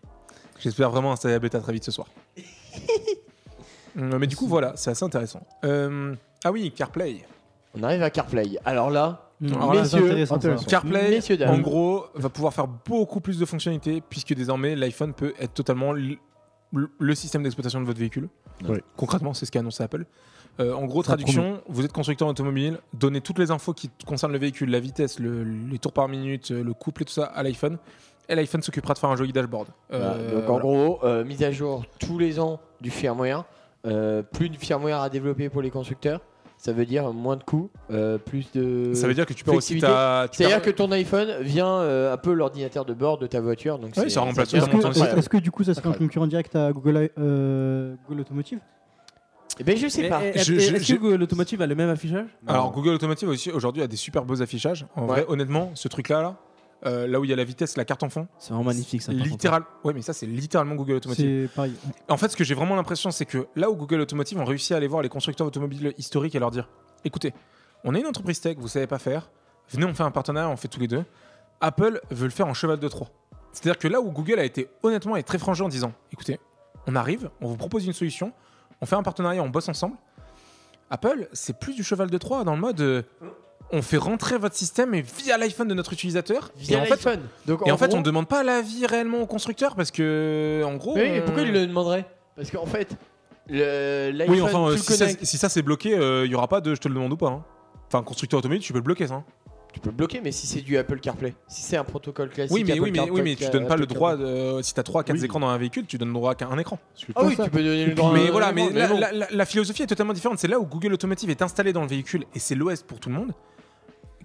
Speaker 1: J'espère vraiment installer la bêta très vite ce soir. Hum, Mais du coup, voilà, c'est assez intéressant. Euh, ah oui, CarPlay.
Speaker 2: On arrive à CarPlay. Alors là,
Speaker 1: Alors là,
Speaker 3: c'est
Speaker 2: messieurs,
Speaker 3: intéressant. ça.
Speaker 4: intéressant.
Speaker 1: CarPlay,
Speaker 2: Messieurs, dames.
Speaker 1: en gros, va pouvoir faire beaucoup plus de fonctionnalités puisque désormais l'iPhone peut être totalement l- l- le système d'exploitation de votre véhicule.
Speaker 4: Ouais.
Speaker 1: Concrètement, c'est ce qu'a annoncé Apple. Euh, en gros, traduction, vous êtes constructeur automobile, donnez toutes les infos qui concernent le véhicule, la vitesse, le- les tours par minute, euh, le couple et tout ça à l'iPhone. Et l'iPhone s'occupera de faire un joli dashboard.
Speaker 2: Voilà,
Speaker 1: Euh,
Speaker 2: donc en
Speaker 1: voilà.
Speaker 2: gros, euh, mise à jour tous les ans du firmware, euh, plus de firmware à développer pour les constructeurs, ça veut dire moins de coûts, euh, plus de.
Speaker 1: ça veut dire que tu peux aussi.
Speaker 2: flexibilité.
Speaker 1: ta- tu
Speaker 2: C'est-à-dire
Speaker 1: perds-
Speaker 2: que ton iPhone vient euh, un peu l'ordinateur de bord de ta voiture, donc
Speaker 1: Oui,
Speaker 2: c'est-
Speaker 1: ça remplace
Speaker 2: devient
Speaker 3: Est-ce que,
Speaker 1: Incroyable.
Speaker 2: incroyable.
Speaker 3: est-ce que, du coup ça serait un
Speaker 2: Incroyable.
Speaker 3: concurrent direct à Google, euh, Google Automotive
Speaker 2: Eh ben je sais
Speaker 6: Mais,
Speaker 2: pas.
Speaker 6: eh,
Speaker 1: Je-
Speaker 6: eh,
Speaker 1: je-
Speaker 6: Est-ce que l'automotive a le même affichage
Speaker 1: Alors Google Automotive aussi aujourd'hui a des super beaux affichages. En
Speaker 2: Ouais.
Speaker 1: vrai, honnêtement, ce truc-là, là, euh, là où il y a la vitesse, la carte en fond,
Speaker 6: C'est vraiment magnifique ça. par contre.
Speaker 1: littéral. Ouais, mais ça c'est littéralement Google Automotive.
Speaker 3: C'est pareil.
Speaker 1: En fait, ce que j'ai vraiment l'impression, c'est que là où Google Automotive ont réussi à aller voir les constructeurs automobiles historiques et leur dire écoutez, on est une entreprise tech, vous savez pas faire, venez, on fait un partenariat, on fait tous les deux. Apple veut le faire en cheval de Troie. C'est-à-dire que là où Google a été honnêtement et très frangé en disant écoutez, on arrive, on vous propose une solution, on fait un partenariat, on bosse ensemble. Apple, c'est plus du cheval de Troie dans le mode euh, on fait rentrer votre système et via l'iPhone de notre utilisateur. et
Speaker 2: Via
Speaker 1: en fait,
Speaker 2: l'iPhone. Donc,
Speaker 1: et en fait,
Speaker 2: gros-
Speaker 1: on demande pas l'avis réellement au constructeur parce que, en gros. euh,
Speaker 2: Mais oui, mais pourquoi
Speaker 1: on-
Speaker 2: il le demanderait Parce qu'en fait, le- l'iPhone,
Speaker 1: Oui, enfin, euh,
Speaker 2: tu le
Speaker 1: si ça,
Speaker 2: connectes.
Speaker 1: si ça, c'est bloqué, euh, il y n'y aura pas de je te le demande ou pas. hein. Enfin, constructeur automobile, tu peux le bloquer ça. hein.
Speaker 2: Tu peux le bloquer, mais si c'est du Apple CarPlay, si c'est un protocole classique.
Speaker 1: Oui, mais,
Speaker 2: Apple
Speaker 1: oui, mais,
Speaker 2: CarPlay,
Speaker 1: oui, mais tu donnes pas le
Speaker 2: Apple
Speaker 1: droit,
Speaker 2: CarPlay.
Speaker 1: euh, si tu as 3 à 4
Speaker 4: Oui.
Speaker 1: écrans dans un véhicule, tu donnes le droit qu'à un écran.
Speaker 4: Parce que
Speaker 2: Ah oui,
Speaker 4: ça,
Speaker 2: tu peux donner le droit. à
Speaker 1: mais
Speaker 2: un
Speaker 1: voilà,
Speaker 2: élément,
Speaker 1: mais la,
Speaker 2: bon.
Speaker 1: la- la- la philosophie est totalement différente. C'est là où Google Automotive est installé dans le véhicule et c'est l'OS pour tout le monde.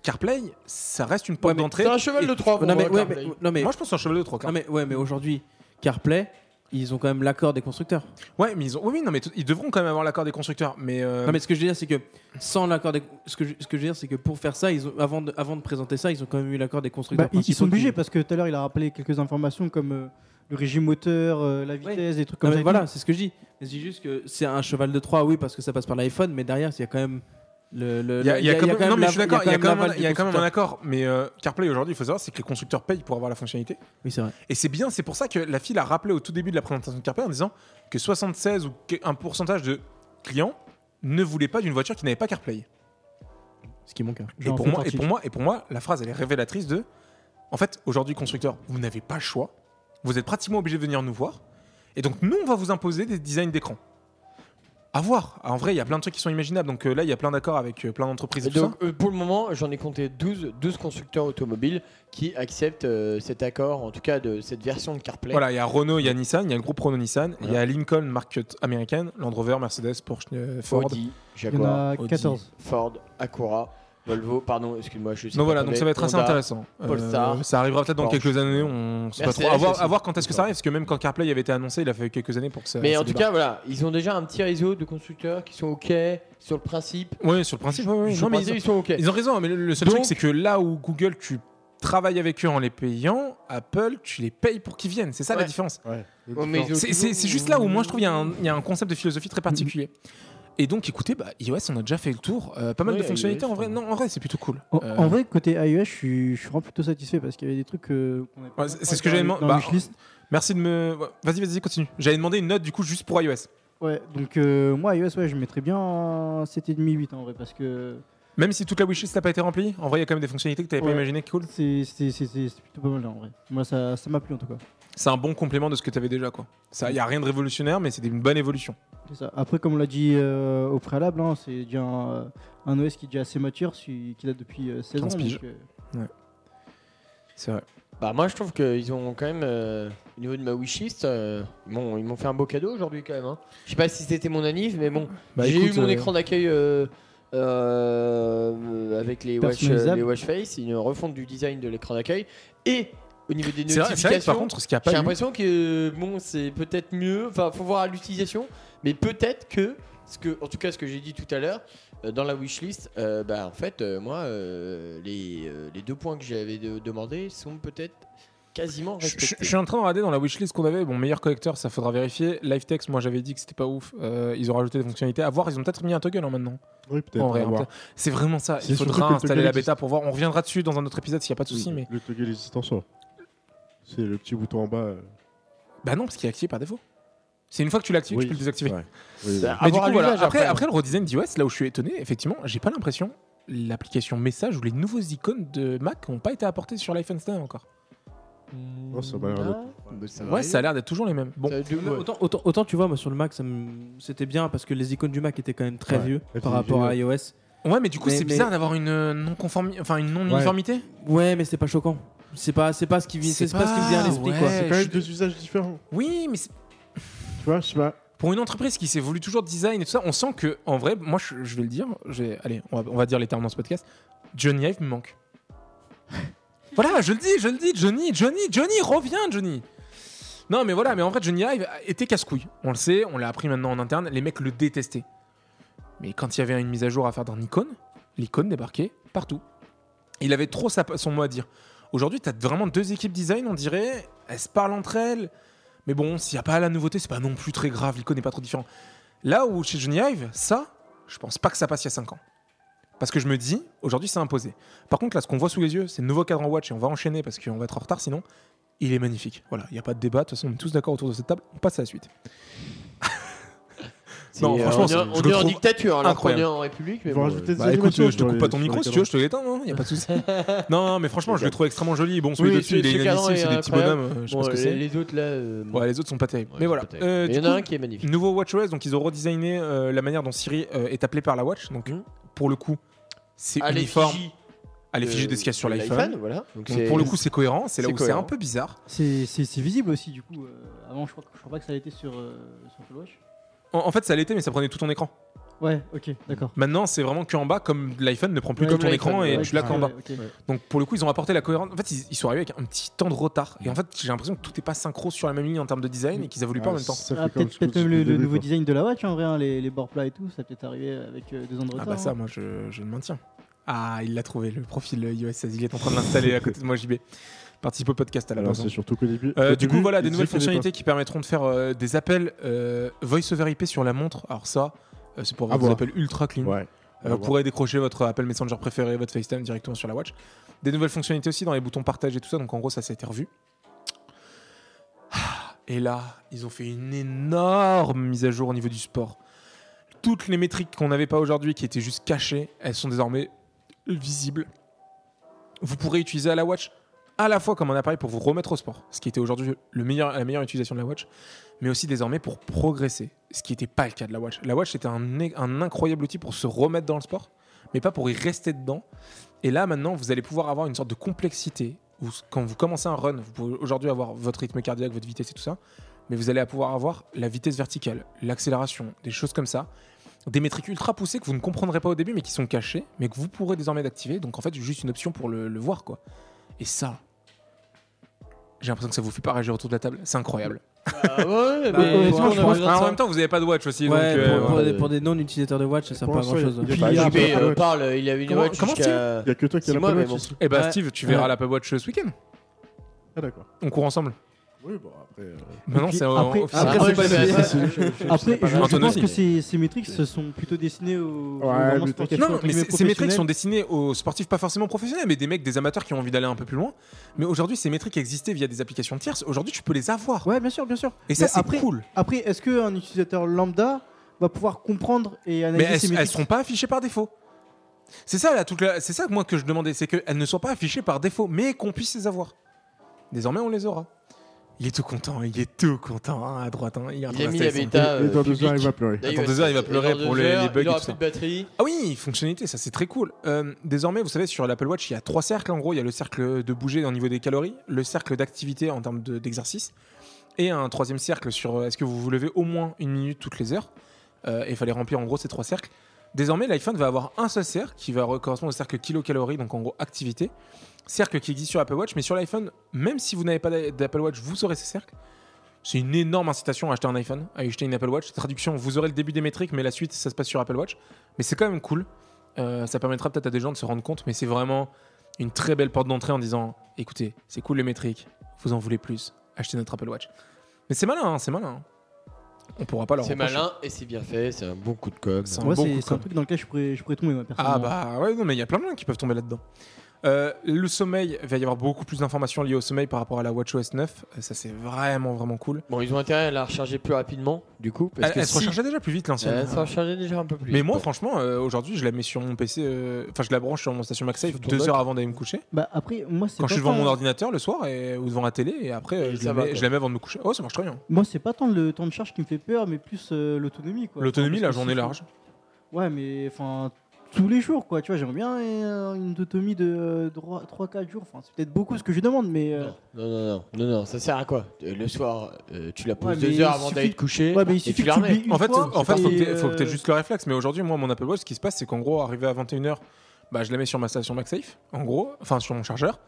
Speaker 1: CarPlay, ça reste une porte
Speaker 6: Ouais, mais
Speaker 1: d'entrée.
Speaker 2: C'est un cheval
Speaker 1: Et-
Speaker 2: de Troie.
Speaker 6: Non
Speaker 2: mon
Speaker 6: mais, ouais,
Speaker 2: CarPlay.
Speaker 6: mais- non, mais,
Speaker 1: Moi, je pense que c'est un cheval de hein. trois quarts.
Speaker 6: non, mais, ouais, mais aujourd'hui, CarPlay, ils ont quand même l'accord des constructeurs.
Speaker 1: Ouais, mais ils ont. Oui, oui, non, mais tout- ils devront quand même avoir l'accord des constructeurs. Mais, euh,
Speaker 6: Non mais ce que je veux dire, c'est que sans l'accord des, ce que je, ce que je veux dire, c'est que pour faire ça, ils ont avant de, avant de présenter ça, ils ont quand même eu l'accord des constructeurs.
Speaker 3: Bah, ils- ils
Speaker 6: principaux
Speaker 3: sont
Speaker 6: qui-
Speaker 3: obligés parce que tout à l'heure il a rappelé quelques informations comme euh, le régime moteur, euh, la vitesse, des trucs comme
Speaker 6: Non, mais
Speaker 3: ça. et
Speaker 6: voilà, c'est ce que je dis. Je dis juste que c'est un cheval de Troie, oui, parce que ça passe par l'iPhone, mais derrière, il y a quand même le. le-
Speaker 1: Il y a, il y a quand même- Euh, non, mais
Speaker 6: la-
Speaker 1: je suis d'accord, il y a quand même,
Speaker 6: l'aval
Speaker 1: il y a
Speaker 6: du
Speaker 1: quand même un
Speaker 6: constructeur.
Speaker 1: accord. Mais euh, CarPlay aujourd'hui, il faut savoir, c'est que les constructeurs payent pour avoir la fonctionnalité.
Speaker 6: Oui, c'est vrai.
Speaker 1: Et c'est bien, c'est pour ça que la fille a rappelé au tout début de la présentation de CarPlay en disant que 76 ou que- un pourcentage de clients ne voulaient pas d'une voiture qui n'avait pas CarPlay.
Speaker 6: Ce qui est mon cas.
Speaker 1: Et pour, moi, et, pour moi, et pour moi, la phrase, elle est révélatrice de En fait, aujourd'hui, constructeur, vous n'avez pas le choix. Vous êtes pratiquement obligé de venir nous voir. Et donc, nous, on va vous imposer des designs d'écran. À voir. En vrai, il y a plein de trucs qui sont imaginables. Donc euh, là, il y a plein d'accords avec euh, plein d'entreprises et tout ça.
Speaker 2: Donc, euh, pour le moment, j'en ai compté 12, 12 constructeurs automobiles qui acceptent euh, cet accord, en tout cas de cette version de CarPlay.
Speaker 1: Voilà, il y a Renault, il y a Nissan, il y a le groupe Renault Nissan, il y a Lincoln, marque américaine, Land Rover, Mercedes, Porsche, euh, Ford.
Speaker 2: Audi,
Speaker 3: tout. Il y en
Speaker 2: Jaguar,
Speaker 3: a
Speaker 1: Audi.
Speaker 3: 14.
Speaker 2: Ford, Acura, Volvo, pardon, excuse-moi, je suis.
Speaker 1: Donc voilà, donc ça va être assez intéressant. Euh,
Speaker 2: Polestar,
Speaker 1: ça arrivera peut-être dans
Speaker 2: Porsche.
Speaker 1: quelques années, on sait pas
Speaker 2: Mercedes
Speaker 1: trop. À voir,
Speaker 2: aussi.
Speaker 1: à voir quand est-ce que ça
Speaker 2: D'accord.
Speaker 1: arrive, parce que même quand CarPlay avait été annoncé, il a fallu quelques années pour que ça.
Speaker 2: Mais
Speaker 1: ça
Speaker 2: en tout cas, voilà, ils ont déjà un petit réseau de constructeurs qui sont OK sur le principe.
Speaker 1: débarque. ouais, sur le principe, ouais, ouais,
Speaker 2: Sur
Speaker 1: non,
Speaker 2: le
Speaker 1: mais
Speaker 2: principe,
Speaker 1: ils,
Speaker 2: ils
Speaker 1: ont,
Speaker 2: sont OK.
Speaker 1: ils ont raison. hein, Mais le, le seul
Speaker 2: Donc-
Speaker 1: truc, c'est que là où Google, tu travailles avec eux en les payant, Apple, tu les payes pour qu'ils viennent. C'est ça la
Speaker 2: Ouais.
Speaker 1: différence.
Speaker 4: Ouais. Et
Speaker 2: Ouais, mais ils ont
Speaker 1: C'est-
Speaker 2: toujours-
Speaker 1: C'est c'est juste là où moi je trouve il y, a un- il y a un concept de philosophie très particulier. Et donc, écoutez, bah, iOS, on a déjà fait le tour. Euh, pas mal
Speaker 2: Ouais,
Speaker 1: de fonctionnalités en vrai.
Speaker 2: iOS,
Speaker 1: Non, en vrai, c'est plutôt cool.
Speaker 3: En,
Speaker 1: Euh,
Speaker 3: en vrai, côté iOS, je suis, je suis vraiment plutôt satisfait parce qu'il y avait des trucs. euh, qu'on avait pas
Speaker 1: Ouais, c'est-
Speaker 3: dans
Speaker 1: c'est ce que
Speaker 3: la-
Speaker 1: j'avais
Speaker 3: dans
Speaker 1: demandé. Bah,
Speaker 3: la wishlist.
Speaker 1: Merci de me. ouais, Vas-y, vas-y, continue. J'avais demandé une note du coup juste pour iOS.
Speaker 3: Ouais, donc euh, moi, iOS, ouais, je mettrais bien un 7,5-8 en vrai parce que
Speaker 1: Même si toute la wishlist n'a pas été remplie, en vrai, il y a quand même des fonctionnalités que tu n'avais
Speaker 3: Ouais.
Speaker 1: pas imaginées, cool.
Speaker 3: c'est c'est- c'est- c'est- c'est plutôt pas mal en vrai. Moi, ça ça m'a plu en tout cas.
Speaker 1: C'est un bon complément de ce que tu avais déjà, quoi. Il n'y a rien de révolutionnaire, mais c'est une bonne évolution.
Speaker 3: C'est ça. Après, comme on l'a dit euh, au préalable, hein, c'est déjà un, euh, un OS qui est déjà assez mature, si- qui date depuis euh, 16 ans.
Speaker 1: 15 piges.
Speaker 3: donc, euh,
Speaker 1: C'est vrai.
Speaker 2: Bah moi je trouve qu'ils ont quand même euh, Au niveau de ma wishlist, euh, bon, ils m'ont fait un beau cadeau aujourd'hui quand même. hein. Je sais pas si c'était mon anniv, mais bon,
Speaker 1: Bah,
Speaker 2: j'ai
Speaker 1: écoute,
Speaker 2: eu mon
Speaker 1: euh,
Speaker 2: écran d'accueil euh, euh, avec les watch,
Speaker 3: Personnalisable.
Speaker 2: les watch face, une refonte du design de l'écran d'accueil et au niveau des
Speaker 1: C'est vrai, c'est vrai que
Speaker 2: notifications.
Speaker 1: par contre, ce qu'il n'y a pas
Speaker 2: J'ai
Speaker 1: eu,
Speaker 2: l'impression que bon, c'est peut-être mieux. Enfin, faut voir à l'utilisation, mais peut-être que ce que, en tout cas, ce que j'ai dit tout à l'heure euh, dans la wishlist, euh, bah en fait, euh, moi, euh, les, euh, les deux points que j'avais de- demandés sont peut-être quasiment
Speaker 1: Je, je-
Speaker 2: respectés.
Speaker 1: je suis en train de regarder dans la wishlist qu'on avait. Bon, meilleur collecteur, ça faudra vérifier. Live text, moi j'avais dit que c'était pas ouf. Euh, ils ont rajouté des fonctionnalités. À voir, ils ont peut-être mis un toggle hein, maintenant.
Speaker 4: Oui, peut-être.
Speaker 1: En vrai,
Speaker 4: à voir.
Speaker 1: peut-être. c'est vraiment ça.
Speaker 4: C'est
Speaker 1: Il
Speaker 4: surtout
Speaker 1: faudra
Speaker 4: que le
Speaker 1: installer
Speaker 4: toggle
Speaker 1: la
Speaker 4: existe.
Speaker 1: bêta pour voir. On reviendra dessus dans un autre épisode s'il n'y a pas de souci.
Speaker 4: Oui,
Speaker 1: Mais
Speaker 4: Le toggle existe en soi. C'est le petit bouton en bas. euh,
Speaker 1: bah non, parce qu'il est activé par défaut. C'est une fois que tu l'actives,
Speaker 4: oui,
Speaker 1: tu peux le désactiver.
Speaker 4: ouais. Oui, oui.
Speaker 2: Bah,
Speaker 1: Mais du
Speaker 2: avoir
Speaker 1: coup,
Speaker 2: à
Speaker 1: voilà.
Speaker 2: l'usage,
Speaker 1: Après, après le redesign d'iOS, là où je suis étonné, effectivement, j'ai pas l'impression l'application message ou les nouveaux icônes de Mac n'ont pas été apportés sur l'iPhone 5 encore.
Speaker 4: Oh, ça m'a l'air d'être-
Speaker 2: Bah, ça va
Speaker 1: Ouais,
Speaker 2: aller.
Speaker 1: ça a l'air d'être toujours les mêmes. Bon,
Speaker 2: Ça-
Speaker 6: Là,
Speaker 2: ouais.
Speaker 6: Autant, autant, autant, tu vois, moi sur le Mac, ça me- c'était bien parce que les icônes du Mac étaient quand même très
Speaker 4: Ouais.
Speaker 6: vieux
Speaker 4: puis,
Speaker 6: par rapport à
Speaker 4: j'ai-
Speaker 6: iOS.
Speaker 1: ouais, mais du coup,
Speaker 6: Mais-
Speaker 1: c'est
Speaker 6: mais-
Speaker 1: bizarre d'avoir une euh, non-conformi- enfin, une non-uniformité.
Speaker 6: Ouais, mais c'est pas choquant. C'est pas, c'est pas ce qui, vi-
Speaker 1: C'est
Speaker 6: c'est pas ce qui me vient à
Speaker 1: pas-
Speaker 6: l'esprit.
Speaker 1: ouais.
Speaker 6: quoi.
Speaker 4: C'est
Speaker 1: Eh,
Speaker 4: quand même
Speaker 1: je-
Speaker 4: deux usages différents.
Speaker 1: Oui, mais c'est-
Speaker 4: Tu vois, je sais pas.
Speaker 1: pour une entreprise qui s'est voulu toujours design et tout ça, on sent que, en vrai, moi, je, je vais le dire, j'ai- allez, on va, on va dire les termes dans ce podcast, Johnny Hive me manque. voilà, je le dis, je le dis, Johnny, Johnny, Johnny, reviens, Johnny. Non, mais voilà, mais en vrai, Johnny Hive était casse-couille. On le sait, on l'a appris maintenant en interne, les mecs le détestaient. Mais quand il y avait une mise à jour à faire d'un icône, l'icône débarquait partout. Il avait trop sa- son mot à dire. Aujourd'hui, t'as vraiment deux équipes design, on dirait, elles se parlent entre elles. Mais bon, s'il n'y a pas la nouveauté, c'est pas non plus très grave, l'icône n'est pas trop différent. Là où chez Johnny Hive, ça, je pense pas que ça passe il y a 5 ans. Parce que je me dis, aujourd'hui, c'est imposé. Par contre, là, ce qu'on voit sous les yeux, c'est le nouveau cadran watch, et on va enchaîner parce qu'on va être en retard sinon. Il est magnifique. Voilà, il n'y a pas de débat, de toute façon, on est tous d'accord autour de cette table, on passe à la suite. Non,
Speaker 2: C'est, euh,
Speaker 1: franchement,
Speaker 2: on est-
Speaker 1: c'est-
Speaker 2: on
Speaker 1: je
Speaker 2: est,
Speaker 1: le
Speaker 2: en
Speaker 1: trouve
Speaker 2: dictature, hein, alors qu'on
Speaker 1: incroyable.
Speaker 2: est en République. Mais
Speaker 4: Ils vont
Speaker 2: bon,
Speaker 4: rajouter des
Speaker 1: Bah écoute,
Speaker 4: animations
Speaker 1: je te
Speaker 4: dans
Speaker 1: coupe
Speaker 4: les-
Speaker 1: pas ton
Speaker 4: sur
Speaker 1: micro
Speaker 4: les
Speaker 1: si tu veux,
Speaker 4: cadrans.
Speaker 1: je te l'éteins, hein, y a pas de souci. non, non, mais franchement, je le trouve extrêmement joli. Bon, celui
Speaker 2: Oui,
Speaker 1: dessus, il est
Speaker 2: ce cadran
Speaker 1: inadmissible,
Speaker 2: est
Speaker 1: c'est des petits
Speaker 2: incroyable.
Speaker 1: bonhommes, euh, je
Speaker 2: bon,
Speaker 1: pense que
Speaker 2: les,
Speaker 1: c'est.
Speaker 2: les autres là. euh,
Speaker 1: Ouais, les autres sont pas terribles.
Speaker 2: ouais,
Speaker 1: mais
Speaker 2: c'est
Speaker 1: voilà.
Speaker 2: peut-être.
Speaker 1: Euh,
Speaker 2: Mais il
Speaker 1: du
Speaker 2: y en a
Speaker 1: coup,
Speaker 2: un qui est magnifique.
Speaker 1: Nouveau WatchOS, donc ils ont redesigné euh, la manière dont Siri euh, est appelée par la watch. Donc
Speaker 2: Mhm.
Speaker 1: pour le coup, c'est
Speaker 2: À
Speaker 1: uniforme
Speaker 2: l'effigie
Speaker 1: à l'effigie
Speaker 2: de-
Speaker 1: de ce qu'il y a sur
Speaker 2: euh, de
Speaker 1: l'iPhone.
Speaker 2: Voilà. Donc
Speaker 1: Donc
Speaker 2: c'est-
Speaker 1: pour le coup, c'est cohérent. C'est là
Speaker 2: c'est
Speaker 1: où c'est un
Speaker 2: cohérent.
Speaker 1: peu bizarre.
Speaker 3: C'est c'est- c'est visible aussi, du coup. euh, avant, je crois, que- je crois pas que ça l'était sur, euh, sur Apple Watch.
Speaker 1: En, en fait, ça l'était, mais ça prenait tout ton écran.
Speaker 3: Ouais, ok, d'accord.
Speaker 1: Maintenant, c'est vraiment qu'en bas, comme l'iPhone ne prend plus
Speaker 3: Ouais,
Speaker 1: que
Speaker 2: comme
Speaker 1: ton écran
Speaker 2: l'iPhone,
Speaker 1: et
Speaker 2: ouais,
Speaker 1: tu l'as qu'en
Speaker 3: ouais,
Speaker 1: bas.
Speaker 3: ok.
Speaker 1: Donc pour le coup, ils ont apporté la cohérence. En fait, ils, ils sont arrivés avec un petit temps de retard. Et en fait, j'ai l'impression que tout n'est pas synchro sur la même ligne en termes de design et qu'ils a voulu pas en
Speaker 4: Ah,
Speaker 1: même temps.
Speaker 4: ça fait
Speaker 3: Ah,
Speaker 4: comme
Speaker 3: peut-être
Speaker 4: ce que
Speaker 3: peut-être
Speaker 4: je
Speaker 3: même le,
Speaker 4: disais au
Speaker 3: le
Speaker 4: début,
Speaker 3: nouveau
Speaker 4: quoi.
Speaker 3: design de la watch, hein, en vrai, hein, les, les bords plats et tout, ça peut-être arrivé avec euh, deux ans de
Speaker 1: Ah
Speaker 3: retard.
Speaker 1: bah ça,
Speaker 3: hein.
Speaker 1: moi, je, je le maintiens. Ah, il l'a trouvé, le profil euh, iOS 16. Il est en train de l'installer à côté de moi, JB. Participe au podcast à la
Speaker 4: Alors,
Speaker 1: base.
Speaker 4: c'est surtout qu'au début.
Speaker 1: Euh,
Speaker 4: au
Speaker 1: du coup,
Speaker 4: début,
Speaker 1: voilà,
Speaker 4: ils
Speaker 1: des nouvelles
Speaker 4: disaient qu'il y avait
Speaker 1: fonctionnalités qui permettront de faire euh, des appels euh, voice over IP sur la montre. Alors ça, euh, c'est pour avoir
Speaker 4: À
Speaker 1: des
Speaker 4: voir.
Speaker 1: appels ultra clean.
Speaker 4: pas- Ouais.
Speaker 1: Euh, vous pourrez décrocher votre appel Messenger préféré, votre FaceTime directement sur la watch. Des nouvelles fonctionnalités aussi dans les boutons partage et tout ça. Donc en gros, ça, ça a été revu. Ah, Et là, ils ont fait une énorme mise à jour au niveau du sport. Toutes les métriques qu'on n'avait pas aujourd'hui, qui étaient juste cachées, elles sont désormais visibles. Vous pourrez utiliser à la watch à la fois comme un appareil pour vous remettre au sport, ce qui était aujourd'hui le meilleur, la meilleure utilisation de la watch, mais aussi désormais pour progresser, ce qui n'était pas le cas de la watch. La watch était un, é- un incroyable outil pour se remettre dans le sport, mais pas pour y rester dedans. Et là, maintenant, vous allez pouvoir avoir une sorte de complexité. Où, s- quand vous commencez un run, vous pouvez aujourd'hui avoir votre rythme cardiaque, votre vitesse et tout ça, mais vous allez pouvoir avoir la vitesse verticale, l'accélération, des choses comme ça. Des métriques ultra poussées que vous ne comprendrez pas au début, mais qui sont cachées, mais que vous pourrez désormais d'activer. Donc en fait, juste une option pour le, le voir, quoi. Et ça, j'ai l'impression que ça vous fait pas réagir autour de la table. C'est incroyable.
Speaker 2: Ah ouais,
Speaker 6: Bah,
Speaker 2: mais
Speaker 6: honnêtement,
Speaker 2: on a
Speaker 6: je pense-
Speaker 2: besoin de
Speaker 1: Ah, en
Speaker 2: ça.
Speaker 1: même temps, vous n'avez pas de watch aussi.
Speaker 6: Ouais,
Speaker 1: donc, euh,
Speaker 6: pour, pour
Speaker 1: voilà.
Speaker 6: des, pour des non-utilisateurs de watch, ça sert
Speaker 4: Pour
Speaker 6: pas à
Speaker 4: l'instant,
Speaker 6: grand chose.
Speaker 4: il y a-
Speaker 2: Puis
Speaker 4: Bah,
Speaker 2: JB,
Speaker 4: j'ai pas
Speaker 2: euh,
Speaker 4: la Watch.
Speaker 2: parle, il avait une
Speaker 1: Comment-
Speaker 2: watch
Speaker 1: comment
Speaker 2: jusqu'à.
Speaker 4: Il y a que toi qui as
Speaker 2: C'est
Speaker 4: la
Speaker 2: moi,
Speaker 4: bonne
Speaker 2: mais
Speaker 4: watch
Speaker 2: bon.
Speaker 4: ici.
Speaker 1: Eh bah,
Speaker 6: Ouais.
Speaker 1: Steve, tu verras
Speaker 6: Ouais.
Speaker 1: l'Apple Watch euh, ce week-end.
Speaker 4: Ah, d'accord.
Speaker 1: On court ensemble.
Speaker 4: Oui, bon, après. euh,
Speaker 1: Maintenant,
Speaker 3: puis,
Speaker 1: c'est en-
Speaker 3: après-
Speaker 1: officiel.
Speaker 2: Ah, moi,
Speaker 3: c'est
Speaker 2: je
Speaker 3: pas
Speaker 2: l'avais-
Speaker 3: le-
Speaker 2: je- je- je-
Speaker 3: Après,
Speaker 2: c'est pas
Speaker 3: je,
Speaker 2: mal.
Speaker 3: je
Speaker 1: Antoine
Speaker 3: pense
Speaker 1: aussi.
Speaker 3: que ces, ces métriques se sont plutôt destinées aux, aux
Speaker 4: mais
Speaker 3: vraiment
Speaker 4: t'inquiète.
Speaker 3: sportifs,
Speaker 1: Non, non,
Speaker 3: entre
Speaker 1: mais
Speaker 3: guillemets,
Speaker 1: c'est- ces métriques sont
Speaker 3: professionnels.
Speaker 1: destinées aux sportifs pas forcément professionnels, mais des mecs, des amateurs qui ont envie d'aller un peu plus loin. Mais aujourd'hui, ces métriques existaient via des applications tierces. Aujourd'hui, tu peux les avoir.
Speaker 3: Ouais, bien sûr, bien sûr.
Speaker 1: Et ça,
Speaker 3: Mais
Speaker 1: c'est
Speaker 3: après-
Speaker 1: cool.
Speaker 3: Après, est-ce qu'un utilisateur lambda va pouvoir comprendre et
Speaker 1: Mais
Speaker 3: analyser
Speaker 1: elles,
Speaker 3: ces
Speaker 1: elles
Speaker 3: métriques
Speaker 1: seront pas affichées par défaut. C'est ça, là, toute la- c'est ça que moi que je demandais, c'est qu'elles ne soient pas affichées par défaut, mais qu'on puisse les avoir. Désormais, on les aura. Il est tout content, il est tout content hein, à droite. hein, il est en
Speaker 2: Il
Speaker 1: train
Speaker 2: a mis la
Speaker 1: d'installer son-
Speaker 2: bêta.
Speaker 4: et
Speaker 2: euh,
Speaker 4: dans deux heures, il
Speaker 2: publique.
Speaker 4: va pleurer.
Speaker 2: D'ailleurs,
Speaker 1: Dans deux heures, il va
Speaker 2: et dans
Speaker 1: pleurer
Speaker 2: deux
Speaker 1: pour les-
Speaker 2: heures,
Speaker 1: les bugs
Speaker 2: Il
Speaker 1: et
Speaker 2: aura
Speaker 1: tout
Speaker 2: plus
Speaker 1: ça.
Speaker 2: de batterie.
Speaker 1: Ah oui, fonctionnalité, ça c'est très cool. Euh, désormais, vous savez, sur l'Apple Watch, il y a trois cercles en gros. Il y a le cercle de bouger au niveau des calories, le cercle d'activité en termes de- d'exercice, et un troisième cercle sur euh, est-ce que vous vous levez au moins une minute toutes les heures. Euh, et il fallait remplir en gros ces trois cercles. Désormais, l'iPhone va avoir un seul cercle qui va re- correspondre au cercle kilocalories, donc en gros activité. Cercle qui existe sur l'Apple Watch, mais sur l'iPhone, même si vous n'avez pas d'a- d'Apple Watch, vous aurez ces cercles. C'est une énorme incitation à acheter un iPhone, à acheter une Apple Watch. Traduction, vous aurez le début des métriques, mais la suite, ça se passe sur Apple Watch. Mais c'est quand même cool. Euh, ça permettra peut-être à des gens de se rendre compte, mais c'est vraiment une très belle porte d'entrée en disant écoutez, c'est cool les métriques, vous en voulez plus, achetez notre Apple Watch. Mais c'est malin, hein, c'est malin. hein. On pourra pas leur
Speaker 2: C'est
Speaker 1: reprocher.
Speaker 2: malin et c'est bien fait. C'est un bon coup de com.
Speaker 1: C'est un
Speaker 3: Moi,
Speaker 1: bon
Speaker 3: c'est
Speaker 1: coup
Speaker 3: c'est
Speaker 1: de
Speaker 3: un
Speaker 1: com.
Speaker 3: truc dans lequel je pourrais, je pourrais tomber, moi,
Speaker 1: Ah
Speaker 3: personnellement.
Speaker 1: bah ouais, non, mais il y a plein de gens qui peuvent tomber là-dedans. Euh, le sommeil, il va y avoir beaucoup plus d'informations liées au sommeil par rapport à la WatchOS 9. Euh, Ça, c'est vraiment, vraiment cool.
Speaker 2: Bon, ils ont intérêt à la recharger plus rapidement, du coup. Parce
Speaker 1: Elle,
Speaker 2: que
Speaker 1: elle
Speaker 2: si-
Speaker 1: se rechargeait déjà plus vite, l'ancienne.
Speaker 2: Elle se rechargeait déjà un peu plus.
Speaker 1: mais moi,
Speaker 2: Bon.
Speaker 1: franchement, euh, aujourd'hui, je la mets sur mon PC, euh, enfin, je la branche sur mon station MagSafe
Speaker 2: Sur ton
Speaker 1: deux
Speaker 2: dock.
Speaker 1: heures avant d'aller me coucher.
Speaker 3: Bah, après, moi, c'est
Speaker 1: Quand je
Speaker 3: pas hein.
Speaker 1: suis devant
Speaker 3: tant-
Speaker 1: mon ordinateur le soir et, ou devant la télé, et après euh,
Speaker 2: Et
Speaker 1: je,
Speaker 2: ça
Speaker 1: la
Speaker 2: va,
Speaker 1: mets,
Speaker 2: quoi.
Speaker 1: je la mets avant de me coucher. Oh, ça marche très bien.
Speaker 3: Moi, c'est pas tant le temps de charge qui me fait peur, mais plus euh, l'autonomie. quoi.
Speaker 1: L'autonomie,
Speaker 3: Enfin,
Speaker 1: la
Speaker 3: parce que
Speaker 1: journée
Speaker 3: si-
Speaker 1: large.
Speaker 3: Ouais, mais enfin, tous les jours, quoi. Tu vois, j'aimerais bien euh, une autonomie de euh, 3-4 jours. Enfin, c'est peut-être beaucoup ce que je demande, mais. euh,
Speaker 2: Non, non, non, non, non, ça sert à quoi Euh, Le soir, euh, tu la poses
Speaker 3: Ouais, mais
Speaker 2: deux
Speaker 3: il
Speaker 2: heures avant
Speaker 3: suffit-
Speaker 2: d'aller te coucher.
Speaker 3: Ouais, mais
Speaker 2: et
Speaker 3: il suffit
Speaker 2: tu
Speaker 3: que
Speaker 2: la
Speaker 3: tu
Speaker 2: remets.
Speaker 3: oublies une
Speaker 1: En fait,
Speaker 3: fois,
Speaker 1: en fait
Speaker 3: et,
Speaker 1: faut que t'aies- faut que t'aies
Speaker 3: euh,
Speaker 1: juste le réflexe. Mais aujourd'hui, moi, mon Apple Watch, ce qui se passe, c'est qu'en gros, arrivé à 21h, bah, je la mets sur ma station MagSafe, en gros, enfin sur mon chargeur.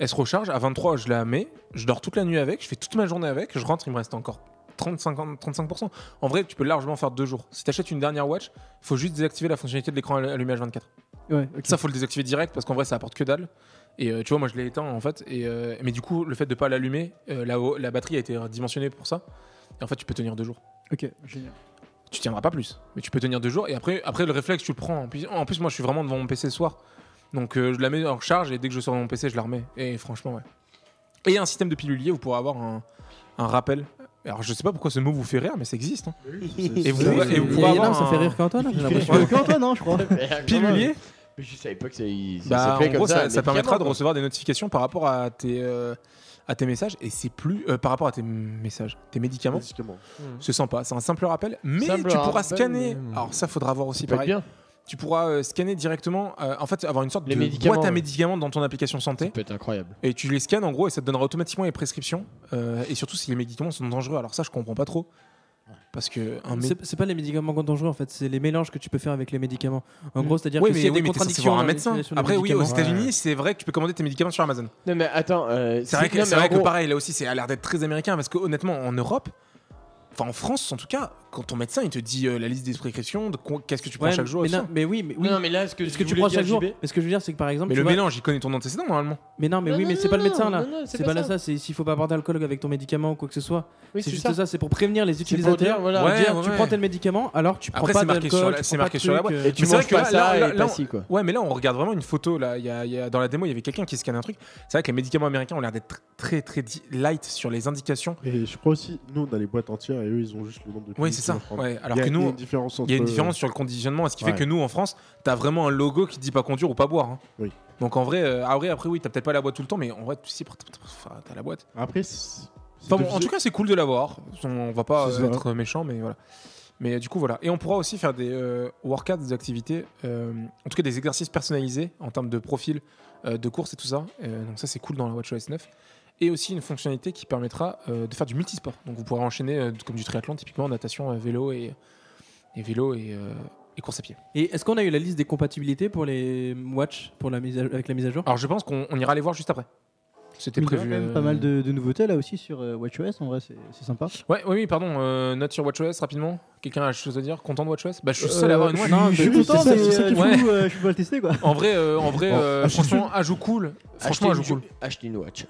Speaker 1: Elle se recharge. À 23, je la mets. Je dors toute la nuit avec. Je fais toute ma journée avec. Je rentre, il me reste encore 35, 35%. En vrai, tu peux largement faire deux jours. Si t'achètes une dernière watch, faut juste désactiver la fonctionnalité de l'écran allumage 24.
Speaker 3: Ouais, ok.
Speaker 1: Ça, faut le désactiver direct parce qu'en vrai, ça apporte que dalle. Et euh, tu vois, moi, je l'ai éteint en fait. Et, euh, mais du coup, le fait de pas l'allumer, euh, la, la batterie a été dimensionnée pour ça. Et en fait, tu peux tenir deux jours.
Speaker 3: Ok, génial.
Speaker 1: Tu tiendras pas plus, mais tu peux tenir deux jours. Et après, après le réflexe, tu le prends. En plus, en plus, moi, je suis vraiment devant mon PC ce soir. Donc, euh, je la mets en charge et dès que je sors de mon PC, je la remets. Et franchement, ouais. Et il y a un système de pilulier, vous pourrez avoir un, un rappel. Alors, je sais pas pourquoi ce mot vous fait rire, mais ça existe. hein. Et vous, et vous pourrez
Speaker 6: Et
Speaker 1: avoir
Speaker 6: non, ça
Speaker 1: un
Speaker 6: fait rire qu'Antoine, j'ai l'impression.
Speaker 3: Euh, Antoine, hein, je crois.
Speaker 1: pilulier
Speaker 2: Mais je savais pas que ça, il- ça
Speaker 1: Bah,
Speaker 2: s'appelait
Speaker 1: en
Speaker 2: comme
Speaker 1: gros, ça,
Speaker 2: mais
Speaker 1: ça permettra de
Speaker 2: évidemment,
Speaker 1: recevoir des notifications par rapport à tes, euh, à tes messages et c'est plus euh, par rapport à tes messages, tes médicaments.
Speaker 4: Médicaments.
Speaker 1: C'est sympa, c'est un simple rappel, mais
Speaker 2: Simple
Speaker 1: tu pourras
Speaker 2: rappel,
Speaker 1: scanner.
Speaker 2: mais-
Speaker 1: Alors ça, faudra voir aussi
Speaker 2: ça peut être
Speaker 1: pareil.
Speaker 2: bien.
Speaker 1: Tu pourras euh, scanner directement, euh, en fait, avoir une sorte
Speaker 2: Les
Speaker 1: de
Speaker 2: médicaments,
Speaker 1: boîte à
Speaker 2: ouais.
Speaker 1: médicaments dans ton application santé
Speaker 2: Ça peut être incroyable.
Speaker 1: et tu les scannes en gros et ça te donnera automatiquement les prescriptions euh, et surtout si les médicaments sont dangereux. Alors ça, je comprends pas trop parce que un mé-
Speaker 6: C'est c'est pas les médicaments qu'on dangereux en fait, c'est les mélanges que tu peux faire avec les médicaments. En
Speaker 1: Mm.
Speaker 6: gros, c'est-à-dire
Speaker 1: oui,
Speaker 6: que
Speaker 1: mais,
Speaker 6: s'il y a
Speaker 1: oui,
Speaker 6: des
Speaker 1: mais t'es censé voir
Speaker 6: contradictions
Speaker 1: un
Speaker 6: dans
Speaker 1: médecin.
Speaker 6: l'utilisation des
Speaker 1: Après, oui, aux
Speaker 6: médicaments,
Speaker 1: États-Unis, c'est vrai que tu peux commander tes médicaments sur Amazon.
Speaker 2: Non, mais attends. euh,
Speaker 1: C'est vrai, que,
Speaker 2: non,
Speaker 1: c'est
Speaker 2: mais en
Speaker 1: vrai que
Speaker 2: gros,
Speaker 1: pareil, là aussi, c'est à l'air d'être très américain parce que honnêtement, en Europe, enfin en France en tout cas, quand ton médecin il te dit euh, la liste des prescriptions, de con- qu'est-ce que tu prends
Speaker 6: ouais,
Speaker 1: chaque jour,
Speaker 6: mais,
Speaker 1: et tout
Speaker 6: non,
Speaker 1: ça.
Speaker 6: mais oui, mais oui.
Speaker 2: Non, non, mais là, ce que,
Speaker 6: ce que tu
Speaker 2: voulais
Speaker 6: prends
Speaker 2: dire,
Speaker 6: chaque jour.
Speaker 2: JB
Speaker 6: Mais ce que je veux dire, c'est que par exemple,
Speaker 1: mais
Speaker 6: tu
Speaker 1: le
Speaker 6: vois-
Speaker 1: mélange, il connaît ton antécédent normalement.
Speaker 6: Mais non, mais
Speaker 2: Non,
Speaker 6: oui,
Speaker 2: non,
Speaker 6: mais
Speaker 2: non,
Speaker 6: c'est pas le
Speaker 2: non,
Speaker 6: médecin là.
Speaker 2: non, non,
Speaker 6: C'est pas là ça. C'est s'il faut pas boire d'alcool avec ton médicament ou quoi que ce soit.
Speaker 2: Oui,
Speaker 6: c'est juste ça. C'est pour prévenir les
Speaker 2: C'est pour dire,
Speaker 6: utilisateurs.
Speaker 2: voilà.
Speaker 1: Ouais,
Speaker 6: Dire,
Speaker 1: ouais,
Speaker 6: tu
Speaker 1: ouais.
Speaker 6: prends tel médicament, alors tu prends
Speaker 1: Après,
Speaker 6: pas
Speaker 1: c'est marqué
Speaker 6: d'alcool.
Speaker 1: sur la-
Speaker 6: tu
Speaker 1: c'est
Speaker 6: prends
Speaker 1: marqué
Speaker 6: pas de
Speaker 1: sur la
Speaker 6: trucs,
Speaker 2: Et
Speaker 6: euh,
Speaker 2: tu
Speaker 1: Mais c'est vrai
Speaker 2: manges
Speaker 1: que
Speaker 2: pas
Speaker 1: là,
Speaker 2: ça
Speaker 1: là,
Speaker 2: et
Speaker 1: là,
Speaker 2: pas ci, quoi.
Speaker 1: Ouais, mais là, on regarde vraiment une photo. Là, Il y a- il y a- dans la démo, il y avait quelqu'un qui scannait un truc. C'est vrai que les médicaments américains ont l'air d'être tr- très très di- light sur les indications.
Speaker 4: Et je crois aussi, nous on a les boîtes entières et eux ils ont juste le nombre de
Speaker 1: Oui,
Speaker 4: cliniques
Speaker 1: c'est
Speaker 4: qu'ils
Speaker 1: ça.
Speaker 4: vont prendre.
Speaker 1: Ouais, alors
Speaker 4: Il y a
Speaker 1: que
Speaker 4: il y a
Speaker 1: nous,
Speaker 4: une différence
Speaker 1: il y a une
Speaker 4: entre-
Speaker 1: différence sur le conditionnement, ce qui fait
Speaker 4: Ouais.
Speaker 1: que nous, en France, t'as vraiment un logo qui te dit pas conduire ou pas boire. hein.
Speaker 4: Oui.
Speaker 1: Donc en vrai, euh, après, après oui, t'as peut-être pas la boîte tout le temps, mais en vrai, tu sais, pr- pr- enfin, t'as la boîte.
Speaker 4: euh, Après, c'est- c'est
Speaker 1: Enfin bon, en tout cas, c'est cool de l'avoir. On- On va pas
Speaker 4: C'est
Speaker 1: euh,
Speaker 4: ça.
Speaker 1: être méchant, mais voilà. Mais euh, du coup, voilà. Et on pourra aussi faire des euh, workouts, des activités, euh, en tout cas des exercices personnalisés en termes de profil, euh, de course et tout ça. Euh, donc ça, c'est cool dans la WatchOS 9. Et aussi une fonctionnalité qui permettra euh, de faire du multisport. Donc vous pourrez enchaîner euh, comme du triathlon, typiquement natation, euh, vélo et, et vélo et, euh, et course à pied.
Speaker 6: Et est-ce qu'on a eu la liste des compatibilités pour les watch pour la mise à- avec la mise à jour
Speaker 1: Alors je pense qu'on on ira les voir juste après. C'était
Speaker 3: Il y a quand
Speaker 1: prévu.
Speaker 3: même
Speaker 1: euh,
Speaker 3: pas mal de, de nouveautés là aussi sur euh, WatchOS. En vrai, c'est c'est sympa.
Speaker 1: Ouais, oui, oui, pardon. euh, note sur WatchOS rapidement. Quelqu'un a quelque chose à dire Content de WatchOS Bah, je suis le seul à avoir une watch.
Speaker 3: Euh, je suis content, mais euh, du coup,
Speaker 1: Ouais.
Speaker 3: euh, je peux pas le tester quoi.
Speaker 1: En vrai, euh, en vrai,
Speaker 4: Bon,
Speaker 1: euh,
Speaker 4: achetez
Speaker 1: franchement, ajout cool. Franchement,
Speaker 2: Acheter
Speaker 1: ajout
Speaker 2: une-
Speaker 1: cool.
Speaker 2: Acheter une watch.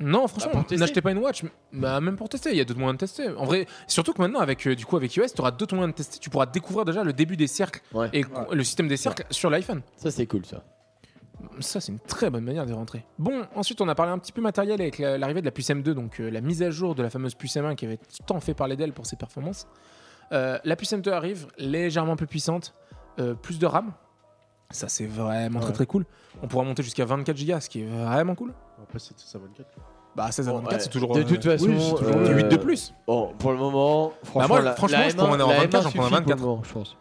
Speaker 1: Non,
Speaker 2: Bah,
Speaker 1: franchement,
Speaker 2: pour tester.
Speaker 1: n'achetez pas une watch. Bah, même pour tester, il y a d'autres moyens de tester. En vrai, surtout que maintenant, avec euh, du coup, avec iOS, tu auras d'autres moyens de tester. Tu pourras découvrir déjà le début des cercles
Speaker 2: Ouais.
Speaker 1: et le système des cercles sur l'iPhone.
Speaker 2: Ça, c'est cool, ça.
Speaker 1: Ça, c'est une très bonne manière de rentrer. Bon, ensuite, on a parlé un petit peu matériel avec la- l'arrivée de la puce M2, donc euh, la mise à jour de la fameuse puce M1 qui avait tant fait parler d'elle pour ses performances. Euh, la puce M2 arrive, légèrement plus puissante, euh, plus de RAM. Ça, c'est vraiment très
Speaker 4: Ouais.
Speaker 1: très cool. On pourra monter jusqu'à 24 Go, ce qui est vraiment cool.
Speaker 4: On va passer de 6 à 24.
Speaker 1: Bah 16 à
Speaker 2: Bon,
Speaker 1: 24,
Speaker 2: ouais.
Speaker 1: c'est toujours.
Speaker 2: De
Speaker 1: euh,
Speaker 2: toute façon,
Speaker 4: oui, c'est toujours-
Speaker 2: euh,
Speaker 1: du 8 de plus. Bah,
Speaker 2: Bon, pour le moment, franchement,
Speaker 1: moi,
Speaker 2: la-
Speaker 1: franchement,
Speaker 2: la
Speaker 1: je prends un
Speaker 2: M1,
Speaker 1: en
Speaker 2: la
Speaker 1: 24,
Speaker 2: M1
Speaker 1: je prends un
Speaker 2: suffit
Speaker 1: 24.
Speaker 2: pour le moment, je pense.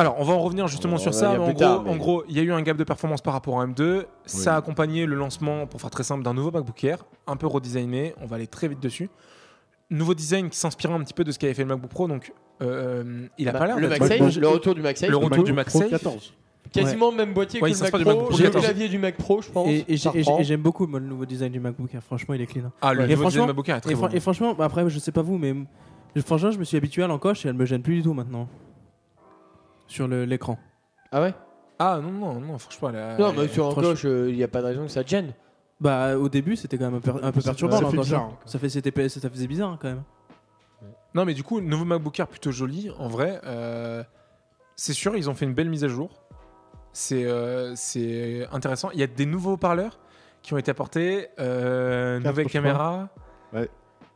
Speaker 1: Alors, on va en revenir justement
Speaker 2: On
Speaker 1: sur
Speaker 2: va
Speaker 1: ça.
Speaker 2: revenir
Speaker 1: mais en,
Speaker 2: plus
Speaker 1: gros,
Speaker 2: tard, mais-
Speaker 1: en gros, il y a eu un gap de performance par rapport à M2. Ça a accompagné le lancement, pour faire très simple, d'un nouveau MacBook Air, un peu redesigné. On va aller très vite dessus. Nouveau design qui s'inspirait un petit peu de ce qu'avait fait le MacBook Pro. Donc, euh, il a pas l'air.
Speaker 2: Bah, Le
Speaker 1: d'être-
Speaker 2: MagSafe,
Speaker 4: MacBook-
Speaker 2: le retour du MagSafe,
Speaker 1: Le
Speaker 4: Le
Speaker 1: retour du
Speaker 4: MacBook Pro
Speaker 1: MagSafe.
Speaker 4: 14.
Speaker 2: quasiment le même boîtier
Speaker 1: Ouais,
Speaker 2: que
Speaker 1: il
Speaker 2: le
Speaker 1: s'inspire
Speaker 2: Mac
Speaker 1: du
Speaker 2: Pro,
Speaker 1: MacBook
Speaker 2: le
Speaker 1: Pro.
Speaker 2: clavier du Mac Pro,
Speaker 1: Ah,
Speaker 2: je pense.
Speaker 6: Et, et j'ai-
Speaker 2: ça
Speaker 6: et j'ai-
Speaker 2: reprend.
Speaker 6: et j'aime beaucoup moi, le nouveau design du MacBook Air. Franchement, il est clean. hein.
Speaker 1: Ah, le
Speaker 6: Ouais.
Speaker 1: nouveau
Speaker 6: Et
Speaker 1: design
Speaker 6: franchement-
Speaker 1: MacBook Air est très
Speaker 6: Et, fran-
Speaker 1: bon.
Speaker 6: et franchement, bah, après, je sais pas vous, mais m- franchement, je me suis habitué à l'encoche et elle me gêne plus du tout maintenant. Sur le- l'écran.
Speaker 2: Ah ouais
Speaker 1: Ah non, non, non, franchement. elle a-
Speaker 2: Non, mais
Speaker 1: elle-
Speaker 2: sur un
Speaker 6: franchement-
Speaker 2: gauche, il n'y a pas de raison que ça te gêne.
Speaker 6: Bah, au début, c'était quand même un peu, un peu
Speaker 4: Ça-
Speaker 6: perturbant.
Speaker 4: ça fait
Speaker 6: l'encoche,
Speaker 4: bizarre,
Speaker 6: hein.
Speaker 4: hein.
Speaker 6: Ça fait- c'était- ça faisait bizarre hein, quand même.
Speaker 1: Non, mais du coup, le nouveau MacBook Air plutôt joli. En vrai, euh, c'est sûr, ils ont fait une belle mise à jour. C'est euh, c'est intéressant. Il y a des nouveaux haut-parleurs qui ont été apportés. Euh,
Speaker 4: Quatre,
Speaker 1: nouvelle
Speaker 4: je crois.
Speaker 1: caméra.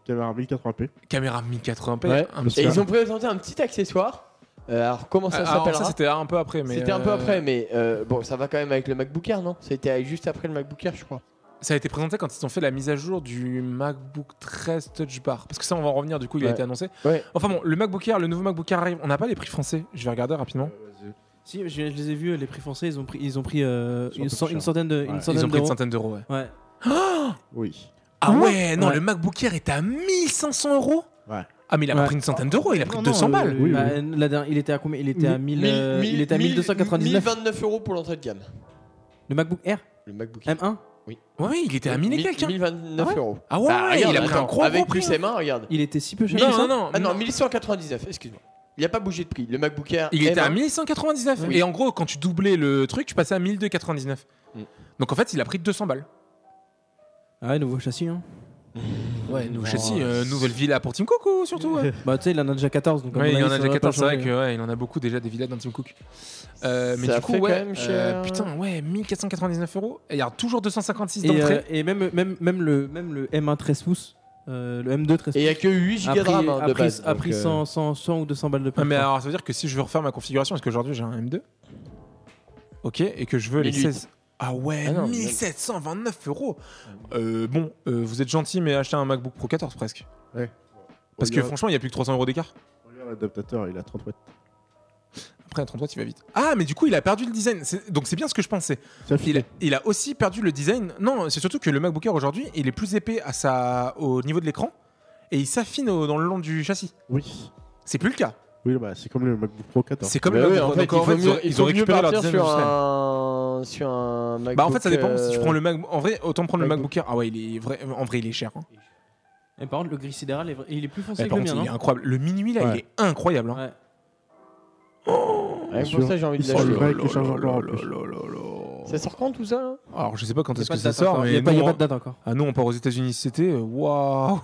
Speaker 4: Caméra 1080p.
Speaker 1: Caméra 1080p.
Speaker 2: Ouais.
Speaker 1: un
Speaker 4: Parce
Speaker 1: petit
Speaker 2: Et
Speaker 4: que-
Speaker 1: peu.
Speaker 2: ils ont présenté un petit accessoire. Euh, alors comment Ah, ça
Speaker 1: Ah, alors
Speaker 2: s'appellera
Speaker 1: ça, c'était un peu après. mais,
Speaker 2: C'était un peu
Speaker 1: euh,
Speaker 2: après, mais euh, bon, ça va quand même avec le MacBook Air, non C'était juste après le MacBook Air, je crois.
Speaker 1: Ça a été présenté quand ils ont fait la mise à jour du MacBook 13 Touch Bar. Parce que ça, on va en revenir. Du coup, il a
Speaker 2: Ouais.
Speaker 1: été annoncé.
Speaker 2: Ouais.
Speaker 1: Enfin bon, le MacBook Air, le nouveau MacBook Air arrive. On n'a pas les prix français. Je vais regarder rapidement.
Speaker 6: Si, je, je les ai vus, les prix français, ils ont pris, ils ont pris euh,
Speaker 4: Ils sont un
Speaker 6: une,
Speaker 4: peu
Speaker 6: cent-
Speaker 4: chers.
Speaker 6: une centaine de.
Speaker 4: Ouais.
Speaker 6: Une
Speaker 4: Ils
Speaker 1: Ils
Speaker 6: centaine
Speaker 1: ont pris une
Speaker 6: d'euros.
Speaker 1: centaine d'euros. Ouais.
Speaker 6: Ouais.
Speaker 4: Oui.
Speaker 2: Hein
Speaker 1: Ah ouais, non,
Speaker 6: Ouais.
Speaker 1: le MacBook Air est à 1500 euros
Speaker 4: Ouais.
Speaker 1: Ah, mais il a pas
Speaker 6: Ouais.
Speaker 1: pris une centaine d'euros, il a pris
Speaker 5: Non, non,
Speaker 1: 200
Speaker 5: euh,
Speaker 1: balles.
Speaker 4: Oui,
Speaker 6: Bah, la dernière- il était à combien Il était à 1000, euh, il était à 1299.
Speaker 2: 1029 euros pour l'entrée de gamme.
Speaker 6: Le MacBook Air
Speaker 2: Le MacBook Air.
Speaker 6: M1
Speaker 1: Ouais, ouais, il était Ah, à 1000 et quelques. hein.
Speaker 2: 1029
Speaker 1: Ah ouais
Speaker 2: euros.
Speaker 1: Ah ouais,
Speaker 2: Bah,
Speaker 1: ouais,
Speaker 2: regarde,
Speaker 1: il a pris un
Speaker 2: attends,
Speaker 1: gros
Speaker 2: Avec
Speaker 1: gros prix.
Speaker 2: plus M1, regarde.
Speaker 6: Il était si peu cher.
Speaker 1: Non,
Speaker 6: que ça
Speaker 1: hein? non, non,
Speaker 2: Ah non,
Speaker 1: non.
Speaker 2: 1199, excuse-moi. Il a pas bougé de prix. Le MacBook Air.
Speaker 1: Il était à
Speaker 2: M1,
Speaker 1: 1199.
Speaker 2: Oui.
Speaker 1: Et en gros, quand tu doublais le truc, tu passais à 1299.
Speaker 2: Mm.
Speaker 1: Donc en fait, il a pris 200 balles.
Speaker 6: Ah ouais, nouveau châssis. Hein.
Speaker 1: Ouais, nouveau
Speaker 6: bon,
Speaker 1: châssis,
Speaker 6: ouais.
Speaker 1: euh, nouvelle villa pour Tim Cook ou surtout. ouais.
Speaker 6: Bah, tu sais, il en a déjà 14. Donc, à mon
Speaker 1: Ouais, il y
Speaker 6: avis,
Speaker 1: en
Speaker 6: ça
Speaker 1: a déjà
Speaker 6: va pas
Speaker 1: 14, c'est vrai
Speaker 6: changer.
Speaker 1: que, ouais, il en a beaucoup déjà des villas dans Tim Cook. Euh, mais
Speaker 2: Ça
Speaker 1: du coup,
Speaker 2: fait
Speaker 1: ouais,
Speaker 2: quand même
Speaker 1: euh,
Speaker 2: cher.
Speaker 1: putain, ouais, 1499 euros. Et il y a toujours 256
Speaker 6: Et,
Speaker 1: d'entrée.
Speaker 6: euh, et même, même, même, le, même le M1 13 pouces, euh, le M2 13
Speaker 2: Et il n'y a
Speaker 6: pouces,
Speaker 2: que 8
Speaker 6: a
Speaker 2: Go de
Speaker 6: pris,
Speaker 2: RAM hein,
Speaker 6: a
Speaker 2: de
Speaker 6: pris,
Speaker 2: base.
Speaker 6: a
Speaker 2: donc,
Speaker 6: pris
Speaker 2: euh,
Speaker 6: 100, 100, 100 ou 200 balles de
Speaker 1: Ah,
Speaker 6: plus.
Speaker 1: mais alors, ça veut dire que si je veux refaire ma configuration, parce qu'aujourd'hui j'ai un M2, ok, et que je veux les
Speaker 2: 1008.
Speaker 1: 16. Ah ouais,
Speaker 2: Ah non, mais-
Speaker 1: 1729 euros Euh, Bon, euh, vous êtes gentil, mais achetez un MacBook Pro 14 presque.
Speaker 4: Ouais.
Speaker 1: Parce que
Speaker 4: Regarde-
Speaker 1: franchement, il n'y a plus que 300 euros d'écart.
Speaker 4: Regarde l'adaptateur, il a 30 watts.
Speaker 1: Après, à 30 watts, il va vite. Ah, mais du coup, il a perdu le design. C'est- Donc, c'est bien ce que je pensais.
Speaker 4: Ça file.
Speaker 1: Il a, il a aussi perdu le design. Non, c'est surtout que le MacBook Air aujourd'hui, il est plus épais à sa... au niveau de l'écran et il s'affine au- dans le long du châssis.
Speaker 4: Oui.
Speaker 1: C'est plus le cas.
Speaker 4: Oui, bah, c'est comme le MacBook Pro 14.
Speaker 1: C'est comme
Speaker 2: bah
Speaker 1: le
Speaker 2: ouais,
Speaker 1: MacBook
Speaker 2: en fait,
Speaker 1: Donc, en
Speaker 2: il faut
Speaker 1: fait, ils ont-
Speaker 2: mieux- il
Speaker 1: ils
Speaker 2: faut
Speaker 1: ont
Speaker 2: mieux
Speaker 1: récupéré leur
Speaker 2: partir
Speaker 1: design
Speaker 2: sur
Speaker 1: original.
Speaker 2: un sur un MacBook.
Speaker 1: Bah en fait ça dépend si tu
Speaker 2: euh,
Speaker 1: prends le Mac en vrai autant prendre le MacBook
Speaker 4: MacBook.
Speaker 1: Air ah ouais il est vrai en vrai il est cher hein.
Speaker 6: Et par contre, le gris sidéral, est vra- il est plus foncé
Speaker 1: Eh,
Speaker 6: que
Speaker 1: par
Speaker 6: le
Speaker 1: contre,
Speaker 6: mien, hein.
Speaker 1: il est
Speaker 6: non
Speaker 1: incroyable le minuit là il
Speaker 4: Ouais.
Speaker 1: est incroyable hein.
Speaker 6: Ouais.
Speaker 2: Ouais,
Speaker 4: Bien
Speaker 2: pour
Speaker 4: sûr.
Speaker 2: ça j'ai envie
Speaker 4: Il
Speaker 2: de
Speaker 1: Oh
Speaker 4: sort le
Speaker 2: l'acheter.
Speaker 4: Mac et chargeur blanc en plus.
Speaker 2: Ça sort quand tout ça hein là
Speaker 1: alors je sais pas quand
Speaker 6: Il y a
Speaker 1: est-ce
Speaker 6: pas
Speaker 1: que
Speaker 6: de
Speaker 1: ça
Speaker 6: date
Speaker 1: sort
Speaker 6: encore. Il y
Speaker 1: mais
Speaker 6: a pas il y a
Speaker 1: nous,
Speaker 6: pas
Speaker 1: on-
Speaker 6: de date encore.
Speaker 1: ah nous on part aux États-Unis c'était euh, waouh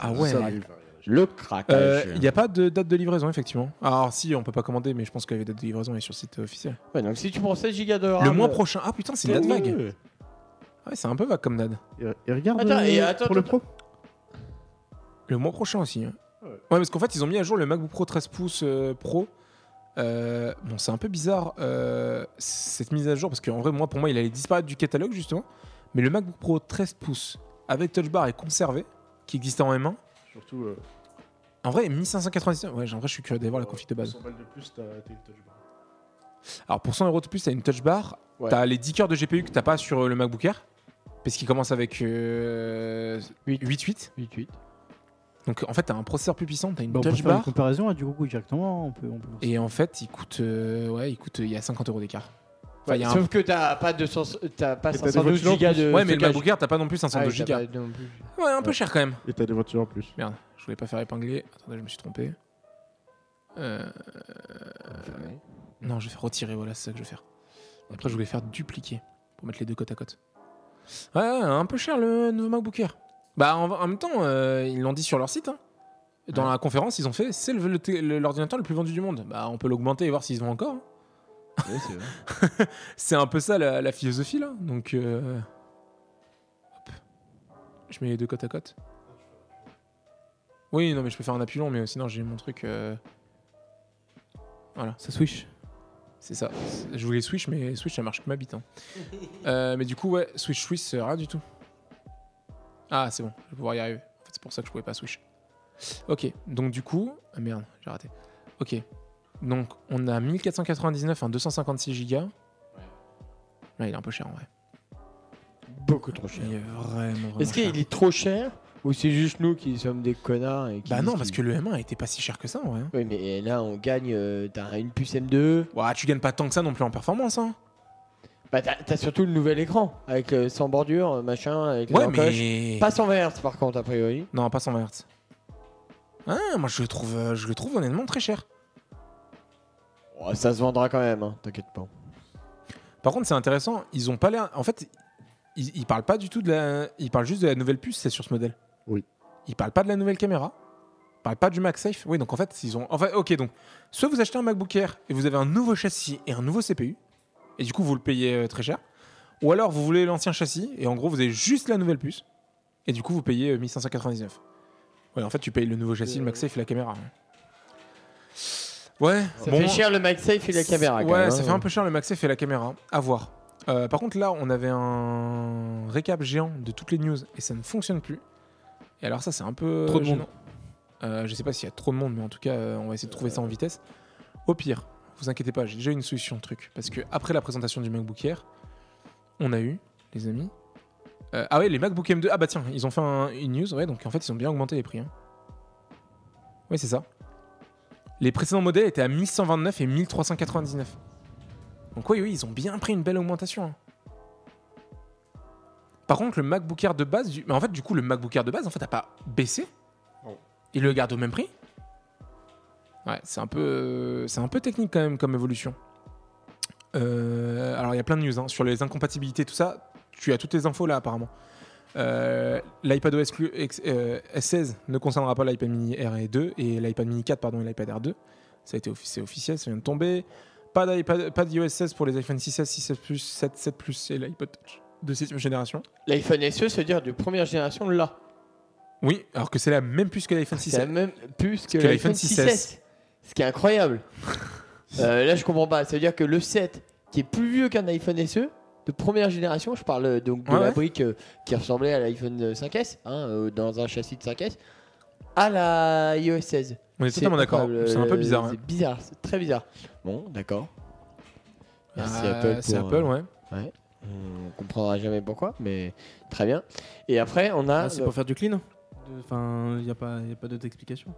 Speaker 1: ah ouais
Speaker 4: Ça arrive.
Speaker 2: Le
Speaker 1: Euh,
Speaker 2: craquage.
Speaker 1: il n'y a pas de date de livraison effectivement alors si on peut pas commander mais je pense que la date de livraison est sur le site officiel
Speaker 2: Ouais, donc si tu prends 16 gigas de RAM.
Speaker 1: le mois prochain ah putain c'est une date vague
Speaker 4: Ouais.
Speaker 1: Ah ouais c'est un peu vague comme date
Speaker 4: Et, et regarde
Speaker 2: Attends,
Speaker 4: euh,
Speaker 2: et attends,
Speaker 4: pour le
Speaker 2: attends.
Speaker 4: Pro.
Speaker 1: Le mois prochain aussi. hein.
Speaker 4: Ouais.
Speaker 1: Ouais, parce qu'en fait, ils ont mis à jour le MacBook Pro 13 pouces euh, Pro. Euh, bon, c'est un peu bizarre euh, cette mise à jour parce qu'en vrai, moi, pour moi, il allait disparaître du catalogue justement. Mais le MacBook Pro 13 pouces avec Touch Bar est conservé, qui existait en M1.
Speaker 4: Surtout. euh,
Speaker 1: En vrai, 1599. Ouais, en vrai, je suis curieux d'aller voir Oh, la config de base.
Speaker 4: 100 balles de plus, t'as t'as une touch bar.
Speaker 1: Alors, pour 100 euros de plus, t'as une Touch Bar.
Speaker 2: Ouais.
Speaker 1: T'as les 10 cœurs de GPU que t'as pas sur euh, le MacBook Air. Parce qu'il commence avec euh, 8.8.
Speaker 2: 8.8.
Speaker 1: Donc, en fait, t'as un processeur plus puissant, t'as une
Speaker 5: Bah, on peut
Speaker 1: Touch
Speaker 5: faire une
Speaker 1: Bar.
Speaker 5: comparaison
Speaker 3: hein,
Speaker 5: à du Goku directement. On peut, on peut lancer.
Speaker 1: Et en fait, il coûte, euh, ouais, il coûte, il y a 50 euros d'écart. Enfin, il y a un-
Speaker 2: Sauf que t'as pas 200, t'as pas
Speaker 4: Et t'as des
Speaker 2: 512
Speaker 4: voitures en
Speaker 2: gigas
Speaker 1: Ouais, mais
Speaker 2: de.
Speaker 1: le
Speaker 2: Euh, stockage.
Speaker 1: MacBook Air, t'as pas non plus
Speaker 2: Ah,
Speaker 1: 512
Speaker 2: t'as
Speaker 1: gigas.
Speaker 2: pas non plus.
Speaker 1: Ouais, un peu cher quand même.
Speaker 4: Et t'as des voitures en plus.
Speaker 1: Merde, je voulais pas faire épingler. Attendez, je me suis trompé. Euh, Non, je vais faire retirer, voilà, c'est ça que je vais faire. Et Après, je voulais faire dupliquer pour mettre les deux côte à côte. Ouais, ouais, un peu cher le nouveau MacBook Air. Bah, en, en même temps, euh, ils l'ont dit sur leur site. hein. Dans la conférence, ils ont fait c'est le- le té- le- l'ordinateur le, plus vendu du monde. Bah, on peut l'augmenter et voir s'ils se vend encore. hein.
Speaker 2: Ouais, c'est vrai.
Speaker 1: C'est un peu ça la, la philosophie là. Donc, euh, hop. je mets les deux côte à côte. Oui, non, mais je peux faire un appui long, mais sinon j'ai mon truc. euh,
Speaker 6: Ça switch.
Speaker 1: C'est ça. Je voulais Switch, mais Switch, ça marche que ma bite. hein. Euh, mais du coup, ouais, Switch, Switch, c'est rien du tout. Ah, c'est bon, je vais pouvoir y arriver. En fait, c'est pour ça que je pouvais pas Switch. Ok, donc du coup. Ah merde, j'ai raté. Ok. Donc, on a 1499, un 256 Go. Là, il est un peu cher en vrai.
Speaker 2: Beaucoup trop cher.
Speaker 1: Il est vraiment, vraiment
Speaker 2: Est-ce
Speaker 1: cher.
Speaker 2: qu'il est trop cher ou c'est juste nous qui sommes des connards et qui
Speaker 1: Bah
Speaker 2: disent
Speaker 1: non, parce
Speaker 2: qu'il-
Speaker 1: que le M1 était pas si cher que ça en vrai. hein.
Speaker 2: Oui, mais là, on gagne. euh, t'as une puce M2.
Speaker 1: Ouah, tu gagnes pas tant que ça non plus en performance. Hein.
Speaker 2: Bah, t'as, t'as surtout le nouvel écran avec le sans bordure, euh, machin, avec la
Speaker 1: Ouais,
Speaker 2: encoche.
Speaker 1: mais.
Speaker 2: Pas 120 Hz par contre, a priori.
Speaker 1: Non, pas 120 Hz. Ah, moi je le trouve, euh, je le trouve honnêtement très cher.
Speaker 2: Oh, ça se vendra quand même, hein, t'inquiète pas.
Speaker 1: Par contre, c'est intéressant, ils ont pas l'air. En fait, ils, ils parlent pas du tout de la. Ils parlent juste de la nouvelle puce, c'est sur ce modèle.
Speaker 4: Oui.
Speaker 1: Ils parlent pas de la nouvelle caméra. Ils parlent pas du MagSafe. Oui, donc en fait, ils ont. En fait, ok, donc soit vous achetez un MacBook Air et vous avez un nouveau châssis et un nouveau CPU, et du coup vous le payez euh, très cher. Ou alors vous voulez l'ancien châssis et en gros vous avez juste la nouvelle puce, et du coup vous payez euh, 1599. Ouais, en fait, tu payes le nouveau
Speaker 2: Euh,
Speaker 1: châssis, le MagSafe et la caméra. hein. Ouais,
Speaker 2: Ça
Speaker 1: bon.
Speaker 2: fait cher le MagSafe et la caméra. quand
Speaker 1: Ouais,
Speaker 2: même,
Speaker 1: ça
Speaker 2: hein.
Speaker 1: fait un peu cher le MagSafe et la caméra. À voir. Euh, par contre, là, on avait un récap géant de toutes les news et ça ne fonctionne plus. Et alors, ça, c'est un peu.
Speaker 6: Trop de monde.
Speaker 1: gênant. Euh, je sais pas s'il y a trop de monde, mais en tout cas, euh, on va essayer de trouver ça en vitesse. Au pire, vous inquiétez pas, j'ai déjà une solution de truc. Parce que après la présentation du MacBook Air, on a eu, les amis. euh, ah ouais, les MacBook M2. Ah bah tiens, ils ont fait un- une news. Ouais, donc en fait, ils ont bien augmenté les prix. hein. Ouais, c'est ça. Les précédents modèles étaient à 1129 et 1399. Donc oui, oui, ils ont bien pris une belle augmentation. hein. Par contre, le MacBook Air de base, du- mais en fait, du coup, le MacBook Air de base, en fait, n'a pas baissé.
Speaker 4: Non.
Speaker 1: Il le garde au même prix. Ouais, c'est un peu, euh, c'est un peu technique quand même comme évolution. Euh, alors, il y a plein de news hein, sur les incompatibilités, tout ça. Tu as toutes les infos là, apparemment. Euh, L'iPad OS Clu- ex- euh, S16 ne concernera pas l'iPad Mini R2 et l'iPad Mini 4, pardon, et l'iPad R2. Ça a été offi- c'est officiel, ça vient de tomber. Pas d'iPad, pas d'iOS 16 pour les iPhone 6S, 6S Plus, 7, 7 Plus et l'iPod Touch de 7 génération.
Speaker 2: L'iPhone E SE, se dire de première génération là.
Speaker 1: Oui, alors que c'est la même puce que l'iPhone
Speaker 2: Ah, C'est la
Speaker 1: 6S.
Speaker 2: même puce que,
Speaker 1: que l'iPhone
Speaker 2: l'iPhone 6S.
Speaker 1: 6S.
Speaker 2: Ce qui est incroyable. Euh, là, je comprends pas. Ça veut dire que le 7, qui est plus vieux qu'un iPhone SE, de première génération, je parle euh, donc de
Speaker 1: Ouais,
Speaker 2: la
Speaker 1: ouais.
Speaker 2: brique euh, qui ressemblait à l'iPhone 5S, hein, euh, dans un châssis de 5S, à la iOS 16.
Speaker 1: On est
Speaker 2: C'est
Speaker 1: totalement d'accord.
Speaker 2: incroyable.
Speaker 1: C'est un peu
Speaker 2: Euh,
Speaker 1: bizarre. hein.
Speaker 2: C'est bizarre, c'est très bizarre. Bon, d'accord. Merci
Speaker 1: Euh,
Speaker 2: Apple.
Speaker 1: C'est
Speaker 2: pour,
Speaker 1: Apple,
Speaker 2: euh,
Speaker 1: ouais.
Speaker 2: On comprendra jamais pourquoi, mais très bien. Et après, on a.
Speaker 6: Ah, c'est pour faire du clean Enfin, il n'y a pas, y a pas d'autre explication.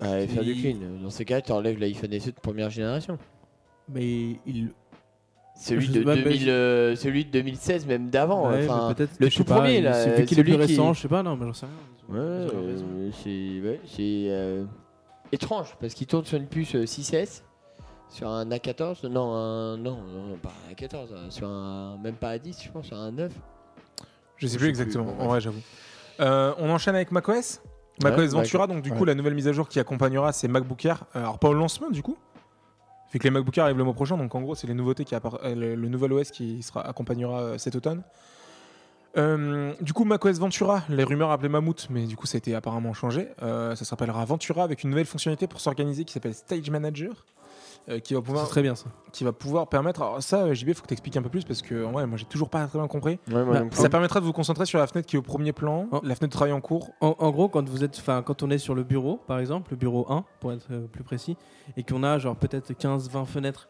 Speaker 2: Ah, et faire du
Speaker 6: Qui-
Speaker 2: clean. Dans ces cas, tu enlèves l'iPhone SE de première génération.
Speaker 6: Mais il.
Speaker 2: Celui,
Speaker 6: Je
Speaker 2: de,
Speaker 6: sais pas, mais
Speaker 2: 2000,
Speaker 6: je-
Speaker 2: euh, celui de 2016, même d'avant.
Speaker 6: Ouais,
Speaker 2: enfin,
Speaker 6: mais peut-être
Speaker 2: le
Speaker 6: je sais
Speaker 2: tout
Speaker 6: pas,
Speaker 2: premier, là,
Speaker 6: C'est
Speaker 2: euh,
Speaker 6: vu qu'il est plus
Speaker 2: celui qui-
Speaker 6: récent, je sais pas, non, mais j'en sais rien. Ils
Speaker 2: Ouais,
Speaker 6: ont- ils ont leur raison.
Speaker 2: euh, c'est ouais, c'est, euh, étrange parce qu'il tourne sur une puce euh, 6S, sur un A14, non, un, non, non, pas un A14, euh, sur un, même pas A10, je pense, sur un A9.
Speaker 1: Je sais
Speaker 2: Je
Speaker 1: plus
Speaker 2: sais
Speaker 1: exactement.
Speaker 2: plus, bon,
Speaker 1: en vrai, j'avoue. Euh, on enchaîne avec macOS. macOS
Speaker 2: Ouais,
Speaker 1: Ventura, donc du coup,
Speaker 2: ouais.
Speaker 1: la nouvelle mise à jour qui accompagnera, c'est MacBook Air. Euh, Alors, pas au lancement, du coup. Fait que les MacBook Air arrivent le mois prochain, donc en gros, c'est les nouveautés qui appara- euh, le, le nouvel OS qui sera, accompagnera euh, cet automne. Euh, du coup, macOS Ventura, les rumeurs appelaient Mammouth, mais du coup, ça a été apparemment changé. Euh, ça s'appellera Ventura avec une nouvelle fonctionnalité pour s'organiser qui s'appelle Stage Manager, euh, qui va pouvoir
Speaker 6: C'est très bien ça.
Speaker 1: qui va pouvoir permettre. Alors ça, euh, JB, faut que t'expliques un peu plus parce que en vrai, moi, j'ai toujours pas très bien compris.
Speaker 2: Ouais,
Speaker 6: moi non plus.
Speaker 1: Bah, Ça permettra de vous concentrer sur la fenêtre qui est au premier plan,
Speaker 6: Oh.
Speaker 1: la fenêtre de travail en cours.
Speaker 6: En, en gros, quand vous êtes, enfin, quand on est sur le bureau, par exemple, le bureau 1, pour être euh, plus précis, et qu'on a genre peut-être 15-20 fenêtres.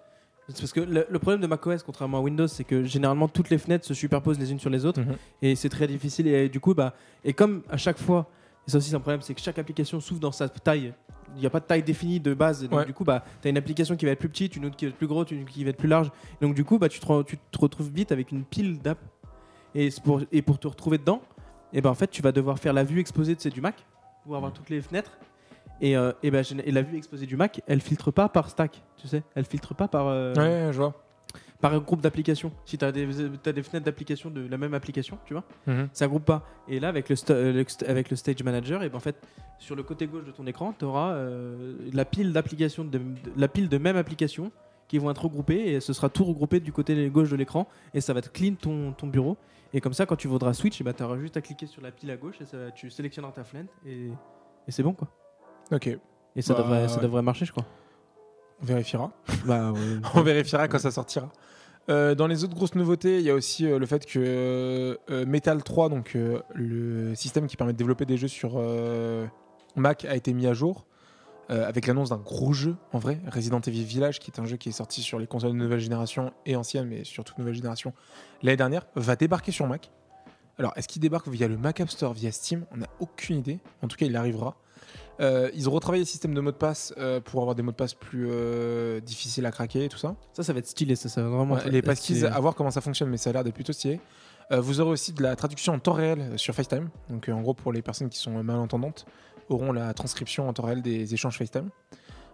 Speaker 6: C'est Parce que le, le problème de macOS, contrairement à Windows, c'est que généralement toutes les fenêtres se superposent les unes sur les autres,
Speaker 1: Mhm.
Speaker 6: et c'est très difficile. Et du coup, bah, et comme à chaque fois, et ça aussi c'est un problème, c'est que chaque application s'ouvre dans sa taille. Il n'y a pas de taille définie de base, et donc
Speaker 1: Ouais.
Speaker 6: du coup, bah, tu as une application qui va être plus petite, une autre qui va être plus grosse, une qui va être plus large. Et donc du coup, bah, tu, te, re- tu te retrouves vite avec une pile d'apps. Et, c'est pour- et pour te retrouver dedans, et ben en fait tu vas devoir faire la vue exposée de c'est du Mac pour avoir toutes les fenêtres et, euh, et ben, gén- et la vue exposée du Mac elle filtre pas par stack tu sais elle filtre pas par euh,
Speaker 1: Ouais, je vois.
Speaker 6: par un groupe d'applications si tu as des t'as des fenêtres d'applications de la même application tu vois
Speaker 1: Mhm.
Speaker 6: ça groupe pas et là avec le, sta- euh, le st- avec le stage manager et ben en fait sur le côté gauche de ton écran tu auras la pile d'applications de, de- la pile de même application qui vont être regroupées et ce sera tout regroupé du côté gauche de l'écran et ça va te clean ton, ton bureau et comme ça quand tu voudras switch et ben tu auras juste à cliquer sur la pile à gauche et ça, va- tu sélectionneras ta flène et, et c'est bon quoi
Speaker 1: Ok.
Speaker 6: et ça,
Speaker 1: Bah,
Speaker 6: devrait, ça
Speaker 1: ouais.
Speaker 6: devrait marcher je crois
Speaker 1: On vérifiera.
Speaker 6: Bah,
Speaker 1: On vérifiera quand ça sortira. Euh, dans les autres grosses nouveautés, il y a aussi euh, le fait que euh, euh, Metal 3, donc euh, le système qui permet de développer des jeux sur euh, Mac, a été mis à jour euh, avec l'annonce d'un gros jeu en vrai, Resident Evil Village, qui est un jeu qui est sorti sur les consoles de nouvelle génération et ancienne, mais surtout nouvelle génération l'année dernière, va débarquer sur Mac. Alors, est-ce qu'il débarque via le Mac App Store, via Steam On n'a aucune idée. En tout cas, il arrivera. Euh, ils ont retravaillé le système de mots de passe euh, pour avoir des mots de passe plus euh, difficiles à craquer et tout ça.
Speaker 6: Ça, ça va être stylé, ça, ça va vraiment.
Speaker 1: Ouais,
Speaker 6: être-
Speaker 1: les
Speaker 6: être
Speaker 1: passkeys,
Speaker 6: stylé.
Speaker 1: à voir comment ça ah, fonctionne, mais ça a l'air d'être plutôt stylé. Euh, vous aurez aussi de la traduction en temps réel euh, sur FaceTime. Donc, euh, en gros, pour les personnes qui sont euh, malentendantes, auront la transcription en temps réel des échanges FaceTime.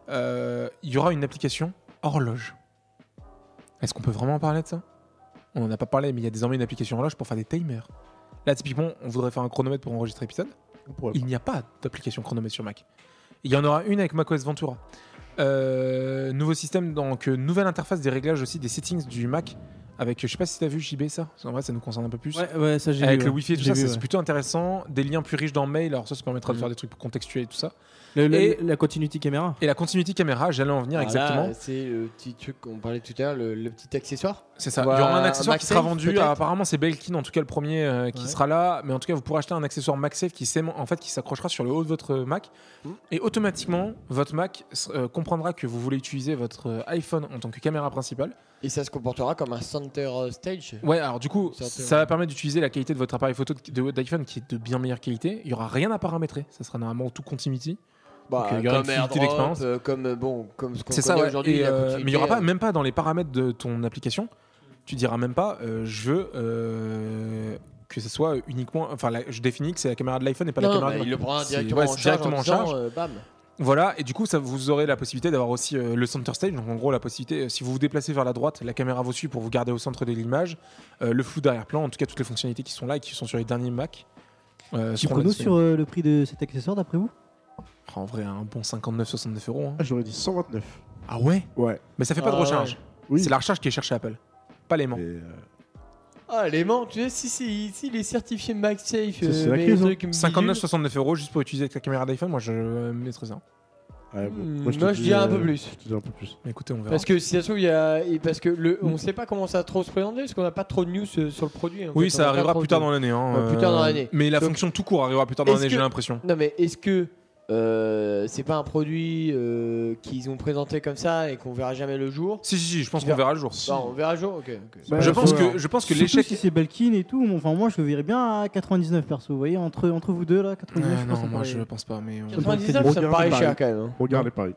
Speaker 1: Euh, Il y aura une application horloge. Est-ce qu'on peut vraiment parler de ça On n'en a pas parlé, mais il y a désormais une application horloge pour faire des timers. Là, typiquement, on voudrait faire un chronomètre pour enregistrer l'épisode.
Speaker 4: On pourrait
Speaker 1: Il n'y a pas d'application chronomètre sur Mac. Il y en aura une avec macOS Ventura. Euh, nouveau système, donc euh, nouvelle interface des réglages aussi des settings du Mac. Avec, je sais pas si t'as vu JB ça. En vrai, ça nous concerne un peu plus.
Speaker 6: Ouais, ouais, ça, j'ai
Speaker 1: avec
Speaker 6: vu,
Speaker 1: le
Speaker 6: ouais.
Speaker 1: Wi-Fi et tout
Speaker 6: J'ai
Speaker 1: ça,
Speaker 6: vu,
Speaker 1: c'est
Speaker 6: ouais.
Speaker 1: plutôt intéressant. Des liens plus riches dans Mail. Alors ça, ça permettra de
Speaker 2: Mhm.
Speaker 1: faire des trucs contextuels et tout ça.
Speaker 6: Le- le-
Speaker 1: Et-
Speaker 6: La continuity caméra.
Speaker 1: Et la continuity caméra, j'allais en venir
Speaker 2: Alors là,
Speaker 1: exactement.
Speaker 2: C'est le petit truc qu'on parlait tout à l'heure, le, le petit accessoire.
Speaker 1: C'est ça.
Speaker 2: Ou
Speaker 1: Il y aura un
Speaker 2: un
Speaker 1: accessoire qui sera
Speaker 2: Bah, MagSafe,
Speaker 1: vendu.
Speaker 2: peut-être
Speaker 1: apparemment, c'est Belkin, en tout cas le premier euh, qui
Speaker 2: Ouais.
Speaker 1: sera là. Mais en tout cas, vous pourrez acheter un accessoire MagSafe qui s'aime- en fait qui s'accrochera sur le haut de votre Mac
Speaker 2: Mm.
Speaker 1: et automatiquement votre Mac s- euh, comprendra que vous voulez utiliser votre euh, iPhone en tant que caméra principale.
Speaker 2: Et ça se comportera comme un center euh, stage.
Speaker 1: Ouais, alors du coup,
Speaker 2: C'est
Speaker 1: ça va permettre d'utiliser la qualité de votre appareil photo de- de- d'iPhone qui est de bien meilleure qualité. Il y aura rien à paramétrer. Ça sera normalement tout continuity.
Speaker 2: Bah,
Speaker 1: Donc, il y aura
Speaker 2: comme
Speaker 1: une fluidité d'expérience.
Speaker 2: AirDrop, euh, comme euh, bon, comme ce qu'on
Speaker 1: C'est
Speaker 2: connaît
Speaker 1: ça, ouais.
Speaker 2: aujourd'hui.
Speaker 1: Et,
Speaker 2: la
Speaker 1: euh,
Speaker 2: continuité,
Speaker 1: mais il n'y aura pas,
Speaker 2: euh,
Speaker 1: même pas dans les paramètres de ton application, tu diras même pas euh, je veux euh, que ce soit uniquement. Enfin, la- je définis que c'est la caméra de l'iPhone et pas
Speaker 2: non,
Speaker 1: la
Speaker 2: non,
Speaker 1: caméra
Speaker 2: bah,
Speaker 1: de
Speaker 2: il le prendra
Speaker 1: C'est-
Speaker 2: directement
Speaker 1: ouais,
Speaker 2: en
Speaker 1: c'est
Speaker 2: charge.
Speaker 1: directement
Speaker 2: en
Speaker 1: en
Speaker 2: disant,
Speaker 1: charge.
Speaker 2: euh, bam.
Speaker 1: Voilà, et du coup, ça, vous aurez la possibilité d'avoir aussi euh, le center stage. Donc, en gros, la possibilité, euh, si vous vous déplacez vers la droite, la caméra vous suit pour vous garder au centre de l'image. Euh, le flou d'arrière-plan, en tout cas, toutes les fonctionnalités qui sont là et qui sont sur les derniers Mac. euh,
Speaker 3: Tu
Speaker 1: seront
Speaker 3: connais
Speaker 1: disponibles.
Speaker 3: sur euh, le prix de cet accessoire d'après vous
Speaker 1: Oh, En vrai, un bon 59-69 euros. hein.
Speaker 4: Ah, j'aurais dit 129.
Speaker 1: Ah ouais
Speaker 4: Ouais.
Speaker 1: Mais ça fait pas de
Speaker 2: Ah ouais.
Speaker 1: recharge.
Speaker 4: Oui.
Speaker 1: C'est la recharge qui est cherchée Apple, pas l'aimant.
Speaker 4: Mais, euh,
Speaker 2: Ah, l'aimant, tu sais, si, si, si il est certifié MagSafe,
Speaker 4: Ça, c'est
Speaker 2: euh,
Speaker 4: la
Speaker 2: mais
Speaker 4: crise, hein.
Speaker 2: truc Hmm, bidule.
Speaker 1: 59-69 euros juste pour utiliser avec la caméra d'iPhone, moi je euh, mettrais ça.
Speaker 4: ouais, bon,
Speaker 2: Hmm,
Speaker 4: te
Speaker 2: moi, je
Speaker 4: dis,
Speaker 2: dirais un
Speaker 4: euh,
Speaker 2: peu plus.
Speaker 4: Je te dis un peu plus.
Speaker 1: Mais écoutez, on verra.
Speaker 2: Parce que si ça se trouve, il y a. et Parce que le... on sait pas comment ça va trop se présenter, parce qu'on n'a pas trop de news euh, sur le produit. en
Speaker 1: oui,
Speaker 2: fait, on
Speaker 1: ça
Speaker 2: n'a pas
Speaker 1: arrivera
Speaker 2: trop
Speaker 1: plus
Speaker 2: de-
Speaker 1: tard dans l'année. hein,
Speaker 2: Ouais, plus tard dans l'année.
Speaker 1: Mais la
Speaker 2: Donc-
Speaker 1: fonction tout court arrivera plus tard dans
Speaker 2: Est-ce
Speaker 1: l'année, j'ai
Speaker 2: que-
Speaker 1: l'impression.
Speaker 2: Non, mais est-ce que euh, c'est pas un produit euh, qu'ils ont présenté comme ça et qu'on verra jamais le jour
Speaker 1: Si, si, si, je pense
Speaker 2: Tu
Speaker 1: qu'on verra le jour.
Speaker 2: Non, on verra le jour, ok. ok.
Speaker 4: Bah,
Speaker 1: je,
Speaker 4: faut
Speaker 1: pense
Speaker 4: voir.
Speaker 1: que, je pense que
Speaker 3: Surtout
Speaker 1: l'échec.
Speaker 3: si c'est Balkin et tout, enfin moi je le verrais bien à 99 perso, vous voyez, entre, entre vous deux là,
Speaker 1: Euh,
Speaker 4: Ah
Speaker 3: 99
Speaker 1: non, moi
Speaker 3: je
Speaker 1: je pense pas. Mais on-
Speaker 2: 99, ça me
Speaker 4: Regarde
Speaker 2: paraît
Speaker 4: les
Speaker 1: bah
Speaker 4: paris.
Speaker 2: cher quand même. hein.
Speaker 4: Regarde les paris.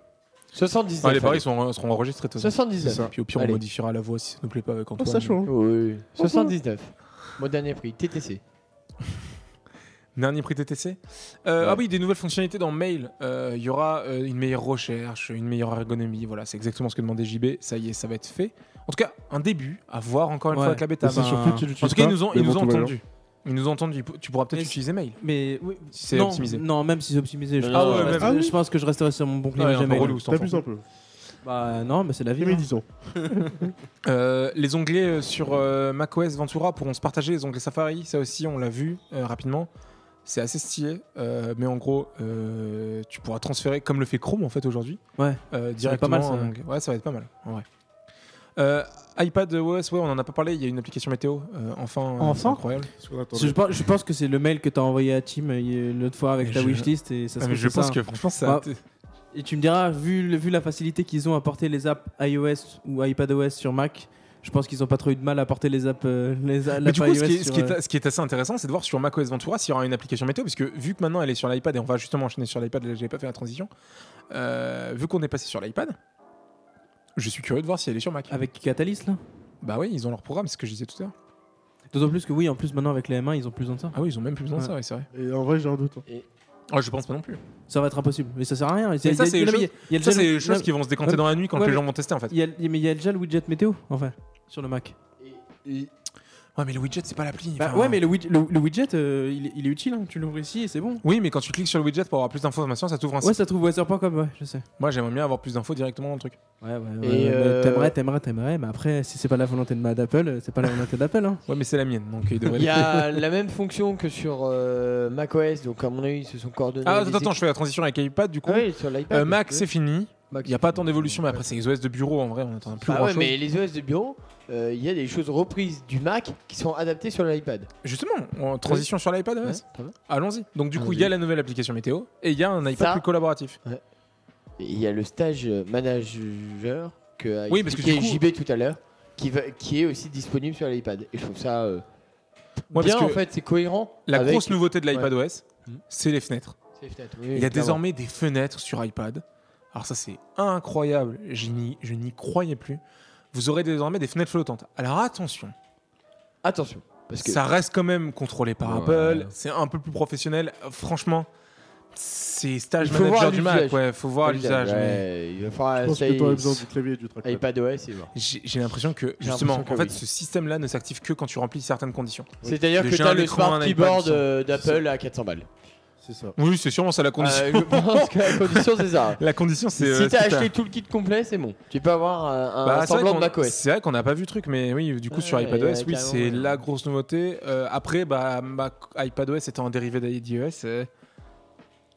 Speaker 2: 79.
Speaker 1: Ah, les paris
Speaker 2: allez.
Speaker 1: sont- seront enregistrés de toute façon.
Speaker 4: C'est
Speaker 2: 79.
Speaker 4: ça.
Speaker 1: Puis au pire,
Speaker 2: Allez.
Speaker 1: on modifiera la voix si ça nous plaît pas avec
Speaker 4: Oh,
Speaker 1: Antoine.
Speaker 4: ça change.
Speaker 2: Oui, oui. 79. Mon dernier prix, TTC.
Speaker 1: Dernier prix TTC. Euh,
Speaker 2: Ouais.
Speaker 1: Ah oui, des nouvelles fonctionnalités dans Mail. Euh, Il y aura euh, une meilleure recherche, une meilleure ergonomie. Voilà, c'est exactement ce que demandait JB. Ça y est, ça va être fait. En tout cas, un début à voir encore une
Speaker 6: Ouais.
Speaker 1: fois avec la bêta.
Speaker 4: Et c'est
Speaker 6: ben,
Speaker 4: surtout qu'ils l'utilisent
Speaker 1: En tout cas, ils
Speaker 4: pas,
Speaker 1: nous ont,
Speaker 4: mais
Speaker 1: ils nous
Speaker 4: bon,
Speaker 1: ont
Speaker 4: tout va bien.
Speaker 1: entendu. Ils nous ont entendu. Tu pourras peut-être
Speaker 6: Mais-
Speaker 1: utiliser mail.
Speaker 6: Mais oui,
Speaker 1: Si c'est
Speaker 6: non,
Speaker 1: optimisé.
Speaker 6: Non, même si c'est optimisé, je,
Speaker 2: Non,
Speaker 6: pense,
Speaker 1: non,
Speaker 6: que je
Speaker 1: même-
Speaker 6: reste-
Speaker 4: Ah oui.
Speaker 6: je pense que je resterai sur mon bon client
Speaker 1: Ouais, un peu
Speaker 6: jamais.
Speaker 1: relou, cet
Speaker 4: T'abuses
Speaker 1: enfant.
Speaker 4: un peu.
Speaker 6: Bah non, mais c'est la vie.
Speaker 4: Mais
Speaker 6: hein.
Speaker 4: disons.
Speaker 1: Euh, les onglets euh, sur euh, macOS Ventura pourront se partager les onglets Safari. Ça aussi, on l'a vu euh, rapidement. C'est assez stylé, euh, mais en gros, euh, tu pourras transférer comme le fait Chrome en fait aujourd'hui.
Speaker 6: Ouais.
Speaker 1: Euh,
Speaker 6: Ça va être pas
Speaker 1: directement.
Speaker 6: mal, ça.
Speaker 1: en onglet. Ouais, ça va être pas mal. En vrai. Euh, iPad OS, ouais, on en a pas parlé. Il y a une application météo. euh, enfin, euh,
Speaker 3: Enfin
Speaker 1: c'est incroyable.
Speaker 6: Je pense, je pense que c'est le mail que t'as envoyé à Tim euh, l'autre fois avec
Speaker 1: Mais
Speaker 6: ta
Speaker 1: je-
Speaker 6: wishlist et ça se
Speaker 1: Ah, mais
Speaker 6: trouve,
Speaker 1: je
Speaker 6: c'est
Speaker 1: pense
Speaker 6: ça. Bah,
Speaker 1: que franchement, ça.
Speaker 6: Ouais. Et tu me diras, vu, le- vu la facilité qu'ils ont à porter les apps iOS ou iPadOS sur Mac, je pense qu'ils ont pas trop eu de mal à porter les apps. euh, les, a-
Speaker 1: Mais
Speaker 6: l'app
Speaker 1: du coup, ce
Speaker 6: iOS
Speaker 1: qui, est, ce
Speaker 6: sur,
Speaker 1: qui est-
Speaker 6: euh,
Speaker 1: ce qui est assez intéressant, c'est de voir sur macOS Ventura s'il y aura une application météo, parce que vu que maintenant elle est sur l'iPad, et on va justement enchaîner sur l'iPad, là, j'avais pas fait la transition, euh, vu qu'on est passé sur l'iPad, je suis curieux de voir si elle est sur Mac.
Speaker 6: avec Catalyst là.
Speaker 1: Bah oui, ils ont leur programme, c'est ce que je disais tout à l'heure.
Speaker 6: D'autant plus que oui, en plus maintenant avec les M1, ils ont plus besoin de ça.
Speaker 1: Ah oui, ils ont même plus besoin de
Speaker 6: Ouais.
Speaker 1: ça, oui, c'est vrai.
Speaker 4: Et en vrai, j'ai un doute. hein.
Speaker 1: Ah, je pense pas non plus.
Speaker 6: Ça va être impossible, mais ça sert à rien.
Speaker 1: ça, c'est les
Speaker 6: non, mais il y a- il y a
Speaker 1: Ça,
Speaker 6: déjà
Speaker 1: c'est
Speaker 6: le-
Speaker 1: des choses
Speaker 6: non,
Speaker 1: qui vont se décanter
Speaker 6: ouais,
Speaker 1: dans la nuit quand
Speaker 6: ouais,
Speaker 1: les
Speaker 6: mais-
Speaker 1: gens vont tester en fait.
Speaker 6: il y a- Mais il y a déjà le widget météo, enfin, sur le Mac.
Speaker 1: Ouais, mais le widget, c'est pas l'appli.
Speaker 6: Bah
Speaker 1: enfin,
Speaker 6: ouais, mais le, wid- le- le widget, euh, il, est- il est utile, hein. tu l'ouvres ici et c'est bon.
Speaker 1: Oui, mais quand tu cliques sur le widget pour avoir plus d'informations, ça t'ouvre un
Speaker 6: Ouais,
Speaker 1: site.
Speaker 6: ça trouve Wasser.com, ouais, je sais.
Speaker 1: Moi, j'aimerais bien avoir plus d'infos directement dans le truc.
Speaker 6: Ouais, ouais, ouais.
Speaker 2: Et,
Speaker 6: mais
Speaker 2: euh,
Speaker 6: T'aimerais, t'aimerais, t'aimerais, mais après, si c'est pas la volonté de ma d'Apple, euh, c'est pas la volonté d'Apple. Hein.
Speaker 1: Ouais, mais c'est la mienne, donc il devrait Ah,
Speaker 2: Il y a la même fonction que sur euh, macOS, donc à mon avis, ils se sont coordonnés.
Speaker 1: Ah,
Speaker 2: les
Speaker 1: attends, attends,
Speaker 2: équipes.
Speaker 1: je fais la transition avec iPad du coup.
Speaker 2: Ah oui, sur l'iPad.
Speaker 1: Euh, Mac,
Speaker 2: oui.
Speaker 1: c'est fini.
Speaker 7: Max.
Speaker 1: Il n'y a pas tant d'évolution, mais après, c'est les OS de bureau en vrai, on attend plus
Speaker 2: Bah
Speaker 1: grand
Speaker 2: ouais,
Speaker 1: chose.
Speaker 2: mais les OS de bureau, euh, il y a des choses reprises du Mac qui sont adaptées sur l'iPad. Hein
Speaker 1: Justement, on- transition sur l'iPad OS.
Speaker 2: Ouais, très bien.
Speaker 1: Allons-y. Donc, du coup, il y a la nouvelle application météo et il y a un iPad
Speaker 2: Ça.
Speaker 1: plus collaboratif.
Speaker 2: Et Il y a le stage euh, manager que a
Speaker 1: Oui, parce que
Speaker 2: expliqué
Speaker 1: du coup-
Speaker 2: JB tout à l'heure, qui, va- qui est aussi disponible sur l'iPad. Et je trouve ça euh,
Speaker 1: Ouais,
Speaker 2: bien,
Speaker 1: parce
Speaker 2: en
Speaker 1: que
Speaker 2: fait, c'est cohérent.
Speaker 1: La
Speaker 2: avec-
Speaker 1: grosse nouveauté de l'iPad OS,
Speaker 2: Mhm.
Speaker 1: c'est les fenêtres.
Speaker 2: C'est les fenêtres, oui,
Speaker 1: Il y a
Speaker 2: clairement.
Speaker 1: désormais des fenêtres sur iPad. Alors ça c'est incroyable, je n'y, je n'y croyais plus. Vous aurez désormais des fenêtres flottantes. Alors attention,
Speaker 2: Attention, parce que
Speaker 1: ça reste quand même contrôlé par
Speaker 7: Ouais.
Speaker 1: Apple, c'est un peu plus professionnel. Euh, Franchement, c'est stage
Speaker 2: Il faut voir
Speaker 1: manager du Mac,
Speaker 2: l'usage.
Speaker 1: ouais, faut voir l'usage. mais
Speaker 2: Ouais, Il va falloir
Speaker 4: Je pense
Speaker 2: essayer
Speaker 4: que t'aurais besoin du clavier et du trackpad.
Speaker 2: iPad OS et voir.
Speaker 1: J'ai, j'ai l'impression que
Speaker 2: J'ai
Speaker 1: justement,
Speaker 2: l'impression que
Speaker 1: en fait,
Speaker 2: oui.
Speaker 1: ce système-là ne s'active que quand tu remplis certaines conditions.
Speaker 2: C'est-à-dire que
Speaker 1: Déjà,
Speaker 2: t'as
Speaker 1: un
Speaker 2: le
Speaker 1: écran,
Speaker 2: smart
Speaker 1: un iPad,
Speaker 2: keyboard
Speaker 1: ils sont-
Speaker 2: euh, d'Apple à 400 balles.
Speaker 4: C'est ça.
Speaker 1: Oui, c'est sûrement ça la condition.
Speaker 2: Euh, je pense que la condition c'est ça.
Speaker 1: La condition c'est. euh,
Speaker 2: si t'as
Speaker 1: ce que t'as.
Speaker 2: acheté tout le kit complet, c'est bon. Tu peux avoir euh, un, un
Speaker 1: Bah, c'est vrai
Speaker 2: semblant de
Speaker 1: qu'on-
Speaker 2: macOS.
Speaker 1: C'est vrai qu'on n'a pas vu le truc, mais oui, du coup,
Speaker 2: Ouais,
Speaker 1: sur iPadOS,
Speaker 2: ouais,
Speaker 1: oui,
Speaker 2: carrément,
Speaker 1: c'est
Speaker 2: ouais.
Speaker 1: la grosse nouveauté. Euh, après, bah, Mac, iPadOS étant un dérivé d'iOS, euh,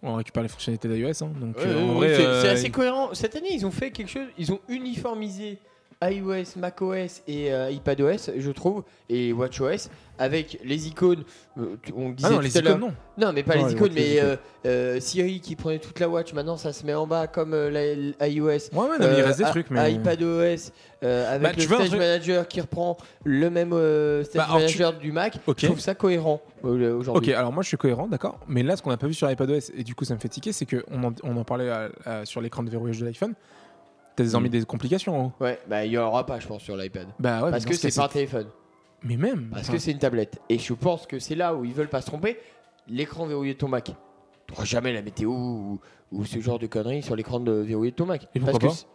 Speaker 1: on récupère les fonctionnalités d'iOS. hein, donc,
Speaker 2: Ouais,
Speaker 1: euh, en
Speaker 2: ouais,
Speaker 1: vrai,
Speaker 2: c'est
Speaker 1: euh,
Speaker 2: c'est assez cohérent. Cette année, ils ont fait quelque chose. Ils ont uniformisé iOS, macOS et euh, iPadOS, je trouve, et WatchOS avec les icônes. euh, tu- on le disait
Speaker 1: Ah non,
Speaker 2: tout
Speaker 1: les
Speaker 2: à l'heure.
Speaker 1: icônes, non.
Speaker 2: Non, mais pas
Speaker 4: Non,
Speaker 2: les
Speaker 4: ils
Speaker 2: icônes,
Speaker 4: montent les
Speaker 2: mais
Speaker 4: icônes.
Speaker 2: euh, euh, Siri qui prenait toute la watch. Maintenant, ça se met en bas comme euh, la- l'iOS.
Speaker 1: Ouais, ouais, non, mais il
Speaker 2: Euh,
Speaker 1: reste des
Speaker 2: à-
Speaker 1: trucs.
Speaker 2: à
Speaker 1: Mais...
Speaker 2: iPadOS euh, avec
Speaker 1: Bah,
Speaker 2: le
Speaker 1: tu veux un
Speaker 2: stage
Speaker 1: truc-
Speaker 2: manager qui reprend le même euh, stage
Speaker 1: Bah, alors,
Speaker 2: manager du Mac.
Speaker 1: Ok.
Speaker 2: Je trouve ça cohérent euh,
Speaker 1: Ok,
Speaker 2: aujourd'hui.
Speaker 1: alors moi je suis cohérent, d'accord. Mais là, ce qu'on n'a pas vu sur iPadOS, et du coup ça me fait tiquer, c'est qu'on en, on en parlait à- à- sur l'écran de verrouillage de l'iPhone. T'as désormais des complications oh. en haut.
Speaker 2: Ouais, bah il y aura pas, je pense, sur l'iPad.
Speaker 1: Bah ouais,
Speaker 2: Parce
Speaker 1: mais dans
Speaker 2: que
Speaker 1: ce cas,
Speaker 2: c'est par téléphone.
Speaker 1: Mais même.
Speaker 2: Parce
Speaker 1: enfin,
Speaker 2: que c'est une tablette. Et je pense que c'est là où ils veulent pas se tromper. L'écran verrouillé de ton Mac. T'auras jamais la météo ou, ou ce genre de conneries sur l'écran de verrouillé de ton Mac.
Speaker 1: Et
Speaker 2: parce
Speaker 1: pourquoi
Speaker 2: que
Speaker 1: pas
Speaker 2: c'est-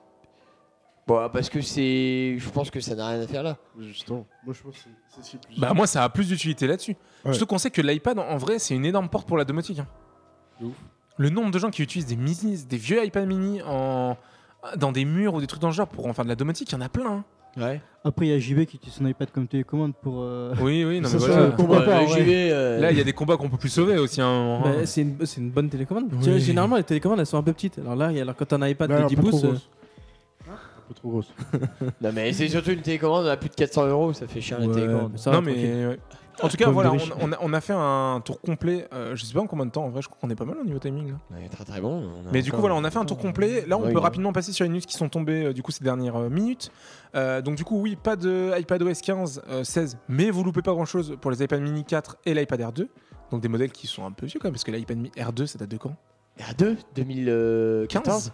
Speaker 2: Bon, parce que c'est. Je pense que ça n'a rien à faire là.
Speaker 4: Justement. Moi, je pense que c'est- c'est ce qui est plus.
Speaker 1: Bah moi ça a plus d'utilité là-dessus.
Speaker 4: Ouais.
Speaker 1: Surtout qu'on sait que l'iPad en vrai c'est une énorme porte pour la domotique. hein.
Speaker 4: De ouf.
Speaker 1: Le nombre de gens qui utilisent des mini, des vieux iPad mini en dans des murs ou des trucs dans le genre pour en faire de la domotique, il y en a plein. hein.
Speaker 2: Ouais.
Speaker 3: Après, il y a JB qui utilise son iPad comme télécommande pour. euh,
Speaker 1: Oui oui, non
Speaker 4: Ça,
Speaker 1: mais
Speaker 4: ça,
Speaker 1: voilà.
Speaker 4: on comprend pas, ouais.
Speaker 1: Là il y a des combats qu'on peut plus sauver aussi à un moment, hein.
Speaker 6: Bah, c'est une, c'est une bonne télécommande.
Speaker 1: Oui.
Speaker 6: Tu vois, généralement, les télécommandes elles sont un peu petites. Alors là, il y a- alors, quand t'as un iPad
Speaker 4: Là,
Speaker 6: de
Speaker 4: un
Speaker 6: 10
Speaker 4: peu trop
Speaker 6: pouces, euh,
Speaker 4: grosse. Un peu trop grosse.
Speaker 2: Non, mais c'est surtout une télécommande à plus de 400 euros. Ça fait cher
Speaker 6: euh, Ouais,
Speaker 2: la télécommande.
Speaker 6: ça va,
Speaker 1: non mais
Speaker 6: tranquille.
Speaker 1: ouais.
Speaker 2: Ah,
Speaker 1: en tout cas
Speaker 6: Pomme de
Speaker 1: voilà, on,
Speaker 6: riche.
Speaker 1: on a, on a fait un tour complet. euh, je sais pas en combien de temps en vrai, je crois qu'on est pas mal au niveau timing. là.
Speaker 2: Ouais, très très bon. on a
Speaker 1: Mais du coup,
Speaker 2: encore-
Speaker 1: voilà, on a fait un tour complet. Là, on
Speaker 2: Ouais,
Speaker 1: peut
Speaker 2: ouais.
Speaker 1: rapidement passer sur les news qui sont tombées euh, du coup ces dernières euh, minutes. Euh, donc, du coup, oui, pas de iPadOS 15, euh, 16, mais vous loupez pas grand chose pour les iPad mini 4 et l'iPad Air 2. Donc, des modèles qui sont un peu vieux quand même, parce que l'iPad Mi- Air 2, ça date de quand
Speaker 2: R2 2014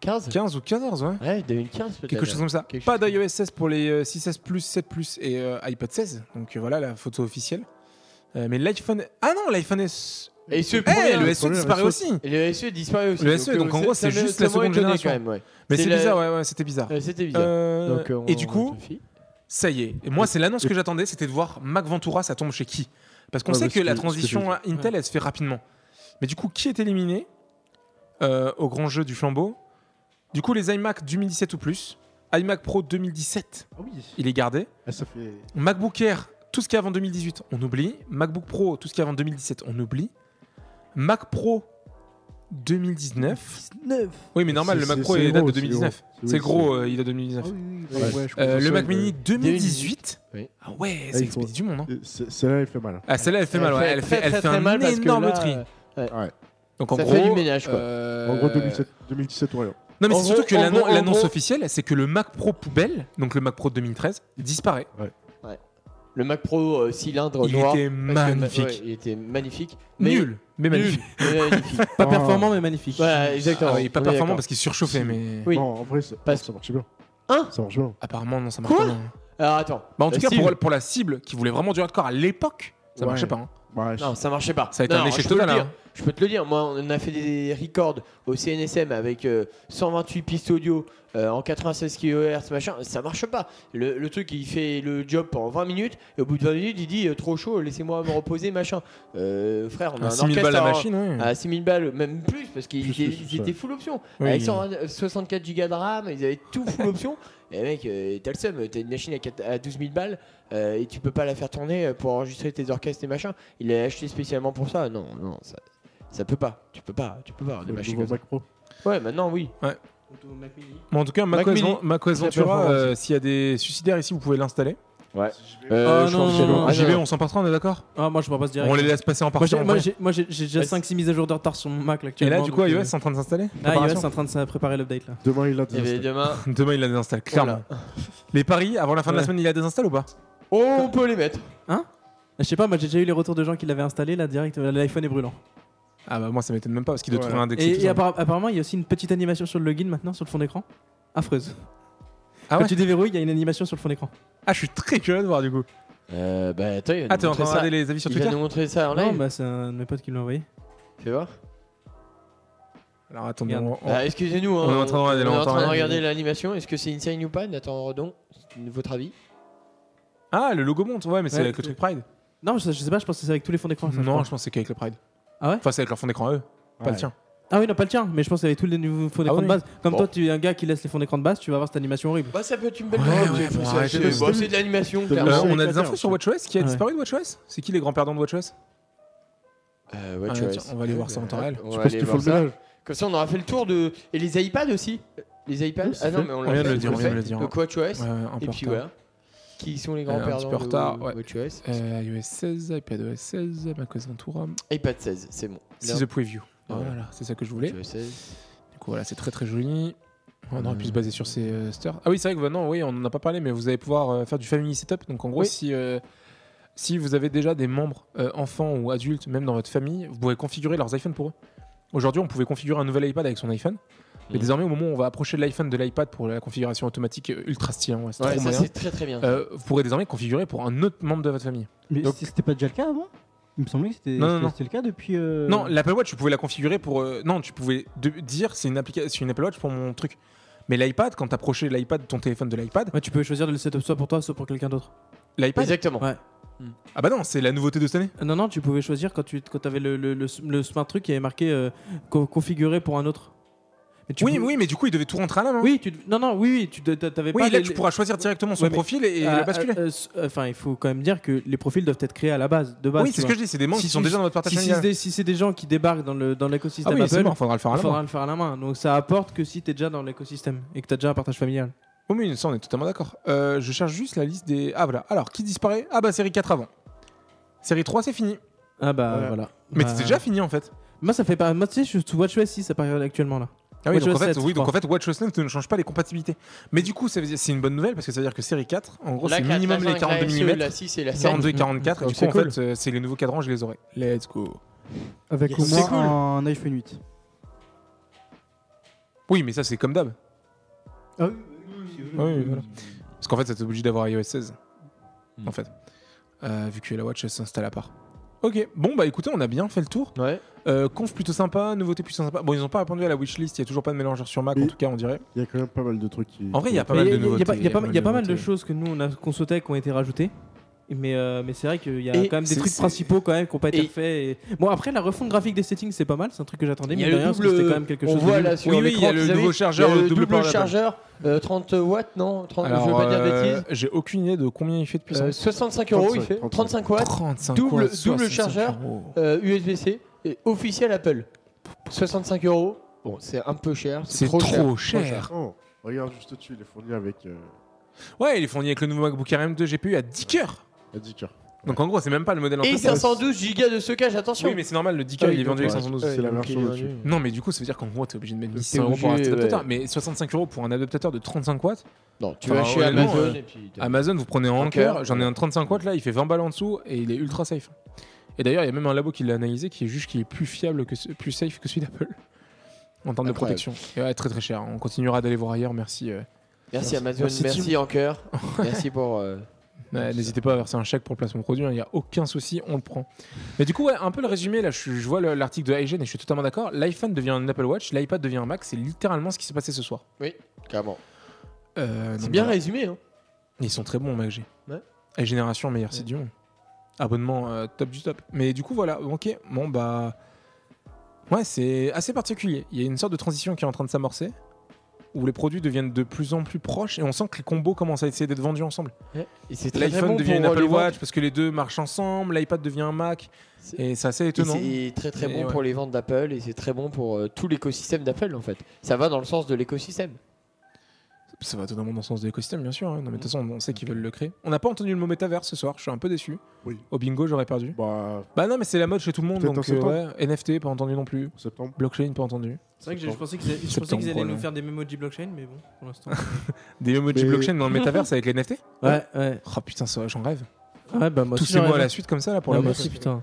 Speaker 2: 15
Speaker 1: 15 ou 14, ouais.
Speaker 2: Ouais, 2015 peut-être.
Speaker 1: Quelque chose comme ça.
Speaker 2: Quelque
Speaker 1: Pas
Speaker 2: chose comme ça.
Speaker 1: d'iOS 16 pour les euh, 6S Plus, 7 Plus et euh, iPad 16. Donc, euh, voilà la photo officielle. Euh, mais l'iPhone. Ah non, l'iPhone S.
Speaker 2: Et ce
Speaker 1: Eh,
Speaker 2: premier,
Speaker 1: le E.
Speaker 4: le
Speaker 1: SE
Speaker 4: premier
Speaker 1: disparaît
Speaker 4: SE.
Speaker 1: aussi
Speaker 2: Et le SE disparaît aussi.
Speaker 1: Le SE, donc en
Speaker 2: euh,
Speaker 1: gros,
Speaker 2: ça
Speaker 1: c'est
Speaker 2: m'a-
Speaker 1: juste
Speaker 2: ça
Speaker 1: la
Speaker 2: m'a
Speaker 1: seconde
Speaker 2: étonné
Speaker 1: génération.
Speaker 2: quand même, ouais.
Speaker 1: Mais
Speaker 2: C'est
Speaker 1: c'est
Speaker 2: la-
Speaker 1: bizarre, ouais, ouais, c'était bizarre.
Speaker 2: Ouais, C'était bizarre.
Speaker 1: Euh,
Speaker 2: Donc, on-
Speaker 1: et du
Speaker 2: on
Speaker 1: coup,
Speaker 2: te fie.
Speaker 1: Ça y est. Et moi, c'est l'annonce que j'attendais, c'était de voir Mac Ventura, ça tombe chez qui Parce qu'on
Speaker 4: Ouais,
Speaker 1: sait
Speaker 4: bah,
Speaker 1: que
Speaker 4: ce
Speaker 1: la
Speaker 4: que- ce que
Speaker 1: transition
Speaker 4: j'ai
Speaker 1: à Intel, elle se fait rapidement. Mais du coup, qui est éliminé euh, au grand jeu du flambeau Du coup, les iMac 2017 ou plus, iMac Pro 2017,
Speaker 4: Ah oui.
Speaker 1: il est gardé.
Speaker 4: Ah, ça fait.
Speaker 1: MacBook Air, tout ce qui est avant 2018, on oublie. MacBook Pro, tout ce qui est avant 2017, on oublie. Mac Pro 2019.
Speaker 3: 19
Speaker 1: Oui, mais normal,
Speaker 4: C'est-
Speaker 1: le Mac
Speaker 4: c'est-
Speaker 1: Pro
Speaker 4: c'est
Speaker 1: il date
Speaker 4: gros,
Speaker 1: de
Speaker 4: c'est
Speaker 1: 2019.
Speaker 4: gros.
Speaker 1: C'est
Speaker 4: Oui,
Speaker 1: gros, euh, il est de 2019.
Speaker 3: Ah oui, oui, oui,
Speaker 4: Ouais.
Speaker 3: ouais, je
Speaker 1: Euh,
Speaker 3: comprends.
Speaker 1: le
Speaker 4: Ça,
Speaker 1: Mac
Speaker 4: euh,
Speaker 1: Mini 2018.
Speaker 2: Oui.
Speaker 1: Ah ouais,
Speaker 4: Ah,
Speaker 1: c'est
Speaker 4: ils sont-
Speaker 1: l'expédition du monde. hein.
Speaker 4: Et c'est- Celle-là, elle fait mal.
Speaker 1: Ah, celle-là, elle fait mal. ouais. Elle fait,
Speaker 2: très,
Speaker 1: elle
Speaker 2: très,
Speaker 1: fait
Speaker 2: très
Speaker 1: un
Speaker 2: mal parce que
Speaker 1: énorme
Speaker 2: là,
Speaker 1: tri.
Speaker 2: euh,
Speaker 1: Donc en
Speaker 2: ça
Speaker 1: gros,
Speaker 2: fait du ménage quoi.
Speaker 1: euh,
Speaker 4: En gros, 2017, 2017 Orient.
Speaker 1: Non, mais
Speaker 2: en
Speaker 1: c'est surtout
Speaker 2: gros-
Speaker 1: que
Speaker 2: en
Speaker 1: l'annon-
Speaker 2: gros- en
Speaker 1: l'annonce
Speaker 2: gros-
Speaker 1: officielle, c'est que le Mac Pro poubelle, donc le Mac Pro 2013, disparaît.
Speaker 2: Le Mac Pro euh, cylindre
Speaker 1: Il
Speaker 2: noir.
Speaker 1: était
Speaker 2: parce que- bah, ouais,
Speaker 1: magnifique.
Speaker 2: il était magnifique. mais-
Speaker 1: Nul, mais magnifique.
Speaker 2: Nul. mais magnifique.
Speaker 6: pas
Speaker 4: Ah.
Speaker 6: performant mais magnifique.
Speaker 2: Voilà,
Speaker 1: Ah
Speaker 2: exactement.
Speaker 1: oui, pas
Speaker 2: On est
Speaker 1: performant
Speaker 2: d'accord.
Speaker 1: parce qu'il surchauffait,
Speaker 4: Si.
Speaker 1: mais
Speaker 2: Oui.
Speaker 4: Non, en vrai, ça,
Speaker 2: Parce-
Speaker 4: ça marche bien.
Speaker 2: Hein
Speaker 4: Ça marche bien.
Speaker 1: apparemment, non, ça marche pas.
Speaker 2: Quoi
Speaker 1: non.
Speaker 2: Alors attends.
Speaker 1: Bah, en
Speaker 2: La
Speaker 1: tout cas,
Speaker 2: cible-
Speaker 1: pour, pour la cible qui voulait vraiment du hardcore à l'époque, ça
Speaker 4: Ouais.
Speaker 1: marchait pas. hein.
Speaker 4: Ouais,
Speaker 2: Non, ça marchait pas.
Speaker 1: Ça a été
Speaker 2: Non,
Speaker 1: un
Speaker 2: non,
Speaker 1: échec
Speaker 2: je peux
Speaker 1: total.
Speaker 2: le
Speaker 1: hein.
Speaker 2: dire. Je peux te le dire, moi on a fait des records au CNSM avec euh, 128 pistes audio euh, en 96 kHz, machin, ça marche pas. Le, le truc il fait le job pendant 20 minutes et au bout de 20 minutes il dit euh, trop chaud, laissez-moi me reposer, machin. Euh, frère, on a
Speaker 1: Un
Speaker 2: un
Speaker 1: 6000
Speaker 2: orchestre
Speaker 1: balles la
Speaker 2: à-
Speaker 1: machine, ouais.
Speaker 2: à 6000 balles, même plus, parce qu'ils
Speaker 4: Plus,
Speaker 2: étaient,
Speaker 4: plus,
Speaker 2: ils
Speaker 4: ouais.
Speaker 2: étaient full option.
Speaker 1: Oui.
Speaker 2: Avec 120 64 Go de RAM, ils avaient tout full option. Et mec, euh, t'as le seum, t'as une machine à, 4 à 12 000 balles euh, et tu peux pas la faire tourner euh, pour enregistrer tes orchestres et machin. Il l'a acheté spécialement pour ça. Non, non, ça, ça peut pas. Tu peux pas, tu peux pas. Des
Speaker 4: Le
Speaker 2: machines
Speaker 4: nouveau
Speaker 2: comme ça.
Speaker 4: Mac Pro.
Speaker 2: Ouais, maintenant oui.
Speaker 1: Ouais.
Speaker 6: contre au Mac Mini.
Speaker 1: Bon, en tout cas,
Speaker 2: Mac
Speaker 1: macOS
Speaker 2: Mini.
Speaker 1: Van- macOS
Speaker 2: Très bien
Speaker 1: Ventura,
Speaker 2: fort,
Speaker 1: euh, s'il y a des suicidaires ici, vous pouvez l'installer.
Speaker 2: Euh,
Speaker 6: Ah,
Speaker 2: je
Speaker 6: non,
Speaker 2: pense
Speaker 6: non,
Speaker 2: que c'est
Speaker 6: non,
Speaker 2: bon.
Speaker 6: non,
Speaker 2: Ah,
Speaker 1: J'y vais, on s'en partira, on est d'accord
Speaker 6: Ah, moi je m'en passe direct.
Speaker 1: On les laisse passer en
Speaker 6: Moi,
Speaker 1: partie.
Speaker 6: j'ai-
Speaker 1: en
Speaker 6: moi,
Speaker 1: vrai.
Speaker 6: j'ai- moi, j'ai j'ai déjà
Speaker 2: Vas-y.
Speaker 6: 5-6 mises à jour de retard sur mon Mac
Speaker 1: Et
Speaker 6: là, actuellement.
Speaker 1: là, du coup,
Speaker 6: donc,
Speaker 1: iOS
Speaker 6: euh,
Speaker 1: est en train de s'installer
Speaker 6: Ah, iOS
Speaker 1: Préparation
Speaker 6: est en train de se préparer l'update là.
Speaker 4: Demain, il a
Speaker 2: Et ben,
Speaker 4: des
Speaker 2: demain,
Speaker 1: Demain, il la désinstalle, clairement. Les paris, avant la fin de la
Speaker 6: Ouais.
Speaker 1: semaine, il la désinstalle ou pas
Speaker 6: Oh,
Speaker 2: on peut les mettre.
Speaker 6: Je sais pas, moi j'ai déjà eu les retours de gens qui l'avaient installé là direct. euh, L'iPhone est brûlant.
Speaker 1: Ah bah moi, ça m'étonne même pas, parce qu'il doit
Speaker 4: Ouais.
Speaker 1: trouver un index.
Speaker 6: Et, et appara- apparemment, il y a aussi une petite animation sur le login maintenant, sur le fond d'écran. Affreuse.
Speaker 1: Ah
Speaker 6: Quand
Speaker 1: ouais
Speaker 6: tu déverrouilles, il y a une animation sur le fond d'écran.
Speaker 1: Ah, je suis très curieux de voir du coup.
Speaker 2: Euh, bah attends, il va
Speaker 1: Ah,
Speaker 2: nous
Speaker 1: t'es en train
Speaker 2: montrer
Speaker 1: de
Speaker 2: ça.
Speaker 1: regarder les avis sur
Speaker 2: Il va
Speaker 1: Twitter
Speaker 2: nous montrer ça en
Speaker 6: Non,
Speaker 2: live.
Speaker 6: bah c'est un de mes potes qui me l'a envoyé.
Speaker 2: Fais voir.
Speaker 1: Alors attendez,
Speaker 6: Regarde.
Speaker 1: on- on-
Speaker 2: Ah, Excusez-nous, hein,
Speaker 1: On est en train de regarder, là,
Speaker 2: on est
Speaker 1: on
Speaker 2: en train de
Speaker 1: entend rien.
Speaker 2: regarder l'animation. Est-ce que c'est Insane ou pas Nathan Redon, votre avis
Speaker 1: Ah, le logo monte, ouais, mais c'est
Speaker 6: Ouais,
Speaker 1: avec le
Speaker 6: c'est-
Speaker 1: truc Pride.
Speaker 6: Non, je, je sais pas, je pense que c'est avec tous les fonds d'écran. ça, je
Speaker 1: Non,
Speaker 6: crois.
Speaker 1: je pense que c'est qu'avec le Pride.
Speaker 6: Ah ouais
Speaker 1: Enfin, c'est avec leur fond d'écran eux, pas le tien.
Speaker 6: Ah oui, non, pas le tien, mais je pense que c'est avec tous les nouveaux fonds d'écran
Speaker 1: Ah
Speaker 6: de
Speaker 1: oui.
Speaker 6: base. Comme
Speaker 2: Bon.
Speaker 6: toi, tu es un gars qui laisse les fonds d'écran de base, tu vas avoir cette animation horrible.
Speaker 2: Bah ça peut être une belle
Speaker 1: Ouais,
Speaker 2: blague,
Speaker 1: ouais,
Speaker 2: mais
Speaker 1: faut
Speaker 2: ça,
Speaker 1: arrêter
Speaker 2: c'est-
Speaker 1: de-
Speaker 2: bah, c'est de l'animation.
Speaker 4: de-
Speaker 1: Euh,
Speaker 2: clairement.
Speaker 4: c'est
Speaker 1: on a des
Speaker 4: éclaté,
Speaker 1: infos
Speaker 4: en
Speaker 1: sur
Speaker 4: fait.
Speaker 1: WatchOS qui a
Speaker 6: Ouais.
Speaker 1: disparu de WatchOS C'est qui les grands perdants de WatchOS
Speaker 2: Euh, ouais,
Speaker 1: Ah,
Speaker 2: tu vois,
Speaker 1: tiens,
Speaker 2: c'est-
Speaker 1: on va aller voir ça en temps réel.
Speaker 2: On
Speaker 4: Je
Speaker 2: va
Speaker 4: pense
Speaker 2: aller
Speaker 4: qu'il faut
Speaker 2: voir
Speaker 4: le
Speaker 2: ça.
Speaker 4: ménage.
Speaker 2: Comme ça, on aura fait le tour de. Et les iPads aussi Les iPads
Speaker 4: Oui, c'est
Speaker 2: Ah non,
Speaker 4: fait.
Speaker 2: mais on,
Speaker 4: On
Speaker 2: l'a
Speaker 1: vient de
Speaker 2: fait,
Speaker 1: le dire,
Speaker 2: on
Speaker 1: on
Speaker 2: fait.
Speaker 1: vient de le dire.
Speaker 2: Donc, WatchOS
Speaker 1: Ouais, un peu
Speaker 2: et
Speaker 1: en
Speaker 2: puis
Speaker 1: retard.
Speaker 2: voilà. Qui sont les grands
Speaker 1: Euh, un
Speaker 2: perdants
Speaker 1: petit peu en retard,
Speaker 2: de
Speaker 1: ouais.
Speaker 2: WatchOS
Speaker 1: Euh, iOS 16, iPadOS 16, macOS Ventura,
Speaker 2: iPad 16, c'est bon.
Speaker 1: c'est the preview.
Speaker 2: Ah Ouais.
Speaker 1: Voilà, c'est ça que je voulais.
Speaker 2: WatchOS 16.
Speaker 1: Du coup, voilà, c'est très très joli. On aurait pu se baser sur ces euh, stores. Ah oui, c'est vrai que bah, non, oui, on n'en a pas parlé, mais vous allez pouvoir euh, faire du family setup. Donc en gros,
Speaker 2: Oui.
Speaker 1: si, euh, si vous avez déjà des membres, euh, enfants ou adultes, même dans votre famille, vous pourrez configurer leurs iPhones pour eux. Aujourd'hui, on pouvait configurer un nouvel iPad avec son iPhone. Mais
Speaker 2: Mhm.
Speaker 1: désormais, au moment où on va approcher de l'iPhone de l'iPad pour la configuration automatique euh, ultra stylée, hein, ouais, c'est
Speaker 2: Ouais,
Speaker 1: trop
Speaker 2: ça
Speaker 1: moyen.
Speaker 2: c'est très très bien.
Speaker 1: Euh, vous pourrez désormais configurer pour un autre membre de votre famille.
Speaker 3: Mais
Speaker 1: Donc-
Speaker 3: c- c'était pas déjà le cas avant Il me semblait que c'était
Speaker 1: Non, non,
Speaker 3: c'était-
Speaker 1: non.
Speaker 3: c'était le cas depuis. euh,
Speaker 1: Non, l'Apple Watch, tu pouvais la configurer pour. euh, non, tu pouvais de- dire c'est une application, une Apple Watch pour mon truc. Mais l'iPad, quand t'approchais l'iPad, ton téléphone de l'iPad,
Speaker 6: Ouais, tu peux choisir de le setup soit pour toi, soit pour quelqu'un d'autre.
Speaker 1: l'iPad.
Speaker 2: Exactement.
Speaker 6: Ouais.
Speaker 1: Ah bah non, c'est la nouveauté de cette année.
Speaker 6: Ah, Non, non, tu pouvais choisir quand tu quand avais le, le, le, le smart truc qui avait marqué euh, co- configuré pour un autre. Mais tu
Speaker 1: oui,
Speaker 6: pou-
Speaker 1: oui, mais du coup, il devait tout rentrer à la main.
Speaker 6: Oui, tu, non, non, oui, oui, tu t'a- t'avais
Speaker 1: Oui,
Speaker 6: pas.
Speaker 1: là,
Speaker 6: les-
Speaker 1: tu pourras choisir directement son
Speaker 6: Ouais, mais-
Speaker 1: profil et, et
Speaker 6: Ah,
Speaker 1: le basculer.
Speaker 6: ah, euh, s- Enfin, il faut quand même dire que les profils doivent être créés à la base, de base.
Speaker 1: oui,
Speaker 6: bah, tu
Speaker 1: c'est ce
Speaker 6: vois.
Speaker 1: que je dis, c'est des membres
Speaker 6: Si
Speaker 1: qui sont
Speaker 6: tu-
Speaker 1: déjà dans notre partage
Speaker 6: Si c'est
Speaker 1: familial.
Speaker 6: des, si c'est des gens qui débarquent dans le dans
Speaker 1: Ah
Speaker 6: l'écosystème
Speaker 1: oui, c'est
Speaker 6: Apple,
Speaker 1: mort, faudra le faire à
Speaker 6: il
Speaker 1: la
Speaker 6: faudra
Speaker 1: main.
Speaker 6: le faire à la main. Donc ça apporte que si t'es déjà dans l'écosystème et que t'as déjà un partage familial.
Speaker 1: Oui, mais ça, on est totalement d'accord. Euh, je cherche juste la liste des. Ah voilà, alors, qui disparaît Ah bah, série 4 avant. Série 3, c'est fini.
Speaker 6: Ah bah
Speaker 4: Ouais.
Speaker 6: voilà.
Speaker 1: Mais
Speaker 6: Bah,
Speaker 1: c'était déjà fini en fait.
Speaker 6: Moi ça fait pas. Moi tu sais, je suis sous WatchOS 6 ça paraît actuellement là.
Speaker 1: Ah oui, donc en
Speaker 6: WatchOS
Speaker 1: fait, oui,
Speaker 6: 7, je
Speaker 1: donc en
Speaker 6: crois.
Speaker 1: fait, WatchOS 9 ne change pas les compatibilités. Mais du coup, ça veut dire- c'est une bonne nouvelle parce que ça veut dire que série 4, en gros,
Speaker 2: La
Speaker 1: c'est
Speaker 2: quatre,
Speaker 1: minimum
Speaker 2: la
Speaker 1: les
Speaker 2: cinq,
Speaker 1: 42
Speaker 2: la SE,
Speaker 1: mm,
Speaker 2: La 6 et la 7.
Speaker 1: 42 et 44. Et du
Speaker 4: C'est
Speaker 1: coup, en
Speaker 4: cool.
Speaker 1: fait, euh, c'est les nouveaux cadrans, je les aurai. Let's go.
Speaker 3: Avec
Speaker 2: Yes.
Speaker 3: au
Speaker 2: C'est
Speaker 3: moins
Speaker 2: cool.
Speaker 3: un iPhone 8.
Speaker 1: Oui, mais ça, c'est comme d'hab.
Speaker 3: Ah oui,
Speaker 1: Oui, voilà. Parce qu'en fait, ça t'oblige d'avoir iOS 16. En fait. Euh, vu que la Watch elle s'installe à part. Ok, bon, bah écoutez, on a bien fait le tour.
Speaker 2: Ouais.
Speaker 1: Euh, conf plutôt sympa, nouveauté plutôt sympa. Bon, ils n'ont pas répondu à la wishlist, il n'y a toujours pas de mélangeur sur Mac, en
Speaker 4: Oui.
Speaker 1: tout cas, on dirait.
Speaker 4: Il y a quand même pas mal de trucs qui.
Speaker 1: En vrai, il y a pas
Speaker 6: Mais
Speaker 1: mal de
Speaker 6: il y a- il y a
Speaker 1: nouveautés.
Speaker 6: pas- Il y a pas- il y a pas mal de
Speaker 1: nouveautés.
Speaker 6: choses que nous on a qu'on souhaitait qui ont été rajoutées. Mais, euh, mais c'est vrai qu'il y a
Speaker 2: Et
Speaker 6: quand même des
Speaker 1: c'est-
Speaker 6: trucs
Speaker 1: c'est-
Speaker 6: principaux quand même qui n'ont pas été
Speaker 2: Et-
Speaker 6: faits. et- Bon après la refonte graphique des settings c'est pas mal, c'est un truc que j'attendais.
Speaker 2: Il y a
Speaker 6: mais
Speaker 2: le
Speaker 6: derrière,
Speaker 2: double.
Speaker 6: c'était quand même quelque
Speaker 2: on
Speaker 6: chose. de
Speaker 2: voit
Speaker 6: nul.
Speaker 2: là sur
Speaker 1: Oui, oui,
Speaker 2: l'écran,
Speaker 1: il y a le
Speaker 2: vous avez
Speaker 1: nouveau
Speaker 2: vu,
Speaker 1: chargeur,
Speaker 2: il y a
Speaker 1: le
Speaker 2: le
Speaker 1: double port à la
Speaker 2: double chargeur, euh, 30 watts, non 30, Je veux
Speaker 1: Alors,
Speaker 2: pas dire de
Speaker 1: euh,
Speaker 2: bêtises.
Speaker 1: J'ai aucune idée de combien il fait de
Speaker 2: Euh,
Speaker 1: puissance.
Speaker 2: 65 euros, il fait
Speaker 4: 35,
Speaker 2: 35 watts,
Speaker 1: 35
Speaker 2: double-
Speaker 1: quoi,
Speaker 2: double
Speaker 1: 65
Speaker 2: chargeur.
Speaker 1: euros.
Speaker 2: euh, USB-C, et officiel Apple. 65 euros, bon, c'est un peu cher,
Speaker 1: C'est
Speaker 2: c'est trop,
Speaker 1: trop,
Speaker 2: cher.
Speaker 1: cher.
Speaker 4: Oh, regarde juste au-dessus, il est fourni avec euh,
Speaker 1: Ouais, il est fourni avec le nouveau MacBook Air M2 GPU à 10 cœurs.
Speaker 4: la 10 cœurs.
Speaker 1: Donc en gros, c'est même pas le modèle en
Speaker 2: Et
Speaker 1: place.
Speaker 2: 512 Go de stockage, attention
Speaker 1: Oui, mais c'est normal, le 10 cœurs,
Speaker 2: Ah oui,
Speaker 1: il est vendu avec
Speaker 4: ouais.
Speaker 1: 512.
Speaker 4: c'est la version au-dessus.
Speaker 1: Non, mais du coup, ça veut dire qu'en gros, t'es obligé de mettre
Speaker 2: T'es
Speaker 1: 600 euros pour un
Speaker 2: obligé,
Speaker 1: adaptateur.
Speaker 2: ouais.
Speaker 1: Mais 65 euros pour un adaptateur de 35 watts.
Speaker 2: Non, tu
Speaker 1: Enfin,
Speaker 2: vas chez
Speaker 1: honnêtement,
Speaker 2: Amazon
Speaker 1: euh,
Speaker 2: et puis...
Speaker 1: Amazon, vous prenez en
Speaker 2: En
Speaker 1: cœur.
Speaker 2: cœur.
Speaker 1: J'en ai un 35 watts là, il fait 20 balles en dessous et il est ultra safe. Et d'ailleurs, il y a même un labo qui l'a analysé qui juge qu'il est plus fiable, que ce- plus safe que celui d'Apple en termes de
Speaker 2: Incroyable.
Speaker 1: protection. Et ouais, très très cher. On continuera d'aller voir ailleurs. Merci. euh,
Speaker 2: Merci Amazon,
Speaker 1: Merci,
Speaker 2: merci, Anker, merci pour... euh,
Speaker 1: Ouais,
Speaker 2: Comme
Speaker 1: N'hésitez pas à verser un chèque pour le placement produit, hein. il n'y a aucun souci, on le prend. Mais du coup, ouais, un peu le résumé, là, je, suis- je vois le- l'article de IGN et je suis totalement d'accord. L'iPhone devient un Apple Watch, l'iPad devient un Mac, c'est littéralement ce qui s'est passé ce soir.
Speaker 2: Carrément.
Speaker 1: Euh,
Speaker 2: C'est
Speaker 1: donc
Speaker 2: bien
Speaker 1: voilà.
Speaker 2: résumé, hein
Speaker 1: Ils sont très bons, Mac G.
Speaker 2: Ouais.
Speaker 1: Et Génération meilleure, c'est du monde. Abonnement euh, top du top. Mais du coup, voilà, ok, bon bah. Ouais, c'est assez particulier. Il y a une sorte de transition qui est en train de s'amorcer. où les produits deviennent de plus en plus proches et on sent que les combos commencent à essayer d'être vendus ensemble.
Speaker 2: Et c'est très, très
Speaker 1: L'iPhone
Speaker 2: bon
Speaker 1: devient
Speaker 2: pour euh,
Speaker 1: une
Speaker 2: les
Speaker 1: Apple
Speaker 2: ventes.
Speaker 1: Watch parce que les deux marchent ensemble, l'iPad devient un Mac
Speaker 2: C'est-
Speaker 1: et c'est assez
Speaker 2: Et
Speaker 1: étonnant.
Speaker 2: C'est très très
Speaker 1: Et
Speaker 2: bon
Speaker 1: ouais.
Speaker 2: pour les ventes d'Apple et c'est très bon pour euh, tout l'écosystème d'Apple en fait. Ça va dans le sens de l'écosystème.
Speaker 1: Ça va totalement dans le sens de l'écosystème, bien sûr. hein. Non, mais de toute façon, on sait qu'ils veulent le créer. On n'a pas entendu le mot métavers ce soir, je suis un peu déçu.
Speaker 4: Oui.
Speaker 1: Au bingo, j'aurais perdu.
Speaker 4: Bah,
Speaker 1: Bah non, mais c'est la mode chez tout le monde.
Speaker 4: Peut-être
Speaker 1: Donc,
Speaker 4: en
Speaker 1: euh, ouais, NFT, pas entendu non plus.
Speaker 4: en septembre.
Speaker 1: Blockchain, pas entendu.
Speaker 6: C'est vrai que j'ai- je pensais qu'ils allaient- je
Speaker 1: Septembre,
Speaker 6: pensais qu'ils allaient nous
Speaker 1: probablement.
Speaker 6: faire des mémojis blockchain, mais bon, pour l'instant.
Speaker 1: Des emojis
Speaker 4: Mais-
Speaker 1: blockchain dans le métavers avec les NFT
Speaker 6: ouais, ouais.
Speaker 1: Oh putain, ça, j'en rêve.
Speaker 6: Ouais, bah moi
Speaker 1: Tous
Speaker 6: aussi,
Speaker 1: ces
Speaker 6: j'aurais
Speaker 1: mois à
Speaker 6: aimé.
Speaker 1: la suite comme ça, là, pour
Speaker 6: Ouais,
Speaker 1: la
Speaker 6: moi
Speaker 1: bosse.
Speaker 6: aussi, putain.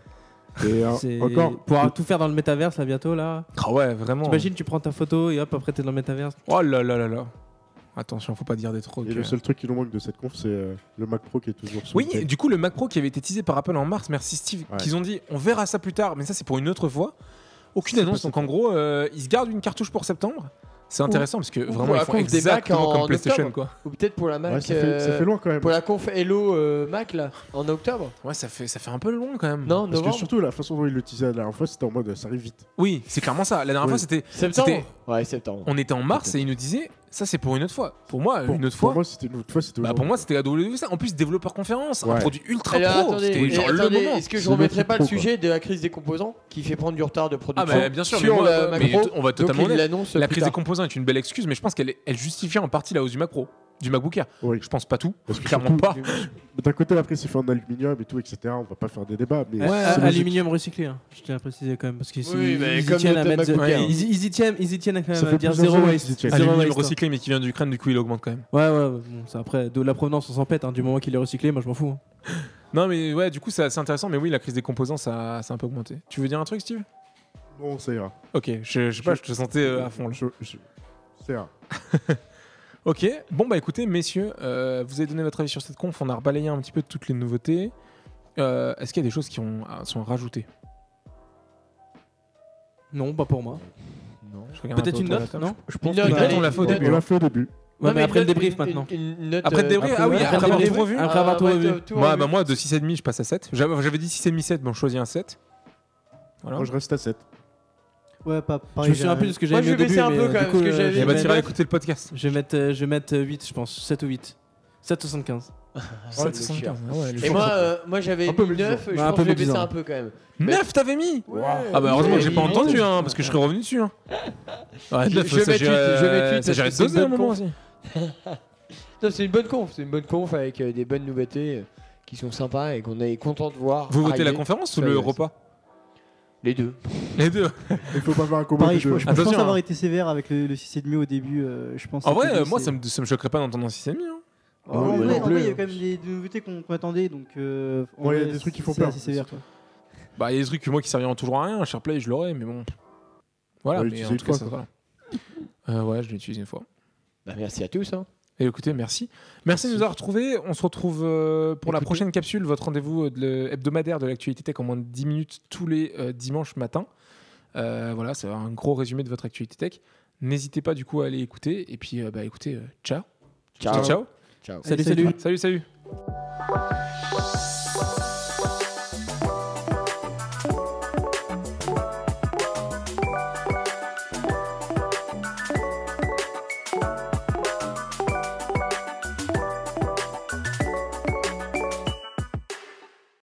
Speaker 4: Et euh,
Speaker 6: C'est-
Speaker 4: encore,
Speaker 6: Pouvoir tout faire dans le métaverse là bientôt là.
Speaker 1: Ah ouais, vraiment.
Speaker 6: T'imagines, tu prends ta photo et hop, après t'es dans le métaverse.
Speaker 1: Oh là là là là. Attention, faut pas dire des trucs.
Speaker 4: et
Speaker 1: euh.
Speaker 4: le seul truc qui nous manque de cette conf, c'est euh, le Mac Pro qui est toujours sur
Speaker 1: Oui,
Speaker 4: le tech.
Speaker 1: du coup, le Mac Pro qui avait été teasé par Apple en mars, merci Steve,
Speaker 4: Ouais.
Speaker 1: qu'ils ont dit on verra ça plus tard, mais ça c'est pour une autre fois. Aucune
Speaker 4: C'est
Speaker 1: annonce,
Speaker 4: pas
Speaker 1: donc en gros, euh, ils se gardent une cartouche pour septembre. C'est intéressant parce que
Speaker 2: pour
Speaker 1: vraiment,
Speaker 2: la
Speaker 1: ils font
Speaker 2: conf des Macs
Speaker 1: exactement
Speaker 2: en
Speaker 1: comme PlayStation
Speaker 2: octobre.
Speaker 1: quoi.
Speaker 2: Ou peut-être pour la Mac.
Speaker 4: Ouais, ça, fait, ça
Speaker 2: euh,
Speaker 4: fait loin quand même.
Speaker 2: Pour la conf Hello euh, Mac là, en octobre
Speaker 1: Ouais, ça fait, ça fait un peu long quand même.
Speaker 2: Non,
Speaker 4: Parce que
Speaker 2: novembre
Speaker 4: surtout, la façon dont il l'utilisait la dernière fois, c'était en mode euh, ça arrive vite.
Speaker 1: Oui, c'est clairement ça. La dernière
Speaker 4: Oui.
Speaker 1: fois, c'était.
Speaker 2: Septembre
Speaker 1: c'était-
Speaker 2: Ouais, septembre.
Speaker 1: On était en mars
Speaker 4: Peut-être.
Speaker 1: et ils nous disaient ça c'est pour une autre fois. Pour moi,
Speaker 4: Pour-
Speaker 1: Euh, une autre
Speaker 4: pour
Speaker 1: fois.
Speaker 4: moi, c'était une autre fois, c'était
Speaker 1: bah, pour moi, c'était la WWE. ça. En plus, développeur conférence, un
Speaker 4: Ouais.
Speaker 1: produit ultra
Speaker 2: Alors,
Speaker 1: pro.
Speaker 2: attendez,
Speaker 1: C'était
Speaker 2: et
Speaker 1: genre le
Speaker 2: attendez,
Speaker 1: moment.
Speaker 2: est-ce que
Speaker 4: C'est
Speaker 2: je
Speaker 4: le
Speaker 2: remettrai
Speaker 4: truc
Speaker 2: pas le
Speaker 4: pro, quoi.
Speaker 2: sujet de la crise des composants qui fait prendre du retard de
Speaker 1: Ah,
Speaker 2: production
Speaker 1: bah, bien sûr, mais
Speaker 2: sur
Speaker 1: moi,
Speaker 2: la
Speaker 1: ouais,
Speaker 2: Mac
Speaker 1: mais
Speaker 2: Pro
Speaker 1: on va totalement
Speaker 2: Donc il
Speaker 1: honnête.
Speaker 2: l'annonce
Speaker 1: La
Speaker 2: plus
Speaker 1: crise des
Speaker 2: tard.
Speaker 1: composants est une belle excuse, mais je pense qu'elle elle justifie en partie la hausse du Mac Pro, du MacBook Air.
Speaker 4: Oui.
Speaker 1: Je pense pas tout,
Speaker 4: Parce que
Speaker 1: clairement pas.
Speaker 4: D'un côté, la presse c'est fait en aluminium et tout, etc. On va pas faire des débats, mais
Speaker 6: Ouais,
Speaker 4: c'est logique.
Speaker 6: aluminium recyclé, hein. je tiens à préciser quand même. Parce qu'ils
Speaker 2: Oui, mais
Speaker 6: ils y
Speaker 2: comme
Speaker 6: tiennent à
Speaker 2: notre
Speaker 6: mettre.
Speaker 2: MacBook Air.
Speaker 6: Ils, ils y tiennent, ils y tiennent à quand
Speaker 4: Ça
Speaker 6: même à
Speaker 4: fait
Speaker 6: dire
Speaker 4: plusieurs
Speaker 6: zéro
Speaker 4: années
Speaker 6: waste.
Speaker 4: qu'ils y tiennent.
Speaker 6: Zéro
Speaker 1: Aluminium
Speaker 6: waste, hein.
Speaker 1: recyclé mais qui vient d'Ukraine, du coup il augmente quand même.
Speaker 6: Ouais, ouais, ouais, bon, ça, après, de la provenance, on s'en pète, hein, du moment qu'il est recyclé, moi je m'en fous. hein.
Speaker 1: Non mais ouais, du coup c'est assez intéressant, mais oui, la crise des composants ça, ça a un peu augmenté. Tu veux dire un truc, Steve
Speaker 4: bon, ça ira.
Speaker 1: Ok, je, je sais pas, je te sentais euh, à fond là.
Speaker 4: Je- je- Ça ira.
Speaker 1: Ok, bon bah écoutez, messieurs, euh, vous avez donné votre avis sur cette conf, on a rebalayé un petit peu toutes les nouveautés. Euh, Est-ce qu'il y a des choses qui ont, ah, sont rajoutées
Speaker 6: Non, pas pour moi.
Speaker 4: Non.
Speaker 1: Je regarde un peu
Speaker 6: Peut-être une
Speaker 1: autour de la
Speaker 6: note,
Speaker 1: table.
Speaker 6: non
Speaker 2: Je pense
Speaker 6: Une
Speaker 2: que-
Speaker 6: note,
Speaker 2: allez,
Speaker 1: on l'a fait au
Speaker 2: une
Speaker 1: début.
Speaker 4: On
Speaker 2: note.
Speaker 4: l'a fait au début.
Speaker 6: Ouais,
Speaker 2: Non,
Speaker 6: mais après le
Speaker 2: une note-
Speaker 6: débrief
Speaker 2: une-
Speaker 6: maintenant.
Speaker 2: une- une note,
Speaker 1: Après le
Speaker 2: euh,
Speaker 1: débrief, ah oui,
Speaker 6: après le
Speaker 1: après avoir
Speaker 6: débrief.
Speaker 1: tout revu.
Speaker 6: Après avoir tout
Speaker 2: ouais,
Speaker 6: revu.
Speaker 2: tout
Speaker 1: Moi,
Speaker 2: revu.
Speaker 1: bah, moi de 6,5 je passe à 7. J'avais j'avais dit 6,5 7, bon je choisis un 7. Voilà.
Speaker 4: Moi, je reste à 7.
Speaker 3: Ouais, pas pareil. euh,
Speaker 6: Je me souviens plus de ce que
Speaker 2: Moi,
Speaker 6: j'avais
Speaker 2: je
Speaker 6: mis au
Speaker 2: vais
Speaker 6: début.
Speaker 2: baisser un
Speaker 6: mais,
Speaker 2: peu,
Speaker 6: euh,
Speaker 2: quand
Speaker 6: du
Speaker 2: même,
Speaker 6: coup,
Speaker 2: parce que
Speaker 6: euh,
Speaker 2: j'avais-
Speaker 6: je
Speaker 1: Et
Speaker 6: vais
Speaker 1: bah
Speaker 6: mettre-
Speaker 1: tu vas écouter le podcast.
Speaker 6: Je vais mettre, euh, je vais mettre euh, 8, je pense. 7 ou 8. 7 ou 75.
Speaker 2: Oh, le chien.
Speaker 1: 7,75. Ah ouais, le
Speaker 2: Et
Speaker 1: jour.
Speaker 2: moi, euh, moi j'avais
Speaker 4: Un peu
Speaker 2: mis
Speaker 4: médisant.
Speaker 2: 9, je
Speaker 6: Ouais, un
Speaker 2: pense
Speaker 6: peu
Speaker 2: que je vais baisser
Speaker 6: médisant.
Speaker 2: un peu quand même.
Speaker 1: 9 t'avais mis Ah bah heureusement que j'ai pas entendu hein, parce que je serais revenu dessus hein. Ouais,
Speaker 2: Je-
Speaker 1: neuf,
Speaker 2: je vais
Speaker 1: ça
Speaker 2: mettre
Speaker 1: gérait-
Speaker 2: huit, je vais mettre huit,
Speaker 1: ça
Speaker 2: parce
Speaker 1: gérait
Speaker 2: que c'est
Speaker 1: deux heures à un
Speaker 2: une bonne
Speaker 1: moment
Speaker 2: conf.
Speaker 1: aussi.
Speaker 2: Non, c'est une bonne conf, c'est une bonne conf avec euh, des bonnes nouveautés euh, qui sont sympas et qu'on est content de voir.
Speaker 1: Vous votez la
Speaker 2: arriver.
Speaker 1: conférence ou
Speaker 2: Ça,
Speaker 1: le
Speaker 2: ouais,
Speaker 1: repas
Speaker 2: Les deux.
Speaker 1: Les deux.
Speaker 4: Il faut pas avoir un combo
Speaker 3: Pareil,
Speaker 4: de
Speaker 3: je,
Speaker 4: deux.
Speaker 3: je
Speaker 1: Attention,
Speaker 3: pense
Speaker 1: hein.
Speaker 3: avoir été sévère avec le, le 6,5 au début. euh, je pense
Speaker 1: En vrai,
Speaker 3: que
Speaker 1: euh, moi
Speaker 3: c'est-
Speaker 1: ça me, ça me choquerait pas d'entendre un 6,5. hein.
Speaker 3: Oh, en
Speaker 4: Ouais,
Speaker 3: vrai,
Speaker 4: non
Speaker 3: en vrai, il y
Speaker 4: plus.
Speaker 3: a quand même des, des nouveautés qu'on qu'on attendait. Donc, euh, en
Speaker 4: Ouais, il y a
Speaker 3: vrai,
Speaker 4: des trucs qui
Speaker 3: c'est-
Speaker 4: font
Speaker 3: c'est
Speaker 4: peur.
Speaker 3: assez sévère, quoi.
Speaker 1: Bah il y a des trucs que moi qui serviront toujours à rien, SharePlay je l'aurais mais bon. Voilà,
Speaker 4: Ouais,
Speaker 1: mais
Speaker 4: l'utiliser
Speaker 1: en
Speaker 4: une
Speaker 1: tout cas
Speaker 4: fois,
Speaker 1: ça
Speaker 4: quoi.
Speaker 1: voilà. Euh, ouais, je l'ai utilisé une fois.
Speaker 2: Bah, merci à tous. Hein.
Speaker 1: Et écoutez, merci. Merci de nous avoir retrouvés. On se retrouve euh, pour la
Speaker 4: Écoutez.
Speaker 1: prochaine capsule, votre rendez-vous euh, de le- hebdomadaire de l'actualité tech en moins de 10 minutes tous les euh, dimanches matin. Euh, voilà, ça va un gros résumé de votre actualité tech. N'hésitez pas du coup à aller écouter. Et puis, euh, bah, écoutez, euh, ciao.
Speaker 2: Ciao.
Speaker 1: Ciao.
Speaker 2: Ciao.
Speaker 6: Salut, salut.
Speaker 1: Salut, salut.